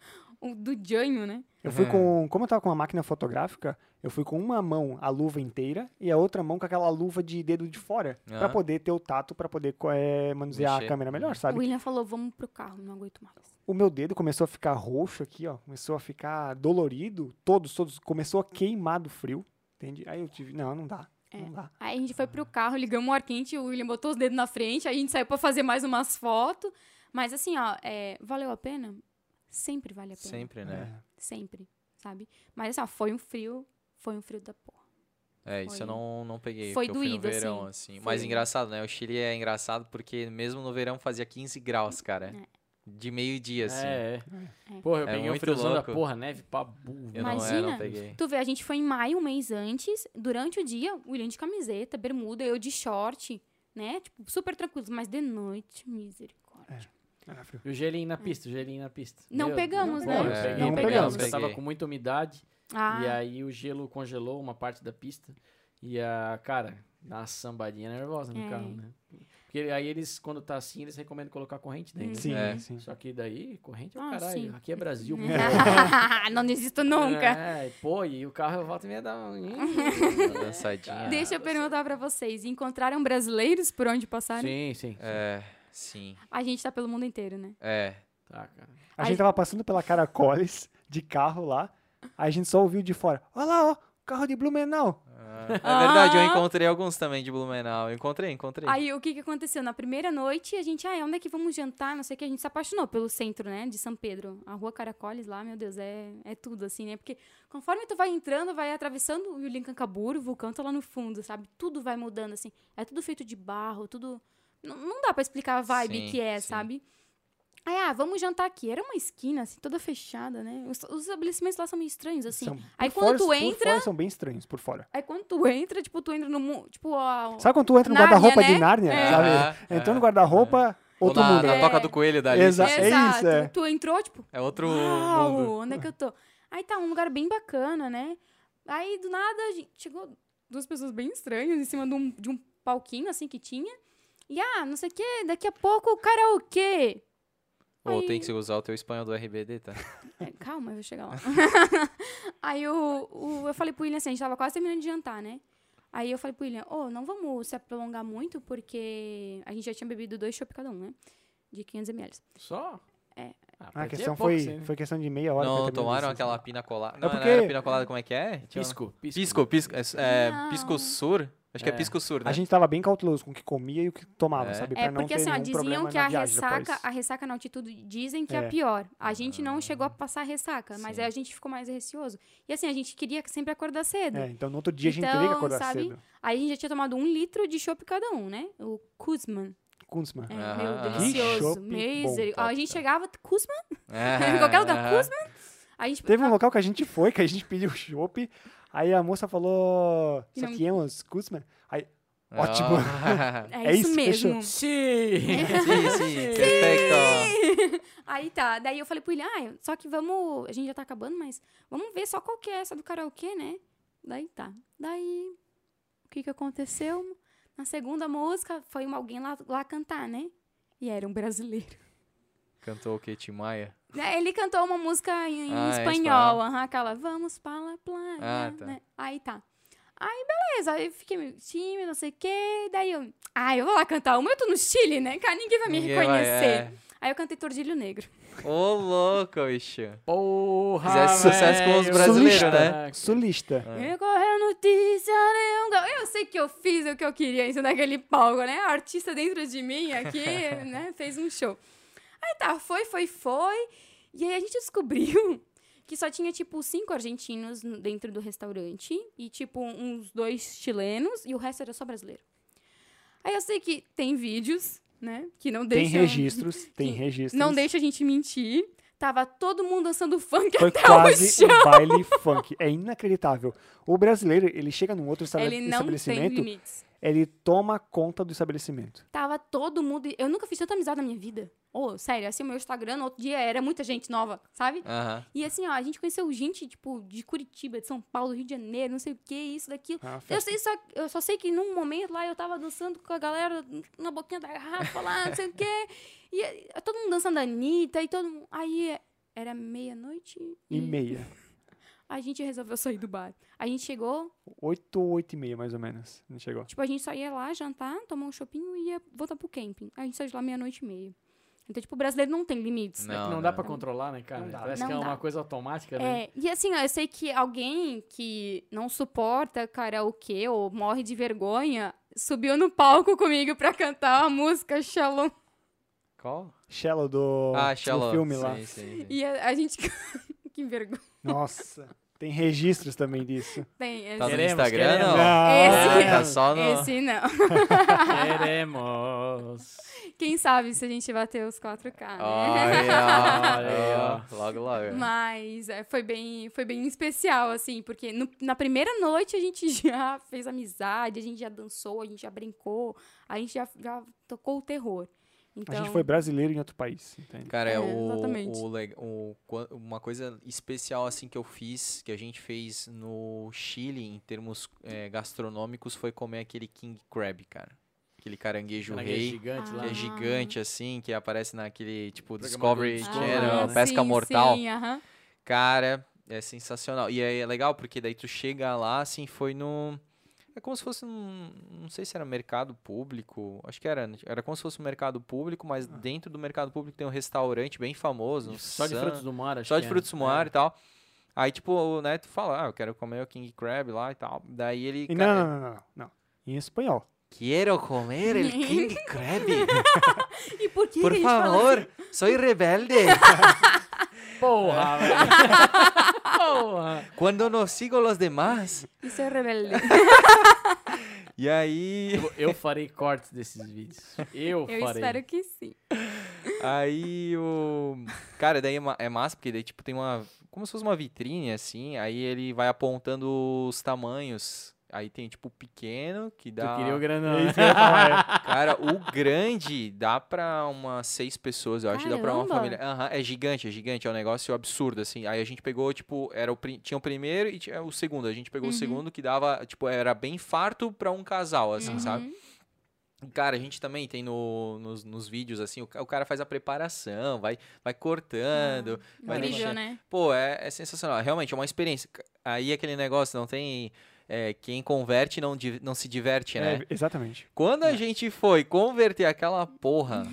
Speaker 3: o do Janho, né?
Speaker 4: Eu
Speaker 5: É.
Speaker 4: fui com. Como eu tava com uma máquina fotográfica, eu fui com uma mão a luva inteira e a outra mão com aquela luva de dedo de fora. Pra
Speaker 5: Aham.
Speaker 4: poder ter o tato, pra poder co- eh, manusear a
Speaker 5: Mexer.
Speaker 4: câmera melhor, sabe?
Speaker 3: O William falou, vamos pro carro, não aguento mais.
Speaker 4: O meu dedo começou a ficar roxo aqui, ó. Começou a ficar dolorido. Todos, todos. Começou a queimar do frio. Entende? Aí eu tive. Não, não dá.
Speaker 3: É.
Speaker 4: Não dá.
Speaker 3: Aí a gente foi pro carro, ligamos o ar quente, o William botou os dedos na frente, aí a gente saiu pra fazer mais umas fotos. Mas assim, ó, é, valeu a pena? Sempre vale a pena.
Speaker 5: Sempre, né?
Speaker 3: Sempre, sabe? Mas assim, ó, foi um frio, foi um frio da porra.
Speaker 5: É, isso
Speaker 3: Foi-
Speaker 5: eu não, não peguei.
Speaker 3: foi
Speaker 5: porque eu fui no
Speaker 3: doído,
Speaker 5: verão, assim. Mas
Speaker 3: Foi-
Speaker 5: engraçado, né? O Chile é engraçado porque mesmo no verão fazia 15 graus, cara. De meio-dia, assim.
Speaker 2: É,
Speaker 3: É.
Speaker 2: é. Porra, eu
Speaker 5: É
Speaker 2: peguei um
Speaker 5: muito
Speaker 2: friozão da
Speaker 5: louco.
Speaker 2: porra, neve pra burro.
Speaker 5: Eu
Speaker 2: mano.
Speaker 5: não, é,
Speaker 3: Imagina.
Speaker 5: não peguei.
Speaker 3: Tu vê, a gente foi em maio, um mês antes, durante o dia, o William de camiseta, bermuda, eu de short, né? Tipo, super tranquilo, mas de noite, misericórdia.
Speaker 2: É.
Speaker 4: Ah, frio.
Speaker 2: E o gelinho na pista, o gelinho na pista.
Speaker 3: Não pegamos,
Speaker 2: Deus,
Speaker 3: né?
Speaker 2: eu
Speaker 5: É,
Speaker 2: peguei,
Speaker 4: não
Speaker 2: peguei,
Speaker 4: pegamos.
Speaker 2: porque Eu tava
Speaker 5: Peguei.
Speaker 2: com muita umidade
Speaker 3: Ah,
Speaker 2: e aí o gelo congelou uma parte da pista e a cara, dá uma sambadinha nervosa no
Speaker 3: É.
Speaker 2: carro, né? Porque aí eles, quando tá assim, eles recomendam colocar corrente dentro. né?
Speaker 4: Sim,
Speaker 5: É.
Speaker 4: sim.
Speaker 2: Só que daí, corrente é o
Speaker 3: Uhum. Ah,
Speaker 2: caralho.
Speaker 3: sim.
Speaker 2: Aqui é Brasil. pô.
Speaker 3: não desisto nunca.
Speaker 2: É, pô, e o carro eu volto e meia um, da
Speaker 5: Uma dançadinha.
Speaker 3: Deixa eu perguntar pra vocês, encontraram brasileiros por onde passaram?
Speaker 2: Sim, sim.
Speaker 5: É, sim.
Speaker 3: A gente tá pelo mundo inteiro, né?
Speaker 5: É.
Speaker 2: Tá, cara.
Speaker 4: A
Speaker 3: Aí-
Speaker 4: gente tava passando pela Caracoles de carro lá. Aí a gente só ouviu de fora. Olha lá, ó. Carro de Blumenau.
Speaker 5: Ah, É verdade, eu
Speaker 3: Ah.
Speaker 5: encontrei alguns também de Blumenau. Eu encontrei, encontrei.
Speaker 3: Aí o que que aconteceu? Na primeira noite, a gente, ah, onde é que vamos jantar? Não sei o que, a gente se apaixonou pelo centro, né, de São Pedro. A rua Caracoles lá, meu Deus, é, é tudo, assim, né? Porque conforme tu vai entrando, vai atravessando o Lincangaburo, o vulcão tá lá no fundo, sabe? Tudo vai mudando, assim. É tudo feito de barro, tudo... N- não dá pra explicar a vibe
Speaker 5: Sim,
Speaker 3: que é,
Speaker 5: sim.
Speaker 3: sabe? Aí, ah, vamos jantar aqui. Era uma esquina, assim, toda fechada, né? Os, os estabelecimentos lá são meio estranhos, assim.
Speaker 4: São-
Speaker 3: Aí
Speaker 4: por
Speaker 3: quando
Speaker 4: fora,
Speaker 3: tu
Speaker 4: por
Speaker 3: entra...
Speaker 4: fora são bem estranhos, por fora.
Speaker 3: Aí quando tu entra, tipo, tu entra no... mu- Tipo, ó...
Speaker 4: Sabe quando tu entra no
Speaker 3: Nárnia,
Speaker 4: guarda-roupa
Speaker 3: né?
Speaker 4: de Nárnia?
Speaker 3: É.
Speaker 5: Aham,
Speaker 4: Sabe? Entrou no guarda-roupa,
Speaker 5: Ou
Speaker 4: outro
Speaker 5: na,
Speaker 4: mundo. Ah,
Speaker 5: na
Speaker 3: É.
Speaker 5: toda toca do coelho da Alice.
Speaker 4: Exa-
Speaker 5: assim.
Speaker 4: é
Speaker 3: Exato.
Speaker 4: isso, é.
Speaker 3: Tu entrou, tipo,
Speaker 5: É outro
Speaker 3: uau,
Speaker 5: mundo.
Speaker 3: onde é que eu tô? Aí tá, um lugar bem bacana, né? Aí, do nada, a gente chegou duas pessoas bem estranhas em cima de um, de um palquinho, assim, que tinha. E, ah, não sei o quê, daqui a pouco o karaokê.
Speaker 5: Ou
Speaker 3: Aí-
Speaker 5: tem que usar o teu espanhol do RBD, tá?
Speaker 3: É, calma, eu vou chegar lá. Aí o, o- eu falei pro William assim, a gente tava quase terminando de jantar, né? Aí eu falei pro William, ô, não vamos se prolongar muito, porque a gente já tinha bebido dois chopp cada um, né? De 500ml.
Speaker 2: Só?
Speaker 3: É.
Speaker 4: Ah, a
Speaker 2: perdi
Speaker 4: questão
Speaker 2: é pouco,
Speaker 4: foi,
Speaker 2: sim, né?
Speaker 4: foi questão de meia hora.
Speaker 5: não
Speaker 4: pra terminar
Speaker 5: tomaram
Speaker 4: isso,
Speaker 5: aquela
Speaker 4: assim.
Speaker 5: pina colada. Não,
Speaker 4: porque-
Speaker 5: não era pina colada, como é que é? Tinha-
Speaker 2: Pisco, pisco.
Speaker 5: Pisco, pisco. É, é,
Speaker 3: Não.
Speaker 5: pisco sur? Acho que é
Speaker 2: É.
Speaker 5: pisco sur, né?
Speaker 4: A gente tava bem cauteloso com o que comia e o que tomava,
Speaker 5: É.
Speaker 4: sabe? Pra
Speaker 3: É,
Speaker 4: não
Speaker 3: porque
Speaker 4: ter
Speaker 3: assim, ó,
Speaker 4: nenhum
Speaker 3: diziam
Speaker 4: problema
Speaker 3: que
Speaker 4: na
Speaker 3: a
Speaker 4: viagem depois.
Speaker 3: ressaca, a ressaca na altitude dizem que é, a
Speaker 4: É.
Speaker 3: pior. A gente não chegou a passar ressaca, mas
Speaker 5: Sim.
Speaker 3: aí a gente ficou mais receoso. E assim, a gente queria sempre acordar cedo.
Speaker 4: É, então no outro dia a gente
Speaker 3: Então,
Speaker 4: teria que acordar
Speaker 3: sabe,
Speaker 4: cedo.
Speaker 3: Aí a gente já tinha tomado um litro de chopp cada um, né? O Kuzman.
Speaker 4: Kunzman.
Speaker 3: É,
Speaker 5: Aham,
Speaker 3: meu,
Speaker 5: aham.
Speaker 4: Que
Speaker 3: delicioso.
Speaker 4: chopp
Speaker 3: Miser...
Speaker 4: bom,
Speaker 3: Ó, a gente chegava, Kuzman,
Speaker 5: É,
Speaker 3: em qualquer lugar,
Speaker 5: aham.
Speaker 3: Kuzman. A gente...
Speaker 4: Teve um local que a gente foi, que a gente pediu chopp, aí a moça falou, é
Speaker 3: E não-
Speaker 4: saquemos Kunzman. Aí,
Speaker 5: Ah.
Speaker 4: Ótimo.
Speaker 3: É,
Speaker 4: é
Speaker 3: isso,
Speaker 4: isso,
Speaker 3: mesmo.
Speaker 4: fechou.
Speaker 2: Sim!
Speaker 5: sim, sim. Perfeito.
Speaker 3: Aí tá, daí eu falei pro William, ah, só que vamos. A gente já tá acabando, mas vamos ver só qual que é essa do karaokê, né? Daí tá. Daí, o que que aconteceu? Na segunda música, foi uma- alguém lá, lá cantar, né? E era um brasileiro.
Speaker 5: Cantou o Kate Maia.
Speaker 3: Né, Ele cantou uma música em, em
Speaker 5: Ah, é
Speaker 3: espanhol,
Speaker 5: espanhol.
Speaker 3: aham, aquela Vamos para la playa,
Speaker 5: Ah, tá.
Speaker 3: né? Aí tá. Aí, beleza, aí eu fiquei meio tímida, não sei o quê. Daí eu, ah, eu vou lá cantar uma, eu tô no Chile, né? Cara, ninguém vai me
Speaker 5: Ninguém vai-
Speaker 3: reconhecer. Aí eu cantei Tordilho Negro.
Speaker 5: é. Ô, louco, bicho.
Speaker 2: Porra!
Speaker 5: Fizesse sucesso com os
Speaker 2: velho.
Speaker 5: brasileiros,
Speaker 4: Sulista,
Speaker 5: né?
Speaker 4: Sulista.
Speaker 3: E correu notícia nenhuma. Eu sei que eu fiz o que eu queria isso naquele palco, né? A artista dentro de mim aqui, né? Fez um show. Aí tá, foi, foi, foi. E aí a gente descobriu que só tinha, tipo, cinco argentinos no- dentro do restaurante e, tipo, uns dois chilenos e o resto era só brasileiro. Aí eu sei que tem vídeos, né? Que não
Speaker 4: Tem
Speaker 3: deixam...
Speaker 4: registros, tem
Speaker 3: que
Speaker 4: registros.
Speaker 3: Não deixa a gente mentir. Tava todo mundo dançando funk
Speaker 4: Foi
Speaker 3: até o
Speaker 4: quase
Speaker 3: Tá chão.
Speaker 4: um baile funk. É inacreditável. O brasileiro, ele chega num outro estabele-
Speaker 3: Ele não tem
Speaker 4: estabelecimento,
Speaker 3: limites.
Speaker 4: ele toma conta do estabelecimento.
Speaker 3: Tava todo mundo. Eu nunca fiz tanta amizade na minha vida. Ô, sério, assim, o meu Instagram no outro dia era muita gente nova, sabe?
Speaker 5: Aham.
Speaker 3: E assim, ó, a gente conheceu gente, tipo, de Curitiba, de São Paulo, Rio de Janeiro, não sei o que, isso, daquilo.
Speaker 4: Ah,
Speaker 3: Eu,
Speaker 4: festa.
Speaker 3: sei só, eu só sei que num momento lá eu tava dançando com a galera na boquinha da garrafa lá, não sei o quê. E eh, todo mundo dançando a Anitta, e todo mundo. Aí eh, Era meia-noite
Speaker 4: E meia.
Speaker 3: a gente resolveu sair do bar. A gente chegou,
Speaker 4: Oito ou oito e meia, mais ou menos. Não chegou.
Speaker 3: tipo, a gente só ia lá jantar, tomar um chopinho e ia voltar pro camping. A gente saiu de lá meia-noite e meia. Então, tipo, o brasileiro não tem limites. né?
Speaker 2: É que não dá pra controlar, né, cara?
Speaker 4: Não dá.
Speaker 2: Parece
Speaker 3: Não
Speaker 2: que é
Speaker 3: dá.
Speaker 2: uma coisa automática, né?
Speaker 3: É, e assim, ó, eu sei que alguém que não suporta karaokê ou morre de vergonha subiu no palco comigo pra cantar a música Shalom.
Speaker 1: Qual?
Speaker 4: Shallow do,
Speaker 1: Ah,
Speaker 4: do
Speaker 1: Shallow.
Speaker 4: um filme lá.
Speaker 1: Sim, sim, sim.
Speaker 3: E a, a gente. que vergonha.
Speaker 4: Nossa, tem registros também disso.
Speaker 3: Tem esse.
Speaker 1: Tá no
Speaker 2: Queremos,
Speaker 1: Instagram,
Speaker 2: queremos.
Speaker 1: não?
Speaker 4: Ah,
Speaker 1: Ah, tá só no...
Speaker 3: Esse não.
Speaker 2: Queremos.
Speaker 3: Quem sabe se a gente bater os 4K, né?
Speaker 1: Olha,
Speaker 2: Olha,
Speaker 1: ó. Logo, logo.
Speaker 3: Mas é, foi, bem, foi bem especial, assim, porque no- na primeira noite a gente já fez amizade, a gente já dançou, a gente já brincou, a gente já, já tocou o terror. Então,
Speaker 4: A gente foi brasileiro em outro país, entende?
Speaker 1: Cara, é,
Speaker 3: É,
Speaker 1: o,
Speaker 3: exatamente.
Speaker 1: o le- o qua- uma coisa especial assim que eu fiz, que a gente fez no Chile em termos eh, gastronômicos, foi comer aquele king crab, cara. Aquele caranguejo
Speaker 2: Aquele
Speaker 1: rei,
Speaker 2: gigante lá. né?
Speaker 1: que é
Speaker 3: Ah.
Speaker 1: gigante assim, que aparece naquele tipo
Speaker 2: Programa do
Speaker 1: Discovery
Speaker 2: Discovery.
Speaker 1: Channel,
Speaker 2: Ah,
Speaker 1: Pesca
Speaker 3: sim,
Speaker 1: Mortal.
Speaker 3: Sim, aham.
Speaker 1: Cara, é sensacional. E aí é legal porque daí tu chega lá, assim, foi no. É como se fosse um. Não sei se era mercado público. Acho que era. né? Era como se fosse um mercado público, mas dentro do mercado público tem um restaurante bem famoso. um
Speaker 2: Ah. Só de
Speaker 1: Sun-
Speaker 2: frutos do mar, acho
Speaker 1: Só
Speaker 2: que
Speaker 1: de
Speaker 2: é.
Speaker 1: frutos do mar e tal. Aí, tipo, né, tu fala, ah, eu quero comer o King Crab lá e tal. Daí ele.
Speaker 4: E não,
Speaker 1: cara,
Speaker 4: não, não, não, não, não. Em espanhol.
Speaker 1: Quero comer o King Crab.
Speaker 3: E por que,
Speaker 1: Por
Speaker 3: que a gente fala assim
Speaker 1: favor, sou rebelde.
Speaker 2: É. Porra, velho. Porra.
Speaker 1: Quando não sigo os demais.
Speaker 3: assim? Isso é rebelde.
Speaker 1: E aí.
Speaker 2: Eu, eu farei cortes desses vídeos. Eu,
Speaker 3: Eu
Speaker 2: farei.
Speaker 3: espero que sim.
Speaker 1: Aí o. Cara, daí é ma- é massa, porque daí, tipo, tem uma. Como se fosse uma vitrine, assim. Aí ele vai apontando os tamanhos. Aí tem, tipo, o pequeno, que
Speaker 2: Tu
Speaker 1: dá.
Speaker 2: queria o grandão.
Speaker 4: É
Speaker 2: né?
Speaker 4: isso que eu ia falar,
Speaker 1: Cara, o grande dá pra umas seis pessoas, eu acho. Dá pra uma
Speaker 3: Caramba!
Speaker 1: família. Aham, é gigante, é gigante. É um negócio absurdo, assim. Aí a gente pegou, tipo, era o pri- tinha o primeiro e tinha o segundo. A gente pegou
Speaker 2: Uhum.
Speaker 1: o segundo que dava, tipo, era bem farto pra um casal, assim, sabe?
Speaker 3: Uhum.
Speaker 1: Cara, a gente também tem no, nos, nos vídeos, assim, o, ca- o cara faz a preparação, vai, vai cortando. vai
Speaker 3: Incrível,
Speaker 1: deixando.
Speaker 3: né?
Speaker 1: Pô, é, é sensacional. Realmente, é uma experiência. Ca- Aí aquele negócio, não tem... é, quem converte não, di- não se diverte,
Speaker 4: é.
Speaker 1: né?
Speaker 4: É, exatamente.
Speaker 1: Quando a gente foi converter aquela porra...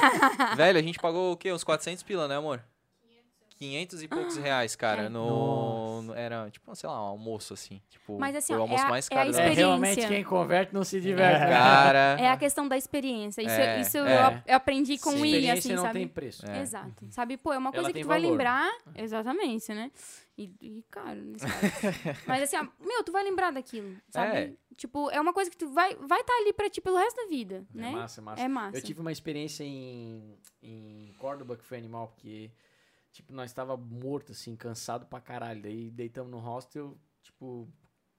Speaker 1: velho, a gente pagou o quê? Uns 400 pila, né, amor? 500 e poucos reais, cara. No, no- era, tipo, sei lá, um almoço, assim. Tipo,
Speaker 3: Mas, assim,
Speaker 1: foi o
Speaker 3: ó, é
Speaker 1: almoço
Speaker 3: a-
Speaker 1: mais
Speaker 3: é
Speaker 1: caro
Speaker 3: a
Speaker 1: da
Speaker 2: É,
Speaker 1: nossa
Speaker 3: experiência.
Speaker 2: realmente quem converte não se diverte. né?
Speaker 1: Cara...
Speaker 3: É a questão da experiência. Isso,
Speaker 1: É,
Speaker 3: isso eu,
Speaker 1: é.
Speaker 3: eu aprendi com
Speaker 1: Sim.
Speaker 3: o I,
Speaker 2: Experiência
Speaker 3: assim,
Speaker 2: não
Speaker 3: sabe?
Speaker 2: tem preço.
Speaker 1: É.
Speaker 3: Exato. Sabe, pô, é uma coisa que
Speaker 2: tem
Speaker 3: tu vai
Speaker 2: valor.
Speaker 3: lembrar. Exatamente, né? E, e caro, nesse caso. Mas assim, ó, meu, tu vai lembrar daquilo, sabe?
Speaker 1: É.
Speaker 3: Tipo, é uma coisa que tu vai vai estar ali pra ti pelo resto da vida,
Speaker 2: É
Speaker 3: né?
Speaker 2: massa, é massa.
Speaker 3: É massa.
Speaker 2: Eu tive uma experiência em, em Córdoba que foi animal, porque, tipo, nós tava morto, assim, cansado pra caralho. Daí deitamos no hostel, tipo,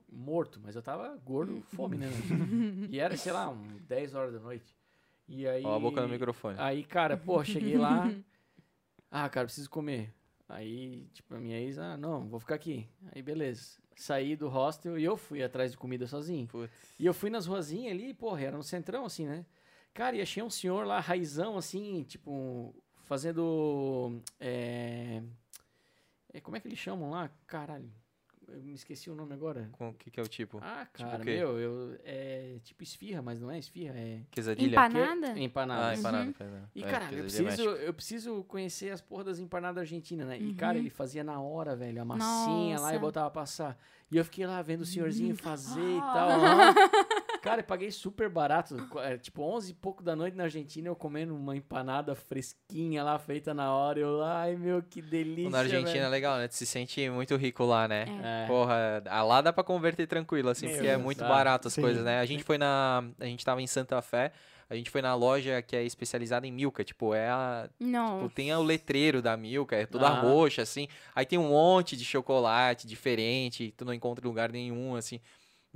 Speaker 2: morto, mas eu tava gordo, fome, né? mano? e era, sei lá, um 10 horas da noite. E aí.
Speaker 1: Ó a boca no microfone.
Speaker 2: Aí, cara, pô, cheguei lá. Ah, cara, preciso comer. Aí, tipo, a minha ex, ah, não, vou ficar aqui. Aí, beleza. Saí do hostel e eu fui atrás de comida sozinho.
Speaker 1: Putz.
Speaker 2: E eu fui nas ruazinhas ali, porra, era no centrão, assim, né? Cara, e achei um senhor lá, raizão, assim, tipo, fazendo. É, é, como é que eles chamam lá? Caralho, eu me esqueci o nome agora.
Speaker 1: Com- O que que é o tipo?
Speaker 2: Ah,
Speaker 1: Tipo o
Speaker 2: cara,
Speaker 1: quê?
Speaker 2: meu, eu, é tipo esfirra, mas não é esfirra, é
Speaker 1: Quesadilha?
Speaker 2: empanada.
Speaker 3: Empanada?
Speaker 1: Ah,
Speaker 3: Uhum.
Speaker 1: empanada. empanada.
Speaker 2: E,
Speaker 1: É,
Speaker 2: cara, eu
Speaker 1: quesadilha
Speaker 2: preciso, eu preciso conhecer as porras das empanadas argentinas, né? E, cara, ele fazia na hora, velho, a massinha lá e
Speaker 3: Uhum. Nossa.
Speaker 2: botava passar. E eu fiquei lá vendo o senhorzinho fazer e
Speaker 3: Ah.
Speaker 2: tal. aham. cara, eu paguei super barato. co- é, Tipo, 11 e pouco da noite na Argentina, eu comendo uma empanada fresquinha lá, feita na hora. Eu lá, ai meu, que delícia.
Speaker 1: Na Argentina é
Speaker 2: velho.
Speaker 1: legal, né? Tu se sente muito rico lá, né?
Speaker 2: É.
Speaker 1: Porra, a lá dá pra converter tranquilo, assim,
Speaker 4: Meu
Speaker 1: porque é
Speaker 2: Deus,
Speaker 1: muito
Speaker 2: tá.
Speaker 1: barato as
Speaker 4: Sim.
Speaker 1: coisas, né? A gente foi na. A gente tava em Santa Fé, a gente foi na loja que é especializada em milka, tipo, é a.
Speaker 3: Não.
Speaker 1: Tipo, tem o letreiro da milka, é toda
Speaker 2: Ah.
Speaker 1: roxa, assim. Aí tem um monte de chocolate diferente, tu não encontra em lugar nenhum, assim.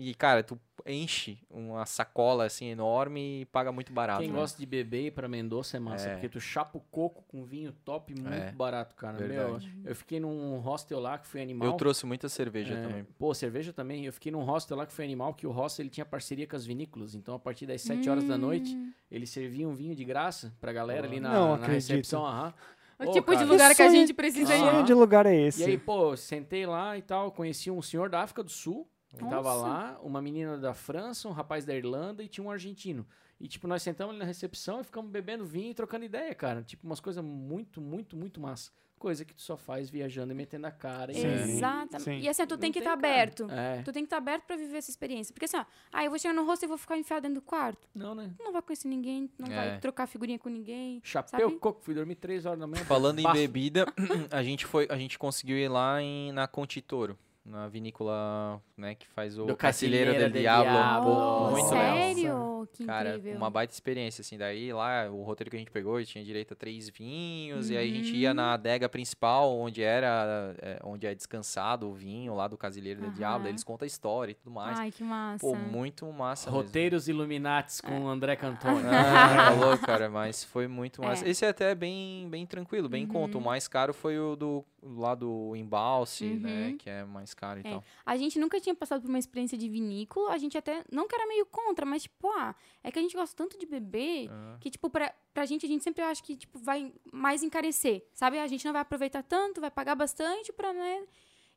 Speaker 1: E, cara, tu enche uma sacola, assim, enorme e paga muito barato.
Speaker 2: Quem
Speaker 1: né?
Speaker 2: gosta de beber e ir pra Mendoza é massa,
Speaker 1: É.
Speaker 2: porque tu chapa o coco com vinho top muito
Speaker 1: É.
Speaker 2: barato, cara. Meu,
Speaker 3: Uhum.
Speaker 1: Verdade.
Speaker 2: eu fiquei num hostel lá que foi animal.
Speaker 1: Eu trouxe muita cerveja
Speaker 2: É,
Speaker 1: também.
Speaker 2: Pô, cerveja também. Eu fiquei num hostel lá que foi animal, que o hostel ele tinha parceria com as vinícolas. Então, a partir
Speaker 3: Hum.
Speaker 2: das 7 horas da noite, eles serviam vinho de graça pra galera ali na,
Speaker 4: Não
Speaker 2: na
Speaker 4: acredito.
Speaker 2: recepção. aham.
Speaker 3: O
Speaker 2: Ô,
Speaker 3: tipo de
Speaker 2: cara.
Speaker 3: lugar
Speaker 4: Que
Speaker 3: que a
Speaker 4: sonho-
Speaker 3: gente precisa
Speaker 4: Que
Speaker 2: Ah.
Speaker 4: sonho
Speaker 3: ir.
Speaker 4: de lugar é
Speaker 2: E
Speaker 4: esse?
Speaker 2: aí, pô, sentei lá e tal, conheci um senhor da África do Sul, que tava
Speaker 3: Nossa.
Speaker 2: lá, uma menina da França, um rapaz da Irlanda e tinha um argentino. E, tipo, nós sentamos ali na recepção e ficamos bebendo vinho e trocando ideia, cara. Tipo, umas coisas muito, muito, muito massa. Coisa que tu só faz viajando e metendo a cara. E...
Speaker 4: Sim.
Speaker 3: Exatamente.
Speaker 4: Sim.
Speaker 3: E assim, tu
Speaker 2: Não
Speaker 3: tem que estar
Speaker 2: cara.
Speaker 3: aberto.
Speaker 2: É.
Speaker 3: Tu tem que estar aberto pra viver essa experiência. Porque assim, ó, ah, eu vou chegar no rosto e vou ficar enfiado dentro do quarto.
Speaker 2: Não, né?
Speaker 3: Não vai conhecer ninguém, não
Speaker 5: É.
Speaker 3: vai trocar figurinha com ninguém.
Speaker 2: Chapéu
Speaker 3: Sabe?
Speaker 2: coco, fui dormir três horas da manhã.
Speaker 5: Falando em
Speaker 2: bafo.
Speaker 5: bebida, a gente foi, a gente conseguiu ir lá em, na Contitoro, na vinícola, né, que faz o
Speaker 2: Do
Speaker 5: Cacilheira
Speaker 2: Cacilheira
Speaker 5: del
Speaker 2: del
Speaker 5: Diablo.
Speaker 2: Diablo.
Speaker 5: Pô, Muito legal.
Speaker 3: sério? Que
Speaker 5: Cara,
Speaker 3: incrível.
Speaker 5: uma baita experiência, assim. Daí lá, o roteiro que a gente pegou, tinha direito a três vinhos, e aí a gente ia
Speaker 3: Hum.
Speaker 5: na adega principal, onde era, é, onde é descansado o vinho lá do Casileiro do Diabo, daí
Speaker 3: Aham.
Speaker 5: eles contam a história e tudo mais.
Speaker 3: Ai, que massa.
Speaker 5: Pô, muito massa mesmo.
Speaker 2: Roteiros Illuminatis com o André Cantoni.
Speaker 5: Ah, tá louco, cara, mas foi muito
Speaker 3: É. Uhum.
Speaker 5: massa. Esse é até bem, bem tranquilo, bem em conta. O mais caro foi o do lá do embalse, né?
Speaker 3: Uhum.
Speaker 5: Que é mais caro e
Speaker 3: É.
Speaker 5: tal.
Speaker 3: A gente nunca tinha passado por uma experiência de vinícola. A gente até, não que era meio contra, mas tipo, ah, é que a gente gosta tanto de beber
Speaker 5: É.
Speaker 3: que, tipo, pra, pra gente, a gente sempre acha que, tipo, vai mais encarecer, sabe? A gente não vai aproveitar tanto, vai pagar bastante pra, né?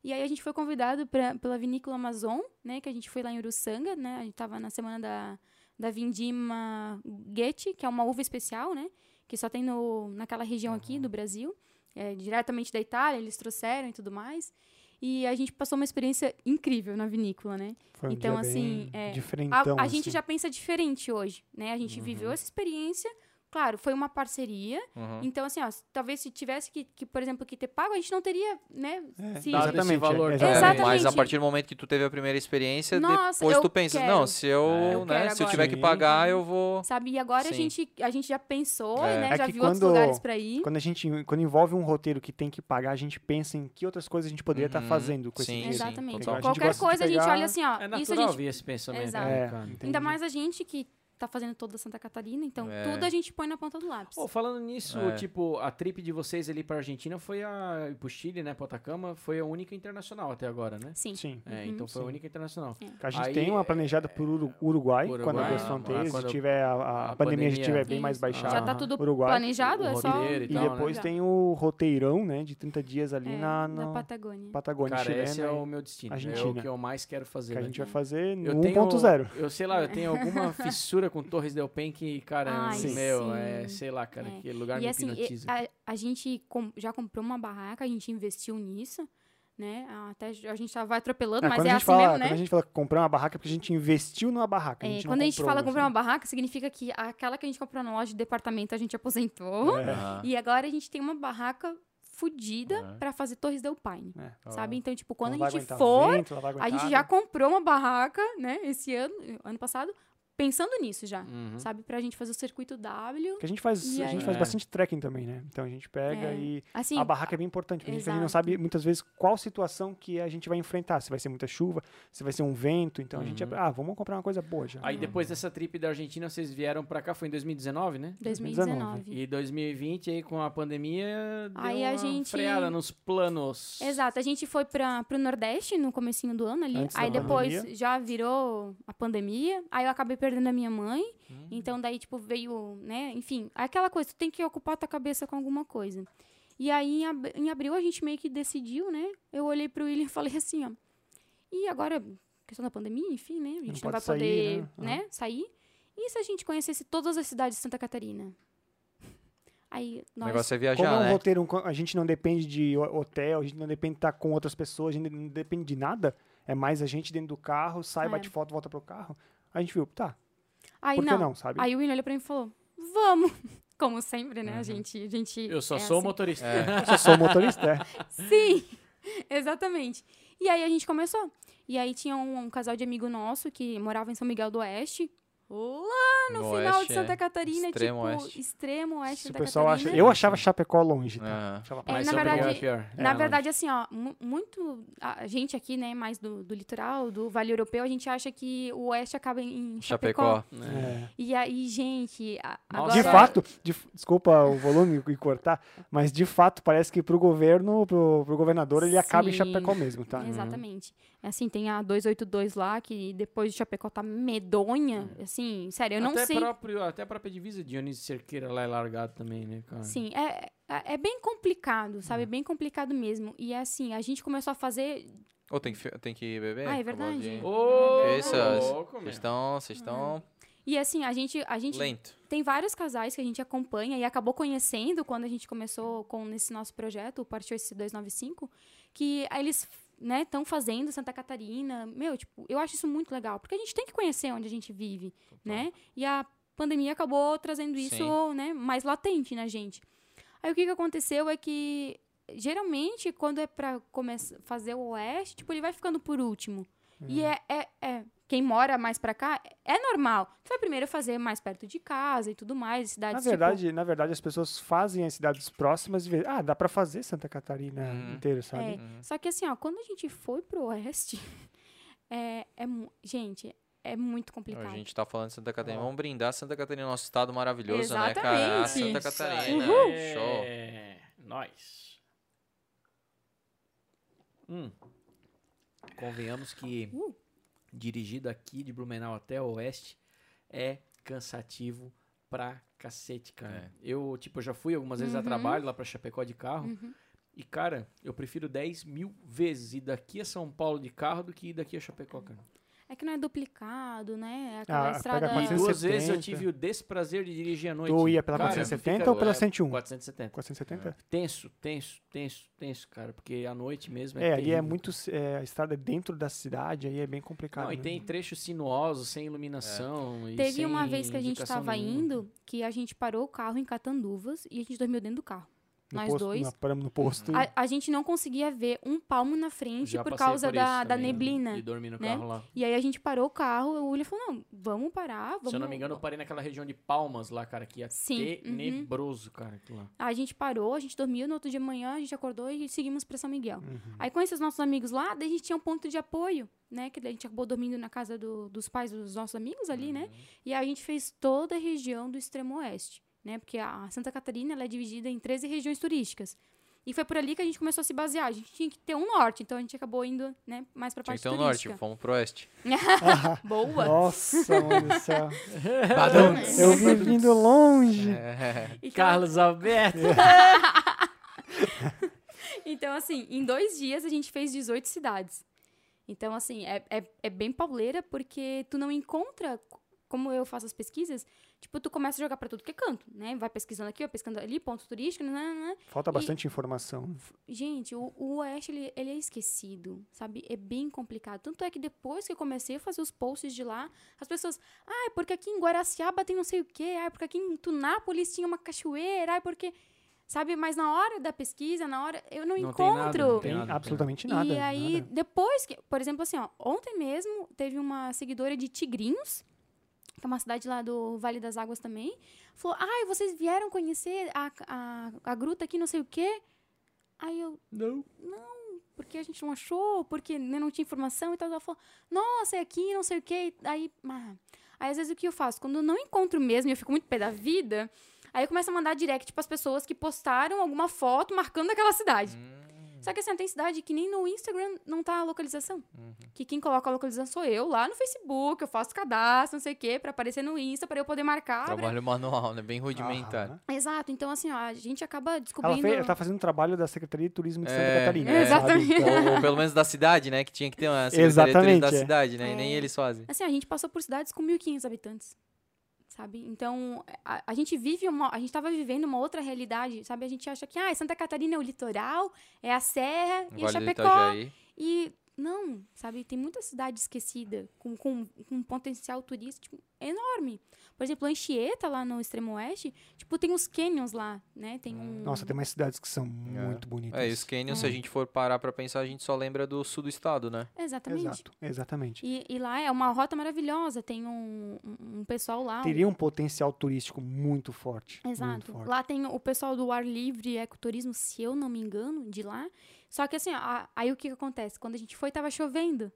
Speaker 3: E aí a gente foi convidado pra, pela Vinícola Amazon, né? Que a gente foi lá em Uruçanga, né? A gente tava na semana da, da Vindima Goethe, que é uma uva especial, né? Que só tem no, naquela região aqui do Brasil. É, diretamente da Itália, eles trouxeram e tudo mais. E a gente passou uma experiência incrível na vinícola, né?
Speaker 4: Foi um
Speaker 3: Então,
Speaker 4: dia bem
Speaker 3: assim, é,
Speaker 4: diferentão,
Speaker 3: A, a
Speaker 4: assim. Uhum.
Speaker 3: gente já pensa diferente hoje, né? A gente viveu essa experiência. Claro, foi uma parceria.
Speaker 5: Uhum.
Speaker 3: Então, assim, ó, s- talvez se tivesse que, que, por exemplo, que ter pago, a gente não teria, né?
Speaker 4: É,
Speaker 3: se-
Speaker 2: Dado esse
Speaker 4: exatamente,
Speaker 2: valor.
Speaker 4: é,
Speaker 5: É,
Speaker 3: Exatamente.
Speaker 5: Mas a partir do momento que tu teve a primeira experiência,
Speaker 3: Nossa,
Speaker 5: depois
Speaker 3: eu
Speaker 5: tu pensas,
Speaker 3: quero.
Speaker 5: não, se eu,
Speaker 2: É.
Speaker 3: Eu
Speaker 5: né,
Speaker 3: quero
Speaker 5: se eu
Speaker 3: agora.
Speaker 5: tiver que
Speaker 4: Sim.
Speaker 5: pagar, eu vou.
Speaker 3: Sabe? E agora a
Speaker 5: Sim.
Speaker 3: gente, a gente já pensou,
Speaker 5: É.
Speaker 3: né?
Speaker 4: É
Speaker 3: já
Speaker 4: que
Speaker 3: viu outros
Speaker 4: quando-
Speaker 3: lugares pra ir.
Speaker 4: Quando a gente quando envolve um roteiro que tem que pagar, a gente pensa em que outras coisas a gente poderia estar
Speaker 5: Uhum,
Speaker 4: fazendo
Speaker 5: sim,
Speaker 4: com esse dinheiro.
Speaker 5: total.
Speaker 3: Exatamente.
Speaker 4: A gente
Speaker 3: Qualquer
Speaker 4: gosta de
Speaker 3: coisa a gente
Speaker 4: pegar-
Speaker 3: olha assim, ó.
Speaker 2: É
Speaker 3: isso a gente
Speaker 2: natural ver esse pensamento, né,
Speaker 4: É,
Speaker 2: cara?
Speaker 4: entendi.
Speaker 3: Ainda mais a gente que tá fazendo toda Santa Catarina, então
Speaker 5: É.
Speaker 3: tudo a gente põe na ponta do lápis.
Speaker 2: Pô, falando nisso,
Speaker 5: É.
Speaker 2: tipo, a trip de vocês ali pra Argentina foi a. e pro Chile, né? Pro Atacama, foi a única internacional até agora, né?
Speaker 3: Uhum, Sim.
Speaker 4: Sim.
Speaker 2: É, então foi a única internacional.
Speaker 4: A gente
Speaker 2: Aí, é,
Speaker 4: tem uma planejada por Uru- Uruguai,
Speaker 2: Uruguai,
Speaker 4: quando abrir
Speaker 5: ah,
Speaker 4: as fronteiras,
Speaker 2: quando
Speaker 4: se tiver a, a
Speaker 2: a
Speaker 4: pandemia já
Speaker 2: pandemia. é
Speaker 4: estiver bem mais
Speaker 3: Isso.
Speaker 4: baixada.
Speaker 3: Já
Speaker 2: Aham.
Speaker 3: tá tudo
Speaker 4: Uruguai,
Speaker 3: planejado,
Speaker 2: o
Speaker 3: é só.
Speaker 2: roteiro e
Speaker 4: E
Speaker 2: tal, né?
Speaker 4: depois
Speaker 3: Já.
Speaker 4: tem o roteirão, né, de 30 dias ali
Speaker 3: É,
Speaker 4: na,
Speaker 3: na
Speaker 4: na
Speaker 3: Patagônia.
Speaker 4: Patagônia
Speaker 2: Cara,
Speaker 4: chilena,
Speaker 2: esse é o meu destino. É o
Speaker 4: Argentina.
Speaker 2: que eu mais quero fazer.
Speaker 4: que a
Speaker 2: né?
Speaker 4: gente vai fazer um
Speaker 2: Eu
Speaker 4: no
Speaker 2: tenho-
Speaker 4: 1.0.
Speaker 2: Eu sei lá, eu tenho alguma fissura com Torres del Paine que, cara,
Speaker 3: Ai,
Speaker 4: Sim.
Speaker 2: meu,
Speaker 3: sim.
Speaker 2: é, sei lá, cara,
Speaker 3: É.
Speaker 2: que lugar
Speaker 3: e
Speaker 2: me
Speaker 3: assim, e-
Speaker 2: hipnotiza.
Speaker 3: a, a gente com- já comprou uma barraca, a gente investiu nisso, né? Até j- a gente já vai atropelando,
Speaker 4: Ah,
Speaker 3: mas
Speaker 4: quando,
Speaker 3: é
Speaker 4: a
Speaker 3: assim
Speaker 4: gente fala,
Speaker 3: mesmo, né?
Speaker 4: quando a gente fala comprar uma barraca, é porque a gente investiu numa barraca.
Speaker 3: É,
Speaker 4: a gente não
Speaker 3: quando a gente
Speaker 4: comprou,
Speaker 3: fala
Speaker 4: assim.
Speaker 3: comprar uma barraca, significa que aquela que a gente comprou na loja de departamento a gente
Speaker 4: assim.
Speaker 3: aposentou.
Speaker 4: É.
Speaker 5: Aham.
Speaker 3: E agora a gente tem uma barraca fodida pra fazer Torres del Paine,
Speaker 4: É.
Speaker 3: sabe? Então, tipo, quando
Speaker 4: Ela
Speaker 3: a gente
Speaker 4: É. vai aguentar
Speaker 3: for,
Speaker 4: vento, ela vai
Speaker 3: a
Speaker 4: aguentar
Speaker 3: gente já
Speaker 4: água.
Speaker 3: comprou uma barraca, né? Esse ano, ano passado, pensando nisso já,
Speaker 2: Uhum.
Speaker 3: sabe? Pra gente fazer o circuito W.
Speaker 4: Porque a gente faz,
Speaker 3: E
Speaker 4: a
Speaker 3: aí?
Speaker 4: gente faz
Speaker 2: É.
Speaker 4: bastante trekking também, né? Então a gente pega
Speaker 3: É.
Speaker 4: e
Speaker 3: Assim,
Speaker 4: a barraca é bem importante, porque a gente- a gente não
Speaker 3: Exato.
Speaker 4: sabe muitas vezes qual situação que a gente vai enfrentar, se vai ser muita chuva, se vai ser um vento, então a gente,
Speaker 2: Uhum.
Speaker 4: ah, vamos comprar uma coisa boa já.
Speaker 2: Aí depois dessa trip da Argentina, vocês vieram pra cá, foi em 2019, né?
Speaker 3: 2019.
Speaker 2: E 2020, aí com a pandemia, deu
Speaker 3: Aí a
Speaker 2: uma
Speaker 3: gente-
Speaker 2: freada nos planos.
Speaker 3: Exato, a gente foi para pro Nordeste no comecinho do ano ali.
Speaker 4: Antes da
Speaker 3: aí depois
Speaker 4: pandemia.
Speaker 3: já virou a pandemia. Aí eu acabei perdendo a minha mãe.
Speaker 4: Hum.
Speaker 3: Então daí, tipo, veio, né? Enfim, aquela coisa, tu tem que ocupar tua cabeça com alguma coisa. E aí, em, ab- em abril, a gente meio que decidiu, né? Eu olhei pro William e falei assim, ó. E agora, questão da pandemia, enfim, né? A gente
Speaker 4: pode
Speaker 3: não, vai
Speaker 4: sair,
Speaker 3: poder,
Speaker 4: né? Ah.
Speaker 3: né? Sair. E se a gente conhecesse todas as cidades de Santa Catarina? Aí,
Speaker 5: O
Speaker 3: nós...
Speaker 5: negócio é
Speaker 4: Como
Speaker 5: viajar,
Speaker 4: é um
Speaker 5: né?
Speaker 4: roteiro, a gente não depende de ho- hotel, a gente não depende de estar com outras pessoas, a gente não depende de nada, é mais a gente dentro do carro, sai,
Speaker 3: É.
Speaker 4: bate foto, volta pro carro. A gente viu, tá,
Speaker 3: Aí,
Speaker 4: por que
Speaker 3: não.
Speaker 4: não, sabe?
Speaker 3: Aí o William olhou pra mim e falou: Vamos! Como sempre, né? A gente. A gente
Speaker 2: Eu só
Speaker 3: é
Speaker 2: sou
Speaker 3: assim.
Speaker 2: motorista.
Speaker 4: Eu só sou motorista, é.
Speaker 3: Sim! Exatamente. E aí a gente começou. E aí tinha um, um casal de amigo nosso que morava em São Miguel do Oeste. Lá Ah, no, final
Speaker 5: oeste,
Speaker 3: de
Speaker 5: é.
Speaker 3: Santa Catarina,
Speaker 5: Extremo
Speaker 3: tipo,
Speaker 5: oeste.
Speaker 3: extremo oeste de
Speaker 4: Se o
Speaker 3: Santa
Speaker 4: pessoal acha,
Speaker 3: Catarina.
Speaker 4: eu achava Chapecó longe, tá?
Speaker 5: Aham.
Speaker 4: Achava-
Speaker 3: É,
Speaker 2: Mas
Speaker 3: na
Speaker 2: São
Speaker 3: verdade-
Speaker 2: Miguel é pior. É,
Speaker 3: Na
Speaker 2: não.
Speaker 3: verdade, assim, ó, mu- muito a gente aqui, né, mais do, do litoral, do Vale Europeu, a gente acha que o oeste acaba em Chapecó.
Speaker 5: Chapecó.
Speaker 4: É.
Speaker 3: E aí, gente, a-
Speaker 2: Nossa.
Speaker 3: agora...
Speaker 4: De fato, de- desculpa o volume e cortar, mas de fato parece que pro governo, pro, pro governador, ele acaba em
Speaker 3: Sim.
Speaker 4: Chapecó mesmo, tá?
Speaker 3: Exatamente. Assim, tem a 282 lá, que depois de Chapecó tá medonha. Assim, sério, eu não
Speaker 2: É. até
Speaker 3: sei.
Speaker 2: Próprio, até a própria divisa de Dionísio Cerqueira lá é largado também, né, cara?
Speaker 3: Sim, é, é é bem complicado, sabe? É bem complicado mesmo. E assim, a gente começou a fazer.
Speaker 5: Ou tem que, fi- tem que beber?
Speaker 3: Ah, é
Speaker 5: acabou
Speaker 3: verdade.
Speaker 5: de-
Speaker 2: Ô,
Speaker 5: Essas-
Speaker 2: louco, meu.
Speaker 5: Vocês estão, vocês estão
Speaker 3: E assim, a gente, a gente
Speaker 5: lento.
Speaker 3: tem vários casais que a gente acompanha e acabou conhecendo quando a gente começou com esse nosso projeto, o Partiu esse 295, que aí eles né, estão fazendo Santa Catarina. Meu, tipo, eu acho isso muito legal, porque a gente tem que conhecer onde a gente vive, né? E a pandemia acabou trazendo isso, né, mais latente na gente. Aí o que que aconteceu é que geralmente quando é para começar fazer o oeste, tipo, ele vai ficando por último.
Speaker 4: Hum.
Speaker 3: E é, é, é- quem mora mais pra cá, é normal. Tu vai primeiro fazer mais perto de casa e tudo mais,
Speaker 4: Na
Speaker 3: cidades tipo,
Speaker 4: verdade, na verdade, as pessoas fazem as cidades próximas e vê, ah, dá pra fazer Santa Catarina
Speaker 5: Uhum.
Speaker 4: inteira,
Speaker 3: tipo,
Speaker 4: sabe?
Speaker 3: é. Só que assim, ó, quando a gente foi pro oeste, é, é mu- gente, é muito complicado.
Speaker 5: A gente tá falando de Santa Catarina. Vamos brindar Santa Catarina, nosso estado maravilhoso, né, cara? Ah,
Speaker 3: Exatamente.
Speaker 5: Santa
Speaker 2: Isso
Speaker 5: Catarina.
Speaker 2: aí.
Speaker 5: Show.
Speaker 2: É, nós. Hum. Convenhamos que
Speaker 3: Uh.
Speaker 2: dirigir daqui de Blumenau até o oeste é cansativo pra cacete,
Speaker 5: É.
Speaker 2: cara. Eu, tipo, eu já fui algumas vezes a
Speaker 3: Uhum.
Speaker 2: trabalho lá pra Chapecó de carro. E, cara, eu prefiro 10 mil vezes ir daqui a São Paulo de carro do que ir daqui a Chapecó, cara.
Speaker 3: É que não é duplicado, né? É Aquela
Speaker 4: Ah, pega
Speaker 3: estrada.
Speaker 2: E duas
Speaker 4: 470.
Speaker 2: vezes eu tive o desprazer de dirigir à noite.
Speaker 4: Tu ia pela
Speaker 2: Cara,
Speaker 4: 470
Speaker 2: fica- Ah,
Speaker 4: ou pela
Speaker 2: é,
Speaker 4: 101?
Speaker 2: 470.
Speaker 4: 470?
Speaker 2: Tenso, tenso, tenso, tenso, cara. Porque à noite mesmo é
Speaker 4: É, ali é
Speaker 2: terrível.
Speaker 4: muito. É, a estrada é dentro da cidade, aí é bem complicado.
Speaker 2: Não, e
Speaker 4: né?
Speaker 2: tem trechos sinuosos, sem iluminação e
Speaker 3: Teve
Speaker 2: sem
Speaker 3: uma vez que a gente
Speaker 2: indicação
Speaker 3: tava
Speaker 2: nenhuma.
Speaker 3: indo que a gente parou o carro em Catanduvas e a gente dormiu dentro do carro.
Speaker 4: No
Speaker 3: Nós
Speaker 4: posto,
Speaker 3: dois.
Speaker 4: na- paramos no posto.
Speaker 3: A, a gente não conseguia ver um palmo na frente
Speaker 2: Já
Speaker 3: por
Speaker 2: passei
Speaker 3: causa
Speaker 2: por
Speaker 3: da,
Speaker 2: isso
Speaker 3: da
Speaker 2: também,
Speaker 3: neblina.
Speaker 2: E dormi no
Speaker 3: né?
Speaker 2: carro lá.
Speaker 3: E aí a gente parou o carro, o William falou, não, vamos parar, vamos...
Speaker 2: Se eu não me engano, eu parei naquela região de Palmas lá, cara, que é
Speaker 3: Sim, uhum.
Speaker 2: tenebroso, cara, aquilo lá.
Speaker 3: A gente parou, a gente dormiu, no outro dia de manhã a gente acordou e seguimos pra São Miguel. Aí com esses nossos amigos lá, daí a gente tinha um ponto de apoio, né? Que daí a gente acabou dormindo na casa do- dos pais dos nossos amigos ali, né?
Speaker 2: Uhum.
Speaker 3: E aí a gente fez toda a região do extremo oeste, né? Porque a Santa Catarina, ela é dividida em 13 regiões turísticas. E foi por ali que a gente começou a se basear. A gente tinha que ter um norte, então a gente acabou indo, né, mais pra
Speaker 5: Tinha que
Speaker 3: parte
Speaker 5: ter um norte,
Speaker 3: turística.
Speaker 5: fomos pro oeste.
Speaker 3: Boa!
Speaker 4: Nossa, mano do céu. Eu vim vindo longe.
Speaker 2: É.
Speaker 5: É.
Speaker 3: E tava-
Speaker 2: Carlos Alberto!
Speaker 3: Então, assim, em dois dias a gente fez 18 cidades. Então, assim, é, é, é bem pauleira, porque tu não encontra, co- como eu faço as pesquisas, tipo, tu começa a jogar pra tudo que é canto, né? Vai pesquisando aqui, vai pesquisando ali, ponto turístico, nananã.
Speaker 4: Falta
Speaker 3: E-
Speaker 4: bastante informação.
Speaker 3: né, Gente, o, o Oeste, ele, ele é esquecido, sabe? É bem complicado. Tanto é que depois que eu comecei a fazer os posts de lá, as pessoas, ah, é porque aqui em Guaraciaba tem não sei o quê, ah, é porque aqui em Tunápolis tinha uma cachoeira, ah, é porque... Sabe? Mas na hora da pesquisa, na hora, eu não,
Speaker 2: Não tem nada, né? não
Speaker 3: encontro.
Speaker 2: tem
Speaker 4: Tem
Speaker 2: nada,
Speaker 4: absolutamente nada.
Speaker 3: E aí,
Speaker 4: nada.
Speaker 3: depois que. Por exemplo, assim, ó, ontem mesmo teve uma seguidora de Tigrinhos, que é uma cidade lá do Vale das Águas também. Falou: Ai, vocês vieram conhecer a, a, a gruta aqui, não sei o quê. Aí eu,
Speaker 2: Não.
Speaker 3: porque a gente não achou, porque né, não tinha informação e tal. Ela falou, nossa, é aqui, não sei o quê. Aí, ah. aí às vezes o que eu faço? Quando eu não encontro mesmo e eu fico muito pé da vida, aí eu começo a mandar direct para as pessoas que postaram alguma foto marcando aquela cidade.
Speaker 5: Hum,
Speaker 3: Só que assim, tem cidade que nem no Instagram não tá a localização.
Speaker 4: Uhum.
Speaker 3: Que quem coloca a localização sou eu, lá no Facebook, eu faço cadastro, não sei o quê, para aparecer no Insta, para eu poder marcar. pra-
Speaker 5: Trabalho manual, né? Bem rudimentar.
Speaker 4: Aham.
Speaker 3: Exato, então assim, ó, a gente acaba
Speaker 4: Ela,
Speaker 3: descobrindo...
Speaker 4: fez, ela tá fazendo trabalho da Secretaria de Turismo de Santa
Speaker 5: É,
Speaker 4: Catarina.
Speaker 3: é.
Speaker 4: sabe?
Speaker 3: Exatamente.
Speaker 4: Então,
Speaker 5: Ou, ou pelo menos da cidade, né? Que tinha que ter uma secretaria de turismo da
Speaker 4: Exatamente, é.
Speaker 5: cidade, né? E nem
Speaker 3: É.
Speaker 5: eles fazem.
Speaker 3: Assim, a gente passou por cidades com 1.500 habitantes, sabe? Então, a, a gente vive uma... A gente tava vivendo uma outra realidade, sabe? A gente acha que, ah, Santa Catarina é o litoral, é a serra e é
Speaker 5: Vale do
Speaker 3: Chapecó.
Speaker 5: Itajaí.
Speaker 3: E não, sabe? Tem muita cidade esquecida com, com, com um potencial turístico enorme. Por exemplo, Anchieta, lá no extremo oeste, tipo, tem uns canyons lá, né? Tem um...
Speaker 4: Nossa, tem umas cidades que são muito bonitas.
Speaker 5: É, e os canyons,
Speaker 3: Hum.
Speaker 5: se a gente for parar pra pensar, a gente só lembra do sul do estado, né?
Speaker 3: Exatamente.
Speaker 4: Exato, exatamente.
Speaker 3: E, e lá é uma rota maravilhosa, tem um, um um pessoal lá... um-
Speaker 4: Teria um potencial turístico muito forte. muito
Speaker 3: Exato.
Speaker 4: forte.
Speaker 3: Lá tem o pessoal do ar livre e ecoturismo, se eu não me engano, de lá. Só que assim, ó, a- aí o que, que acontece? Quando a gente foi, tava chovendo.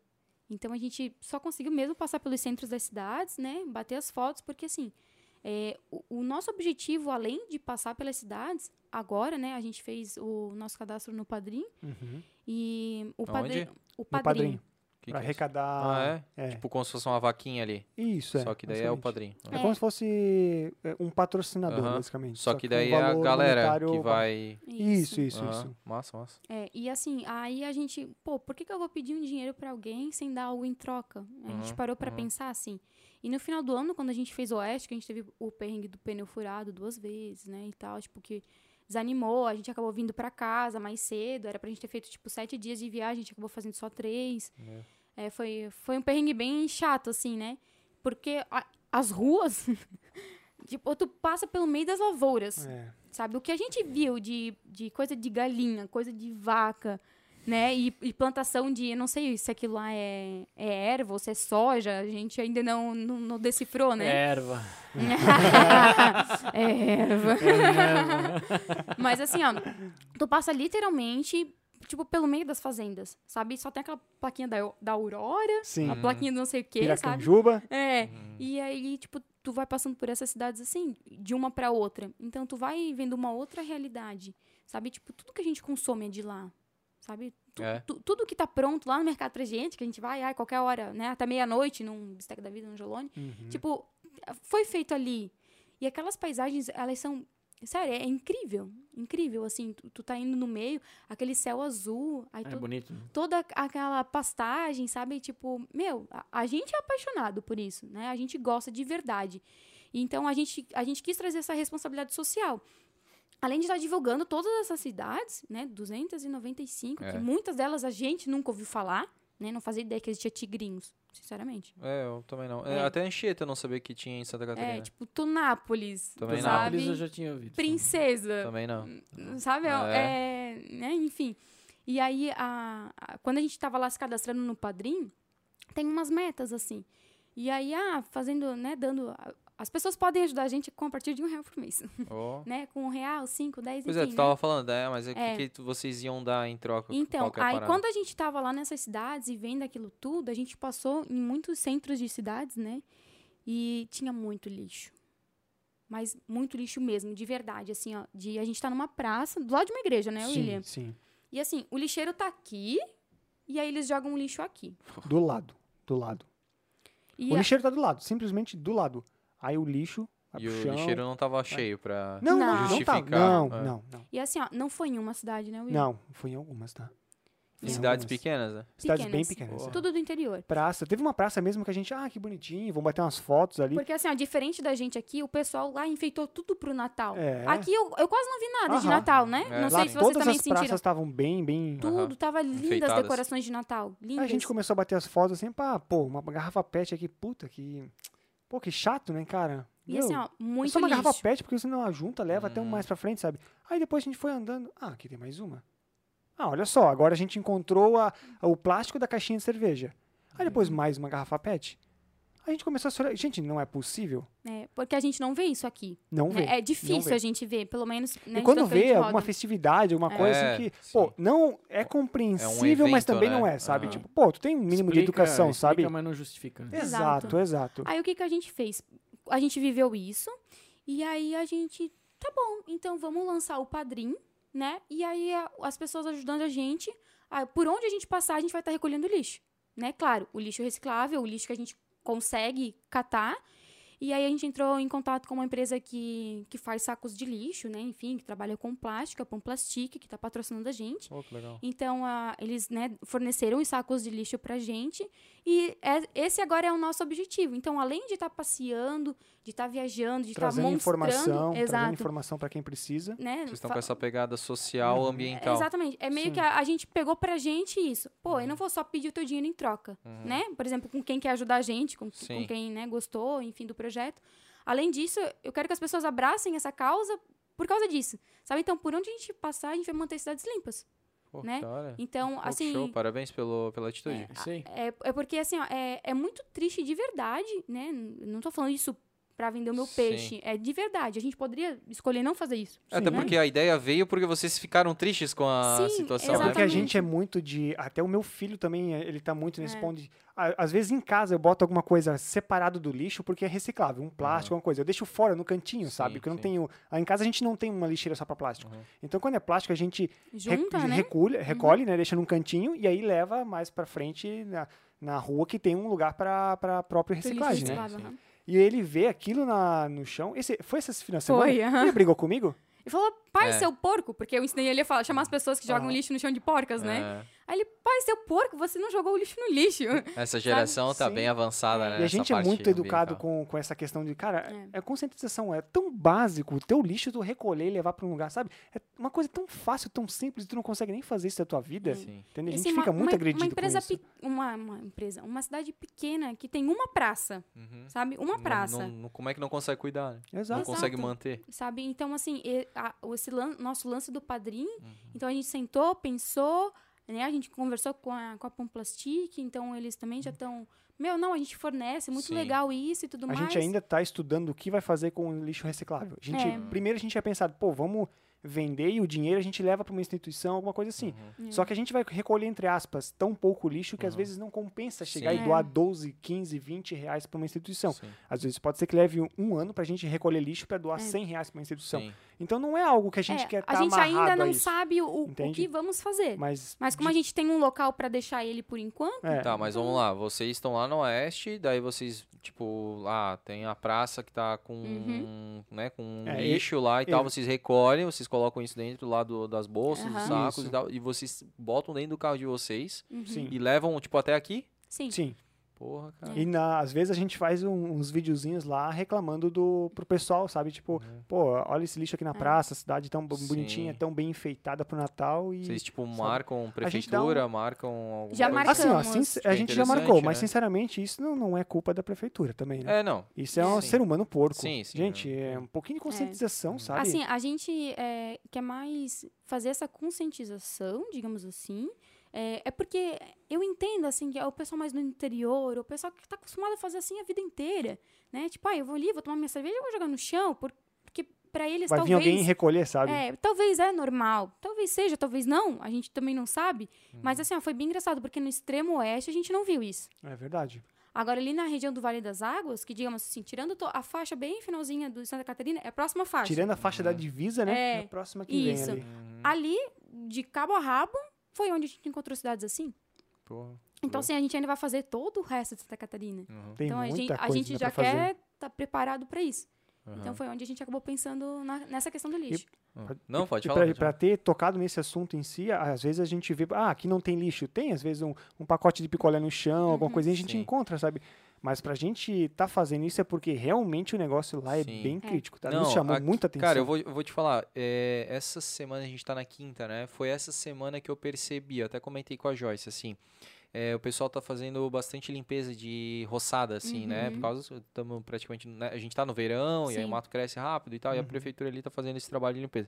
Speaker 3: Então a gente só conseguiu mesmo passar pelos centros das cidades, né? Bater as fotos, porque assim, é, o, o nosso objetivo, além de passar pelas cidades, agora, né? A gente fez o nosso cadastro no Padrim.
Speaker 4: Uhum.
Speaker 3: E o
Speaker 5: Aonde?
Speaker 3: Padrim. O
Speaker 4: No padrinho.
Speaker 3: Padrim.
Speaker 1: Que
Speaker 4: pra
Speaker 1: que é isso?
Speaker 4: arrecadar. É.
Speaker 1: Ah,
Speaker 5: é?
Speaker 1: Tipo, como se fosse uma vaquinha ali.
Speaker 4: Isso, é.
Speaker 1: Só que daí é o
Speaker 4: basicamente.
Speaker 1: padrinho.
Speaker 4: É como se fosse é, um patrocinador,
Speaker 1: Aham.
Speaker 4: basicamente.
Speaker 1: Só que
Speaker 4: com
Speaker 1: daí
Speaker 4: um
Speaker 1: é a
Speaker 4: valor
Speaker 1: galera
Speaker 4: monetário
Speaker 1: que vai.
Speaker 4: Isso, isso,
Speaker 1: Aham.
Speaker 4: isso.
Speaker 1: Massa, massa.
Speaker 3: É, e assim, aí a gente, pô, por que, que eu vou pedir um dinheiro pra alguém sem dar algo em troca? A gente
Speaker 1: Uhum,
Speaker 3: parou pra
Speaker 1: uhum.
Speaker 3: pensar assim. E no final do ano, quando a gente fez o Oeste, que a gente teve o perrengue do pneu furado duas vezes, né, e tal, tipo, que desanimou, a gente acabou vindo pra casa mais cedo, era pra gente ter feito, tipo, sete dias de viagem, a gente acabou fazendo só três. É, foi, foi um perrengue bem chato, assim, né? Porque a- as ruas, tipo, tu passa pelo meio das lavouras
Speaker 4: É.
Speaker 3: sabe? O que a gente viu de, de coisa de galinha, coisa de vaca, né? E, e plantação de, eu não sei se aquilo lá é, é erva ou se é soja, a gente ainda não, não, não decifrou, né?
Speaker 2: Erva.
Speaker 3: É, erva. Mas assim, ó, tu passa literalmente, tipo, pelo meio das fazendas, sabe? Só tem aquela plaquinha da, da Aurora,
Speaker 4: Sim.
Speaker 3: a plaquinha do não sei o quê, sabe?
Speaker 4: Piracanjuba.
Speaker 3: É. E aí, tipo, tu vai passando por essas cidades assim, de uma pra outra. Então tu vai vendo uma outra realidade. Sabe? Tipo, tudo que a gente consome é de lá. Sabe? Tu-
Speaker 1: É.
Speaker 3: tu- tudo que tá pronto lá no mercado pra gente, que a gente vai, ai, qualquer hora, né? Até meia-noite, num bistec da vida, num jolone.
Speaker 4: Uhum.
Speaker 3: Tipo, foi feito ali. E aquelas paisagens, elas são. Sério, é incrível. Incrível, assim. Tu, tu tá indo no meio, aquele céu azul. Aí
Speaker 2: É
Speaker 3: tu,
Speaker 2: bonito.
Speaker 3: toda aquela pastagem, sabe? Tipo, meu, a, a gente é apaixonado por isso, né? A gente gosta de verdade. Então a gente, a gente quis trazer essa responsabilidade social. Além de estar divulgando todas essas cidades, né? 295,
Speaker 1: É.
Speaker 3: que muitas delas a gente nunca ouviu falar, né? Não fazia ideia que existia tigrinhos, sinceramente.
Speaker 1: É, eu também não. É,
Speaker 3: É.
Speaker 1: Até Anchieta eu não sabia que tinha em Santa Catarina.
Speaker 3: É, tipo, Tunápolis,
Speaker 1: Também não.
Speaker 3: sabe?
Speaker 2: Nápoles eu já tinha ouvido.
Speaker 3: Princesa.
Speaker 1: Também não.
Speaker 3: Sabe? É.
Speaker 1: É.
Speaker 3: né? Enfim. E aí, a, a- quando a gente tava lá se cadastrando no Padrim, tem umas metas, assim. E aí, ah, fazendo, né, dando... a- As pessoas podem ajudar a gente com a partir de um real por mês,
Speaker 1: Ó.
Speaker 3: né? Com um real, cinco, dez,
Speaker 1: Pois é,
Speaker 3: enfim,
Speaker 1: tu
Speaker 3: né?
Speaker 1: tava falando, é, mas o
Speaker 3: É.
Speaker 1: que, que tu- vocês iam dar em troca?
Speaker 3: Então,
Speaker 1: Qual que é a
Speaker 3: aí
Speaker 1: parada?
Speaker 3: quando a gente tava lá nessas cidades e vendo aquilo tudo, a gente passou em muitos centros de cidades, né? E tinha muito lixo. Mas muito lixo mesmo, de verdade, assim, ó. De, a gente tá numa praça, do lado de uma igreja, né, William?
Speaker 4: Sim, sim.
Speaker 3: E assim, o lixeiro tá aqui e aí eles jogam o lixo aqui.
Speaker 4: Do lado. Do lado.
Speaker 3: E
Speaker 4: o
Speaker 3: a-
Speaker 4: lixeiro tá do lado, simplesmente do lado. Aí o lixo vai
Speaker 1: E
Speaker 4: pro
Speaker 1: o
Speaker 4: chão.
Speaker 1: lixeiro não tava cheio pra.
Speaker 4: Não, não, não, tá.
Speaker 1: Justificar,
Speaker 4: Não,
Speaker 1: é.
Speaker 4: não, não.
Speaker 3: E assim, ó, não foi em uma cidade, né, Will?
Speaker 4: Não, foi em algumas, tá? Foi em
Speaker 1: Cidades
Speaker 4: algumas.
Speaker 1: pequenas, né?
Speaker 4: Cidades bem
Speaker 3: Pequenas.
Speaker 4: pequenas. é.
Speaker 3: Tudo do interior.
Speaker 4: Praça. Teve uma praça mesmo que a gente, ah, que bonitinho, vamos bater umas fotos ali.
Speaker 3: Porque assim, ó, diferente da gente aqui, o pessoal lá enfeitou tudo pro Natal.
Speaker 4: É.
Speaker 3: Aqui eu, eu quase não vi nada de
Speaker 4: Aham.
Speaker 3: Natal, né?
Speaker 1: É,
Speaker 3: Não
Speaker 4: Lá
Speaker 3: sei se vocês
Speaker 4: todas
Speaker 3: também
Speaker 4: as praças
Speaker 3: sentiram.
Speaker 4: estavam bem, bem.
Speaker 3: Tudo,
Speaker 1: Aham.
Speaker 3: tava lindas as
Speaker 1: Enfeitadas.
Speaker 3: decorações de Natal. Lindas.
Speaker 4: A gente começou a bater as fotos assim, pá, pô, uma garrafa pet aqui, puta, que. Pô, que chato, né, cara?
Speaker 3: E
Speaker 4: Meu,
Speaker 3: assim, ó,
Speaker 4: é
Speaker 3: muito
Speaker 4: só uma
Speaker 3: lixo.
Speaker 4: garrafa pet, porque você não junta, leva até um
Speaker 1: Hum.
Speaker 4: mais pra frente, sabe? Aí depois a gente foi andando. Ah, aqui tem mais uma. Ah, olha só, agora a gente encontrou a, a- o plástico da caixinha de cerveja. Aí
Speaker 1: Hum.
Speaker 4: depois mais uma garrafa pet. A gente começou a se olhar. Gente, não é possível.
Speaker 3: É, porque a gente não vê isso aqui.
Speaker 4: Não vê.
Speaker 3: né? É difícil
Speaker 4: vê.
Speaker 3: a gente ver, pelo menos né,
Speaker 4: E
Speaker 3: de
Speaker 4: quando
Speaker 3: tanto que a gente
Speaker 4: vê é alguma
Speaker 3: roda.
Speaker 4: festividade, alguma
Speaker 3: É.
Speaker 4: coisa
Speaker 1: É,
Speaker 4: assim que, pô,
Speaker 1: sim. um
Speaker 4: não é compreensível, mas
Speaker 1: evento,
Speaker 4: também não
Speaker 1: né?
Speaker 4: é, sabe?
Speaker 1: Aham.
Speaker 4: Tipo, pô, tu tem um mínimo de
Speaker 2: Explica-
Speaker 4: educação,
Speaker 2: explica,
Speaker 4: sabe?
Speaker 2: mas não justifica. né?
Speaker 4: Exato, exato.
Speaker 3: Aí o que, que a gente fez? A gente viveu isso, e aí a gente, tá bom, então vamos lançar o Padrim, né? E aí a- as pessoas ajudando a gente, ah, por onde a gente passar, a gente vai estar recolhendo lixo, né? Claro, o lixo reciclável, o lixo que a gente consegue catar. E aí a gente entrou em contato com uma empresa que, que faz sacos de lixo, né? Enfim, que trabalha com plástico, a Pamplastic, que tá patrocinando a gente.
Speaker 1: Pô, que legal.
Speaker 3: Então, a- eles né, forneceram os sacos de lixo pra gente. E é- esse agora é o nosso objetivo. Então, além de estar passeando, de estar viajando, de estar
Speaker 4: Trazendo
Speaker 3: mostrando...
Speaker 4: informação, trazendo
Speaker 3: tá exato,
Speaker 4: informação pra quem precisa.
Speaker 3: né,
Speaker 1: Vocês estão
Speaker 3: fa- Uhum.
Speaker 1: com essa pegada social, ambiental.
Speaker 3: Exatamente. É meio
Speaker 4: Sim. Uhum.
Speaker 3: que a, a gente pegou pra gente isso. Pô, eu não vou só pedir o teu dinheiro em troca, né? Por exemplo, com quem quer ajudar a gente, com,
Speaker 1: Uhum. Sim.
Speaker 3: com quem né, gostou, enfim, do projeto. Além disso, eu quero que as pessoas abracem essa causa por causa disso. Sabe? Então, por onde a gente passar, a gente vai manter as cidades limpas.
Speaker 1: Pô,
Speaker 3: né?
Speaker 1: que da hora.
Speaker 3: Então,
Speaker 1: Pô, que
Speaker 3: assim...
Speaker 1: É. Show, parabéns pelo, pela atitude.
Speaker 2: Isso aí.
Speaker 3: É, é porque, assim, ó, é, é muito triste de verdade, né? N- Não tô falando isso pra vender o meu
Speaker 1: Sim.
Speaker 3: peixe. É de verdade. A gente poderia escolher não fazer isso.
Speaker 1: É,
Speaker 3: né?
Speaker 1: Até
Speaker 4: Sim.
Speaker 1: porque a ideia veio porque vocês ficaram tristes com a
Speaker 3: Sim,
Speaker 1: situação,
Speaker 4: É porque a
Speaker 1: né?
Speaker 3: exatamente.
Speaker 4: gente é muito de. Até o meu filho também, é, ele tá muito nesse ponto de. a- Às vezes em casa eu boto alguma coisa separado do lixo porque é reciclável, um plástico, alguma coisa. Eu deixo fora no cantinho,
Speaker 1: Sim,
Speaker 4: sabe? Porque eu não
Speaker 1: sim.
Speaker 4: tenho. ah, Em casa a gente não tem uma lixeira só pra plástico. Então quando é plástico a gente
Speaker 3: Junta,
Speaker 4: Rec-
Speaker 3: né?
Speaker 4: recolhe, recolhe, né? Deixa num cantinho e aí leva mais pra frente na, na rua que tem um lugar para própria reciclagem, né?
Speaker 3: Reciclava, aham.
Speaker 4: E ele vê aquilo na, no chão. Esse, foi esse final de semana?
Speaker 3: Foi, aham.
Speaker 4: Ele brigou comigo?
Speaker 3: Ele falou, pai,
Speaker 1: É.
Speaker 3: seu porco, porque eu ensinei ele a falar, chamar as pessoas que jogam
Speaker 4: Aham. É.
Speaker 3: lixo no chão de porcas, né? Aí ele, pai, seu porco, você não jogou o lixo no lixo.
Speaker 1: É, Essa geração tá
Speaker 4: Sim.
Speaker 1: bem avançada, né?
Speaker 4: e a
Speaker 1: nessa
Speaker 4: gente é
Speaker 1: parte tá.
Speaker 4: muito educado
Speaker 1: ambiental.
Speaker 4: com, com essa questão de, cara, é. conscientização, é tão básico o teu lixo tu recolher e levar para um lugar, sabe? É uma coisa tão fácil, tão simples, tu não consegue nem fazer isso da tua vida.
Speaker 1: Sim.
Speaker 4: Entende? A
Speaker 3: Assim,
Speaker 4: gente fica muito agredido
Speaker 3: uma empresa
Speaker 4: com isso.
Speaker 3: pe- Uma, uma empresa, uma cidade pequena que tem uma praça,
Speaker 1: Uhum.
Speaker 3: sabe? Uma
Speaker 1: Não-
Speaker 3: praça.
Speaker 1: não- não- como é que não consegue cuidar? né? Não
Speaker 4: Exato.
Speaker 3: Exato.
Speaker 1: consegue manter.
Speaker 3: Sabe? Então, assim, e- a- o- esse lan- nosso lance do padrinho,
Speaker 4: Uhum.
Speaker 3: então a gente sentou, pensou, né? A gente conversou com a, com a Pomplastic, então eles também já estão. Meu, não, a gente fornece, muito
Speaker 1: Sim.
Speaker 3: legal isso e tudo
Speaker 4: Uhum. A
Speaker 3: mais.
Speaker 4: gente ainda está estudando o que vai fazer com o lixo reciclável. A gente,
Speaker 3: É.
Speaker 4: Primeiro a gente tinha pensado, pô, vamos vender e o dinheiro a gente leva para uma instituição, alguma coisa assim.
Speaker 1: Uhum.
Speaker 4: Só que a gente vai recolher, entre aspas, tão pouco lixo que às vezes não compensa chegar
Speaker 1: Sim.
Speaker 4: e
Speaker 3: É.
Speaker 4: doar 12, 15, 20 reais para uma instituição.
Speaker 1: Sim.
Speaker 4: Às vezes pode ser que leve um ano para a gente recolher lixo para doar
Speaker 3: É.
Speaker 4: 100 reais para uma instituição.
Speaker 1: Sim.
Speaker 4: Então não é algo que a gente
Speaker 3: É,
Speaker 4: quer estar
Speaker 3: a gente
Speaker 4: amarrado
Speaker 3: ainda
Speaker 4: a
Speaker 3: não
Speaker 4: isso.
Speaker 3: sabe o, o
Speaker 4: Entende?
Speaker 3: que vamos fazer. Mas,
Speaker 4: Mas,
Speaker 3: como a gente tem um local pra deixar ele por enquanto,
Speaker 4: É.
Speaker 1: Tá, mas vamos lá. Vocês estão lá no oeste, daí vocês, tipo, lá tem a praça que tá com,
Speaker 3: Uhum.
Speaker 1: né, com
Speaker 4: É, e-
Speaker 1: lixo lá e tal.
Speaker 4: eu-
Speaker 1: Vocês recolhem, vocês colocam isso dentro lá do, das bolsas, dos
Speaker 3: Aham.
Speaker 1: sacos
Speaker 4: Isso.
Speaker 1: e tal. E vocês botam dentro do carro de vocês
Speaker 4: Sim.
Speaker 1: e levam, tipo, até aqui.
Speaker 3: sim.
Speaker 4: Sim.
Speaker 1: Porra,
Speaker 3: né?
Speaker 1: cara.
Speaker 3: É.
Speaker 4: E na- às vezes a gente faz um- uns videozinhos lá reclamando do, pro pessoal, sabe? Tipo, pô, olha esse lixo aqui
Speaker 3: É.
Speaker 4: na praça, a cidade tão bo-
Speaker 1: Uhum. Sim.
Speaker 4: bonitinha, tão bem enfeitada pro Natal e.
Speaker 1: Vocês, tipo,
Speaker 4: sabe?
Speaker 1: marcam
Speaker 4: A gente dá um-
Speaker 1: prefeitura, marcam alguma
Speaker 3: Já
Speaker 1: coisa?
Speaker 4: Assim, ó,
Speaker 3: marcamos.
Speaker 4: sincer-
Speaker 1: Que
Speaker 4: a
Speaker 1: é
Speaker 4: gente já marcou,
Speaker 1: interessante,
Speaker 4: mas
Speaker 1: né?
Speaker 4: sinceramente isso não, não é culpa da prefeitura também, né?
Speaker 1: É, não.
Speaker 4: Isso é um
Speaker 1: Sim.
Speaker 4: ser humano porco.
Speaker 1: Sim, sim,
Speaker 4: gente,
Speaker 1: é.
Speaker 4: é um pouquinho de conscientização, sabe?
Speaker 3: Assim, a gente é, quer mais fazer essa conscientização, digamos assim. É, é porque eu entendo, assim, que é o pessoal mais no interior, o pessoal que tá acostumado a fazer assim a vida inteira, né? Tipo, ah, eu vou ali, vou tomar minha cerveja e vou jogar no chão, por- porque pra eles
Speaker 4: Vai vir
Speaker 3: talvez...
Speaker 4: alguém recolher, sabe?
Speaker 3: É, talvez é normal. Talvez seja, talvez não. A gente também não sabe.
Speaker 4: Hum.
Speaker 3: Mas assim, ó, foi bem engraçado, porque no extremo oeste a gente não viu isso.
Speaker 4: É verdade.
Speaker 3: Agora, ali na região do Vale das Águas, que digamos assim, tirando to- a faixa bem finalzinha do Santa Catarina, é a próxima faixa.
Speaker 4: Tirando a faixa da divisa, né?
Speaker 3: É,
Speaker 4: É a próxima que
Speaker 3: isso.
Speaker 4: vem ali.
Speaker 1: Hum,
Speaker 3: Ali, de cabo a rabo, foi onde a gente encontrou cidades assim.
Speaker 1: Porra.
Speaker 3: Então, assim, a gente ainda vai fazer todo o resto de Santa Catarina.
Speaker 4: Tem
Speaker 3: então, a
Speaker 4: muita
Speaker 3: gente, a
Speaker 4: coisa
Speaker 3: gente
Speaker 4: ainda
Speaker 3: já
Speaker 4: pra fazer. Uhum.
Speaker 3: quer estar preparado para isso. Então,
Speaker 1: Aham.
Speaker 3: foi onde a gente acabou pensando na- nessa questão do lixo.
Speaker 1: Não, pode
Speaker 4: E
Speaker 1: falar.
Speaker 4: pra,
Speaker 1: pode
Speaker 4: pra
Speaker 1: falar.
Speaker 4: ter tocado nesse assunto em si, a- às vezes a gente vê, ah, aqui não tem lixo. Tem, às vezes, um, um pacote de picolé no chão,
Speaker 3: Uhum,
Speaker 4: alguma coisinha a gente
Speaker 1: Sim.
Speaker 4: encontra, sabe? Mas pra gente tá fazendo isso é porque realmente o negócio lá
Speaker 1: Sim.
Speaker 4: é bem
Speaker 3: É.
Speaker 4: crítico, tá?
Speaker 1: Não,
Speaker 4: Isso chamou
Speaker 1: a-
Speaker 4: muita atenção.
Speaker 1: Cara, eu vou, eu vou te falar, é, essa semana a gente tá na quinta, né? Foi essa semana que eu percebi, eu até comentei com a Joyce, assim, é, o pessoal tá fazendo bastante limpeza de roçada, assim, né? Por
Speaker 3: Uhum.
Speaker 1: causa, estamos praticamente, né? a gente tá no verão e aí o
Speaker 3: Sim. Uhum.
Speaker 1: mato cresce rápido e tal, e a prefeitura ali tá fazendo esse trabalho de limpeza.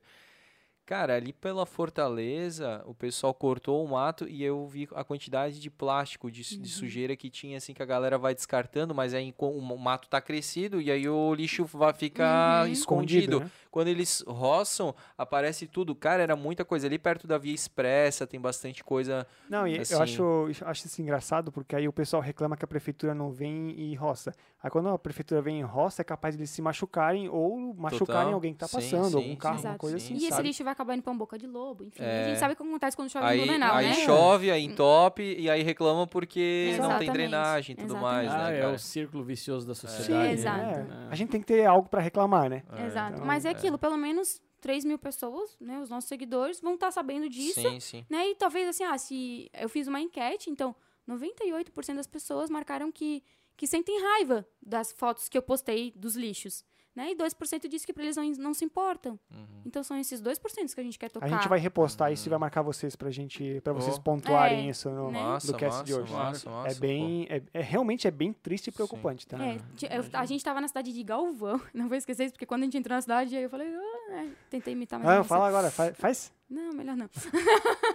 Speaker 1: Cara, ali pela Fortaleza, o pessoal cortou o mato e eu vi a quantidade de plástico, de, su-
Speaker 3: Uhum.
Speaker 1: de sujeira que tinha, assim, que a galera vai descartando, mas aí co- o mato tá crescido e aí o lixo vai ficar
Speaker 3: Uhum.
Speaker 1: escondido.
Speaker 4: né?
Speaker 1: Quando eles roçam, aparece tudo. Cara, era muita coisa. Ali perto da Via Expressa tem bastante coisa.
Speaker 4: Não, e
Speaker 1: Assim-
Speaker 4: eu acho, eu acho isso engraçado, porque aí o pessoal reclama que a prefeitura não vem e roça. Aí quando a prefeitura vem e roça, é capaz de eles se machucarem ou machucarem
Speaker 1: Total.
Speaker 4: alguém que tá
Speaker 1: Sim,
Speaker 4: passando,
Speaker 1: sim,
Speaker 4: algum carro,
Speaker 3: sim,
Speaker 4: alguma coisa
Speaker 1: sim,
Speaker 4: assim,
Speaker 3: e esse
Speaker 4: sabe?
Speaker 3: lixo vai acabar indo pra um boca de lobo, enfim.
Speaker 1: É.
Speaker 3: A gente sabe o que acontece quando chove em
Speaker 1: Aí,
Speaker 3: Blumenau,
Speaker 1: aí
Speaker 3: né?
Speaker 1: chove, aí entope, e aí reclamam porque não tem
Speaker 3: Exatamente,
Speaker 1: drenagem e tudo mais,
Speaker 3: exatamente.
Speaker 2: Ah,
Speaker 1: né,
Speaker 2: é
Speaker 1: cara?
Speaker 2: o círculo vicioso
Speaker 1: É.
Speaker 2: da
Speaker 4: Sim,
Speaker 2: sociedade. né?
Speaker 3: exato.
Speaker 4: é.
Speaker 2: É.
Speaker 4: A gente tem que ter algo pra reclamar, né?
Speaker 1: É,
Speaker 3: Exato.
Speaker 4: então,
Speaker 3: Mas é aquilo, pelo menos 3 mil pessoas, né? Os nossos seguidores vão estar sabendo disso,
Speaker 1: Sim, sim.
Speaker 3: né? E talvez assim, ah, se eu fiz uma enquete, então 98% das pessoas marcaram que, que sentem raiva das fotos que eu postei dos lixos. Né? E 2% disse que pra eles não, não se importam. Então são esses 2% que a gente quer tocar.
Speaker 4: A gente vai repostar isso e vai
Speaker 1: Uhum.
Speaker 4: marcar vocês pra gente, para vocês
Speaker 1: Oh.
Speaker 4: pontuarem
Speaker 3: É,
Speaker 4: isso no,
Speaker 3: né?
Speaker 1: Massa,
Speaker 4: do cast
Speaker 1: massa,
Speaker 4: de hoje.
Speaker 1: massa, massa,
Speaker 4: é bem, é, é- realmente é bem triste e preocupante, tá?
Speaker 3: É, ti- eu- a gente tava na cidade de Galvão, não vou esquecer isso, porque quando a gente entrou na cidade, aí eu falei, ah, né? tentei imitar, mas
Speaker 4: Ah,
Speaker 3: não
Speaker 4: fala agora, fa- faz.
Speaker 3: sei. Não, melhor não.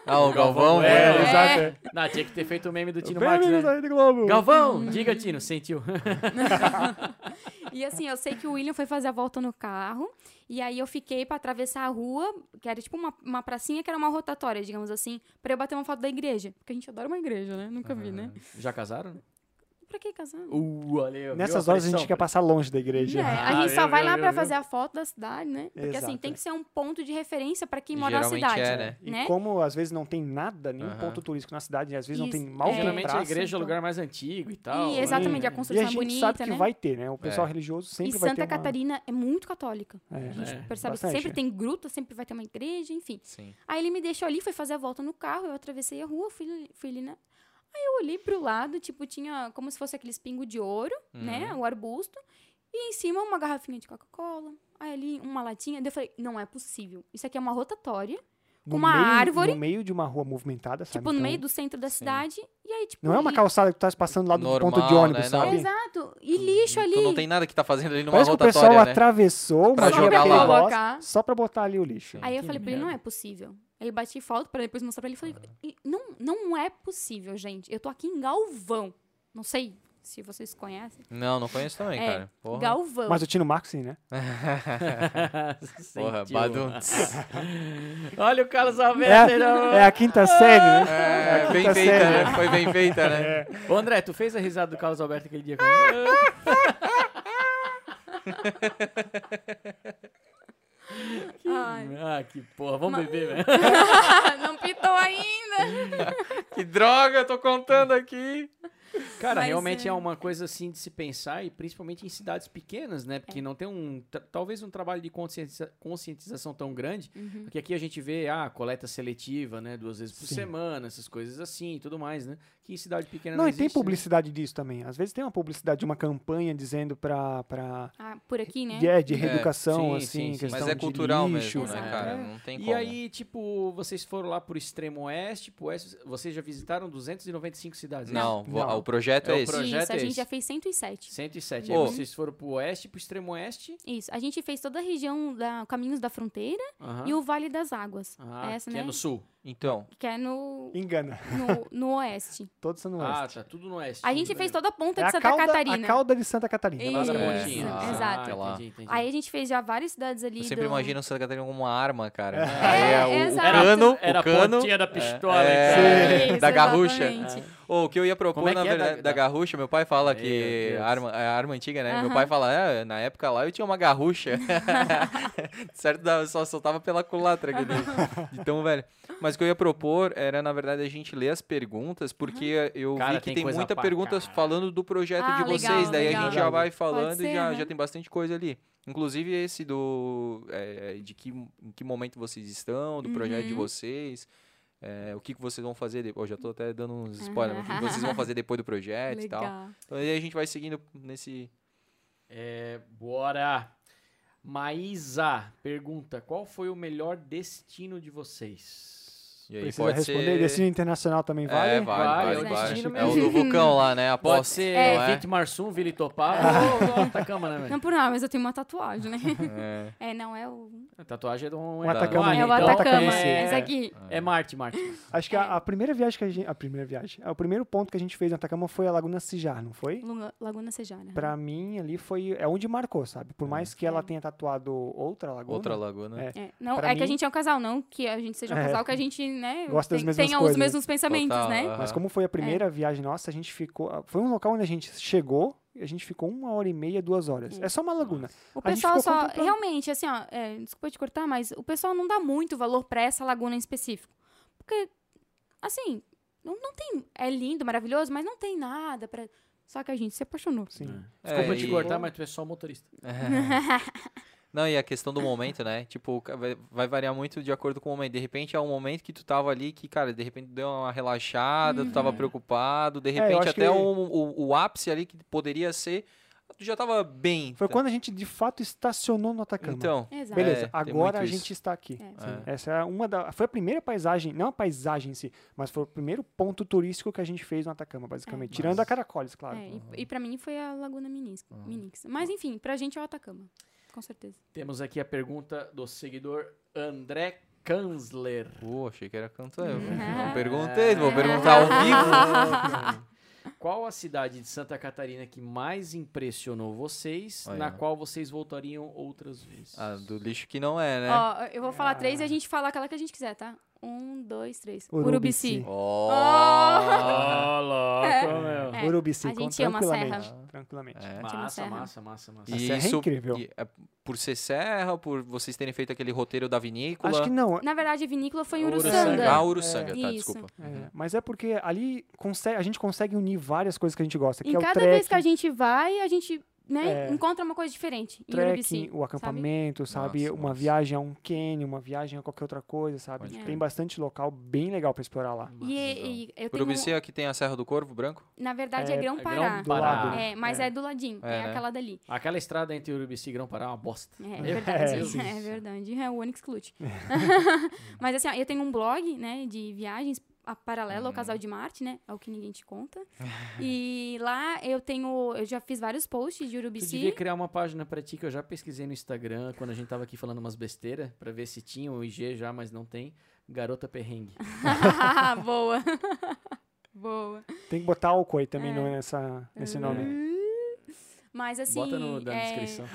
Speaker 1: Ah, o Galvão,
Speaker 2: É,
Speaker 1: né?
Speaker 2: é.
Speaker 4: exato. é.
Speaker 2: Não, tinha que ter feito o meme do
Speaker 1: um
Speaker 2: Tino Marques,
Speaker 4: Bem-vindos
Speaker 2: né?
Speaker 4: à Rede Globo. Hum.
Speaker 2: Galvão, diga, Tino, sentiu.
Speaker 3: E assim, eu sei que o William foi fazer a volta no carro, e aí eu fiquei pra atravessar a rua, que era tipo uma, uma pracinha que era uma rotatória, digamos assim, pra eu bater uma foto da igreja. Porque a gente adora uma igreja, né? Nunca vi, né?
Speaker 2: Já casaram?
Speaker 3: pra que casar?
Speaker 2: Uh, valeu.
Speaker 4: Nessas horas a gente quer passar longe da igreja.
Speaker 3: É, a
Speaker 2: Ah,
Speaker 3: gente só
Speaker 2: viu,
Speaker 3: vai
Speaker 2: viu,
Speaker 3: lá
Speaker 2: viu,
Speaker 3: pra
Speaker 2: viu?
Speaker 3: fazer a foto da cidade, né? Porque assim,
Speaker 4: Exato,
Speaker 3: tem
Speaker 4: é.
Speaker 3: que ser um ponto de referência pra quem mora na
Speaker 1: Geralmente
Speaker 3: cidade.
Speaker 1: é,
Speaker 3: né?
Speaker 1: né?
Speaker 4: E como às vezes não tem nada, nenhum
Speaker 1: Aham.
Speaker 4: ponto turístico na cidade, e às vezes não
Speaker 3: Isso,
Speaker 4: tem mal
Speaker 3: é.
Speaker 4: tem
Speaker 2: Geralmente a
Speaker 4: praça.
Speaker 2: igreja é o
Speaker 3: então.
Speaker 2: lugar mais antigo e tal.
Speaker 3: E
Speaker 2: né?
Speaker 3: exatamente, a
Speaker 4: E a
Speaker 3: construção é
Speaker 4: gente
Speaker 3: bonita,
Speaker 4: sabe que
Speaker 3: né?
Speaker 4: vai ter, né? O pessoal
Speaker 1: É.
Speaker 4: religioso
Speaker 3: E
Speaker 4: sempre vai ter
Speaker 3: Santa
Speaker 4: uma...
Speaker 3: Catarina é muito católica.
Speaker 4: É.
Speaker 3: A gente
Speaker 1: né?
Speaker 2: É,
Speaker 3: percebe
Speaker 4: bastante,
Speaker 3: que sempre
Speaker 4: é.
Speaker 3: tem gruta, sempre vai ter uma igreja, enfim.
Speaker 1: Sim.
Speaker 3: Aí ele me deixou ali, foi fazer a volta no carro, eu atravessei a rua, fui, ali- fui ali, né? Aí eu olhei pro lado, tipo, tinha como se fosse aqueles pingos de ouro, né?
Speaker 1: Uhum.
Speaker 4: Uhum.
Speaker 3: O arbusto. E em cima uma garrafinha de Coca-Cola. Aí ali uma latinha. Daí eu falei, não é possível. Isso aqui é uma rotatória,
Speaker 4: no
Speaker 3: uma
Speaker 4: meio,
Speaker 3: árvore.
Speaker 4: No meio de uma rua movimentada, sabe?
Speaker 3: tipo, no
Speaker 4: Então,
Speaker 3: meio do centro da cidade. E aí, tipo...
Speaker 4: Não é uma
Speaker 3: e-
Speaker 4: calçada que tu tá passando lá do
Speaker 1: Normal,
Speaker 4: ponto de ônibus,
Speaker 1: né? Não.
Speaker 4: sabe?
Speaker 3: Exato. E lixo ali.
Speaker 1: Tu não tem nada que tá fazendo ali numa
Speaker 4: Parece que o
Speaker 1: rotatória,
Speaker 4: pessoal
Speaker 1: né?
Speaker 4: atravessou uma
Speaker 1: Pra
Speaker 4: via
Speaker 1: jogar lá.
Speaker 4: perigosa
Speaker 3: Colocar.
Speaker 4: só pra botar ali o lixo.
Speaker 3: Aí eu
Speaker 2: Que
Speaker 3: falei pra ele, não
Speaker 2: merda.
Speaker 3: é possível. Aí eu bati foto pra depois mostrar pra ele. e Falei,
Speaker 4: Uhum.
Speaker 3: "E não, não é possível, gente. Eu tô aqui em Galvão. Não sei se vocês conhecem.
Speaker 1: Não, não conheço também,
Speaker 3: É,
Speaker 1: cara. Porra.
Speaker 3: Galvão.
Speaker 4: Mas o Tino Marco, sim, né?
Speaker 1: Porra,
Speaker 2: Sentiu.
Speaker 1: Badu.
Speaker 2: Olha o Carlos
Speaker 4: É,
Speaker 2: Alberto. um-
Speaker 4: a- é a quinta série, né?
Speaker 1: É, bem
Speaker 4: quinta
Speaker 1: feita,
Speaker 4: série.
Speaker 1: né? Foi bem feita, né?
Speaker 2: Ô, André, tu fez a risada do Carlos Alberto aquele dia?
Speaker 3: Ai,
Speaker 2: ah, que porra. Vamos beber, velho.
Speaker 3: não pitou ainda.
Speaker 1: Que droga, eu tô contando aqui.
Speaker 2: Cara,
Speaker 3: Mas,
Speaker 2: realmente é...
Speaker 3: é.
Speaker 2: uma coisa assim de se pensar e principalmente em cidades pequenas, né?
Speaker 3: É.
Speaker 2: Porque não tem um, ta- talvez um trabalho de conscientiza- conscientização tão grande,
Speaker 3: Uhum.
Speaker 2: porque aqui a gente vê ah, coleta seletiva, né, duas vezes por
Speaker 4: Sim.
Speaker 2: semana, essas coisas assim, e tudo mais, né? Que em cidade pequena não,
Speaker 4: Não, e tem
Speaker 2: existe, né?
Speaker 4: publicidade disso também. Às vezes tem uma publicidade de uma campanha dizendo pra... pra...
Speaker 3: Ah, por aqui, né?
Speaker 4: é, de
Speaker 1: É,
Speaker 4: reeducação,
Speaker 2: sim,
Speaker 4: assim,
Speaker 2: sim, sim.
Speaker 4: questão
Speaker 1: Mas é
Speaker 4: de
Speaker 1: cultural
Speaker 4: lixo,
Speaker 1: mesmo, né,
Speaker 3: né?
Speaker 1: cara?
Speaker 4: É.
Speaker 1: Não tem
Speaker 2: E
Speaker 1: como.
Speaker 2: aí, tipo, vocês foram lá pro extremo oeste, pro oeste, vocês já visitaram 295 cidades, né?
Speaker 1: Não, vo-
Speaker 4: Não.
Speaker 1: o projeto
Speaker 2: É
Speaker 1: é,
Speaker 2: o
Speaker 1: esse.
Speaker 2: projeto.
Speaker 3: Isso, a
Speaker 2: é
Speaker 3: gente
Speaker 2: esse.
Speaker 3: já fez 107.
Speaker 2: 107.
Speaker 1: Pô.
Speaker 2: Aí vocês foram pro oeste, pro extremo oeste.
Speaker 3: Isso. A gente fez toda a região da Caminhos da Fronteira
Speaker 2: Aham.
Speaker 3: e o Vale das Águas.
Speaker 2: Ah,
Speaker 3: essa,
Speaker 2: que é
Speaker 3: né?
Speaker 2: no sul.
Speaker 1: Então,
Speaker 3: Que é no,
Speaker 4: Engana.
Speaker 3: no, no oeste.
Speaker 4: Todos são no
Speaker 2: Ah,
Speaker 4: oeste.
Speaker 2: tá tudo no oeste.
Speaker 3: A gente fez toda a ponta
Speaker 4: É
Speaker 3: de
Speaker 4: a
Speaker 3: Santa
Speaker 4: cauda,
Speaker 3: Catarina.
Speaker 4: a cauda de Santa Catarina.
Speaker 3: Isso,
Speaker 4: lá
Speaker 2: Lá da
Speaker 4: da
Speaker 1: é.
Speaker 4: pontinha.
Speaker 1: Ah,
Speaker 2: pontinha.
Speaker 3: exato.
Speaker 1: tá lá.
Speaker 2: Entendi, entendi.
Speaker 3: Aí a gente fez já várias cidades ali.
Speaker 1: eu sempre
Speaker 3: do-
Speaker 1: imagino Santa Catarina como uma arma, cara.
Speaker 3: É,
Speaker 1: Aí o
Speaker 3: exato.
Speaker 1: cano,
Speaker 2: era
Speaker 1: o cano...
Speaker 2: a pontinha da pistola.
Speaker 1: É,
Speaker 2: então.
Speaker 3: Isso,
Speaker 1: da garrucha.
Speaker 3: exatamente.
Speaker 1: Ô, o que eu ia propor,
Speaker 2: Como é que
Speaker 1: na
Speaker 2: é
Speaker 1: verdade,
Speaker 2: da-
Speaker 1: da,
Speaker 2: da-
Speaker 1: garrucha, meu pai fala
Speaker 2: Meu
Speaker 1: que
Speaker 2: Deus.
Speaker 1: arma, é arma antiga, né? Meu
Speaker 3: Aham.
Speaker 1: pai fala, é, na época lá eu tinha uma garrucha. certo, dava- só soltava pela culatra aqui dentro. Então, velho. Mas o que eu ia propor era, na verdade, a gente ler as perguntas, porque eu
Speaker 2: Uhum. Cara,
Speaker 1: vi que
Speaker 2: tem
Speaker 1: tem,
Speaker 2: coisa
Speaker 1: muita
Speaker 2: pra
Speaker 1: pergunta
Speaker 2: caralho.
Speaker 1: falando do projeto
Speaker 3: Ah,
Speaker 1: de vocês.
Speaker 3: legal,
Speaker 1: Daí
Speaker 3: legal.
Speaker 1: a gente já vai falando
Speaker 3: ser,
Speaker 1: e já,
Speaker 3: aham.
Speaker 1: já tem bastante coisa ali. Inclusive esse do. é, de que, em que momento vocês estão, do projeto de
Speaker 3: Uhum.
Speaker 1: vocês. É, o que, que vocês vão fazer depois? Eu já tô até dando uns spoilers. mas O que que vocês vão fazer depois do projeto e tal.
Speaker 3: Legal.
Speaker 1: Então aí a gente vai seguindo nesse.
Speaker 2: É, bora. Maísa pergunta: qual foi o melhor destino de vocês?
Speaker 1: E aí
Speaker 4: Precisa
Speaker 1: pode
Speaker 4: responder.
Speaker 1: ser.
Speaker 4: Destino internacional também vale?
Speaker 1: É, vale,
Speaker 2: Vale,
Speaker 1: vale,
Speaker 2: é o
Speaker 1: vale.
Speaker 2: destino
Speaker 1: É o
Speaker 2: mesmo.
Speaker 1: do vulcão lá, né?
Speaker 2: Pode
Speaker 1: Aposto.
Speaker 2: ser
Speaker 1: não é?
Speaker 2: Vito Marçum, Vili Topar ou ou Atacama, né,
Speaker 3: Não
Speaker 2: velho?
Speaker 3: por nada, mas eu tenho uma tatuagem, né?
Speaker 1: É.
Speaker 3: É, não, é o.
Speaker 2: A Tatuagem é do um
Speaker 4: O Atacama,
Speaker 2: Ah,
Speaker 3: É o
Speaker 4: então,
Speaker 3: Atacama.
Speaker 4: é-
Speaker 3: Essa aqui.
Speaker 2: É Marte, Marte.
Speaker 4: Acho
Speaker 3: É.
Speaker 4: que a, a primeira viagem que a gente. A primeira viagem. ah, O primeiro ponto que a gente fez na Atacama foi a Laguna Cijar, não foi?
Speaker 3: Luna- Laguna Sejana.
Speaker 4: Pra mim, ali foi. É onde marcou, sabe? Por mais que ela tenha tatuado outra laguna.
Speaker 1: Outra laguna.
Speaker 4: É.
Speaker 3: É, não,
Speaker 4: pra
Speaker 3: é que a
Speaker 4: mim-
Speaker 3: gente é um casal, não que a gente seja um
Speaker 4: É.
Speaker 3: casal, que a gente, né,
Speaker 4: Gosta das
Speaker 3: tem-
Speaker 4: mesmas
Speaker 3: tenha
Speaker 4: coisas,
Speaker 3: os
Speaker 4: né?
Speaker 3: mesmos pensamentos,
Speaker 1: Total,
Speaker 3: né?
Speaker 1: aham.
Speaker 4: Mas como foi a primeira viagem nossa, a gente ficou. Foi um local onde a gente chegou e a gente ficou uma hora e meia, duas horas. É só uma laguna.
Speaker 3: O
Speaker 4: A gente
Speaker 3: pessoal
Speaker 4: ficou
Speaker 3: só.
Speaker 4: contemplando.
Speaker 3: Realmente, assim, ó, é, desculpa te cortar, mas o pessoal não dá muito valor pra essa laguna em específico. Porque, assim, não, não tem. É lindo, maravilhoso, mas não tem nada pra. Só que a gente se apaixonou.
Speaker 4: Sim.
Speaker 2: Desculpa
Speaker 1: É,
Speaker 2: te
Speaker 1: e-
Speaker 2: cortar, mas tu é só motorista.
Speaker 1: Não, e a questão do momento, né? Tipo, ca- vai- vai variar muito de acordo com o momento. De repente é um momento que tu tava ali que, cara, de repente deu uma relaxada, tu tava preocupado, de
Speaker 4: É, eu
Speaker 1: repente
Speaker 4: acho
Speaker 1: até
Speaker 4: que-
Speaker 1: o, o, o ápice ali que poderia ser, tu já tava bem.
Speaker 4: Foi
Speaker 1: tá?
Speaker 4: quando a gente de fato estacionou no Atacama.
Speaker 1: Então,
Speaker 3: Exato.
Speaker 4: Beleza,
Speaker 1: É, tem
Speaker 4: agora
Speaker 1: muito
Speaker 4: a
Speaker 1: isso.
Speaker 4: gente está aqui.
Speaker 3: É.
Speaker 1: Sim.
Speaker 4: Essa é uma da, foi a primeira paisagem, não a paisagem em si, mas foi o primeiro ponto turístico que a gente fez no Atacama, basicamente.
Speaker 2: É,
Speaker 4: Tirando
Speaker 2: mas-
Speaker 4: a Caracoles, claro.
Speaker 3: É, e, e pra mim foi a Laguna Minix.
Speaker 1: Uhum.
Speaker 3: Minix. Mas enfim, pra gente é o Atacama. Com certeza.
Speaker 2: Temos aqui a pergunta do seguidor André Kanzler.
Speaker 1: É. Pô, achei que era cantor. Eu
Speaker 3: Uhum.
Speaker 1: Não perguntei, vou perguntar ao vivo.
Speaker 2: Qual a cidade de Santa Catarina que mais impressionou vocês,
Speaker 1: Olha.
Speaker 2: na qual vocês voltariam outras vezes?
Speaker 1: Ah, do lixo que não é, né?
Speaker 3: Ó, eu vou falar três e a gente fala aquela que a gente quiser, tá? Um, dois, três.
Speaker 4: Urubici.
Speaker 3: Urubici.
Speaker 5: Ó,
Speaker 2: Ah, louco, meu.
Speaker 3: É, tipo,
Speaker 4: Urubici,
Speaker 3: a
Speaker 4: com-
Speaker 3: gente ama
Speaker 4: tranquilamente.
Speaker 3: serra.
Speaker 4: Tranquilamente.
Speaker 5: É.
Speaker 3: Ótima
Speaker 2: Massa,
Speaker 3: serra.
Speaker 2: massa, massa, massa.
Speaker 4: A serra é incrível.
Speaker 5: e, é, por ser serra, por vocês terem feito aquele roteiro da vinícola.
Speaker 4: Acho que não.
Speaker 3: Na verdade, a vinícola foi em
Speaker 2: Uruçanga.
Speaker 3: Uruçanga.
Speaker 5: Ah, Uruçanga, tá,
Speaker 3: Isso. Uhum.
Speaker 5: desculpa.
Speaker 4: é, mas é porque ali consegue, a gente consegue unir várias coisas que a gente gosta. Que
Speaker 3: Em
Speaker 4: é o
Speaker 3: cada
Speaker 4: trekking,
Speaker 3: vez que a gente vai, a gente né,
Speaker 4: É.
Speaker 3: encontra uma coisa diferente. Em
Speaker 4: trekking,
Speaker 3: Urubici.
Speaker 4: o acampamento, sabe?
Speaker 5: Nossa,
Speaker 4: uma
Speaker 5: nossa.
Speaker 4: viagem a um cânion, uma viagem a qualquer outra coisa, sabe? Tipo,
Speaker 5: Pode
Speaker 3: crer.
Speaker 4: Tem bastante local bem legal pra explorar lá.
Speaker 3: E, e- eu tenho
Speaker 1: é-
Speaker 5: Urubici aqui é tem a Serra do Corvo Branco?
Speaker 3: um- na verdade, é,
Speaker 4: É,
Speaker 3: Grão
Speaker 2: é
Speaker 3: Pará.
Speaker 4: Do lado.
Speaker 3: É, mas é.
Speaker 4: É.
Speaker 3: do ladinho,
Speaker 5: É,
Speaker 3: é,
Speaker 5: né?
Speaker 3: aquela dali.
Speaker 2: Aquela estrada entre Urubici e Grão Pará é uma bosta.
Speaker 3: É, verdade,
Speaker 2: Jesus.
Speaker 3: é verdade. É o Onix Clute. mas assim, ó, eu tenho um blog, né, de viagens a paralelo ao Casal de Marte, né? É o que ninguém te conta. e lá eu tenho, eu já fiz vários posts de
Speaker 2: Tu
Speaker 3: Urubici.
Speaker 2: devia criar uma página pra ti que eu já pesquisei no Instagram quando a gente tava aqui falando umas besteiras, pra ver se tinha o IG já, mas não tem. Garota Perrengue.
Speaker 3: Ah, Boa. Boa.
Speaker 4: Tem que botar álcool aí também
Speaker 3: É. Uhum.
Speaker 4: não é nessa, nesse nome.
Speaker 3: Mas assim,
Speaker 2: Bota no, na
Speaker 3: é,
Speaker 2: descrição.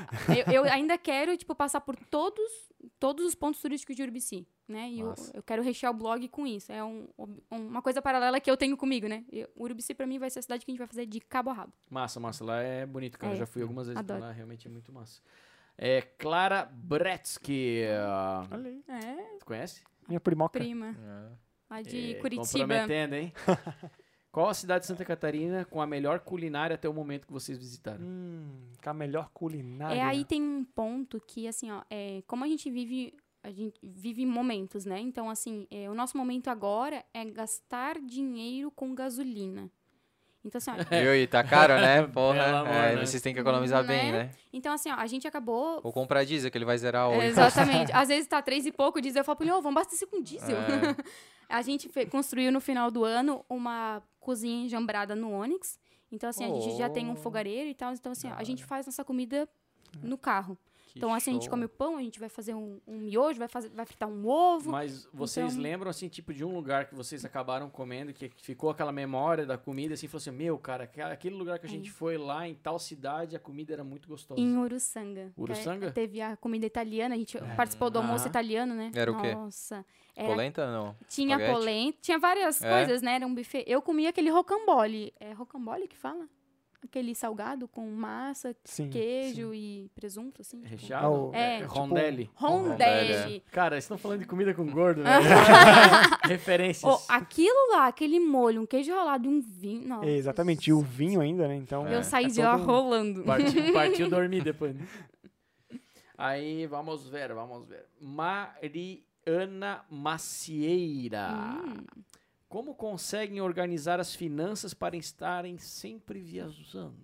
Speaker 3: Eu, eu ainda quero, tipo, passar por todos, todos os pontos turísticos de Urubici, né? E eu,
Speaker 5: Massa.
Speaker 3: eu quero rechear o blog com isso. É um- uma coisa paralela que eu tenho comigo, né? Eu, Urubici, pra mim, vai ser a cidade que a gente vai fazer de cabo a rabo.
Speaker 2: Massa, massa. Lá é bonito, cara.
Speaker 3: É,
Speaker 2: Eu já fui algumas vezes por
Speaker 3: adoro.
Speaker 2: lá, realmente é muito massa. É Clara Bretsky. ah,
Speaker 4: Olha aí.
Speaker 3: É,
Speaker 2: Tu conhece?
Speaker 4: Minha primoca.
Speaker 3: prima. Lá de
Speaker 2: É,
Speaker 3: Curitiba.
Speaker 2: Comprometendo, hein? Qual a cidade de Santa Catarina com a melhor culinária até o momento que vocês visitaram?
Speaker 4: Hum, com a melhor culinária.
Speaker 3: É, aí tem um ponto que, assim, ó, é, como a gente vive, a gente vive momentos, né? Então, assim, é, o nosso momento agora é gastar dinheiro com gasolina. Então, assim, ó,
Speaker 1: É.
Speaker 5: Viu? E tá caro, né?
Speaker 2: É. Pelo
Speaker 5: Porra.
Speaker 2: amor,
Speaker 5: é,
Speaker 2: né?
Speaker 5: Vocês têm que economizar
Speaker 3: Né?
Speaker 5: bem, né?
Speaker 3: então, assim, ó, a gente acabou É,
Speaker 5: Ou comprar diesel, que ele vai zerar o.
Speaker 3: Exatamente. Às vezes tá três e pouco diesel. Eu falo pra ele, ô, vamos abastecer com diesel. A gente fe- construiu no final do ano uma cozinha enjambrada no Onix. Então, assim, a gente já tem um
Speaker 5: Oh.
Speaker 3: fogareiro e tal. Então, assim, ó, a gente faz nossa comida no carro.
Speaker 5: Que
Speaker 3: Então, assim, a gente
Speaker 5: show.
Speaker 3: come o pão, a gente vai fazer um, um miojo, vai, fazer, vai fritar um ovo.
Speaker 2: Mas vocês
Speaker 3: Então-
Speaker 2: lembram, assim, tipo, de um lugar que vocês acabaram comendo, que ficou aquela memória da comida, assim, falou assim, meu, cara, aquela- aquele lugar que a gente foi lá em tal cidade, a comida era muito gostosa.
Speaker 3: É. Em um Uruçanga. que é-
Speaker 2: Uruçanga?
Speaker 3: Teve a comida italiana, a gente participou do almoço
Speaker 2: Ah.
Speaker 3: italiano, né?
Speaker 5: Era o quê?
Speaker 3: Nossa. Era
Speaker 5: Polenta não?
Speaker 3: Tinha
Speaker 5: Espaguete?
Speaker 3: polenta, tinha várias
Speaker 5: É?
Speaker 3: coisas, né? Era um buffet. Eu comia aquele rocambole. É rocambole que fala? Aquele salgado com massa,
Speaker 4: Sim,
Speaker 3: queijo e presunto, assim. tipo.
Speaker 2: Recheado?
Speaker 4: Ah, o-
Speaker 3: É, tipo-
Speaker 2: Rondelli.
Speaker 3: Rondelli.
Speaker 2: Cara, vocês estão falando de comida com gordo, né? Referências.
Speaker 5: é.
Speaker 3: Ô, aquilo lá, aquele molho, um queijo ralado e um vinho. Nossa,
Speaker 4: É, exatamente. E o vinho ainda, né? Então.
Speaker 3: Eu saí
Speaker 4: é
Speaker 3: de lá
Speaker 4: todo um-
Speaker 3: rolando.
Speaker 2: Partiu, partiu dormir depois. né? Aí, vamos ver, vamos ver. Mariana Macieira.
Speaker 3: Hum.
Speaker 2: Como conseguem organizar as finanças para estarem sempre viajando?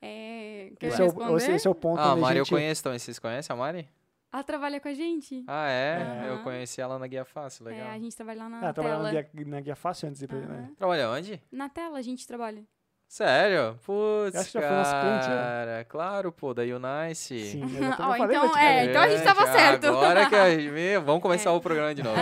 Speaker 3: É, quer
Speaker 4: Esse é, o,
Speaker 3: responder?
Speaker 4: esse- esse é o ponto
Speaker 5: Ah, a
Speaker 4: onde
Speaker 5: Mari
Speaker 4: a
Speaker 5: eu
Speaker 4: gente-
Speaker 5: conheço também. Vocês conhecem a Mari?
Speaker 3: Ela trabalha com a gente.
Speaker 5: Ah, é? Eu
Speaker 3: Aham.
Speaker 5: conheci ela na Guia Fácil,
Speaker 3: É,
Speaker 5: legal.
Speaker 3: a gente trabalha lá na
Speaker 4: Ah, trabalhava
Speaker 3: tela.
Speaker 4: na guia, na guia fácil antes de ir pra.
Speaker 3: Aham.
Speaker 4: né?
Speaker 5: Trabalha onde?
Speaker 3: Na tela a gente trabalha.
Speaker 5: Sério? Putz,
Speaker 4: Eu acho que já foi umas clientes, né?
Speaker 5: cara. Claro, pô, da Unice.
Speaker 4: Sim, eu
Speaker 3: Ó,
Speaker 4: também falei pra
Speaker 3: então,
Speaker 4: ti,
Speaker 3: é,
Speaker 4: cara.
Speaker 3: então a gente tava
Speaker 5: Gente,
Speaker 3: certo.
Speaker 5: Agora que a gente... Meu, Vamos começar o programa de novo.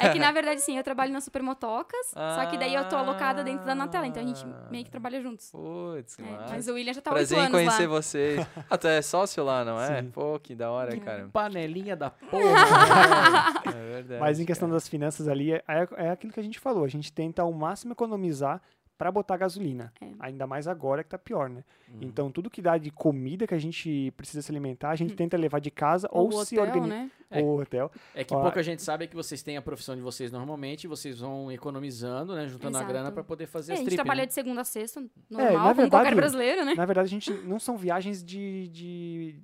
Speaker 3: é que, na verdade, sim, eu trabalho na Supermotocas, só que daí eu tô alocada dentro da Natela, então a gente
Speaker 5: Ah.
Speaker 3: meio que trabalha juntos.
Speaker 5: Putz,
Speaker 3: É,
Speaker 5: massa.
Speaker 3: mas o William já tá há oito
Speaker 5: Prazer em
Speaker 3: anos
Speaker 5: conhecer
Speaker 3: lá.
Speaker 5: vocês. Ah, tu é sócio lá, não é?
Speaker 4: Sim.
Speaker 5: Pô, que da hora, cara.
Speaker 2: Panelinha da porra.
Speaker 5: É verdade.
Speaker 4: Mas em questão das finanças ali, é, é aquilo que a gente falou. A gente tenta ao máximo economizar pra botar gasolina.
Speaker 3: É.
Speaker 4: Ainda mais agora que tá pior, né?
Speaker 2: Uhum.
Speaker 4: Então, tudo que dá de comida que a gente precisa se alimentar, a gente tenta levar de casa ou,
Speaker 3: Hum. o
Speaker 4: se
Speaker 3: hotel,
Speaker 4: organiza.
Speaker 3: né?
Speaker 2: né?
Speaker 4: Ou hotel.
Speaker 2: É que
Speaker 4: Ó,
Speaker 2: pouca gente sabe que vocês têm a profissão de vocês normalmente, vocês vão economizando, né? Juntando a
Speaker 3: Exato.
Speaker 2: grana pra poder fazer
Speaker 3: É, a
Speaker 2: as
Speaker 3: gente
Speaker 2: trip,
Speaker 3: trabalha
Speaker 2: né?
Speaker 3: de segunda a sexta, normal,
Speaker 4: É, na
Speaker 3: como
Speaker 4: verdade,
Speaker 3: qualquer brasileiro, né?
Speaker 4: Na verdade, a gente não são viagens de, de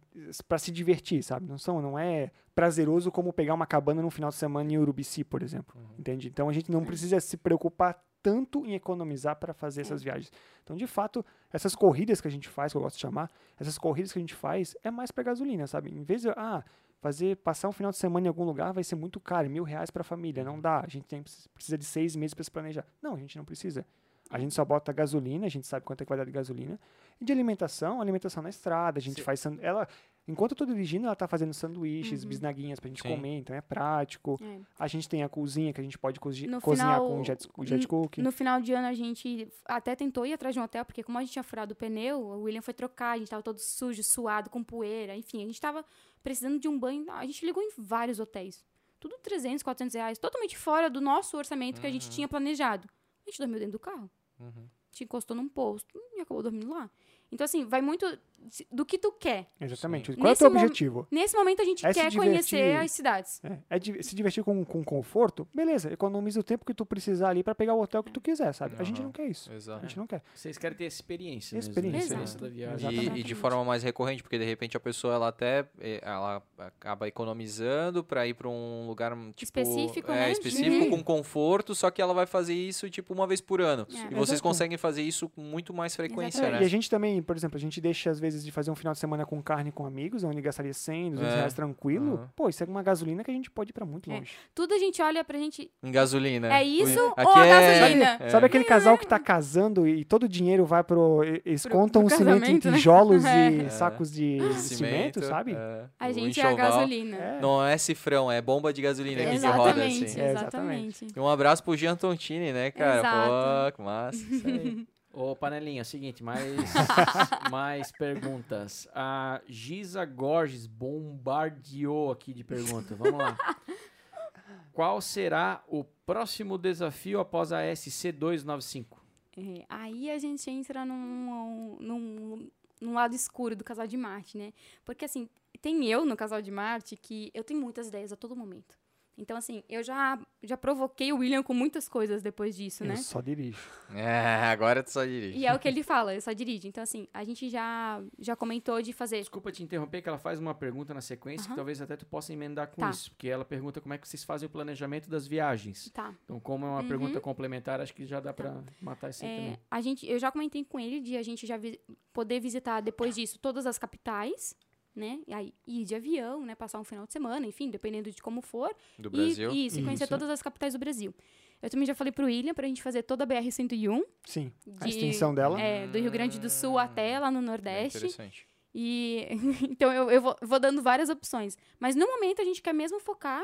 Speaker 4: para se divertir, sabe? Não são, não é prazeroso como pegar uma cabana no final de semana em Urubici, por exemplo. Entende? Então a gente não precisa se preocupar tanto em economizar para fazer essas viagens. Então, de fato, essas corridas que a gente faz, que eu gosto de chamar, essas corridas que a gente faz é mais para gasolina, sabe? Em vez de ah, fazer passar um final de semana em algum lugar vai ser muito caro, mil reais para a família, não dá. A gente tem, precisa de seis meses para se planejar. Não, a gente não precisa. A gente só bota gasolina, a gente sabe quanto é a qualidade de gasolina. E de alimentação, alimentação na estrada, a gente
Speaker 2: Sim.
Speaker 4: faz. san- Ela, enquanto eu tô dirigindo, ela tá fazendo sanduíches, bisnaguinhas pra gente
Speaker 5: Sim.
Speaker 4: comer, então é prático.
Speaker 3: É.
Speaker 4: A gente tem a cozinha que a gente pode cozi-
Speaker 3: No
Speaker 4: cozinhar
Speaker 3: final-
Speaker 4: com jet, o jet
Speaker 3: n-
Speaker 4: cook.
Speaker 3: No final de ano a gente até tentou ir atrás de um hotel, porque como a gente tinha furado o pneu, o William foi trocar, a gente tava todo sujo, suado, com poeira, enfim, a gente tava precisando de um banho. A gente ligou em vários hotéis. Tudo 300, 400 reais, totalmente fora do nosso orçamento que a
Speaker 1: Uhum.
Speaker 3: gente tinha planejado. A gente dormiu dentro do carro. A gente encostou num posto e acabou dormindo lá. Então, assim, vai muito se- do que tu quer.
Speaker 4: Exatamente.
Speaker 6: Sim.
Speaker 4: Qual é o teu
Speaker 3: Nesse mom-
Speaker 4: objetivo?
Speaker 3: Nesse momento, a gente
Speaker 4: É se
Speaker 3: quer
Speaker 4: divertir.
Speaker 3: conhecer as cidades.
Speaker 4: É, é di- se divertir com, com conforto, beleza, economiza o tempo que tu precisar ali pra pegar o hotel que tu quiser, sabe? A gente
Speaker 1: Aham.
Speaker 4: não quer isso. A
Speaker 1: Exato.
Speaker 4: gente não quer.
Speaker 2: Vocês querem ter experiência mesmo, né?
Speaker 4: Experiência,
Speaker 2: Experiência da viagem.
Speaker 4: Exatamente.
Speaker 1: E- E, de forma mais recorrente, porque de repente a pessoa ela até eh, ela acaba economizando para ir para um lugar tipo,
Speaker 3: Específico,
Speaker 1: é,
Speaker 3: né?
Speaker 1: específico
Speaker 4: Uhum.
Speaker 1: com conforto, só que ela vai fazer isso tipo uma vez por ano.
Speaker 3: É.
Speaker 1: E
Speaker 3: Exato.
Speaker 1: vocês conseguem fazer isso com muito mais frequência,
Speaker 3: Exatamente.
Speaker 4: É, E
Speaker 1: né?
Speaker 4: a gente também, por exemplo, a gente deixa às vezes de fazer um final de semana com carne com amigos, onde gastaria 100, 200
Speaker 1: É.
Speaker 4: reais tranquilo.
Speaker 1: Aham.
Speaker 4: Pô, isso é uma gasolina que a gente pode ir pra muito
Speaker 3: É.
Speaker 4: longe.
Speaker 3: Tudo a gente olha pra gente.
Speaker 1: né? Em gasolina.
Speaker 3: É isso
Speaker 1: Aqui
Speaker 3: ou a
Speaker 1: é-
Speaker 3: gasolina?
Speaker 1: É.
Speaker 4: Sabe aquele casal que tá casando e todo o dinheiro vai pro. e- Eles
Speaker 3: Pro-
Speaker 4: contam um
Speaker 3: pro
Speaker 4: cimento em
Speaker 3: casamento, né?
Speaker 4: tijolos
Speaker 3: É.
Speaker 4: e sacos de cimento, sabe?
Speaker 1: é,
Speaker 3: A
Speaker 1: o
Speaker 3: gente
Speaker 1: enxoval.
Speaker 3: é a gasolina.
Speaker 4: É.
Speaker 1: Não é cifrão, é bomba de gasolina que roda
Speaker 3: Exatamente,
Speaker 1: assim.
Speaker 4: É,
Speaker 3: exatamente.
Speaker 1: E Um abraço pro Gian Tontini, né, cara?
Speaker 3: Exato.
Speaker 1: Pô, que massa. isso aí.
Speaker 2: Ô, panelinha, é seguinte, mais, mais perguntas. A Giza Gorges bombardeou aqui de pergunta. Vamos lá. Qual será o próximo desafio após a SC295?
Speaker 3: É, aí a gente entra num, num, num lado escuro do Casal de Marte, né? Porque, assim, tem eu no Casal de Marte que eu tenho muitas ideias a todo momento. Então, assim, eu já, já provoquei o William com muitas coisas depois disso,
Speaker 4: Eu
Speaker 3: né?
Speaker 4: só dirijo.
Speaker 1: É, agora tu só dirige.
Speaker 3: E é o que ele fala, eu só dirijo. Então, assim, a gente já, já comentou de fazer.
Speaker 2: Desculpa te interromper, que ela faz uma pergunta na sequência que
Speaker 3: Aham.
Speaker 2: talvez até tu possa emendar com
Speaker 3: Tá.
Speaker 2: isso. Porque ela pergunta como é que vocês fazem o planejamento das viagens.
Speaker 3: Tá.
Speaker 2: Então, como é uma pergunta complementar, acho que já dá pra matar isso aí
Speaker 3: É,
Speaker 2: também.
Speaker 3: a gente, eu já comentei com ele de a gente já vi- poder visitar depois disso todas as capitais, né? E aí, ir de avião, né? Passar um final de semana, enfim, dependendo de como for.
Speaker 1: Do
Speaker 3: E-
Speaker 1: Brasil.
Speaker 3: Isso, e conhecer
Speaker 2: Isso.
Speaker 3: todas as capitais do Brasil. Eu também já falei pro William pra gente fazer toda a BR-101,
Speaker 4: Sim. A
Speaker 3: De-
Speaker 4: extensão dela.
Speaker 3: é, do Rio Grande do Sul até lá no
Speaker 1: Bem
Speaker 3: Nordeste.
Speaker 1: Interessante.
Speaker 3: E então eu, eu vou, vou dando várias opções. Mas no momento a gente quer mesmo focar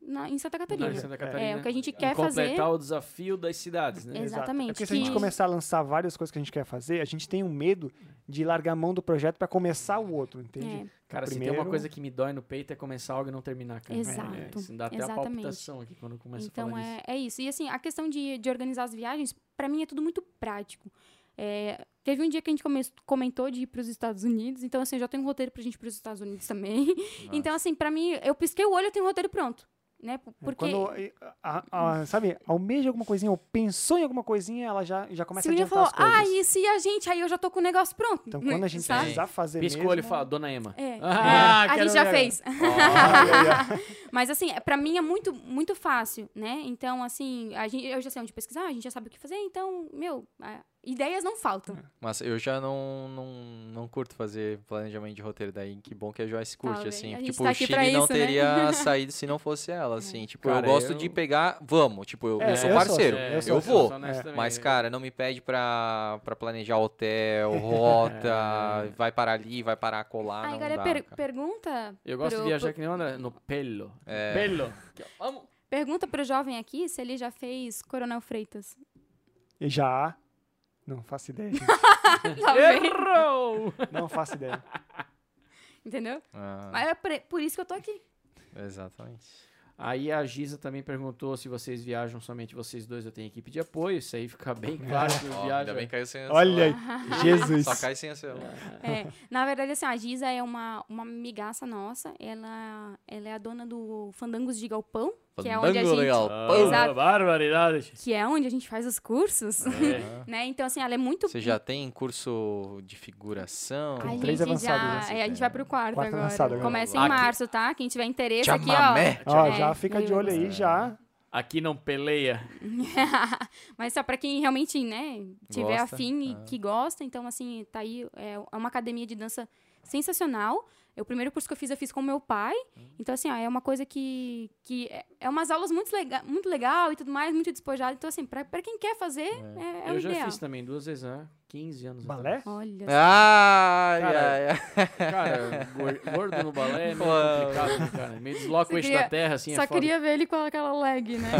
Speaker 3: na- em Santa Catarina.
Speaker 2: Na Santa
Speaker 3: É,
Speaker 2: Catarina.
Speaker 3: o que a gente
Speaker 2: E
Speaker 3: quer fazer.
Speaker 2: completar o desafio das cidades, né?
Speaker 3: Exato.
Speaker 4: É
Speaker 3: Exatamente,
Speaker 4: porque se a gente
Speaker 3: que-
Speaker 4: começar a lançar várias coisas que a gente quer fazer, a gente tem um medo de largar a mão do projeto pra começar o outro, entende?
Speaker 3: É.
Speaker 4: Então,
Speaker 2: Cara, se tem uma
Speaker 4: primeiro-
Speaker 2: coisa que me dói no peito é começar algo e não terminar, cara.
Speaker 3: Exato,
Speaker 2: É, isso dá até a
Speaker 3: exatamente.
Speaker 2: palpitação aqui quando começa a
Speaker 3: Então
Speaker 2: falar
Speaker 3: é, é isso. E assim, a questão de, de organizar as viagens, pra mim é tudo muito prático. É, teve um dia que a gente come- comentou de ir pros Estados Unidos, então assim, eu já tenho um roteiro pra gente ir pros Estados Unidos também.
Speaker 1: Ah.
Speaker 3: Então assim, pra mim, eu pisquei o olho, eu tenho um roteiro pronto, né? Porque
Speaker 4: Quando, eh, a- a- sabe, almeja alguma coisinha ou pensou em alguma coisinha, ela já, já começa
Speaker 3: se
Speaker 4: a
Speaker 3: o menino
Speaker 4: adiantar
Speaker 3: falou,
Speaker 4: as
Speaker 3: ah,
Speaker 4: coisas.
Speaker 3: e se a gente, aí eu já tô com o negócio pronto. né?
Speaker 4: Então, quando a gente
Speaker 1: Sabe?
Speaker 4: precisar fazer
Speaker 2: disso. Pisca o
Speaker 4: mesmo...
Speaker 2: olho e fala, dona Ema.
Speaker 3: É,
Speaker 2: Ah,
Speaker 3: é, a
Speaker 2: quero
Speaker 3: gente já
Speaker 2: ver
Speaker 3: fez.
Speaker 4: Ah,
Speaker 1: Olha,
Speaker 3: Mas assim, é- pra mim é muito, muito fácil, né? Então, assim, a gente, eu já sei onde pesquisar, a gente já sabe o que fazer, então, meu, a- ideias não faltam.
Speaker 1: Mas eu já não, não, não curto fazer planejamento de roteiro daí. Que bom que a Joyce curte,
Speaker 3: Talvez.
Speaker 1: assim.
Speaker 3: A gente
Speaker 1: Tipo,
Speaker 3: tá
Speaker 1: o
Speaker 3: aqui
Speaker 1: Chile
Speaker 3: pra
Speaker 1: não
Speaker 3: isso, né? É.
Speaker 1: teria saído se não fosse ela, assim. Tipo,
Speaker 2: Cara,
Speaker 1: eu gosto
Speaker 2: eu-
Speaker 1: de pegar... Vamos, tipo, eu,
Speaker 4: É,
Speaker 1: eu sou
Speaker 4: eu sou,
Speaker 1: parceiro.
Speaker 4: é,
Speaker 1: eu,
Speaker 4: eu sou, eu
Speaker 1: vou.
Speaker 2: sou nessa também. né?
Speaker 1: Mas, cara, não me pede pra, pra planejar hotel, rota, vai parar ali, vai parar
Speaker 4: Ah,
Speaker 1: colar,
Speaker 3: Aí,
Speaker 1: não
Speaker 3: agora, é
Speaker 1: dá,
Speaker 3: per-
Speaker 1: cara.
Speaker 3: pergunta
Speaker 2: Eu gosto de
Speaker 3: pro-
Speaker 2: viajar
Speaker 3: pro-
Speaker 2: que nem o André, no pelo. Pelo. Que eu amo.
Speaker 3: Pergunta pro jovem aqui se ele já fez Coronel Freitas.
Speaker 4: E já... Não faço ideia, gente.
Speaker 3: Tá bem?
Speaker 2: Errou!
Speaker 4: Não faço ideia.
Speaker 3: Entendeu?
Speaker 1: Ah,
Speaker 3: Mas é pre- por isso que eu tô aqui.
Speaker 1: Exatamente.
Speaker 2: Aí a Giza também perguntou se vocês viajam somente vocês dois, eu tenho equipe de apoio. Isso aí fica bem claro que eu
Speaker 1: Ó,
Speaker 2: viajo.
Speaker 1: ainda bem que caiu sem a
Speaker 4: Olha aí, Jesus.
Speaker 1: Só cai sem a celular.
Speaker 3: É, na verdade, assim, a Giza é uma, uma amigaça nossa. Ela, ela é a dona do Fandangos de Galpão, que é onde a
Speaker 1: Fandango
Speaker 3: gente...
Speaker 1: legal.
Speaker 3: Exato.
Speaker 2: Barbaridade.
Speaker 3: Que é onde a gente faz os cursos. né? Então, assim, ela é muito...
Speaker 1: Você já tem curso de figuração?
Speaker 3: A
Speaker 4: três
Speaker 3: gente
Speaker 4: avançados,
Speaker 3: já...
Speaker 4: assim,
Speaker 3: é, a gente vai pro quarto,
Speaker 4: Quarto
Speaker 3: agora.
Speaker 4: avançado agora.
Speaker 3: Começa em
Speaker 1: Aqui.
Speaker 3: março, tá? Quem tiver interesse
Speaker 1: Chamamé.
Speaker 3: aqui, ó...
Speaker 4: Ó,
Speaker 3: É,
Speaker 4: já fica de
Speaker 3: meu
Speaker 4: olho aí, já.
Speaker 2: Aqui não peleia.
Speaker 3: Mas só pra quem realmente, né, tiver
Speaker 1: Gosta,
Speaker 3: afim e
Speaker 1: é.
Speaker 3: que gosta, então assim, tá aí, é uma academia de dança sensacional. É O primeiro curso que eu fiz, eu fiz com meu pai. Então, assim, ó, é uma coisa que. que é- é umas aulas muito, lega muito legal e tudo mais, muito despojado. Então, assim, pra, pra quem quer fazer, é, é o
Speaker 2: eu já
Speaker 3: ideal.
Speaker 2: fiz também duas vezes há 15 anos
Speaker 4: Balé?
Speaker 2: atrás.
Speaker 1: É,
Speaker 3: Olha.
Speaker 1: Ai,
Speaker 2: Cara,
Speaker 1: ai, ai.
Speaker 2: Cara, gor- gordo no balé é meio
Speaker 1: Uau.
Speaker 2: complicado, né, cara. Meio desloca
Speaker 3: Só
Speaker 2: o eixo
Speaker 3: queria-
Speaker 2: da terra, assim,
Speaker 3: só
Speaker 2: é foda.
Speaker 3: queria ver ele com aquela leg, né?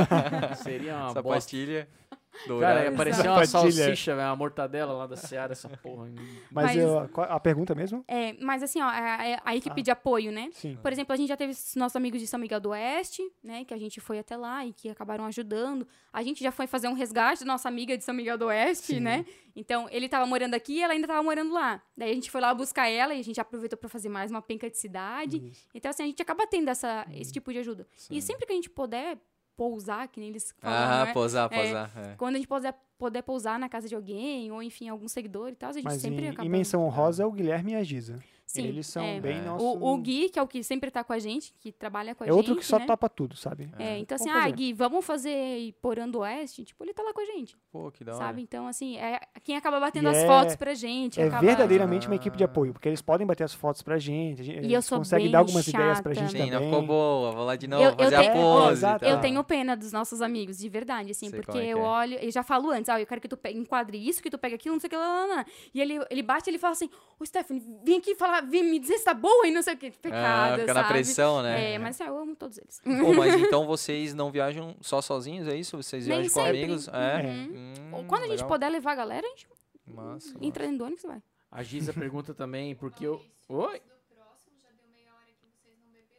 Speaker 2: Seria uma
Speaker 1: Essa
Speaker 2: bosta.
Speaker 1: pastilha.
Speaker 2: Cara, é ia
Speaker 1: Dourado.
Speaker 2: aparecer
Speaker 4: Da
Speaker 2: uma
Speaker 4: Padilha.
Speaker 2: salsicha, velho, uma mortadela lá da Seara, essa porra.
Speaker 4: Mas,
Speaker 3: Mas-
Speaker 4: eu- qual- a pergunta mesmo?
Speaker 3: É, mas assim, ó, é- é aí que
Speaker 4: Ah.
Speaker 3: pede apoio, né?
Speaker 4: Sim.
Speaker 3: Por exemplo, a gente já teve os nossos amigos de São Miguel do Oeste, né? Que a gente foi até lá e que acabaram ajudando. A gente já foi fazer um resgate da nossa amiga de São Miguel do Oeste,
Speaker 4: Sim.
Speaker 3: né? Então, ele tava morando aqui e ela ainda tava morando lá. Daí a gente foi lá buscar ela e a gente aproveitou pra fazer mais uma penca de cidade.
Speaker 4: Isso.
Speaker 3: Então, assim, a gente acaba tendo essa,
Speaker 4: Uhum.
Speaker 3: esse tipo de ajuda. E sempre que a gente puder pousar, que nem eles falam,
Speaker 5: Ah,
Speaker 3: né?
Speaker 5: posar,
Speaker 3: É.
Speaker 5: posar. é.
Speaker 3: Quando a gente puder, puder pousar na casa de alguém, ou enfim, algum seguidor e tal, a gente
Speaker 4: Mas
Speaker 3: sempre
Speaker 4: em,
Speaker 3: acaba.
Speaker 4: em menção honrosa é o Guilherme e a Giza.
Speaker 3: Sim,
Speaker 4: Eles são
Speaker 3: é.
Speaker 4: bem
Speaker 5: É.
Speaker 4: nossos.
Speaker 3: O, o Gui, que é o que sempre tá com a gente, que trabalha com a
Speaker 4: é
Speaker 3: gente.
Speaker 4: outro que só
Speaker 3: né?
Speaker 4: topa tudo, sabe?
Speaker 3: É, então assim,
Speaker 4: Vamos
Speaker 3: ah,
Speaker 4: fazer.
Speaker 3: Gui, vamos fazer Porando Oeste? Tipo, ele tá lá com a gente,
Speaker 5: Pô, que da hora.
Speaker 3: sabe? Então, assim, é quem acaba batendo
Speaker 4: E
Speaker 3: as
Speaker 4: é-
Speaker 3: fotos pra gente.
Speaker 4: É
Speaker 3: acaba...
Speaker 4: verdadeiramente
Speaker 5: Ah.
Speaker 4: uma equipe de apoio, porque eles podem bater as fotos pra gente, a gente- eles
Speaker 3: eu sou
Speaker 4: conseguem
Speaker 3: bem
Speaker 4: dar algumas ideias pra
Speaker 3: chata.
Speaker 4: gente
Speaker 5: Sim,
Speaker 4: também.
Speaker 5: não ficou boa. Vou lá de novo,
Speaker 3: Eu- eu
Speaker 5: fazer
Speaker 3: tenho-
Speaker 5: a
Speaker 3: É,
Speaker 5: pose.
Speaker 1: tá?
Speaker 4: exato.
Speaker 5: e tal.
Speaker 3: Eu tenho pena dos nossos amigos, de verdade, assim,
Speaker 5: Tá. Sei
Speaker 3: porque
Speaker 5: como é que
Speaker 3: eu
Speaker 5: é.
Speaker 3: olho e já falo antes, ah, eu quero que tu pe- enquadre isso, que tu pegue aquilo, não sei o que, lá, lá, lá. E ele, ele bate ele fala assim, ô Stephanie, vem aqui falar, vem me dizer se tá boa e não sei o que,
Speaker 5: Ah,
Speaker 3: pecado,
Speaker 5: fica
Speaker 3: sabe?
Speaker 5: na pressão, né?
Speaker 3: É, mas assim, eu amo todos eles.
Speaker 5: Pô, mas então vocês não viajam só sozinhos, é isso? Vocês
Speaker 3: Nem
Speaker 5: viajam com
Speaker 3: sempre. Uhum.
Speaker 5: amigos?
Speaker 4: É.
Speaker 5: É.
Speaker 3: Ou
Speaker 5: Hum,
Speaker 3: Quando a gente
Speaker 5: legal.
Speaker 3: puder levar a galera, a gente
Speaker 5: Massa, massa.
Speaker 3: entra dentro do ônibus e vai.
Speaker 2: A Giza pergunta também, porque eu... Oi?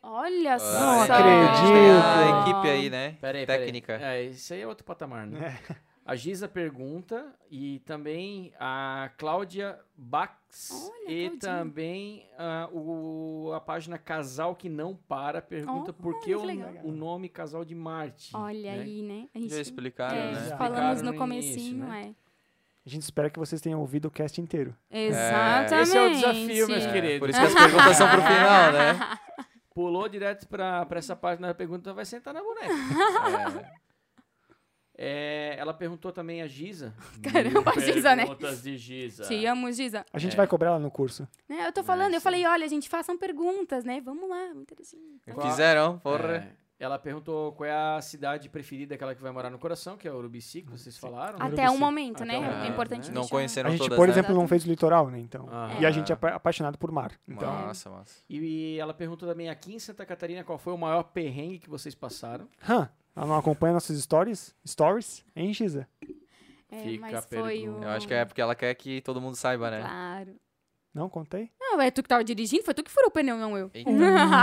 Speaker 3: Olha só!
Speaker 5: Ah,
Speaker 4: Não acredito.
Speaker 5: A equipe aí, né?
Speaker 2: Peraí, peraí.
Speaker 5: Técnica.
Speaker 2: É, isso aí é outro patamar, né? A Giza pergunta e também a Cláudia Bax
Speaker 3: Olha,
Speaker 2: e
Speaker 3: Claudinha.
Speaker 2: também ah, o, a página Casal Que Não Para pergunta
Speaker 3: Olha,
Speaker 2: por que
Speaker 3: Oh, que legal.
Speaker 2: o, o nome Casal de Marte.
Speaker 3: Olha
Speaker 2: né?
Speaker 3: aí, né? A
Speaker 5: Já
Speaker 3: gente
Speaker 5: explicaram,
Speaker 3: é,
Speaker 5: né?
Speaker 3: falamos
Speaker 2: Explicaram
Speaker 3: no
Speaker 2: no
Speaker 3: comecinho,
Speaker 2: início,
Speaker 4: né? A gente espera que vocês tenham ouvido o cast inteiro.
Speaker 3: é. Exatamente.
Speaker 2: Esse é o desafio, meus
Speaker 5: É,
Speaker 2: queridos.
Speaker 5: Por isso que as perguntas são pro final, né?
Speaker 2: Pulou direto pra, pra essa página da pergunta, vai sentar na boneca.
Speaker 5: né?
Speaker 2: É, ela perguntou também a Giza.
Speaker 3: Caramba,
Speaker 2: Mil
Speaker 3: Giza, né?
Speaker 2: Perguntas de Giza.
Speaker 3: Te amo, Giza.
Speaker 4: A gente
Speaker 2: É.
Speaker 4: vai cobrar ela no curso.
Speaker 3: Né, Eu tô falando, eu
Speaker 2: isso
Speaker 3: falei, olha, gente, façam perguntas, né? Vamos lá, muito interessante.
Speaker 5: É.
Speaker 2: Qual-
Speaker 5: Fizeram, porra.
Speaker 2: É, ela perguntou qual é a cidade preferida, aquela que vai morar no coração, que é Urubici, que vocês falaram.
Speaker 3: Até o momento,
Speaker 2: Até
Speaker 3: né?
Speaker 2: o
Speaker 5: momento,
Speaker 3: É importante
Speaker 2: né?
Speaker 5: Ah, Não
Speaker 3: deixar-
Speaker 5: conheceram
Speaker 4: a gente,
Speaker 5: todas,
Speaker 4: por
Speaker 5: né?
Speaker 4: exemplo, não fez o litoral, né? Então.
Speaker 2: Aham.
Speaker 4: E a gente é apa- apaixonado por mar. Então,
Speaker 5: Massa, massa.
Speaker 2: E ela perguntou também aqui em Santa Catarina qual foi o maior perrengue que vocês passaram.
Speaker 4: hã, ela não acompanha nossos stories? Stories? Hein, Giza?
Speaker 3: É,
Speaker 2: Fica
Speaker 3: mas
Speaker 2: a
Speaker 3: foi o...
Speaker 2: pergunta.
Speaker 5: Eu acho que
Speaker 1: né?
Speaker 5: é porque ela quer que todo mundo saiba, né?
Speaker 3: Claro.
Speaker 4: Não contei?
Speaker 3: Não, é tu que tava dirigindo, foi tu que furou o pneu, não eu.
Speaker 1: Hum.
Speaker 5: Eita.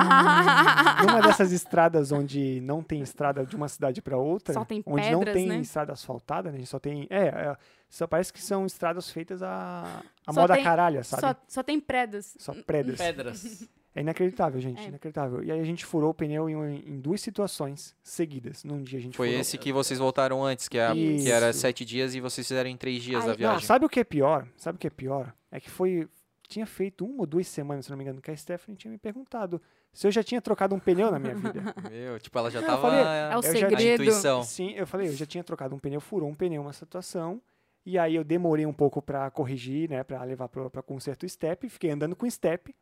Speaker 3: Hum.
Speaker 4: Numa dessas estradas onde não tem estrada de uma cidade pra outra,
Speaker 3: Só tem
Speaker 4: onde não
Speaker 3: pedras,
Speaker 4: tem
Speaker 3: né?
Speaker 4: estrada asfaltada, né? A gente só tem. É, é, só parece que são estradas feitas a, a
Speaker 3: Só
Speaker 4: moda
Speaker 3: tem-
Speaker 4: caralha, sabe?
Speaker 3: só, só tem predas.
Speaker 4: Só prédios.
Speaker 2: Pedras.
Speaker 4: É inacreditável, gente.
Speaker 3: É.
Speaker 4: Inacreditável. E aí a gente furou o pneu em, um, em duas situações seguidas. Num dia a gente
Speaker 5: Foi
Speaker 4: furou.
Speaker 5: esse que vocês voltaram antes, que, é a- que era
Speaker 4: Isso.
Speaker 5: sete dias e vocês fizeram em três dias
Speaker 3: Ai,
Speaker 5: a
Speaker 3: não,
Speaker 4: Não,
Speaker 5: viagem.
Speaker 4: sabe o que é pior? Sabe o que é pior? É que foi. Tinha feito uma ou duas semanas, se não me engano, que a Stephanie tinha me perguntado se eu já tinha trocado um pneu na minha vida.
Speaker 5: Meu, tipo, ela já
Speaker 4: Não, eu
Speaker 5: tava
Speaker 4: falei,
Speaker 3: É o
Speaker 1: Ah,
Speaker 5: na
Speaker 4: Eu já-
Speaker 3: segredo.
Speaker 5: intuição.
Speaker 4: Sim, eu falei, eu já tinha trocado um pneu, furou um pneu, uma situação. E aí eu demorei um pouco pra corrigir, né? Pra levar pra, pra conserto o step. Fiquei andando com o step.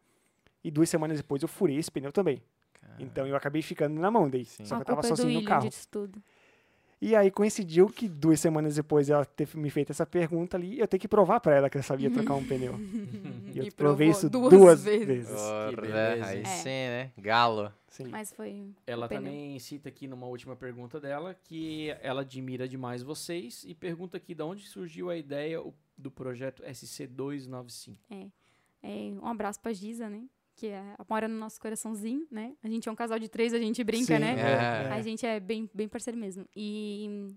Speaker 4: E duas semanas depois eu furei esse pneu também. Então eu acabei ficando na mão daí.
Speaker 5: Sim.
Speaker 4: Só
Speaker 3: A
Speaker 4: que eu
Speaker 3: culpa
Speaker 4: tava
Speaker 3: é do
Speaker 4: sozinho no
Speaker 3: William
Speaker 4: carro.
Speaker 3: disso tudo.
Speaker 4: E aí coincidiu que duas semanas depois ela ter me feito essa pergunta ali, eu tenho que provar pra ela que eu sabia trocar um pneu. E eu
Speaker 3: E
Speaker 4: provei
Speaker 3: provou
Speaker 4: isso
Speaker 3: duas
Speaker 4: duas,
Speaker 3: vezes.
Speaker 4: vezes.
Speaker 5: Porra,
Speaker 2: beleza,
Speaker 5: aí
Speaker 2: hein?
Speaker 5: sim,
Speaker 3: É.
Speaker 5: né? Galo.
Speaker 4: Sim.
Speaker 3: Mas foi. um
Speaker 2: Ela
Speaker 3: Pneu.
Speaker 2: também cita aqui numa última pergunta dela que ela admira demais vocês e pergunta aqui de onde surgiu a ideia o- do projeto SC295.
Speaker 3: é, um abraço pra Giza, né? Que é, mora no nosso coraçãozinho, né? A gente é um casal de três, a gente brinca,
Speaker 4: Sim,
Speaker 3: né?
Speaker 5: É.
Speaker 3: A gente é bem, bem parceiro mesmo. E,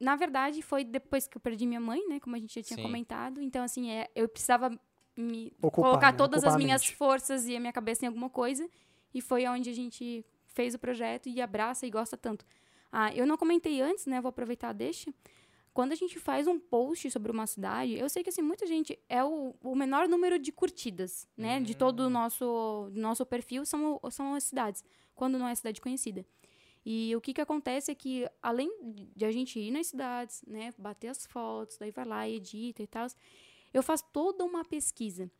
Speaker 3: na verdade, foi depois que eu perdi minha mãe, né? Como a gente já tinha
Speaker 5: Sim.
Speaker 3: comentado. Então, assim, é, eu precisava me
Speaker 4: Ocupar,
Speaker 3: colocar
Speaker 4: né?
Speaker 3: todas
Speaker 4: Ocupar
Speaker 3: as
Speaker 4: a
Speaker 3: minhas
Speaker 4: mente.
Speaker 3: forças e a minha cabeça em alguma coisa. E foi onde a gente fez o projeto e abraça e gosta tanto. Ah, eu não comentei antes, né? Vou aproveitar, deixa. Quando a gente faz um post sobre uma cidade, eu sei que assim, muita gente é o, o menor número de curtidas, né? De todo o nosso, do nosso perfil são, o- são as cidades, quando não é cidade conhecida. E o que, que acontece é que, além de a gente ir nas cidades, né? Bater as fotos, daí vai lá, edita e tal, eu faço toda uma pesquisa.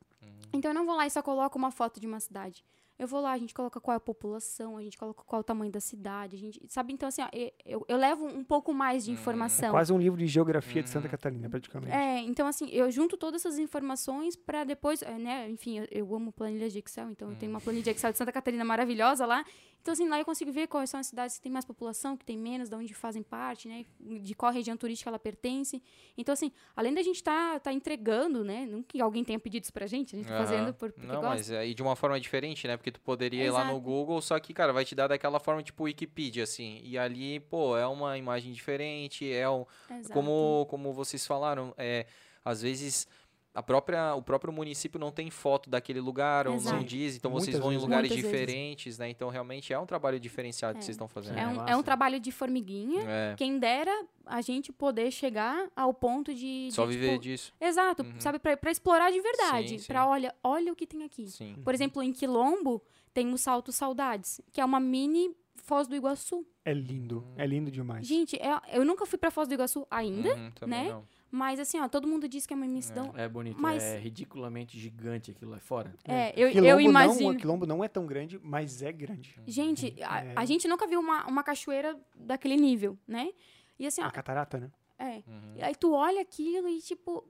Speaker 3: Então eu não vou lá e só coloco uma foto de uma cidade. Eu vou lá, a gente coloca qual é a população, a gente coloca qual é o tamanho da cidade, a gente, sabe? Então, assim, ó, eu, eu, eu levo um pouco mais de informação.
Speaker 4: Quase um livro de geografia de
Speaker 5: Hum.
Speaker 4: Santa Catarina, praticamente.
Speaker 3: É, então assim, eu junto todas essas informações para depois, eh, né? Enfim, eu, eu amo planilhas de Excel, então eu tenho
Speaker 5: Hum.
Speaker 3: uma planilha de Excel de Santa Catarina maravilhosa lá. Então assim, lá eu consigo ver quais são as cidades que tem mais população, que tem menos, de onde fazem parte, né? De qual região turística ela pertence. Então assim, além da gente estar tá, tá entregando, né? Não que alguém tenha pedido isso pra gente, a gente tá
Speaker 5: Aham.
Speaker 3: fazendo por porque
Speaker 5: Não,
Speaker 3: gosta.
Speaker 5: mas aí de uma forma diferente, né? Porque tu poderia ir lá no
Speaker 3: Exato.
Speaker 5: Google, só que, cara, vai te dar daquela forma tipo Wikipedia, assim. E ali, pô, é uma imagem diferente, é um,
Speaker 3: Exato.
Speaker 5: como, como vocês falaram, é, às vezes a própria, o próprio município não tem foto daquele lugar, ou não
Speaker 3: Exato.
Speaker 5: diz, então vocês
Speaker 4: Muitas
Speaker 5: vão em
Speaker 4: vezes.
Speaker 5: lugares
Speaker 3: Muitas vezes.
Speaker 5: diferentes, né? Então realmente é um trabalho diferenciado que vocês estão fazendo.
Speaker 3: É
Speaker 5: né?
Speaker 3: um, é
Speaker 2: massa.
Speaker 3: um trabalho de formiguinha.
Speaker 5: É,
Speaker 3: Quem dera a gente poder chegar ao ponto de.
Speaker 5: só
Speaker 3: de,
Speaker 5: viver
Speaker 3: tipo,
Speaker 5: disso,
Speaker 3: Exato,
Speaker 5: Uhum.
Speaker 3: sabe? Pra, pra explorar de
Speaker 5: Sim,
Speaker 3: verdade.
Speaker 5: sim.
Speaker 3: Pra olha, olha o que tem aqui.
Speaker 5: sim.
Speaker 3: Por exemplo, em Quilombo tem o Salto Saudades, que é uma mini Foz do Iguaçu.
Speaker 4: É lindo, é lindo demais.
Speaker 3: Gente, é- eu nunca fui pra Foz do Iguaçu ainda,
Speaker 5: Uhum, também
Speaker 3: né?
Speaker 5: não.
Speaker 3: mas assim, ó, todo mundo diz que é uma imensidão.
Speaker 2: É bonito,
Speaker 3: Mas-
Speaker 2: é ridiculamente gigante aquilo lá fora.
Speaker 3: É, eu,
Speaker 4: Quilombo
Speaker 3: eu imagino.
Speaker 4: Não, Quilombo não é tão grande, mas é grande.
Speaker 3: Gente, a, a
Speaker 4: É.
Speaker 3: gente nunca viu uma, uma cachoeira daquele nível, né? E assim, ó,
Speaker 4: A catarata, né?
Speaker 3: é.
Speaker 5: Uhum.
Speaker 3: E Aí tu olha aquilo e tipo,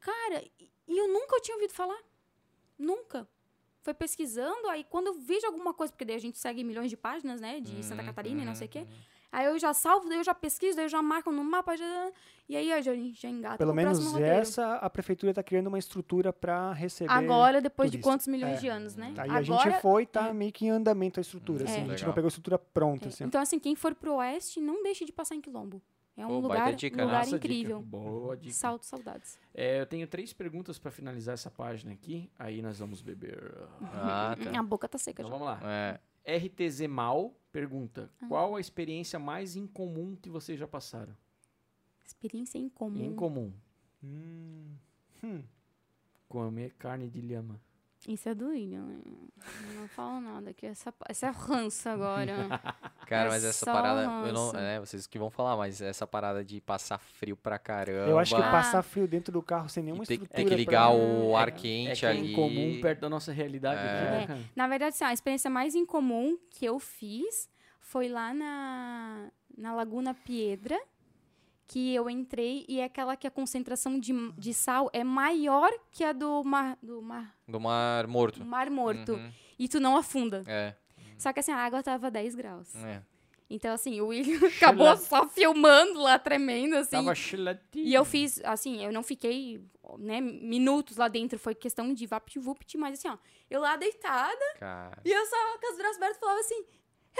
Speaker 3: cara, e e eu nunca tinha ouvido falar. Nunca. Foi pesquisando, aí quando eu vejo alguma coisa, porque daí a gente segue milhões de páginas, né, de Santa
Speaker 5: Uhum,
Speaker 4: Uhum,
Speaker 3: Catarina e não sei o quê. Aí eu já salvo, daí eu já pesquiso, daí eu já marco no mapa, já- e aí a gente já engata
Speaker 4: Pelo
Speaker 3: pro
Speaker 4: menos é
Speaker 3: próximo roteiro.
Speaker 4: essa, a prefeitura está criando uma estrutura para receber.
Speaker 3: Agora, depois de
Speaker 4: turista.
Speaker 3: quantos milhões
Speaker 4: É.
Speaker 3: de anos, né?
Speaker 4: Aí
Speaker 3: Agora,
Speaker 4: a gente foi, tá meio que em andamento a
Speaker 5: Hum,
Speaker 4: estrutura. assim, a gente
Speaker 5: legal.
Speaker 4: não pegou a estrutura pronta.
Speaker 3: é.
Speaker 4: assim.
Speaker 3: Então, assim, quem for pro oeste, não deixe de passar em Quilombo. É um
Speaker 5: Pô, baita
Speaker 3: lugar,
Speaker 5: dica,
Speaker 3: um lugar
Speaker 2: Nossa, dica.
Speaker 3: incrível.
Speaker 2: Boa dica.
Speaker 3: Salto, saudades.
Speaker 2: É, eu tenho três perguntas pra finalizar essa página aqui. Aí nós vamos beber.
Speaker 5: Ah,
Speaker 3: A boca tá seca
Speaker 2: Então
Speaker 3: já.
Speaker 2: vamos lá.
Speaker 5: tá. É.
Speaker 2: RTZ Mal pergunta:
Speaker 3: Ah.
Speaker 2: Qual a experiência mais incomum que vocês já passaram?
Speaker 3: Experiência incomum.
Speaker 2: Incomum.
Speaker 4: Hum, hum.
Speaker 2: Comer carne de lhama.
Speaker 3: Isso é do William, né? Não falo nada, que essa, essa é ranço agora.
Speaker 5: Cara,
Speaker 3: É
Speaker 5: mas essa
Speaker 3: só
Speaker 5: parada, eu não,
Speaker 3: ranço.
Speaker 5: é, vocês que vão falar, mas essa parada de passar frio pra caramba.
Speaker 4: Eu acho que
Speaker 3: Ah.
Speaker 4: passar frio dentro do carro sem nenhuma
Speaker 5: e ter,
Speaker 4: estrutura.
Speaker 5: ter que
Speaker 4: pra-
Speaker 5: ligar o
Speaker 3: É,
Speaker 5: ar
Speaker 3: é
Speaker 2: É
Speaker 5: quente
Speaker 2: que é
Speaker 5: ali.
Speaker 2: incomum perto da nossa realidade. aqui, né,
Speaker 3: É.
Speaker 2: cara?
Speaker 3: na verdade, assim, ó, a experiência mais incomum que eu fiz foi lá na, na Laguna Piedra, que eu entrei e é aquela que a concentração de, de sal é maior que a do Mar, do mar,
Speaker 5: Do mar morto.
Speaker 3: mar Morto.
Speaker 5: Uhum,
Speaker 3: E tu não afunda.
Speaker 5: É,
Speaker 3: Só que assim, a água tava 10 graus.
Speaker 1: Uhum.
Speaker 5: é.
Speaker 3: Então, assim, o William acabou só filmando lá, tremendo, assim.
Speaker 2: Tava chiletinho.
Speaker 3: E eu fiz, assim, eu não fiquei, né, minutos lá dentro, foi questão de vapt-vupt, mas assim, ó, eu lá deitada,
Speaker 5: Cara.
Speaker 3: e eu só com os braços abertos falava assim,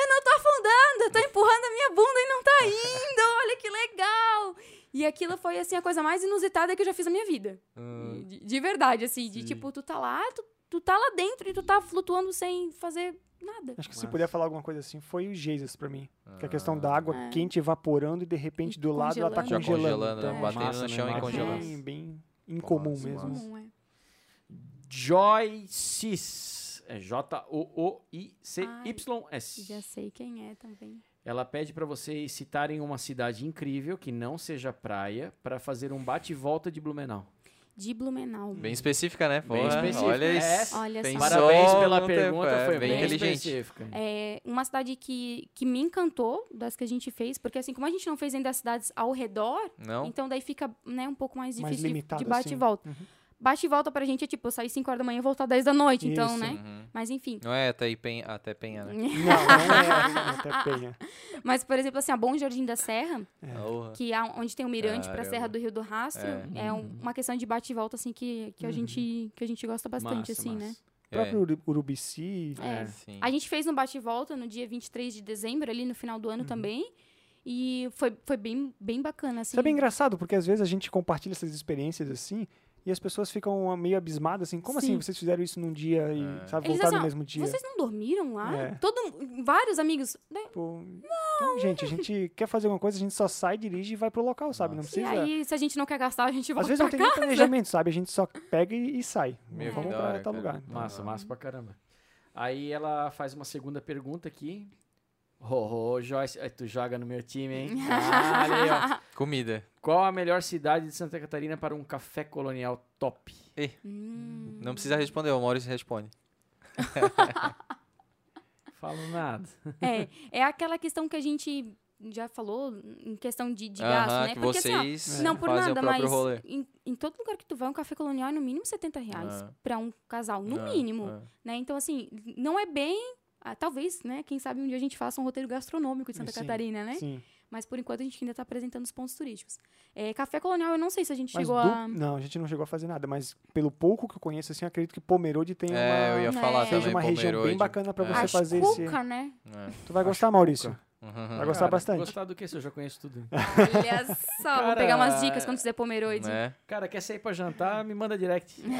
Speaker 3: eu não tô afundando, eu tô empurrando a minha bunda e não tá indo, olha que legal! E aquilo foi, assim, a coisa mais inusitada que eu já fiz na minha vida.
Speaker 4: Ah.
Speaker 3: De, de verdade, assim, de tipo, tu tá lá, tu, tu tá lá dentro e tu tá flutuando sem fazer nada.
Speaker 4: Acho que se
Speaker 2: Massa.
Speaker 4: puder falar alguma coisa assim, foi o Jesus pra mim. Que é a questão da água quente evaporando e de repente
Speaker 3: E
Speaker 4: do lado ela tá
Speaker 5: Ah. Já
Speaker 3: congelando.
Speaker 4: congelando.
Speaker 5: congelando, né?
Speaker 4: então,
Speaker 5: batendo
Speaker 2: massa,
Speaker 5: no
Speaker 2: né?
Speaker 5: chão e
Speaker 2: Massa.
Speaker 5: congelando.
Speaker 4: Bem, bem incomum
Speaker 5: Massa,
Speaker 4: mesmo.
Speaker 5: massa.
Speaker 3: Comum, é.
Speaker 2: Joy Cis. É J-O-O-I-C-Y-S.
Speaker 3: Já sei quem é também.
Speaker 2: Ela pede pra vocês citarem uma cidade incrível que não seja praia pra fazer um bate-volta de Blumenau.
Speaker 3: De Blumenau.
Speaker 5: Bem específica, né?
Speaker 2: Bem
Speaker 5: Porra,
Speaker 2: específica,
Speaker 5: Olha isso.
Speaker 2: é.
Speaker 3: Olha só.
Speaker 5: Pensou
Speaker 2: Parabéns
Speaker 5: no
Speaker 2: pela
Speaker 5: tempo,
Speaker 2: pergunta,
Speaker 5: é,
Speaker 2: foi
Speaker 5: bem
Speaker 2: bem
Speaker 5: inteligente.
Speaker 2: específica.
Speaker 3: É uma cidade que, que me encantou das que a gente fez, porque assim, como a gente não fez ainda as cidades ao redor,
Speaker 5: Não?
Speaker 3: então daí fica né, um pouco mais
Speaker 4: Mais
Speaker 3: difícil de-
Speaker 4: limitado,
Speaker 3: de, bate
Speaker 4: assim.
Speaker 3: e volta.
Speaker 4: Uhum.
Speaker 3: Bate e volta pra gente é tipo, sair 5 horas da manhã e voltar 10 da noite, então,
Speaker 4: Isso.
Speaker 3: né?
Speaker 5: Uhum.
Speaker 3: Mas enfim.
Speaker 5: Não é até, Ipen- até Penha, né?
Speaker 4: Não, não é até penha.
Speaker 3: Mas, por exemplo, assim, a Bom Jardim da Serra,
Speaker 5: Porra.
Speaker 3: que é onde tem o mirante pra
Speaker 5: Caramba.
Speaker 3: Serra do Rio do Rastro,
Speaker 5: É.
Speaker 3: é, um- uma questão de bate e volta, assim, que, que, a, gente, que a gente gosta bastante, assim, né?
Speaker 4: O próprio Uru- Urubici.
Speaker 5: É,
Speaker 3: É.
Speaker 5: sim.
Speaker 3: A gente fez um bate e volta no dia 23 de dezembro, ali no final do ano também. E foi, foi bem, bem bacana, assim.
Speaker 4: Isso é bem engraçado, porque às vezes a gente compartilha essas experiências assim e as pessoas ficam ah, meio abismadas assim. Como assim
Speaker 3: Sim.
Speaker 4: vocês fizeram isso num dia e
Speaker 1: É.
Speaker 4: sabe,
Speaker 3: Eles
Speaker 4: voltar
Speaker 3: assim,
Speaker 4: no
Speaker 3: ó,
Speaker 4: mesmo dia?
Speaker 3: Vocês não dormiram lá?
Speaker 4: É.
Speaker 3: Todo, vários amigos. né?
Speaker 4: Tipo, não, gente, a gente quer fazer alguma coisa, a gente só sai, dirige e vai pro local, sabe? Não
Speaker 3: E
Speaker 4: precisa.
Speaker 3: aí, se a gente não quer gastar, a gente
Speaker 4: Às
Speaker 3: volta
Speaker 4: vezes
Speaker 3: pra
Speaker 4: não tem nem
Speaker 3: cá.
Speaker 4: planejamento, sabe? A gente só pega e, e sai.
Speaker 5: Meu, que
Speaker 4: Vamos
Speaker 5: da
Speaker 4: pra
Speaker 5: hora,
Speaker 4: tal
Speaker 5: cara.
Speaker 4: lugar.
Speaker 2: Massa, massa pra caramba. Aí ela faz uma segunda eh, pergunta aqui. Ô, ô, Joyce, aí tu joga no meu time, hein? Ah, ali, ó.
Speaker 1: Comida.
Speaker 2: Qual a melhor cidade de Santa Catarina para um café colonial top?
Speaker 3: Hum.
Speaker 1: Não precisa responder, o Maurício responde.
Speaker 2: Falo nada.
Speaker 3: É, é aquela questão que a gente já falou em questão de, de
Speaker 1: Aham,
Speaker 3: gasto, né?
Speaker 1: que
Speaker 3: Porque assim, ó,
Speaker 1: vocês
Speaker 4: É.
Speaker 3: não por
Speaker 1: fazem
Speaker 3: nada,
Speaker 1: o próprio
Speaker 3: mas
Speaker 1: rolê.
Speaker 3: em, em todo lugar que tu vai, um café colonial é no mínimo 70 reais
Speaker 1: Ah.
Speaker 3: pra um casal, no
Speaker 1: Ah,
Speaker 3: mínimo,
Speaker 1: ah.
Speaker 3: né? Então, assim, não é bem... ah, talvez, né? Quem sabe um dia a gente faça um roteiro gastronômico de Santa
Speaker 4: Sim,
Speaker 3: Catarina, né?
Speaker 4: Sim.
Speaker 3: Mas por enquanto a gente ainda tá apresentando os pontos turísticos. É, café colonial, eu não sei se a gente
Speaker 4: Mas
Speaker 3: chegou
Speaker 4: du-
Speaker 3: a...
Speaker 4: Não, a gente não chegou a fazer nada, mas pelo pouco que eu conheço, assim, eu acredito que Pomerode tem
Speaker 1: É,
Speaker 4: uma,
Speaker 1: eu ia
Speaker 3: Né?
Speaker 1: falar
Speaker 4: seja
Speaker 1: também,
Speaker 4: uma região bem
Speaker 1: Pomerode.
Speaker 4: bacana pra
Speaker 1: É.
Speaker 4: você
Speaker 3: As
Speaker 4: fazer
Speaker 3: cuca,
Speaker 4: esse...
Speaker 3: né?
Speaker 1: É.
Speaker 4: Tu vai gostar, Maurício.
Speaker 1: Uhum.
Speaker 4: Vai gostar bastante.
Speaker 2: Gostar do que? Se eu já conheço tudo.
Speaker 3: Olha só, vou
Speaker 2: Cara,
Speaker 3: pegar umas dicas quando fizer Pomerode.
Speaker 1: Né?
Speaker 2: Cara, quer sair pra jantar? Me manda direct. Aí,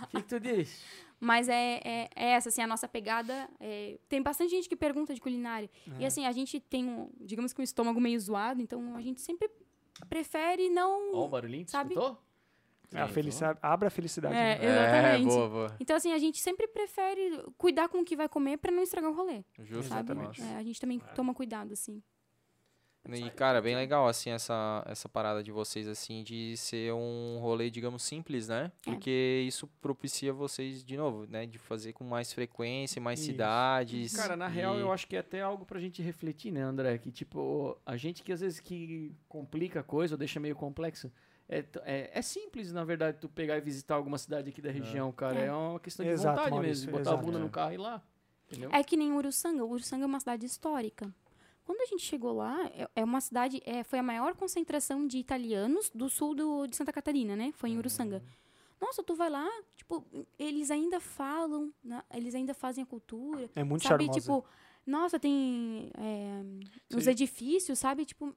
Speaker 2: ó, O que, que tu diz?
Speaker 3: Mas é, é, é essa, assim, a nossa pegada. é, tem bastante gente que pergunta de culinária. E assim, a gente tem, um, digamos que um estômago meio zoado, então a gente sempre prefere não...
Speaker 2: Ó, o barulhinho, tu
Speaker 3: Sabe?
Speaker 2: escutou?
Speaker 4: É a felicidade, abra a felicidade. né?
Speaker 3: É,
Speaker 1: É,
Speaker 3: exatamente.
Speaker 1: boa, boa.
Speaker 3: então assim, a gente sempre prefere cuidar com o que vai comer pra não estragar o rolê,
Speaker 1: Justo.
Speaker 3: sabe?
Speaker 1: nossa.
Speaker 3: É, a gente também toma cuidado, assim.
Speaker 1: E, cara, bem legal, assim, essa, essa parada de vocês, assim, de ser um rolê, digamos, simples, né?
Speaker 3: É.
Speaker 1: Porque isso propicia vocês, de novo, né? De fazer com mais frequência, em mais
Speaker 4: Isso.
Speaker 1: cidades.
Speaker 2: Cara, na real,
Speaker 1: e-
Speaker 2: eu acho que é até algo pra gente refletir, né, André? Que, tipo, a gente que às vezes que complica a coisa, ou deixa meio complexo. É, t- é, é simples, na verdade, tu pegar e visitar alguma cidade aqui da região, cara.
Speaker 3: É.
Speaker 2: É, uma questão de
Speaker 4: Exato,
Speaker 2: vontade
Speaker 4: Maurício,
Speaker 2: mesmo. Botar
Speaker 4: exato.
Speaker 2: a bunda
Speaker 1: É.
Speaker 2: no carro e ir lá. Entendeu?
Speaker 3: É que nem Uruçanga. Uruçanga é uma cidade histórica. Quando a gente chegou lá, é- é uma cidade, é, foi a maior concentração de italianos do sul do- de Santa Catarina, né?
Speaker 1: Ah.
Speaker 3: Foi em Uruçanga. Nossa, tu vai lá, tipo, eles ainda falam, né? eles ainda fazem a cultura.
Speaker 4: É muito
Speaker 3: sabe,
Speaker 4: charmosa.
Speaker 3: tipo, nossa, tem é, os
Speaker 1: Vocês-
Speaker 3: edifícios, sabe? Tipo,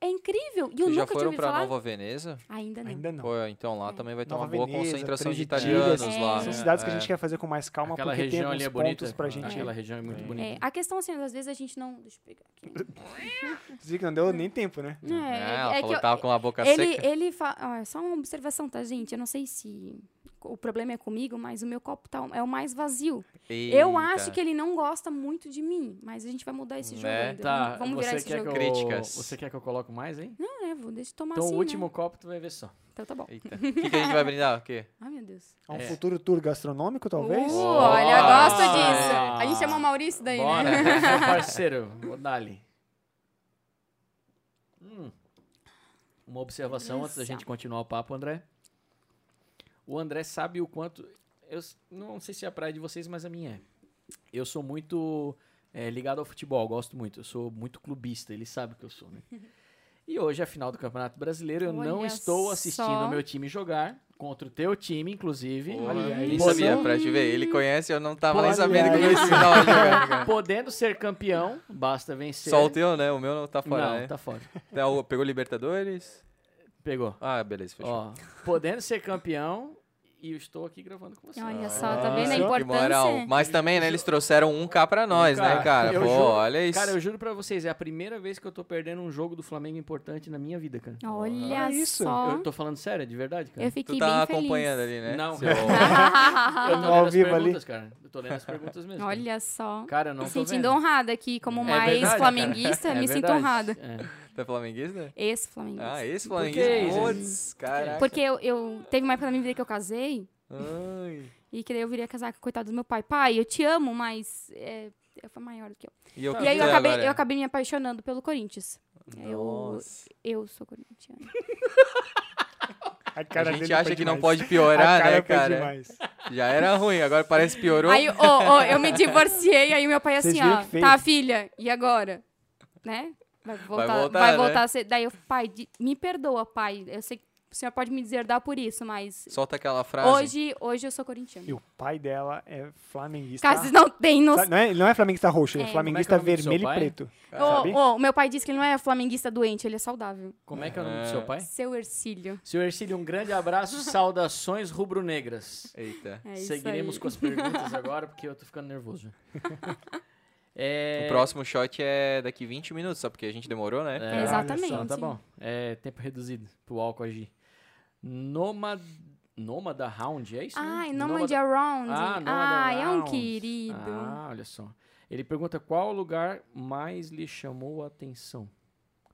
Speaker 3: é incrível. E eu
Speaker 1: Vocês já
Speaker 3: nunca tinha
Speaker 1: foram
Speaker 3: ouvido
Speaker 1: pra
Speaker 3: falar.
Speaker 1: Nova Veneza?
Speaker 3: Ainda não.
Speaker 4: Ainda não.
Speaker 1: Pô, então lá também vai ter
Speaker 4: Nova
Speaker 1: uma boa
Speaker 4: Veneza,
Speaker 1: concentração de
Speaker 4: Três
Speaker 1: italianos
Speaker 4: de Tilhas,
Speaker 1: lá.
Speaker 4: São
Speaker 3: É.
Speaker 4: cidades que a gente quer fazer com mais calma,
Speaker 2: Aquela
Speaker 4: porque tem
Speaker 2: região ali
Speaker 4: alguns
Speaker 2: é
Speaker 4: pontos
Speaker 2: bonita.
Speaker 4: pra gente...
Speaker 2: Aquela região é muito bonita.
Speaker 3: É, a questão, assim, às vezes a gente não. Deixa eu pegar aqui.
Speaker 4: Você viu que não deu nem tempo, né?
Speaker 3: É,
Speaker 1: É, ela
Speaker 3: é
Speaker 1: falou
Speaker 3: eu-
Speaker 1: que tava com a boca
Speaker 3: Ele,
Speaker 1: seca.
Speaker 3: ele fa... ó, é só uma observação, tá, gente? Eu não sei se o problema é comigo, mas o meu copo tá... é o mais vazio. Eu acho
Speaker 1: Eita.
Speaker 3: que ele não gosta muito de mim, mas a gente vai mudar esse jogo.
Speaker 1: Né?
Speaker 3: ainda.
Speaker 2: Tá,
Speaker 3: Vamos
Speaker 2: você
Speaker 3: virar esse
Speaker 2: quer
Speaker 3: jogo.
Speaker 2: que eu-
Speaker 1: Críticas.
Speaker 2: Você quer que eu coloque mais, hein?
Speaker 3: Não, né? Vou deixa eu tomar
Speaker 2: então,
Speaker 3: assim,
Speaker 2: o último
Speaker 3: né?
Speaker 2: copo tu vai ver só.
Speaker 3: Então tá bom.
Speaker 1: Eita. O que, que a gente vai brindar? O quê?
Speaker 3: Ai, meu Deus.
Speaker 4: É um
Speaker 2: É.
Speaker 4: futuro tour gastronômico, talvez?
Speaker 3: Uh, olha, eu gosto
Speaker 2: Nossa!
Speaker 3: disso. A gente chama o Maurício daí,
Speaker 2: Bora,
Speaker 3: né?
Speaker 2: seu parceiro. Vou dar-lhe. Hum. Uma observação antes da gente continuar o papo, André. O André sabe o quanto. Eu s- não sei se é a praia de vocês, mas a minha é. Eu sou muito é, ligado ao futebol, gosto muito. Eu sou muito clubista, ele sabe que eu sou, né? E hoje é a final do Campeonato Brasileiro. Eu não
Speaker 3: Olha
Speaker 2: estou
Speaker 3: só.
Speaker 2: assistindo o meu time jogar, contra o teu time, inclusive.
Speaker 1: Pô,
Speaker 4: Olha aí.
Speaker 1: nem
Speaker 4: Pô,
Speaker 1: sabia,
Speaker 4: não-
Speaker 1: pra te ver. Ele conhece, eu não tava nem
Speaker 4: Olha
Speaker 1: sabendo como
Speaker 4: aí.
Speaker 1: esse final ia jogar. cara.
Speaker 2: Podendo ser campeão, basta vencer.
Speaker 1: Só o teu, né? O meu não tá fora,
Speaker 2: Não,
Speaker 1: né?
Speaker 2: tá fora.
Speaker 1: Tá, o- Pegou Libertadores?
Speaker 2: Pegou.
Speaker 1: Ah, beleza, fechou.
Speaker 2: Ó, podendo ser campeão, e eu estou aqui gravando com Ah. você.
Speaker 3: Olha só, tá vendo a
Speaker 1: que moral.
Speaker 3: importância?
Speaker 1: Mas também, né, eles trouxeram um K pra nós, né,
Speaker 2: Cara,
Speaker 1: cara?
Speaker 2: eu
Speaker 1: Pô,
Speaker 2: juro.
Speaker 1: olha isso.
Speaker 2: Cara, eu juro pra vocês, é a primeira vez que eu tô perdendo um jogo do Flamengo importante na minha vida, cara.
Speaker 3: Olha
Speaker 4: isso.
Speaker 3: só.
Speaker 2: Eu tô falando sério, é de verdade, cara.
Speaker 3: Eu
Speaker 1: tu
Speaker 3: fiquei
Speaker 1: tá
Speaker 3: bem feliz.
Speaker 1: acompanhando ali, né?
Speaker 2: Não.
Speaker 1: Seu-
Speaker 2: Eu tô
Speaker 4: Ao
Speaker 2: lendo as
Speaker 4: vivo ali.
Speaker 2: perguntas, cara. Eu tô lendo as perguntas mesmo.
Speaker 3: Olha só.
Speaker 2: Cara, eu não
Speaker 3: me
Speaker 2: tô
Speaker 3: sentindo
Speaker 2: vendo.
Speaker 3: honrada aqui, como
Speaker 1: É
Speaker 3: mais
Speaker 2: verdade, cara.
Speaker 3: flamenguista, me
Speaker 2: É
Speaker 3: sinto
Speaker 2: verdade.
Speaker 3: honrada.
Speaker 2: É.
Speaker 1: Tu é flamenguista?
Speaker 3: Esse flamenguista.
Speaker 1: Ah, esse
Speaker 2: que
Speaker 1: flamenguista?
Speaker 2: isso?
Speaker 1: Putz,
Speaker 4: Tá
Speaker 1: caraca.
Speaker 3: Porque eu, eu- teve uma época da minha vida que eu casei
Speaker 1: Ai.
Speaker 3: e que daí eu viria casar com o coitado do meu pai. Pai, eu te amo, mas é, eu fui maior do que eu.
Speaker 1: E, eu,
Speaker 4: Ah,
Speaker 3: E aí eu
Speaker 1: é,
Speaker 3: acabei,
Speaker 1: agora?
Speaker 3: eu acabei me apaixonando pelo Corinthians. Eu,
Speaker 1: Nossa.
Speaker 3: eu sou corintiana.
Speaker 4: A, cara
Speaker 1: a gente
Speaker 4: dele
Speaker 1: acha
Speaker 4: foi
Speaker 1: que não
Speaker 4: demais.
Speaker 1: pode
Speaker 4: A
Speaker 1: piorar,
Speaker 4: cara
Speaker 1: né,
Speaker 4: foi
Speaker 1: cara?
Speaker 4: demais.
Speaker 1: Já era ruim, agora parece que piorou.
Speaker 3: Aí, ô, ô, eu me divorciei, aí meu pai
Speaker 4: Vocês
Speaker 3: assim,
Speaker 4: viram
Speaker 3: ó,
Speaker 4: que fez?
Speaker 3: tá, filha, e agora? Né? Vai voltar, vai
Speaker 1: voltar,
Speaker 3: voltar,
Speaker 1: né?
Speaker 3: a ser. Daí eu, pai, de- me perdoa, pai. Eu sei que o senhor pode me deserdar por isso, mas
Speaker 1: Solta aquela frase.
Speaker 3: hoje, hoje eu sou corintiana.
Speaker 4: E o pai dela é flamenguista.
Speaker 3: Cara, vocês não têm noção.
Speaker 4: Sabe, não, é, não é flamenguista roxo, ele é,
Speaker 3: É.
Speaker 4: flamenguista
Speaker 2: Como é que é o nome do
Speaker 4: vermelho
Speaker 2: seu
Speaker 4: e
Speaker 2: pai?
Speaker 4: preto. sabe?
Speaker 3: Ô, ô, o meu pai disse que ele não é flamenguista doente, ele é saudável.
Speaker 2: Como é que é o nome do seu pai?
Speaker 3: Seu Ercílio.
Speaker 2: Seu Ercílio, um grande abraço, saudações rubro-negras.
Speaker 1: Eita.
Speaker 3: É isso
Speaker 2: Seguiremos
Speaker 3: aí.
Speaker 2: com as perguntas agora, porque eu tô ficando nervoso. É...
Speaker 1: O próximo shot é daqui 20 minutos, só porque a gente demorou, né?
Speaker 2: É,
Speaker 3: Exatamente.
Speaker 2: Então tá bom. É tempo reduzido pro álcool agir. Nomad... Nomada Round, é isso? né?
Speaker 3: Ai, Nomad Around.
Speaker 2: Ah, Nomad
Speaker 3: Ai, é um
Speaker 2: Around.
Speaker 3: querido.
Speaker 2: Ah, olha só. Ele pergunta qual lugar mais lhe chamou a atenção.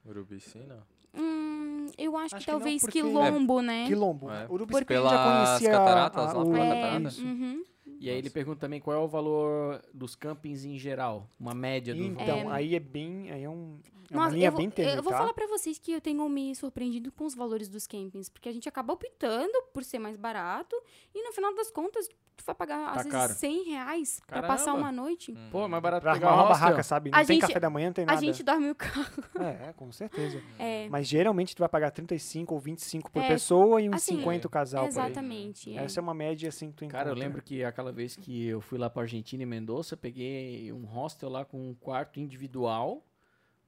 Speaker 3: É.
Speaker 1: Urubici, não.
Speaker 3: Hum, eu
Speaker 4: Acho
Speaker 3: acho, que
Speaker 4: que não,
Speaker 3: talvez
Speaker 4: porque- é
Speaker 3: quilombo, né?
Speaker 4: Quilombo.
Speaker 1: É.
Speaker 4: Urubicica a gente já
Speaker 1: Pelas
Speaker 4: conhecia
Speaker 1: cataratas
Speaker 4: a,
Speaker 1: lá,
Speaker 4: a, o-
Speaker 1: pelas
Speaker 3: É,
Speaker 1: cataratas.
Speaker 3: uhum.
Speaker 2: E aí ele pergunta também qual é o valor dos campings em geral, uma média do
Speaker 4: Então, aí é bem. Aí é, um, é uma
Speaker 3: Nossa,
Speaker 4: linha
Speaker 3: eu vou,
Speaker 4: bem tênue,
Speaker 3: eu vou
Speaker 4: tá?
Speaker 3: falar pra vocês que eu tenho me surpreendido com os valores dos campings, porque a gente acaba optando por ser mais barato e no final das contas tu vai pagar
Speaker 2: Tá
Speaker 3: às
Speaker 2: caro.
Speaker 3: vezes 100 reais pra
Speaker 2: Caramba.
Speaker 3: passar uma noite.
Speaker 1: Hum.
Speaker 2: Pô, é mais barato
Speaker 4: Pra
Speaker 2: pegar
Speaker 4: arrumar
Speaker 2: uma
Speaker 4: uma barraca, sabe? Não
Speaker 3: A
Speaker 4: tem
Speaker 3: gente-
Speaker 4: café da manhã, não tem
Speaker 3: A
Speaker 4: nada.
Speaker 3: gente dorme o carro.
Speaker 4: É, é, com certeza.
Speaker 3: É,
Speaker 4: Mas geralmente tu vai pagar 35 ou 25 por
Speaker 3: É,
Speaker 4: pessoa e uns
Speaker 3: assim,
Speaker 4: 50 o casal. por aí.
Speaker 3: exatamente. é.
Speaker 4: Essa é uma média assim que tu encontra.
Speaker 2: Cara, eu lembro que aquela vez que eu fui lá pra Argentina em Mendoza, peguei um hostel lá com um quarto individual,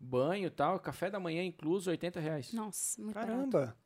Speaker 2: banho e tal, café da manhã incluso, 80 reais.
Speaker 3: Nossa, muito barato.
Speaker 4: é Caramba!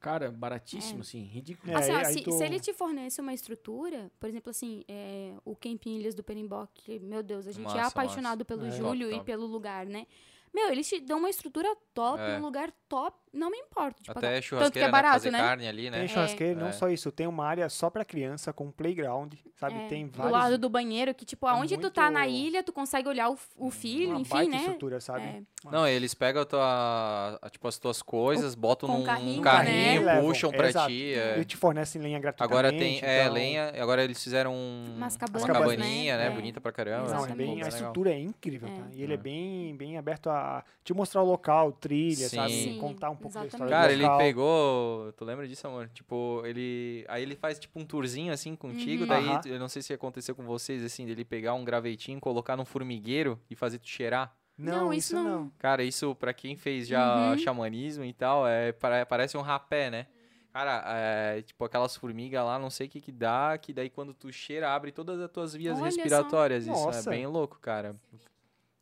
Speaker 2: Cara, baratíssimo, assim, ridículo.
Speaker 4: É,
Speaker 3: Assim, ó,
Speaker 4: aí- aí
Speaker 3: se,
Speaker 4: tu-
Speaker 3: se ele te fornece uma estrutura, por exemplo, assim, é, o Camping Ilhas do Perimbó, que, meu Deus, a gente é
Speaker 1: Massa,
Speaker 3: apaixonado pelo
Speaker 4: É.
Speaker 3: Júlio
Speaker 1: Top,
Speaker 3: e
Speaker 1: top.
Speaker 3: pelo lugar, né? Meu, eles te dão uma estrutura top,
Speaker 1: É.
Speaker 3: um lugar top, não me importo de pagar.
Speaker 1: Até churrasqueira, né?
Speaker 3: barato,
Speaker 1: Fazer
Speaker 3: né?
Speaker 1: carne ali, né?
Speaker 4: Tem churrasqueira, não
Speaker 1: É.
Speaker 4: só isso. Tem uma área só pra criança, com um playground, sabe?
Speaker 3: É,
Speaker 4: Tem
Speaker 3: Do lado
Speaker 4: vários. É
Speaker 3: do banheiro, que, tipo, aonde tu tá na
Speaker 4: muito-
Speaker 3: ilha, tu consegue olhar o, f- o filho,
Speaker 4: uma
Speaker 3: enfim,
Speaker 4: baita
Speaker 3: né?
Speaker 4: estrutura, sabe?
Speaker 3: É.
Speaker 1: Não, eles pegam a tua, a- tipo, as tuas coisas, botam
Speaker 3: com
Speaker 1: num
Speaker 3: carrinho,
Speaker 1: carrinho,
Speaker 3: né?
Speaker 4: Levam,
Speaker 1: puxam pra
Speaker 4: exato.
Speaker 1: ti. é.
Speaker 4: E te fornecem lenha gratuitamente.
Speaker 1: Agora tem é,
Speaker 4: então-
Speaker 1: lenha, agora eles fizeram um-
Speaker 3: Umas
Speaker 1: uma
Speaker 3: cabanas,
Speaker 1: cabaninha,
Speaker 3: né?
Speaker 1: né?
Speaker 3: É.
Speaker 1: Bonita pra caramba.
Speaker 4: Não, é
Speaker 3: Exatamente.
Speaker 4: bem, a
Speaker 1: Legal.
Speaker 4: estrutura é incrível,
Speaker 3: É.
Speaker 4: tá? E ele é,
Speaker 1: É.
Speaker 4: bem, bem aberto a te mostrar o local, trilha,
Speaker 1: Sim.
Speaker 4: sabe?
Speaker 1: Sim,
Speaker 4: Contar um pouco
Speaker 3: exatamente.
Speaker 4: da história
Speaker 1: Cara,
Speaker 4: do
Speaker 1: ele
Speaker 4: local.
Speaker 1: pegou. Tu lembra disso, amor? Tipo, ele. Aí ele faz tipo um tourzinho assim contigo.
Speaker 3: Uhum.
Speaker 1: Daí,
Speaker 4: Aham.
Speaker 1: tu- eu não sei se aconteceu com vocês, assim, dele pegar um gravetinho, colocar num formigueiro e fazer tu cheirar.
Speaker 4: Não, isso não.
Speaker 1: Cara, isso pra quem fez já
Speaker 3: Uhum.
Speaker 1: xamanismo e tal, é, pare- parece um rapé, né? Cara, é, tipo aquelas formigas lá, não sei o que que dá, que daí quando tu cheira, abre todas as tuas vias
Speaker 3: Olha só.
Speaker 1: respiratórias. Isso
Speaker 4: Nossa.
Speaker 1: é bem louco, cara.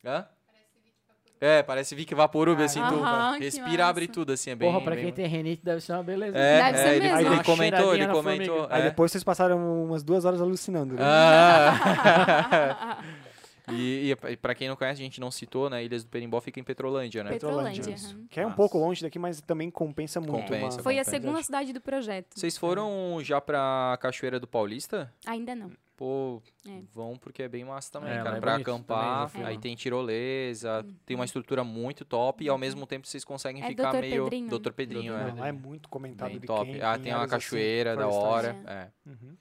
Speaker 1: Hã? É, parece Vic Vaporub, assim, tu
Speaker 3: Aham, que
Speaker 1: respira, abre
Speaker 3: massa.
Speaker 1: tudo, assim, é bem...
Speaker 2: Porra, pra
Speaker 1: bem-
Speaker 2: quem tem renite deve ser uma beleza.
Speaker 1: É,
Speaker 3: Deve
Speaker 1: é,
Speaker 3: ser
Speaker 1: ele,
Speaker 3: mesmo.
Speaker 1: ele
Speaker 3: Dá uma
Speaker 1: comentou,
Speaker 2: cheiradinha
Speaker 1: ele
Speaker 2: na
Speaker 1: comentou.
Speaker 2: formiga.
Speaker 4: Aí
Speaker 1: é.
Speaker 4: depois vocês passaram umas duas horas alucinando, né?
Speaker 1: Ah. e, e pra quem não conhece, a gente não citou, né? Ilhas do Perimbó fica em Petrolândia, né?
Speaker 3: Petrolândia.
Speaker 4: Petrolândia,
Speaker 3: aham.
Speaker 4: Que é um
Speaker 1: Nossa.
Speaker 4: pouco longe daqui, mas também compensa muito.
Speaker 1: Compensa,
Speaker 4: uma-
Speaker 3: é Foi a
Speaker 1: Verdade.
Speaker 3: segunda cidade do projeto.
Speaker 1: Vocês foram já pra Cachoeira do Paulista?
Speaker 3: Ainda não.
Speaker 1: Pô,
Speaker 3: É.
Speaker 1: vão porque é bem massa também,
Speaker 2: É, lá
Speaker 1: cara.
Speaker 2: é
Speaker 1: pra
Speaker 2: bonito também, já
Speaker 1: acampar,
Speaker 2: fui
Speaker 1: aí
Speaker 2: lá.
Speaker 1: tem tirolesa, tem uma estrutura muito top e ao mesmo tempo vocês conseguem
Speaker 3: Uhum. É
Speaker 1: ficar
Speaker 3: Dr.
Speaker 1: meio.
Speaker 3: Pedrinho, né?
Speaker 1: Doutor Pedrinho,
Speaker 2: Dr.
Speaker 1: é.
Speaker 4: Não, lá é muito comentado
Speaker 1: Bem
Speaker 4: de
Speaker 1: top.
Speaker 4: quem,
Speaker 1: ah,
Speaker 4: em
Speaker 1: tem uma
Speaker 4: áreas assim,
Speaker 1: cachoeira da
Speaker 4: florestais.
Speaker 1: hora. É.
Speaker 4: Uhum.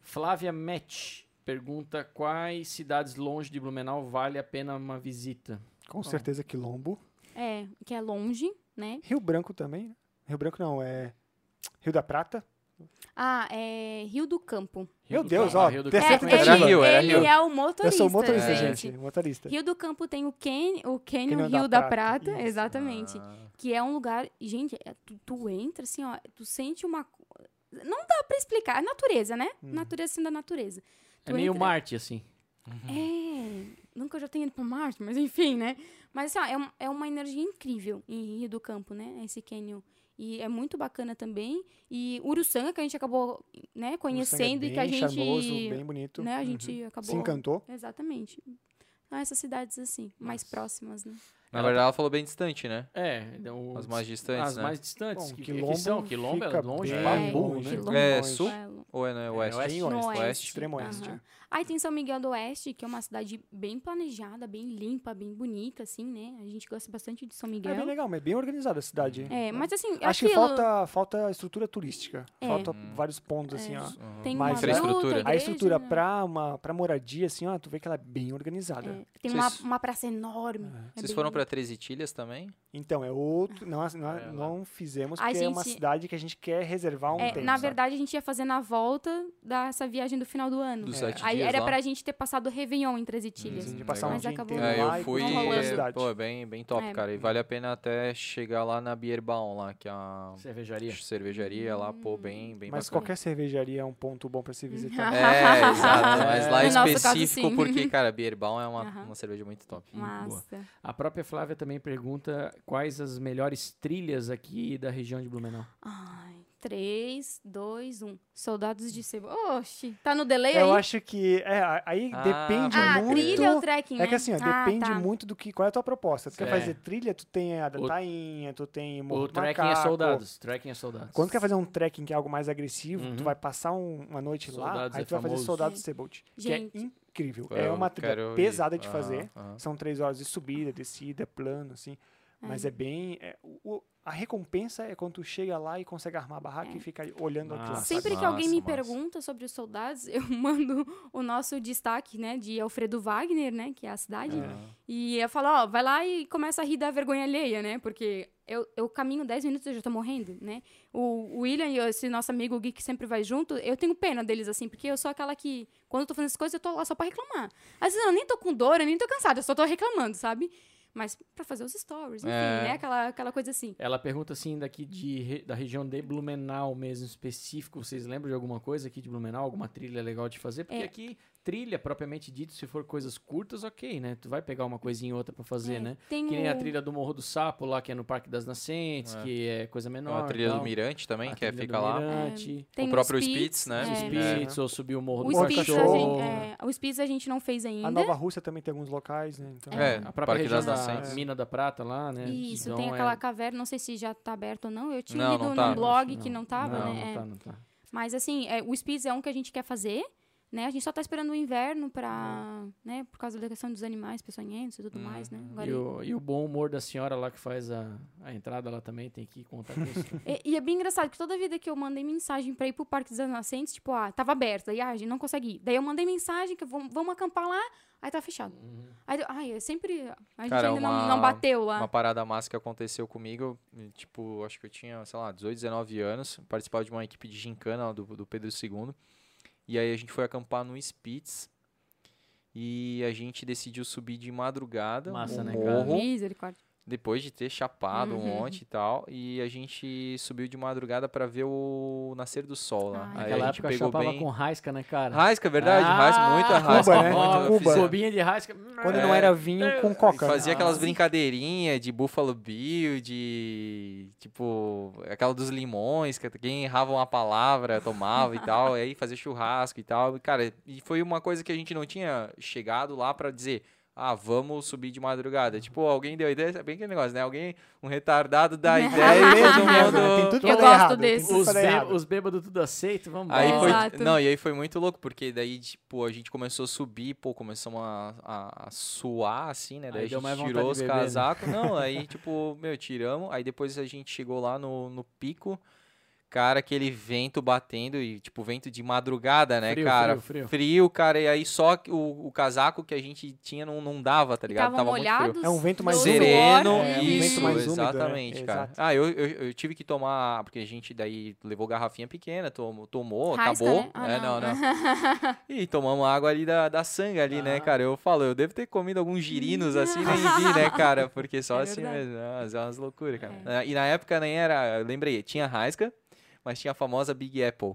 Speaker 2: Flávia Match pergunta quais cidades longe de Blumenau vale a pena uma visita.
Speaker 4: Com certeza Quilombo.
Speaker 3: É, que é longe, né?
Speaker 4: Rio Branco também. né? Rio Branco não, é Rio da Prata.
Speaker 3: Ah, é Rio do Campo.
Speaker 4: Meu
Speaker 2: do
Speaker 4: Deus,
Speaker 2: Campo,
Speaker 4: ó,
Speaker 2: Rio do
Speaker 4: terceira
Speaker 2: Campo.
Speaker 1: É, Era
Speaker 3: ele,
Speaker 1: Rio, era
Speaker 3: ele
Speaker 1: Rio.
Speaker 3: é o motorista,
Speaker 4: tá Eu sou motorista,
Speaker 1: É.
Speaker 4: gente. Motorista.
Speaker 3: Rio do Campo tem o Ken, o Canyon
Speaker 4: Canyon da
Speaker 3: Rio da
Speaker 4: Prata,
Speaker 3: Prata,
Speaker 4: isso.
Speaker 3: exatamente,
Speaker 1: Ah,
Speaker 3: que é um lugar, gente, é- tu, tu entra assim, ó, tu sente uma co- não dá pra explicar, é natureza, né?
Speaker 4: Hum.
Speaker 3: Natureza sendo a natureza.
Speaker 2: É
Speaker 3: Tu
Speaker 2: meio
Speaker 3: entra-
Speaker 1: tipo,
Speaker 2: Marte, assim.
Speaker 1: Uhum.
Speaker 3: É, nunca eu já tenho ido pra Marte, mas enfim, né? Mas assim, ó, é, um- é uma energia incrível em Rio do Campo, né? Esse canyon. E é muito bacana também. E Uruçanga, que a gente acabou né, conhecendo
Speaker 4: Uruçanga é
Speaker 3: e que a
Speaker 4: bem
Speaker 3: gente.
Speaker 4: Charmoso, bem bonito. Uhum.
Speaker 3: né, a gente acabou.
Speaker 4: Se encantou.
Speaker 3: Exatamente. Ah, essas cidades assim, mais próximas, né?
Speaker 1: Na
Speaker 2: Ela
Speaker 1: verdade, ela falou bem distante, né?
Speaker 2: É, então,
Speaker 1: As mais distantes,
Speaker 2: as
Speaker 1: né?
Speaker 2: mais distantes.
Speaker 4: Bom,
Speaker 2: que,
Speaker 4: Quilombo
Speaker 2: que são? Quilombo é
Speaker 4: fica
Speaker 2: longe,
Speaker 4: bem
Speaker 2: pra burro,
Speaker 4: longe.
Speaker 2: né?
Speaker 3: Quilombo,
Speaker 1: É,
Speaker 3: Sul,
Speaker 1: sul?
Speaker 3: Elo.
Speaker 1: Ou é, né? Oeste.
Speaker 2: oeste.
Speaker 4: Bem oeste,
Speaker 3: No oeste.
Speaker 4: extremo oeste.
Speaker 3: aham. Aí tem São Miguel do Oeste, que é uma cidade bem planejada, bem limpa, bem bonita, assim, né? A gente gosta bastante de São
Speaker 4: É bem
Speaker 3: Miguel.
Speaker 4: legal, mas é bem organizada a cidade.
Speaker 3: É, mas assim,
Speaker 4: Acho que
Speaker 3: aquilo-
Speaker 4: falta, falta estrutura turística.
Speaker 3: É.
Speaker 4: Falta
Speaker 1: Hum.
Speaker 4: vários pontos, assim, ó.
Speaker 1: Uhum.
Speaker 3: Tem
Speaker 4: Mas
Speaker 3: uma
Speaker 4: a
Speaker 3: gruta,
Speaker 1: estrutura.
Speaker 3: igreja,
Speaker 4: A estrutura
Speaker 3: né?
Speaker 4: pra, uma, pra moradia, assim, ó, tu vê que ela é bem organizada.
Speaker 3: É, tem
Speaker 1: Vocês-
Speaker 3: uma, uma praça enorme. é
Speaker 1: Vocês
Speaker 3: bem
Speaker 1: foram
Speaker 3: bonito.
Speaker 1: pra Três Itilhas também?
Speaker 4: Então, é outro. Não, ass- não,
Speaker 2: É, lá.
Speaker 4: não fizemos,
Speaker 3: A
Speaker 4: porque é uma
Speaker 3: gente-
Speaker 4: cidade que a gente quer reservar um
Speaker 3: É,
Speaker 4: tempo.
Speaker 3: na
Speaker 4: sabe?
Speaker 3: verdade, a gente ia fazer na volta dessa viagem do final do ano.
Speaker 1: Dos
Speaker 4: É.
Speaker 1: sete
Speaker 3: Aí
Speaker 1: dias
Speaker 3: era
Speaker 1: lá?
Speaker 3: pra gente ter passado o Réveillon em Três
Speaker 4: A
Speaker 3: Itilhas.
Speaker 4: gente
Speaker 1: Hum,
Speaker 4: passar um
Speaker 1: legal.
Speaker 4: dia
Speaker 3: Mas acabou
Speaker 4: inteiro
Speaker 1: É,
Speaker 4: lá
Speaker 1: eu
Speaker 4: e
Speaker 1: fui.
Speaker 4: conhecer a
Speaker 3: rolando.
Speaker 1: É,
Speaker 4: cidade.
Speaker 1: pô, é bem, bem top,
Speaker 3: É.
Speaker 1: cara. E vale a pena até chegar lá na Bierbaum, lá, que é a
Speaker 2: Cervejaria.
Speaker 1: cervejaria lá,
Speaker 3: Hum.
Speaker 1: pô, bem, bem
Speaker 4: Mas
Speaker 1: bacana.
Speaker 4: qualquer cervejaria é um ponto bom pra se visitar.
Speaker 1: É, exato. Mas lá
Speaker 3: No nosso caso,
Speaker 1: específico,
Speaker 3: sim.
Speaker 1: porque, cara, Bierbaum é uma,
Speaker 3: Aham.
Speaker 1: uma cerveja muito top.
Speaker 3: Massa.
Speaker 2: A própria Flávia também pergunta quais as melhores trilhas aqui da região de Blumenau.
Speaker 3: Ai, 3, 2, 1. Soldados de Cebo. Oxi, tá no delay
Speaker 4: Eu
Speaker 3: aí?
Speaker 4: acho que. É, a- aí
Speaker 1: Ah, pode
Speaker 4: depende
Speaker 3: ah,
Speaker 1: crer.
Speaker 4: muito.
Speaker 3: trilha ou trekking, né?
Speaker 4: É que assim, ó,
Speaker 3: Ah,
Speaker 4: depende
Speaker 3: tá.
Speaker 4: muito do que. Qual é a tua proposta? Tu quer
Speaker 2: É.
Speaker 4: fazer trilha, tu tem a
Speaker 2: O-
Speaker 4: da Tainha, tu tem Morro
Speaker 2: o
Speaker 4: do
Speaker 2: trekking é
Speaker 4: Macaco.
Speaker 2: soldados. Trekking é soldados.
Speaker 4: Quando tu quer fazer um trekking que é algo mais agressivo,
Speaker 2: Uhum.
Speaker 4: tu vai passar um- uma noite
Speaker 2: Soldados
Speaker 4: lá, aí
Speaker 2: é
Speaker 4: tu vai fazer
Speaker 2: famoso.
Speaker 4: Soldados
Speaker 3: É.
Speaker 4: Sebold, que é
Speaker 3: Gente.
Speaker 4: incrível.
Speaker 1: Pô,
Speaker 4: é
Speaker 1: eu
Speaker 4: uma trilha
Speaker 1: quero ir.
Speaker 4: pesada de
Speaker 1: Aham,
Speaker 4: fazer.
Speaker 1: aham.
Speaker 4: São três horas de subida, descida, plano, assim. Mas é bem. é, o- o- A recompensa é quando tu chega lá e consegue armar a barraca e fica olhando aquilo.
Speaker 1: Massa,
Speaker 4: sabe?
Speaker 3: É. Sempre que alguém me
Speaker 1: massa.
Speaker 3: pergunta sobre os soldados, eu mando o nosso destaque, né, de Alfredo Wagner, né, que é a cidade. E eu falo, ó, vai lá e começa a rir da vergonha alheia, né, porque eu, eu caminho 10 minutos e eu já tô morrendo, né. O, o William e esse nosso amigo Gui, que sempre vai junto, eu tenho pena deles, assim, porque eu sou aquela que, quando eu tô fazendo essas coisas, eu tô lá só pra reclamar. Às vezes eu nem tô com dor, eu nem tô cansada, eu só tô reclamando, sabe? Mas pra fazer os stories, enfim,
Speaker 1: É.
Speaker 3: né, aquela, aquela coisa assim.
Speaker 2: Ela pergunta assim, daqui de, re- da região de Blumenau mesmo, específico, vocês lembram de alguma coisa aqui de Blumenau? Alguma trilha legal de fazer? Porque
Speaker 3: É.
Speaker 2: aqui, trilha propriamente dito, se for coisas curtas, ok, né? Tu vai pegar uma coisinha ou outra pra fazer,
Speaker 3: É,
Speaker 2: né?
Speaker 3: Tem
Speaker 2: Que nem a
Speaker 3: o-
Speaker 2: trilha do Morro do Sapo lá, que é no Parque das Nascentes,
Speaker 1: É.
Speaker 2: que é coisa menor.
Speaker 1: a trilha
Speaker 2: e
Speaker 1: do
Speaker 2: tal.
Speaker 1: Mirante também,
Speaker 2: A
Speaker 1: que é
Speaker 2: trilha do
Speaker 1: fica lá.
Speaker 2: Mirante,
Speaker 3: tem
Speaker 1: o
Speaker 3: no
Speaker 1: próprio
Speaker 3: Spitz,
Speaker 1: Spitz, né?
Speaker 2: Os
Speaker 3: É.
Speaker 2: Spitz, ou subir o Morro
Speaker 3: O
Speaker 2: do
Speaker 4: Os
Speaker 3: Spitz, a
Speaker 2: Cachorro.
Speaker 3: gente, é, o Spitz a gente não fez
Speaker 4: A
Speaker 3: ainda.
Speaker 4: Nova Rússia também tem alguns locais, né? Então,
Speaker 1: É,
Speaker 2: A própria
Speaker 1: Parque das
Speaker 2: região da
Speaker 1: Nascentes.
Speaker 2: Mina da Prata lá, né?
Speaker 3: Isso,
Speaker 2: Então,
Speaker 3: tem
Speaker 2: é-
Speaker 3: aquela caverna, não sei se já tá aberto ou não. Eu tinha
Speaker 1: Não,
Speaker 3: lido
Speaker 1: não
Speaker 3: num
Speaker 1: tá.
Speaker 3: blog que não tava,
Speaker 2: não,
Speaker 3: né?
Speaker 2: Não
Speaker 3: É.
Speaker 2: tá, não tá.
Speaker 3: Mas assim, é, o Spitz é um que a gente quer fazer, né? A gente só tá esperando o inverno pra. né? Por causa da questão dos animais, peçonhentos e tudo mais, né? Agora-
Speaker 2: E o, e o bom humor da senhora lá que faz a, a entrada, ela também tem que contar com isso.
Speaker 3: e, e é bem engraçado que toda vida que eu mandei mensagem pra ir pro Parque das Nascentes, tipo, ah, tava aberto, aí ah, a gente não consegui. Daí eu mandei mensagem que vamos, vamos acampar lá, aí tá fechado.
Speaker 2: Uhum.
Speaker 3: Aí, eu- ai, é sempre. A gente
Speaker 1: Cara,
Speaker 3: ainda
Speaker 1: uma-
Speaker 3: não, não bateu lá.
Speaker 1: Uma parada massa que aconteceu comigo, e, tipo, acho que eu tinha, sei lá, 18, 19 anos, participava de uma equipe de gincana lá do, do Pedro II. E aí a gente foi acampar no Spitz. E a gente decidiu subir de madrugada
Speaker 2: Massa,
Speaker 1: um
Speaker 2: né, cara?
Speaker 1: morro,
Speaker 3: Misericórdia.
Speaker 1: depois de ter chapado um
Speaker 3: Uhum.
Speaker 1: monte e tal. E a gente subiu de madrugada pra ver o nascer do sol lá.
Speaker 3: Ai,
Speaker 1: aí
Speaker 2: Naquela
Speaker 1: a gente
Speaker 2: época eu
Speaker 1: pegou
Speaker 2: chapava
Speaker 1: bem...
Speaker 2: com raisca, né, cara?
Speaker 1: Rasca, é verdade? rasca, muita
Speaker 2: Ah, Cuba,
Speaker 1: rasca.
Speaker 4: né?
Speaker 1: muita-
Speaker 4: Ó, Cuba.
Speaker 1: fiz-
Speaker 2: Cobinha de rasca.
Speaker 4: Quando
Speaker 1: É.
Speaker 4: não era vinho com coca. né?
Speaker 1: Fazia
Speaker 2: Ah,
Speaker 1: aquelas
Speaker 2: sim.
Speaker 1: brincadeirinhas de Buffalo Bill, de. Tipo, aquela dos limões, que quem errava uma palavra tomava e tal, e aí fazia churrasco e tal. E, cara, e foi uma coisa que a gente não tinha chegado lá pra dizer. Ah, vamos subir de madrugada. Tipo, alguém deu a ideia, é bem que negócio, né? Alguém, um retardado dá a ideia
Speaker 4: É
Speaker 1: e
Speaker 4: isso
Speaker 1: todo
Speaker 4: mesmo, né? Tem
Speaker 1: mundo.
Speaker 4: tudo pra
Speaker 3: Eu
Speaker 4: dar
Speaker 3: gosto
Speaker 4: errado, tem
Speaker 3: desses.
Speaker 4: tudo
Speaker 2: Os,
Speaker 4: pra dar
Speaker 2: bê-
Speaker 4: errado.
Speaker 2: os bêbados tudo aceito, vamos
Speaker 1: Aí
Speaker 3: É.
Speaker 1: foi,
Speaker 3: Exato.
Speaker 1: não, e aí foi muito louco, porque daí, tipo, a gente começou a subir, pô, começamos a, a- a suar, assim, né? Daí
Speaker 2: Aí
Speaker 1: a
Speaker 2: deu mais
Speaker 1: gente
Speaker 2: vontade
Speaker 1: tirou
Speaker 2: de
Speaker 1: os
Speaker 2: beber, né?
Speaker 1: casacos. Não, aí, tipo, meu, tiramos. Aí depois a gente chegou lá no, no pico, cara, aquele vento batendo, e, tipo, vento de madrugada, né,
Speaker 2: Frio,
Speaker 1: cara?
Speaker 2: frio, frio.
Speaker 1: cara, e aí só que o, o casaco que a gente tinha não, não dava, tá
Speaker 3: E
Speaker 1: ligado?
Speaker 3: tavam
Speaker 1: muito frio.
Speaker 3: molhados.
Speaker 4: É um vento mais
Speaker 3: do
Speaker 4: úmido.
Speaker 3: suor,
Speaker 1: Sereno,
Speaker 4: É, um
Speaker 3: e-
Speaker 1: isso,
Speaker 4: vento mais úmido, né?
Speaker 1: exatamente, cara.
Speaker 4: Exato.
Speaker 1: Ah, eu, eu, eu tive que tomar, porque a gente daí levou garrafinha pequena, tomou, tomou
Speaker 3: Rasca,
Speaker 1: acabou.
Speaker 3: né? Ah,
Speaker 1: é, não,
Speaker 3: não.
Speaker 1: não. E tomamos água ali da, da sanga ali, né,
Speaker 2: Ah.
Speaker 1: cara? Eu falo, eu devo ter comido alguns girinos assim, nem vi, né, cara? Porque só
Speaker 3: É
Speaker 1: assim
Speaker 3: verdade.
Speaker 1: mesmo. Ah, mas é umas loucuras, cara. Ah, E na época nem era, eu lembrei, tinha Raisca, mas tinha a famosa Big Apple.